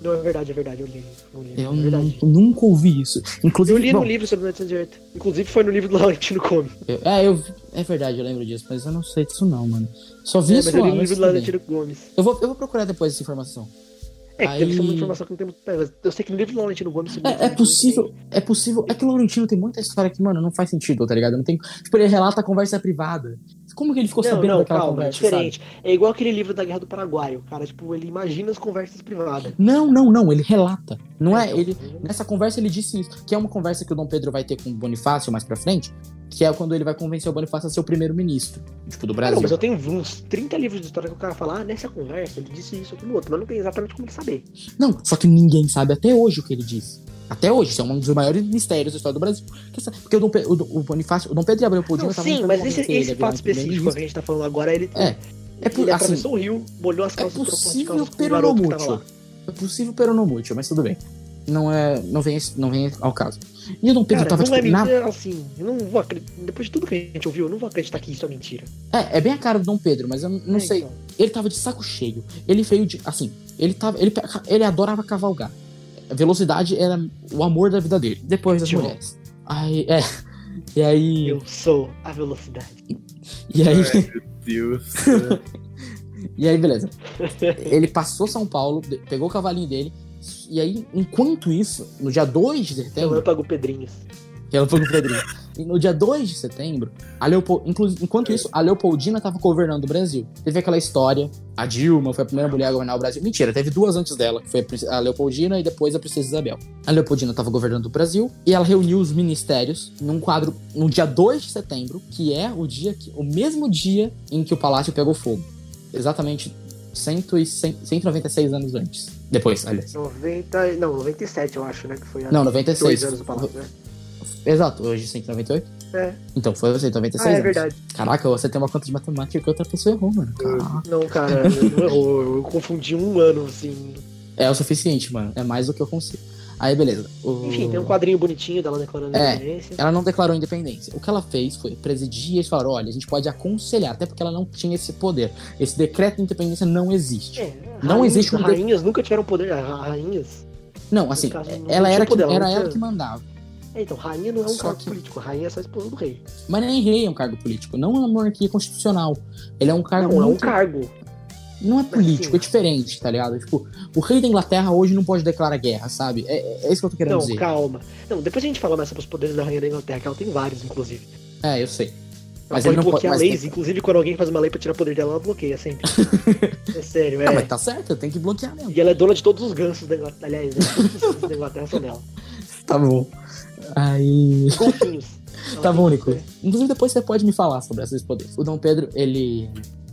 Speaker 2: Não, é verdade, é verdade, eu li. Eu li
Speaker 1: Eu
Speaker 2: é verdade.
Speaker 1: nu- nunca ouvi isso. Inclusive,
Speaker 2: Eu li
Speaker 1: bom,
Speaker 2: no livro sobre 1908. Inclusive foi no livro do Laurentino Gomes.
Speaker 1: eu- é, eu vi- é verdade, eu lembro disso, mas eu não sei disso não, mano. Só vi
Speaker 2: É,
Speaker 1: isso
Speaker 2: mas eu li
Speaker 1: lá,
Speaker 2: no
Speaker 1: mas
Speaker 2: livro do
Speaker 1: tudo bem.
Speaker 2: Laurentino Gomes.
Speaker 1: eu, vou, eu vou procurar depois essa informação.
Speaker 2: É, que deve ser
Speaker 1: Aí-
Speaker 2: uma informação que não temos. é, mas Eu sei que no livro do Laurentino Gomes. sobre
Speaker 1: É, é
Speaker 2: 1908
Speaker 1: possível, é possível. É que o Laurentino tem muita história que, mano, não faz sentido, tá ligado? Não tem, tipo, ele relata a conversa privada. Como que ele ficou
Speaker 2: Não,
Speaker 1: sabendo
Speaker 2: não,
Speaker 1: daquela
Speaker 2: calma, é
Speaker 1: conversa? sabe?
Speaker 2: diferente. É igual aquele livro da Guerra do Paraguai. O cara, tipo, ele imagina as conversas privadas.
Speaker 1: Não, não, não, ele relata. Não é,
Speaker 2: Então,
Speaker 1: ele nessa conversa ele disse isso, que é uma conversa que o Dom Pedro vai ter com o Bonifácio mais pra frente, que é quando ele vai convencer o Bonifácio a ser o primeiro-ministro, tipo do Brasil.
Speaker 2: Não, mas eu tenho uns 30 livros de história que o cara fala, ah, nessa conversa ele disse isso, aquilo, outro, mas não tem exatamente como ele saber.
Speaker 1: Não, só que ninguém sabe até hoje o que ele disse. Até hoje, isso é um dos maiores mistérios da história do Brasil. Porque, essa- porque o, Dom Pe- o Dom- o Bonifácio, o Dom Pedro e Abreu Podinho
Speaker 2: Não,
Speaker 1: estavam
Speaker 2: sim,
Speaker 1: tentando
Speaker 2: mas esse,
Speaker 1: convencer ele
Speaker 2: esse
Speaker 1: a virar
Speaker 2: fato
Speaker 1: um
Speaker 2: específico que a
Speaker 1: primeiro-ministro.
Speaker 2: gente tá falando agora, ele,
Speaker 1: É, É, por,
Speaker 2: ele
Speaker 1: assim,
Speaker 2: atravessou o rio, molhou as
Speaker 1: é
Speaker 2: calças, trocou as
Speaker 1: possível
Speaker 2: calças com o garoto que tava
Speaker 1: peronomútil.
Speaker 2: lá.
Speaker 1: É possível peronomútil, mas tudo bem. Não é, não vem, esse- não vem ao caso. E o Dom Pedro
Speaker 2: Cara,
Speaker 1: tava
Speaker 2: não é
Speaker 1: tipo, na
Speaker 2: mentira, assim, eu não vou acreditar, depois de tudo que a gente ouviu, eu não vou acreditar que isso é mentira.
Speaker 1: É, é bem a cara do Dom Pedro, mas eu não
Speaker 2: É,
Speaker 1: sei.
Speaker 2: então.
Speaker 1: Ele tava de saco cheio. Ele veio de. Assim, ele tava. Ele, ele adorava cavalgar. Velocidade era o amor da vida dele. Depois das
Speaker 2: Tio.
Speaker 1: mulheres. Aí. É. E aí.
Speaker 2: Eu sou a velocidade.
Speaker 1: E aí.
Speaker 4: É.
Speaker 5: Meu Deus.
Speaker 1: [laughs] E aí, beleza. Ele passou São Paulo, de- pegou o cavalinho dele. E aí, enquanto isso, no dia 2 de
Speaker 2: Eu
Speaker 1: setembro.
Speaker 2: relâmpago Pedrinhos.
Speaker 1: Relâmpago é Pedrinho. E no dia 2 de setembro, a Leopold... inclu- enquanto isso, a Leopoldina tava governando o Brasil. Teve aquela história, a Dilma foi a primeira mulher a governar o Brasil. Mentira, teve duas antes dela, que foi a prin- a Leopoldina e depois a Princesa Isabel. A Leopoldina tava governando o Brasil e ela reuniu os ministérios num quadro no dia 2 de setembro, que é o dia que o mesmo dia em que o palácio pegou fogo. Exatamente 100 e 100 196 anos antes. Depois, aliás.
Speaker 2: 90, não, 97 eu acho, né, que foi a
Speaker 1: Não,
Speaker 2: dois
Speaker 1: 96.
Speaker 2: anos do palácio, né?
Speaker 1: Exato, hoje 198.
Speaker 2: É.
Speaker 1: Então foi 196
Speaker 2: Ah, é
Speaker 1: anos.
Speaker 2: verdade.
Speaker 1: Caraca, você tem uma conta de matemática que outra pessoa errou, mano. Caraca.
Speaker 2: Não, cara, [laughs] eu não errou. Eu confundi um ano, assim.
Speaker 1: É o suficiente, mano. É mais do que eu consigo. Aí, beleza. O-
Speaker 2: Enfim, tem um quadrinho bonitinho dela declarando a
Speaker 1: É.
Speaker 2: independência.
Speaker 1: Ela não declarou independência. O que ela fez foi presidir e falar: olha, a gente pode aconselhar, até porque ela não tinha esse poder. Esse decreto de independência não existe.
Speaker 2: É,
Speaker 1: Não
Speaker 2: rainhas-
Speaker 1: existe um de-
Speaker 2: Rainhas nunca tiveram poder. ra- Rainhas.
Speaker 1: Não, assim,
Speaker 2: No caso, não
Speaker 1: ela
Speaker 2: tinha
Speaker 1: era, que,
Speaker 2: poder, ela
Speaker 1: era
Speaker 2: não
Speaker 1: ela
Speaker 2: tinha-
Speaker 1: que mandava.
Speaker 2: É, então, rainha não é um
Speaker 1: Só
Speaker 2: cargo
Speaker 1: que-
Speaker 2: político. Rainha é só a esposa do rei.
Speaker 1: Mas nem rei é um cargo político, não é uma monarquia constitucional. Ele é um cargo.
Speaker 2: não, é um assim,
Speaker 1: muito-
Speaker 2: cargo.
Speaker 1: Não é político, é diferente, tá ligado? Tipo, o rei da Inglaterra hoje não pode declarar guerra, sabe? É, é isso que eu tô querendo
Speaker 2: Não,
Speaker 1: dizer.
Speaker 2: calma. Não, depois a gente fala mais sobre os poderes da Rainha da Inglaterra, que ela tem vários, inclusive.
Speaker 1: É, eu sei.
Speaker 2: Ela
Speaker 1: Mas
Speaker 2: pode
Speaker 1: ele não pode.
Speaker 2: bloquear
Speaker 1: Mas,
Speaker 2: leis, inclusive quando alguém faz uma lei pra tirar poder dela, ela
Speaker 1: [laughs]
Speaker 2: bloqueia sempre. é sério, é.
Speaker 1: Ah, mas tá certo, tem que bloquear mesmo.
Speaker 2: E ela é dona de todos os gansos da Inglaterra. Aliás, né? todos os gansos da Inglaterra são
Speaker 1: [laughs]
Speaker 2: dela.
Speaker 1: [laughs] Tá bom. Aí.
Speaker 2: Golfinhos. Ela
Speaker 1: Tá
Speaker 2: tem-
Speaker 1: bom, Nico. Inclusive, depois você pode me falar sobre esses poderes. O Dom Pedro, ele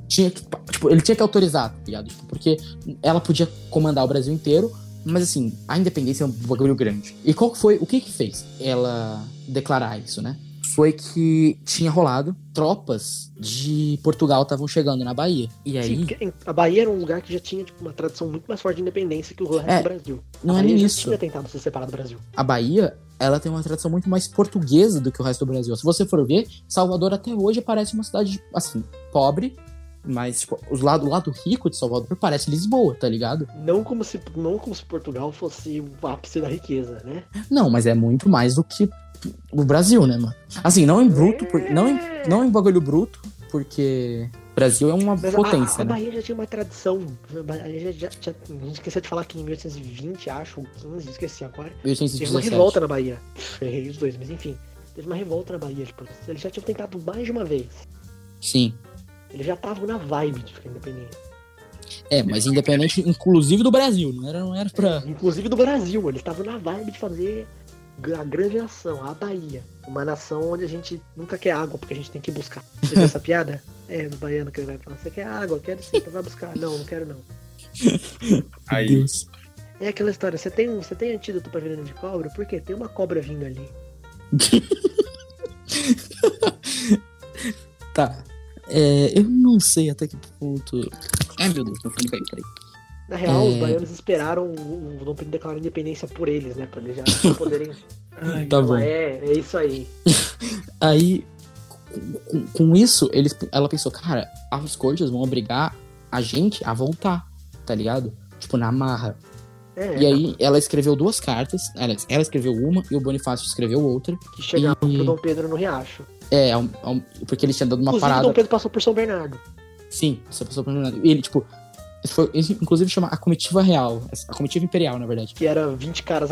Speaker 1: tinha que, tipo, ele tinha que autorizar, tá ligado? Tipo, porque ela podia comandar o Brasil inteiro, mas assim, a independência é um bagulho grande. E qual que foi, o que que fez ela declarar isso, né? Foi que tinha rolado tropas de Portugal estavam chegando na Bahia. E aí,
Speaker 2: Sim, porque a Bahia era um lugar que já tinha tipo, uma tradição muito mais forte de independência que o resto
Speaker 1: É,
Speaker 2: do Brasil.
Speaker 1: não é
Speaker 2: a Bahia
Speaker 1: nem
Speaker 2: já
Speaker 1: isso.
Speaker 2: tinha tentado se separar do Brasil.
Speaker 1: a Bahia, ela tem uma tradição muito mais portuguesa do que o resto do Brasil. Se você for ver, Salvador até hoje parece uma cidade, assim, pobre, mas tipo, os lado, o lado rico de Salvador parece Lisboa, tá ligado?
Speaker 2: Não como, se, não como se Portugal fosse o ápice da riqueza, né?
Speaker 1: Não, mas é muito mais do que o Brasil, né, mano? Assim, não em bruto, por- não, em, não em bagulho bruto, porque Brasil é uma
Speaker 2: Mas a- a,
Speaker 1: potência,
Speaker 2: a
Speaker 1: né?
Speaker 2: Bahia já tinha uma tradição. A Bahia já, já- já- a gente esqueceu de falar que em 1820, acho, ou 15, esqueci agora. Teve uma
Speaker 1: 1817.
Speaker 2: revolta na Bahia. [laughs] Errei os dois, mas enfim. Teve uma revolta na Bahia. Tipo, eles já tinham tentado mais de uma vez.
Speaker 1: Sim.
Speaker 2: Eles já estavam na vibe de ficar independente.
Speaker 1: É, mas independente, inclusive do Brasil, não era, não era pra.
Speaker 2: Inclusive do Brasil. Eles estavam na vibe de fazer a grande nação, a Bahia. Uma nação onde a gente nunca quer água, porque a gente tem que buscar. Você
Speaker 1: [laughs]
Speaker 2: viu essa piada? É, do baiano que ele vai falar, você quer água, quero sim, então vai buscar. Não, não quero não.
Speaker 5: Aí.
Speaker 1: Deus.
Speaker 2: É aquela história, você tem, um, você tem antídoto pra veneno de cobra? Por quê? Tem uma cobra vindo ali.
Speaker 1: [laughs] Tá. É, eu não sei até que ponto. Ai, meu Deus, meu fone caiu, peraí.
Speaker 2: Na real, os
Speaker 1: É.
Speaker 2: baianos esperaram o o Dom Pedro declarar independência por eles, né? Pra eles já
Speaker 1: [laughs]
Speaker 2: poderem.
Speaker 1: Tá bom.
Speaker 2: É, é isso aí.
Speaker 1: Aí, com, com isso, eles, ela pensou, cara, as cortes vão obrigar a gente a voltar, tá ligado? Tipo, na marra.
Speaker 2: É,
Speaker 1: E aí, ela escreveu duas cartas. Alex, ela escreveu uma e o Bonifácio escreveu outra.
Speaker 2: que chegaram
Speaker 1: e-
Speaker 2: pro Dom Pedro no Riacho.
Speaker 1: É, é um- é um- porque eles tinham dado uma
Speaker 2: Inclusive,
Speaker 1: parada.
Speaker 2: Dom Pedro passou por São Bernardo.
Speaker 1: Sim, essa pessoa pra E ele, tipo, isso foi, isso, inclusive chama a comitiva real. A comitiva imperial, na verdade.
Speaker 2: Que era 20 caras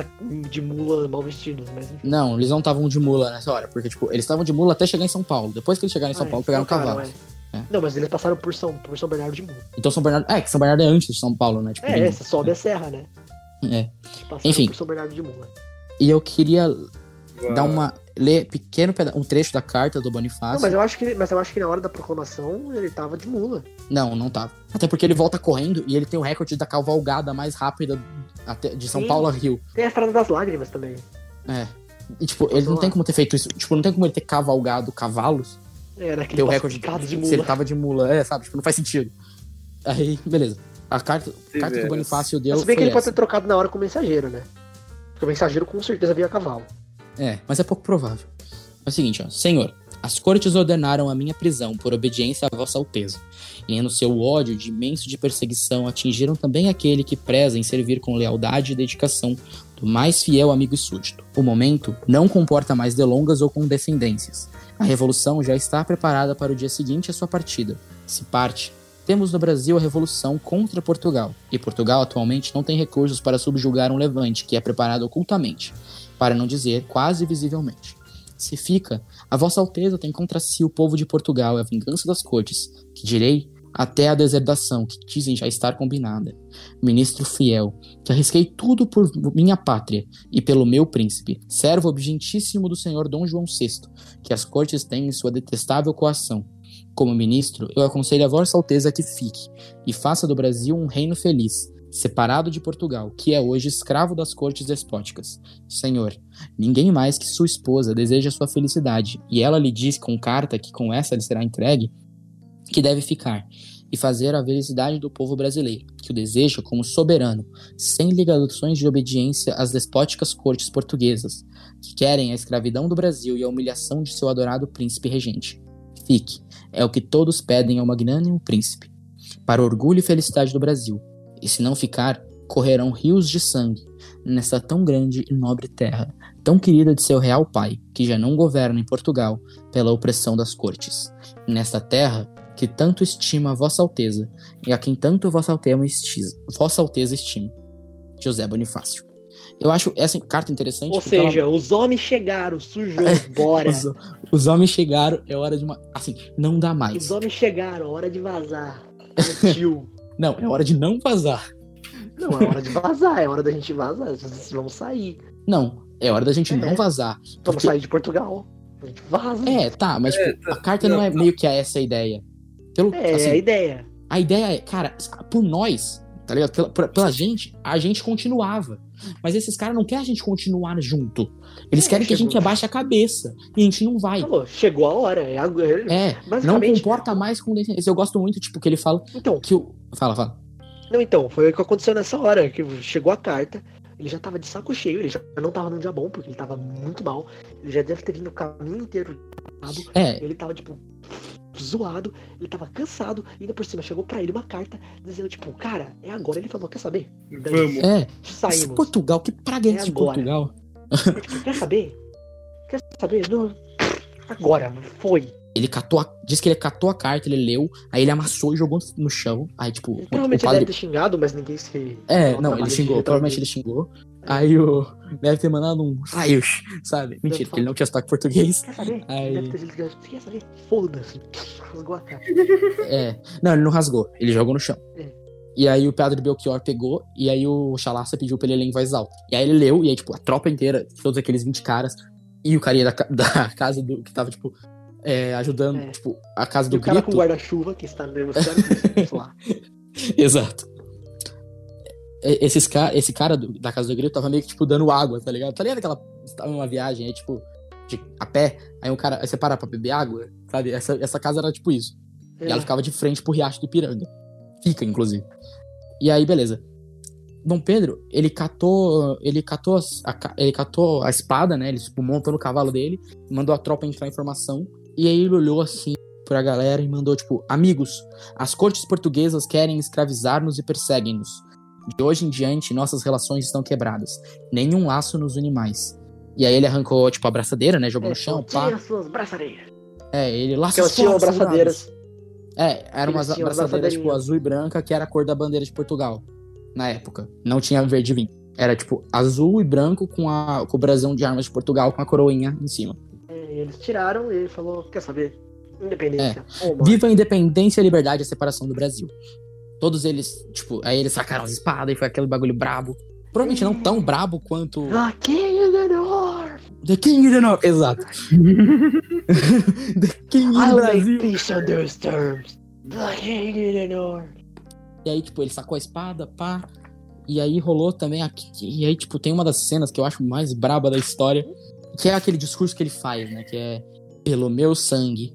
Speaker 2: de mula mal vestidos, mas enfim.
Speaker 1: Não, eles não estavam de mula nessa hora, porque, tipo, eles estavam de mula até chegar em São Paulo. Depois que eles chegaram em São
Speaker 2: Ah,
Speaker 1: Paulo,
Speaker 2: eles
Speaker 1: pegaram o
Speaker 2: trocaram,
Speaker 1: cavalo.
Speaker 2: é.
Speaker 1: É.
Speaker 2: Não, mas eles passaram por São, por São Bernardo de mula.
Speaker 1: Então São Bernardo. É, que São Bernardo é antes de São Paulo, né? Tipo,
Speaker 2: É,
Speaker 1: bem-
Speaker 2: você sobe a serra, né?
Speaker 1: É.
Speaker 2: Passaram
Speaker 1: Enfim.
Speaker 2: por São Bernardo de mula.
Speaker 1: E eu queria dar uma. ler pequeno peda um trecho da carta do
Speaker 2: Não,
Speaker 1: Bonifácio.
Speaker 2: mas eu, acho que, mas eu acho que na hora da proclamação ele tava de mula.
Speaker 1: Não, não tava. Até porque ele volta correndo e ele tem o recorde da cavalgada mais rápida até- de São
Speaker 2: Sim.
Speaker 1: Paulo a Rio.
Speaker 2: Tem a Estrada das Lágrimas também.
Speaker 1: É. E, tipo,
Speaker 2: Então,
Speaker 1: ele não tem como ter feito isso. Tipo, não tem como ele ter cavalgado cavalos.
Speaker 2: É, naquele
Speaker 1: Ter o recorde
Speaker 2: pacificado de
Speaker 1: Se ele
Speaker 2: mula.
Speaker 1: tava de mula. É, sabe? Tipo, não faz sentido. Aí, beleza. A carta, a carta que o
Speaker 5: Deveras.
Speaker 1: Bonifácio deu.
Speaker 2: Mas se bem que
Speaker 1: foi
Speaker 2: ele pode
Speaker 1: essa.
Speaker 2: ter trocado na hora com o mensageiro, né? Porque o mensageiro com certeza veio a cavalo.
Speaker 1: É, mas é pouco provável. É o seguinte, ó. Senhor, as cortes ordenaram a minha prisão por obediência a vossa alteza. E no seu ódio de imenso de perseguição atingiram também aquele que preza em servir com lealdade e dedicação do mais fiel amigo e súdito. O momento não comporta mais delongas ou condescendências. A revolução já está preparada para o dia seguinte à sua partida. Se parte, temos no Brasil a revolução contra Portugal. E Portugal atualmente não tem recursos para subjugar um levante que é preparado ocultamente para não dizer quase visivelmente. Se fica, a Vossa Alteza tem contra si o povo de Portugal e a vingança das cortes, que direi até a deserdação, que dizem já estar combinada. Ministro fiel, que arrisquei tudo por minha pátria e pelo meu príncipe, servo obedientíssimo do senhor Dom João VI, que as cortes têm em sua detestável coação. Como ministro, eu aconselho a Vossa Alteza que fique e faça do Brasil um reino feliz, separado de Portugal, que é hoje escravo das cortes despóticas. Senhor, ninguém mais que sua esposa deseja sua felicidade, e ela lhe diz com carta que com essa lhe será entregue, que deve ficar e fazer a felicidade do povo brasileiro, que o deseja como soberano, sem ligações de obediência às despóticas cortes portuguesas, que querem a escravidão do Brasil e a humilhação de seu adorado príncipe regente. Fique, é o que todos pedem ao magnânimo príncipe, para orgulho e felicidade do Brasil. E se não ficar, correrão rios de sangue nessa tão grande e nobre terra, tão querida de seu real pai, que já não governa em Portugal pela opressão das cortes. Nesta terra, que tanto estima a Vossa Alteza, e a quem tanto Vossa Alteza estima. Vossa Alteza estima. José Bonifácio. Eu acho essa carta interessante.
Speaker 2: Ou
Speaker 1: porque ela-
Speaker 2: seja, os homens chegaram,
Speaker 1: [laughs]
Speaker 2: sujou, bora.
Speaker 1: os, os homens chegaram, é hora de uma. Assim, não dá mais.
Speaker 2: Os homens chegaram, hora
Speaker 1: [laughs]
Speaker 2: de vazar. Tio.
Speaker 1: Não, é hora de não vazar.
Speaker 2: Não, é hora de vazar, é hora da gente vazar. Vocês vão sair.
Speaker 1: Não, é hora da gente
Speaker 2: É.
Speaker 1: não vazar.
Speaker 2: Vamos sair de Portugal. A gente vaza.
Speaker 1: É, tá, mas tipo, a carta não,
Speaker 5: não,
Speaker 1: é meio que é essa a ideia. Pelo,
Speaker 2: É,
Speaker 1: assim,
Speaker 2: a ideia.
Speaker 1: A ideia é, cara, por nós, tá ligado? Pela, pela- pela gente, a gente continuava. Mas esses caras não querem a gente continuar junto. Eles
Speaker 2: É,
Speaker 1: querem que a
Speaker 2: chegou.
Speaker 1: gente abaixe a cabeça. E a gente não vai.
Speaker 2: Falou, chegou a hora. É, agora-
Speaker 1: É, não
Speaker 2: basicamente.
Speaker 1: comporta mais com decência. Eu gosto muito, tipo, que ele fala
Speaker 2: Então,
Speaker 1: que o. Fala, fala.
Speaker 2: não, então, foi o que aconteceu nessa hora. Que chegou a carta. Ele já tava de saco cheio, ele já não tava num dia bom, porque ele tava muito mal. Ele já deve ter vindo o caminho inteiro. zoado,
Speaker 1: É,
Speaker 2: Ele tava, tipo, zoado, ele tava cansado, e ainda por cima chegou pra ele uma carta dizendo, tipo, cara, é agora. Ele falou, quer saber?
Speaker 4: Vamos.
Speaker 1: é. Esse
Speaker 2: Saímos.
Speaker 1: Portugal, que praga é
Speaker 2: Tá É
Speaker 1: esse de
Speaker 2: agora.
Speaker 1: Portugal?
Speaker 2: Tipo, quer saber? Quer saber? Não. Agora, foi.
Speaker 1: Ele catou a... Diz que ele catou a carta, ele leu, aí ele amassou e jogou no chão. Aí, tipo, o,
Speaker 2: Ele
Speaker 1: o
Speaker 2: provavelmente
Speaker 1: padre.
Speaker 2: deve ter xingado, mas ninguém se.
Speaker 1: É,
Speaker 2: Ela
Speaker 1: não,
Speaker 2: trabalha
Speaker 1: ele xingou,
Speaker 2: digitalmente.
Speaker 1: provavelmente ele xingou.
Speaker 2: É.
Speaker 1: Aí o. Deve ter mandado um raios, sabe? Mentira, porque ele não tinha sotaque português. [laughs]
Speaker 2: Quer saber?
Speaker 1: Aí-
Speaker 2: Deve ter gente que quer saber? Foda-se. Rasgou a cara.
Speaker 1: É. Não, ele não rasgou, ele jogou no chão.
Speaker 2: É.
Speaker 1: E aí o Padre Belchior pegou, e aí o Chalaça pediu pra ele ler em voz alta. E aí ele leu, e aí, tipo, a tropa inteira, todos aqueles 20 caras, e o carinha da, ca- [laughs] da casa do. que tava, tipo, é, ajudando,
Speaker 2: É.
Speaker 1: tipo, a casa
Speaker 2: E
Speaker 1: do
Speaker 2: o cara
Speaker 1: grito.
Speaker 2: com guarda-chuva que
Speaker 1: [laughs]
Speaker 2: está negociando lá.
Speaker 1: Exato. E- Esses ca... Esse cara do- da Casa do Grito tava meio que, tipo, dando água, tá ligado? Tá ligado aquela... Você Tava numa viagem, aí, tipo, de... a pé, aí um cara... Aí você para pra beber água, sabe? Essa, essa casa era, tipo, isso.
Speaker 2: É.
Speaker 1: E ela ficava de frente pro Riacho do Ipiranga. Fica, inclusive. E aí, beleza. Dom Pedro, ele catou, ele catou, as- a, ca- ele catou a espada, né? Ele tipo, montou no cavalo dele, mandou a tropa entrar em formação. E aí ele olhou assim pra galera e mandou, tipo, amigos, as cortes portuguesas querem escravizar-nos e perseguem-nos. De hoje em diante, nossas relações estão quebradas. Nenhum laço nos une mais. E aí ele arrancou, tipo, a braçadeira, né?
Speaker 2: É,
Speaker 1: Jogou no chão,
Speaker 2: Tinha
Speaker 1: pá.
Speaker 2: as suas braçadeiras.
Speaker 1: É, ele laçou
Speaker 2: Que elas tinham braçadeiras.
Speaker 1: é, eram umas
Speaker 2: Eles tinham as
Speaker 1: abraçadeiras, tipo,
Speaker 2: abraçadeirinhas.
Speaker 1: azul e branca, que era a cor da bandeira de Portugal, na época. Não tinha verde e vinho. Era, tipo, azul e branco com, a, com o brasão de armas de Portugal com a coroinha em cima.
Speaker 2: É, Eles tiraram e ele falou: Quer saber? Independência.
Speaker 1: É.
Speaker 2: Ô, mano,
Speaker 1: Viva a independência, a liberdade e a separação do Brasil. Todos eles, tipo, aí eles sacaram as espadas e foi aquele bagulho brabo. Provavelmente não tão brabo quanto.
Speaker 2: Aqui é menor.
Speaker 1: The King in the North. [laughs] Exato. The King in
Speaker 2: I
Speaker 1: the
Speaker 2: make
Speaker 1: Brasil.
Speaker 2: peace on those terms. The king in the north.
Speaker 1: E aí, tipo, ele sacou a espada, pá. E aí rolou também. A... E aí, tipo, tem uma das cenas que eu acho mais braba da história. Que é aquele discurso que ele faz, né? Que é pelo meu sangue.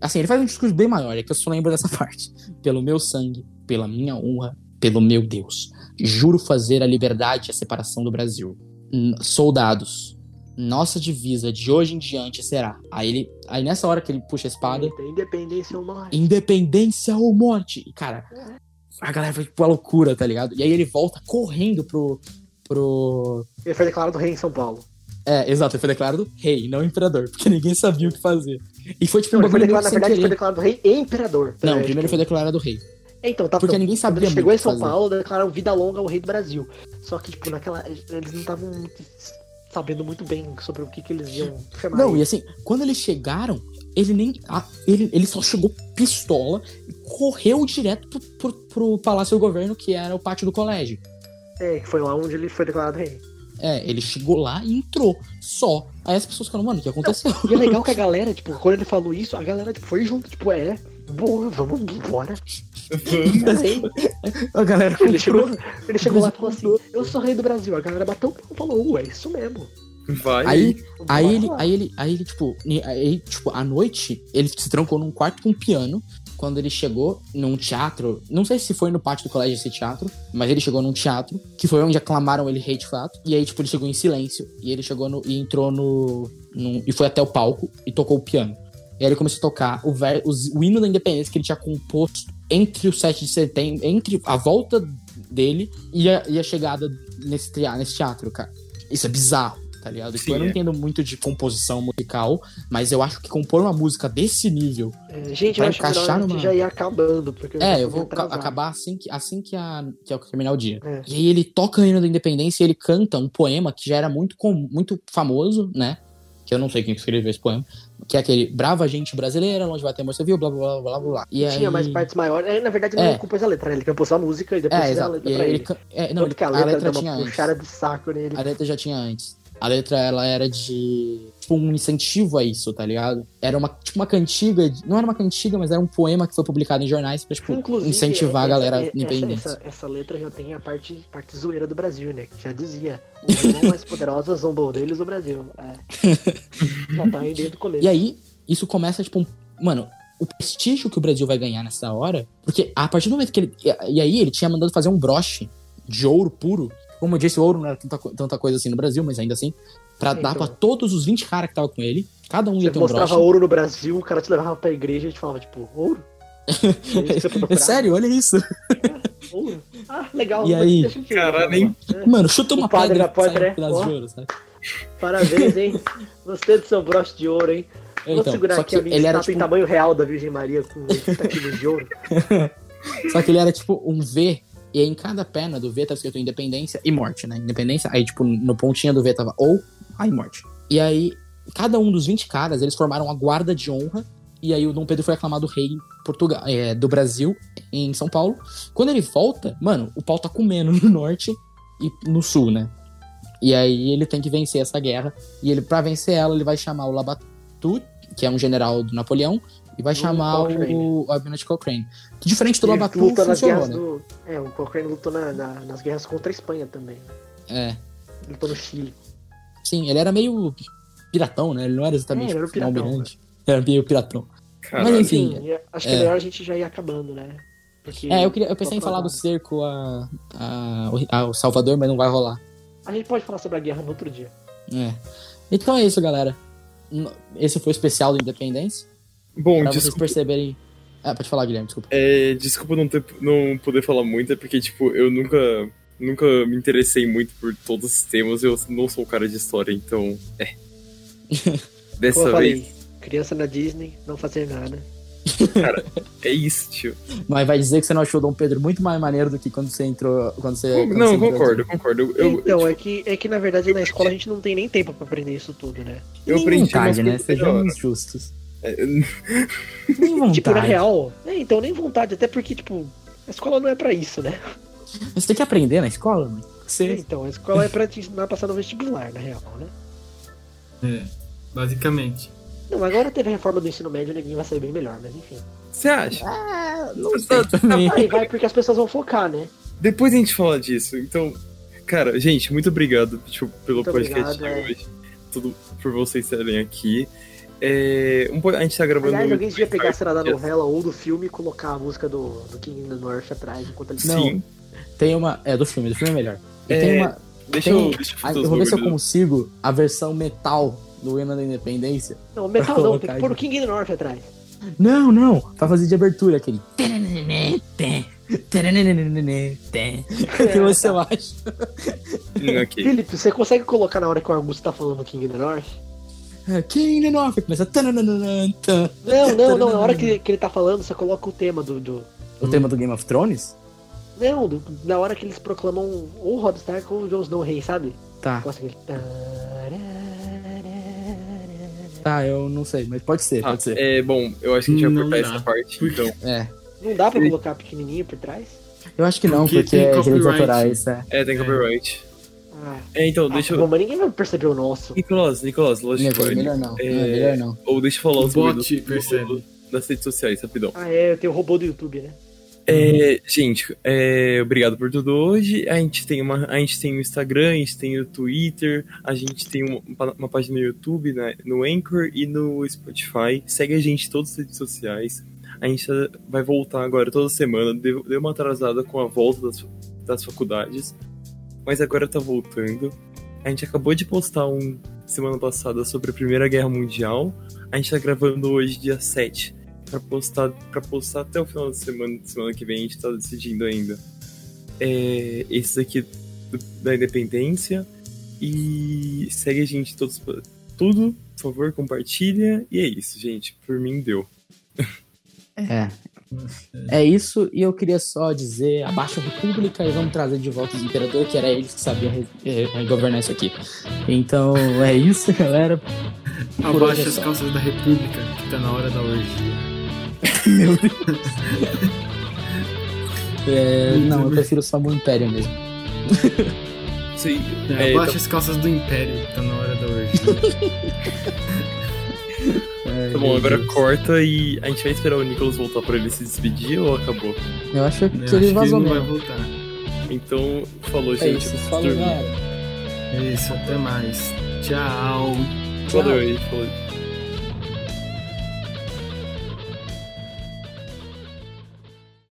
Speaker 1: Assim, ele faz um discurso bem maior, é que eu só lembro dessa [laughs] parte. Pelo meu sangue, pela minha honra, pelo meu Deus. Juro fazer a liberdade e a separação do Brasil. N- soldados, nossa divisa de hoje em diante será. Aí ele. Aí nessa hora que ele puxa a espada,
Speaker 2: Eita, Independência ou morte.
Speaker 1: Independência ou morte. E, cara, a galera foi tipo a loucura, tá ligado? E aí ele volta correndo pro. pro.
Speaker 2: Ele foi declarado rei em São Paulo.
Speaker 1: É, exato, ele foi declarado rei, não imperador, porque [laughs] ninguém sabia o que fazer. E foi tipo um
Speaker 2: Não, ele
Speaker 1: bagulho
Speaker 2: foi
Speaker 1: meio
Speaker 2: declarado,
Speaker 1: que sem
Speaker 2: na verdade, ele foi
Speaker 1: querer.
Speaker 2: declarado rei e imperador.
Speaker 1: Não,
Speaker 2: É,
Speaker 1: primeiro ele
Speaker 2: tipo,
Speaker 1: foi declarado rei.
Speaker 2: Então, tá
Speaker 1: Porque
Speaker 2: então,
Speaker 1: ninguém
Speaker 2: Quando
Speaker 1: sabia
Speaker 2: ele
Speaker 1: muito
Speaker 2: chegou
Speaker 1: o
Speaker 2: em
Speaker 1: que
Speaker 2: São
Speaker 1: fazer.
Speaker 2: Paulo, declararam vida longa ao rei do Brasil. Só que, tipo, naquela. Eles não estavam muito sabendo muito bem sobre o que, que eles iam chamar.
Speaker 1: Não, e
Speaker 2: ele.
Speaker 1: assim, quando eles chegaram, ele nem. ah, ele, ele só chegou pistola e correu direto pro, pro, pro Palácio do Governo, que era o pátio do colégio.
Speaker 2: É, que foi lá onde ele foi declarado rei.
Speaker 1: É, ele chegou lá e entrou. Só. Aí as pessoas ficaram, mano, o que aconteceu?
Speaker 2: E é legal que a galera, tipo, quando ele falou isso, a galera tipo, foi junto, tipo, é, boa, vamos embora.
Speaker 1: A galera
Speaker 2: [laughs] Ele chegou, ele chegou lá e falou assim, [laughs] eu sou rei do Brasil. A galera bateu o pau e falou, ué, é isso mesmo.
Speaker 5: Vai.
Speaker 1: Aí,
Speaker 2: Vamos
Speaker 1: aí
Speaker 2: lá,
Speaker 1: ele,
Speaker 2: vamos lá.
Speaker 1: aí ele, aí ele, tipo, ni- aí, tipo, à noite, ele se trancou num quarto com um piano. Quando ele chegou num teatro, não sei se foi no pátio do colégio esse teatro, mas ele chegou num teatro, que foi onde aclamaram ele rei de fato. E aí, tipo, ele chegou em silêncio. E ele chegou no, e entrou no. num- e foi até o palco e tocou o piano. E aí ele começou a tocar o, ver, os- o hino da independência que ele tinha composto entre o 7 de setembro, entre a volta dele e a, e a chegada nesse, tria- nesse teatro, cara. Isso é bizarro. tá ligado?
Speaker 4: Sim,
Speaker 1: eu não
Speaker 4: é.
Speaker 1: entendo muito de composição musical, mas eu acho que compor uma música desse nível.
Speaker 2: É, Gente,
Speaker 1: Pra
Speaker 2: eu acho melhor
Speaker 1: encaixar
Speaker 2: a gente
Speaker 1: numa-
Speaker 2: já ir acabando. Porque
Speaker 1: É,
Speaker 2: já
Speaker 1: eu vou
Speaker 2: tô
Speaker 1: ca-
Speaker 2: atrasado.
Speaker 1: acabar assim que, assim que, a, que eu terminar o dia.
Speaker 2: É.
Speaker 1: E aí ele toca o hino da independência e ele canta um poema que já era muito, com- muito famoso, né? Que eu não sei quem escreveu esse poema. Que é aquele Brava gente brasileira, longe vai ter amor, você viu, blá blá blá blá blá. E aí...
Speaker 2: Tinha mais partes maiores. Aí, na verdade, ele
Speaker 1: É.
Speaker 2: não compôs a letra, né? Ele compôs a música e depois
Speaker 1: É,
Speaker 2: fez a
Speaker 1: exato.
Speaker 2: letra
Speaker 1: E
Speaker 2: então pra
Speaker 1: aí
Speaker 2: ele.
Speaker 1: ele can- é, não,
Speaker 2: Tanto
Speaker 1: ele-
Speaker 2: que a
Speaker 1: a
Speaker 2: letra,
Speaker 1: letra
Speaker 2: deu
Speaker 1: tinha
Speaker 2: uma
Speaker 1: antes.
Speaker 2: puxada de saco nele.
Speaker 1: A letra já tinha antes. A letra, ela era de. Tipo, um incentivo a isso, tá ligado? Era uma, tipo, uma cantiga. de- Não era uma cantiga, mas era um poema que foi publicado em jornais pra, tipo, incentivar a
Speaker 2: essa-
Speaker 1: galera
Speaker 2: é, essa-
Speaker 1: independente.
Speaker 2: Essa, essa letra já tem a parte, parte zoeira do Brasil, né? Que já dizia. Os irmãos mais poderosos zombam deles do Brasil.
Speaker 1: [laughs]
Speaker 2: É. já tá aí desde o começo.
Speaker 1: E aí, isso começa, tipo, um- mano, o prestígio que o Brasil vai ganhar nessa hora. Porque a partir do momento que ele. e- E aí, ele tinha mandado fazer um broche de ouro puro. Como eu disse, ouro não era tanta, co- tanta coisa assim no Brasil, mas ainda assim. Pra
Speaker 2: Então.
Speaker 1: dar pra todos os 20 caras que tava com ele. Cada um ia
Speaker 2: Você
Speaker 1: ter um
Speaker 2: mostrava
Speaker 1: broche.
Speaker 2: ouro no Brasil, o cara te levava pra igreja e te falava, tipo,
Speaker 1: [laughs]
Speaker 2: ouro? É isso que você procurava?
Speaker 1: É sério, olha isso.
Speaker 2: Ouro? Ah, legal.
Speaker 1: E
Speaker 2: mas
Speaker 1: aí?
Speaker 2: deixa eu te-
Speaker 4: Cara, nem-
Speaker 2: É.
Speaker 1: Mano, chuta
Speaker 2: O
Speaker 1: uma
Speaker 2: padre
Speaker 1: pedra
Speaker 2: da porta,
Speaker 1: sai
Speaker 2: né?
Speaker 1: um pedaço
Speaker 2: Ó.
Speaker 1: de ouro, sabe?
Speaker 2: Parabéns, hein? Gostei do seu broche de ouro, hein?
Speaker 1: É,
Speaker 2: Vou
Speaker 1: Então,
Speaker 2: segurar
Speaker 1: só
Speaker 2: aqui
Speaker 1: que
Speaker 2: a minha
Speaker 1: ele era
Speaker 2: estátua em
Speaker 1: tipo,
Speaker 2: tamanho real da Virgem Maria
Speaker 1: [laughs]
Speaker 2: com 80 quilos de ouro.
Speaker 1: só que ele era tipo um V e aí em cada perna do V tava escrito independência e morte, né? Independência, aí tipo no pontinha do V tava ou, aí morte. E aí cada um dos 20 caras, eles formaram a guarda de honra e aí o Dom Pedro foi aclamado rei em Portugal, é, do Brasil em São Paulo. Quando ele volta, mano, o pau tá comendo no norte e no sul, né? E aí ele tem que vencer essa guerra e ele para vencer ela, ele vai chamar o Labatut, que é um general do Napoleão, e vai
Speaker 2: Hum,
Speaker 1: chamar
Speaker 2: Cochrane.
Speaker 1: o Abinant Cochrane. Que diferente do
Speaker 2: Ele
Speaker 1: Labatut,
Speaker 2: nas
Speaker 1: funcionou,
Speaker 2: guerras
Speaker 1: né?
Speaker 2: do... É, o Cochrane lutou na- na- nas guerras contra a Espanha também.
Speaker 1: É.
Speaker 2: Ele lutou no Chile.
Speaker 1: Sim, ele era meio piratão, né? Ele não era exatamente
Speaker 2: É, ele era
Speaker 1: um
Speaker 2: um piratão,
Speaker 1: almirante. Era meio piratão.
Speaker 4: Caralho.
Speaker 1: Mas enfim,
Speaker 2: e acho que é melhor a gente já ir acabando, né? Porque
Speaker 1: É, eu, queria, eu pensei em
Speaker 2: Só pra
Speaker 1: falar
Speaker 2: dar-
Speaker 1: do cerco a, a, ao Salvador, mas não vai rolar.
Speaker 2: A gente pode falar sobre a guerra no outro dia.
Speaker 1: É. Então é isso, galera. No- Esse foi o especial do Independência.
Speaker 4: Bom,
Speaker 1: Pra vocês
Speaker 4: desculpa,
Speaker 1: perceberem. Ah, pode falar, Guilherme, desculpa.
Speaker 4: é, desculpa não, ter, não poder falar muito, é porque, tipo, eu nunca, nunca me interessei muito por todos os temas, eu não sou o cara de história, então,
Speaker 1: [laughs]
Speaker 2: Como
Speaker 4: é.
Speaker 2: eu
Speaker 4: Dessa
Speaker 2: falei,
Speaker 4: vez,
Speaker 2: criança na Disney, não fazer nada.
Speaker 4: é isso, tio.
Speaker 1: Mas vai dizer que você não achou o Dom Pedro muito mais maneiro do que quando você entrou. Quando você, quando você
Speaker 4: não,
Speaker 1: entrou-
Speaker 4: concordo, concordo. Eu, eu,
Speaker 2: então, é, que, é que na verdade na escola a gente não tem nem tempo pra aprender isso tudo, né?
Speaker 4: eu
Speaker 1: Nem
Speaker 4: aprendi
Speaker 1: vontade,
Speaker 4: umas
Speaker 1: né?
Speaker 4: coisas
Speaker 1: Sejamos
Speaker 4: melhores.
Speaker 1: justos.
Speaker 4: É,
Speaker 1: Nem vontade.
Speaker 2: Tipo, na real, é, então nem vontade, até porque, tipo, a escola não é pra isso, né?
Speaker 1: Você tem que aprender na escola, mano.
Speaker 2: É,
Speaker 1: Você...
Speaker 2: Então, a escola é pra te ensinar a passar no vestibular, na real, né?
Speaker 3: É, basicamente.
Speaker 2: Não, agora teve a reforma do ensino médio, ninguém vai sair bem melhor, mas enfim.
Speaker 4: Você acha?
Speaker 1: Ah, não
Speaker 4: Você
Speaker 1: sei
Speaker 4: tá-
Speaker 1: também.
Speaker 2: Aí vai porque as pessoas vão focar, né?
Speaker 4: Depois a gente fala disso. Então, cara, gente, muito obrigado tipo, pelo
Speaker 2: Muito
Speaker 4: podcast
Speaker 1: é.
Speaker 2: obrigado.
Speaker 4: de hoje. Tudo por vocês estarem aqui. É, um po- a gente tá gravando.
Speaker 2: Aliás, alguém devia
Speaker 4: dois
Speaker 2: pegar a cena da
Speaker 4: dias.
Speaker 2: novela ou do filme e colocar a música do, do King in the North atrás enquanto ele
Speaker 1: Não.
Speaker 4: Sim.
Speaker 1: Tem uma. É, do filme, do filme é melhor. E
Speaker 4: É,
Speaker 1: tem uma.
Speaker 4: Deixa
Speaker 1: tem-
Speaker 4: eu. Deixa eu
Speaker 1: Ah,
Speaker 4: fazer
Speaker 1: eu
Speaker 4: os
Speaker 1: vou ver se eu
Speaker 4: bagulhos.
Speaker 1: consigo a versão metal do hino da independência.
Speaker 2: Não, metal não, tem
Speaker 1: colocar
Speaker 2: que pôr o
Speaker 1: junto.
Speaker 2: King in the North atrás.
Speaker 1: Não, não. Pra fazer de abertura aquele. [laughs] Que você acha?
Speaker 4: Hum, ok.
Speaker 2: É. Felipe, você consegue colocar na hora que o Augusto tá falando King in the North?
Speaker 1: King in the North. é Começa. tananana, tan.
Speaker 2: Não, não, não. Na hora que, que ele tá falando, você coloca o tema do. do...
Speaker 1: O tema do Game of Thrones?
Speaker 2: Não, do- na hora que eles proclamam ou o Rod Stark ou o Jon Snow rei, sabe?
Speaker 1: Tá,
Speaker 2: Gosta aquele.
Speaker 1: tá, eu não sei, mas pode ser, [laughs]
Speaker 4: Ah,
Speaker 1: pode ser.
Speaker 4: é, bom, eu acho que a gente vai
Speaker 3: Não
Speaker 4: cortar
Speaker 3: dá.
Speaker 4: essa parte.
Speaker 3: Por-
Speaker 4: Então,
Speaker 1: É.
Speaker 2: Não dá pra colocar pequenininho por trás?
Speaker 1: Eu acho que não,
Speaker 3: Porque
Speaker 1: porque
Speaker 3: tem
Speaker 1: é direitos
Speaker 3: copyright.
Speaker 1: autorais, é.
Speaker 4: é, tem copyright.
Speaker 2: Ah,
Speaker 4: É, então, deixa
Speaker 2: ah,
Speaker 4: eu.
Speaker 2: bom, mas ninguém vai perceber o nosso.
Speaker 4: Nicolas, Nicolas, lógico.
Speaker 1: Melhor, melhor não.
Speaker 4: É.
Speaker 1: É, melhor não.
Speaker 4: Ou deixa eu falar
Speaker 3: O
Speaker 4: os bagulhos
Speaker 3: bot
Speaker 4: do-
Speaker 3: percebe.
Speaker 4: das redes sociais, rapidão.
Speaker 2: Ah, é, tem o robô do YouTube, né?
Speaker 4: É, gente, é, obrigado por tudo hoje. A gente tem uma, a gente tem o Instagram, a gente tem o Twitter, a gente tem uma, uma página no YouTube, né, no Anchor e no Spotify. Segue a gente em todas as redes sociais. A gente tá- vai voltar agora toda semana. Deu, deu uma atrasada com a volta das, das faculdades, mas agora tá voltando. A gente acabou de postar um semana passada sobre a Primeira Guerra Mundial. A gente tá gravando hoje dia 7 pra postar para postar até o final da semana, semana que vem a gente tá decidindo ainda. É, esse aqui do- da Independência E segue a gente todos tudo, por favor, compartilha. E é isso, gente. Por mim deu.
Speaker 1: É. É isso, e eu queria só dizer: abaixa a República e vamos trazer de volta os imperadores, que era eles que sabiam eh, governar isso aqui. Então é isso, galera. Por hoje
Speaker 3: Abaixa
Speaker 1: é
Speaker 3: as
Speaker 1: só.
Speaker 3: calças da República, que tá na hora da orgia.
Speaker 1: [laughs] Meu Deus.
Speaker 3: [laughs]
Speaker 1: É, não, eu prefiro só o Império mesmo.
Speaker 4: Sei.
Speaker 3: É,
Speaker 4: É,
Speaker 1: tá
Speaker 3: abaixa as calças do Império, que tá na hora da
Speaker 1: [laughs]
Speaker 3: orgia.
Speaker 1: É,
Speaker 4: Tá bom, agora
Speaker 1: Deus.
Speaker 4: corta e a gente vai esperar o Nicolas voltar pra ele se despedir ou acabou?
Speaker 1: Eu acho que
Speaker 3: Eu acho
Speaker 1: ele vazou
Speaker 3: não vai tipo
Speaker 1: mesmo.
Speaker 3: voltar.
Speaker 4: Então, falou,
Speaker 1: É
Speaker 4: gente.
Speaker 1: isso,
Speaker 4: preciso
Speaker 3: né?
Speaker 1: falou,
Speaker 4: dormir.
Speaker 1: galera.
Speaker 3: É isso, até mais. Tchau.
Speaker 4: Valeu aí, falou.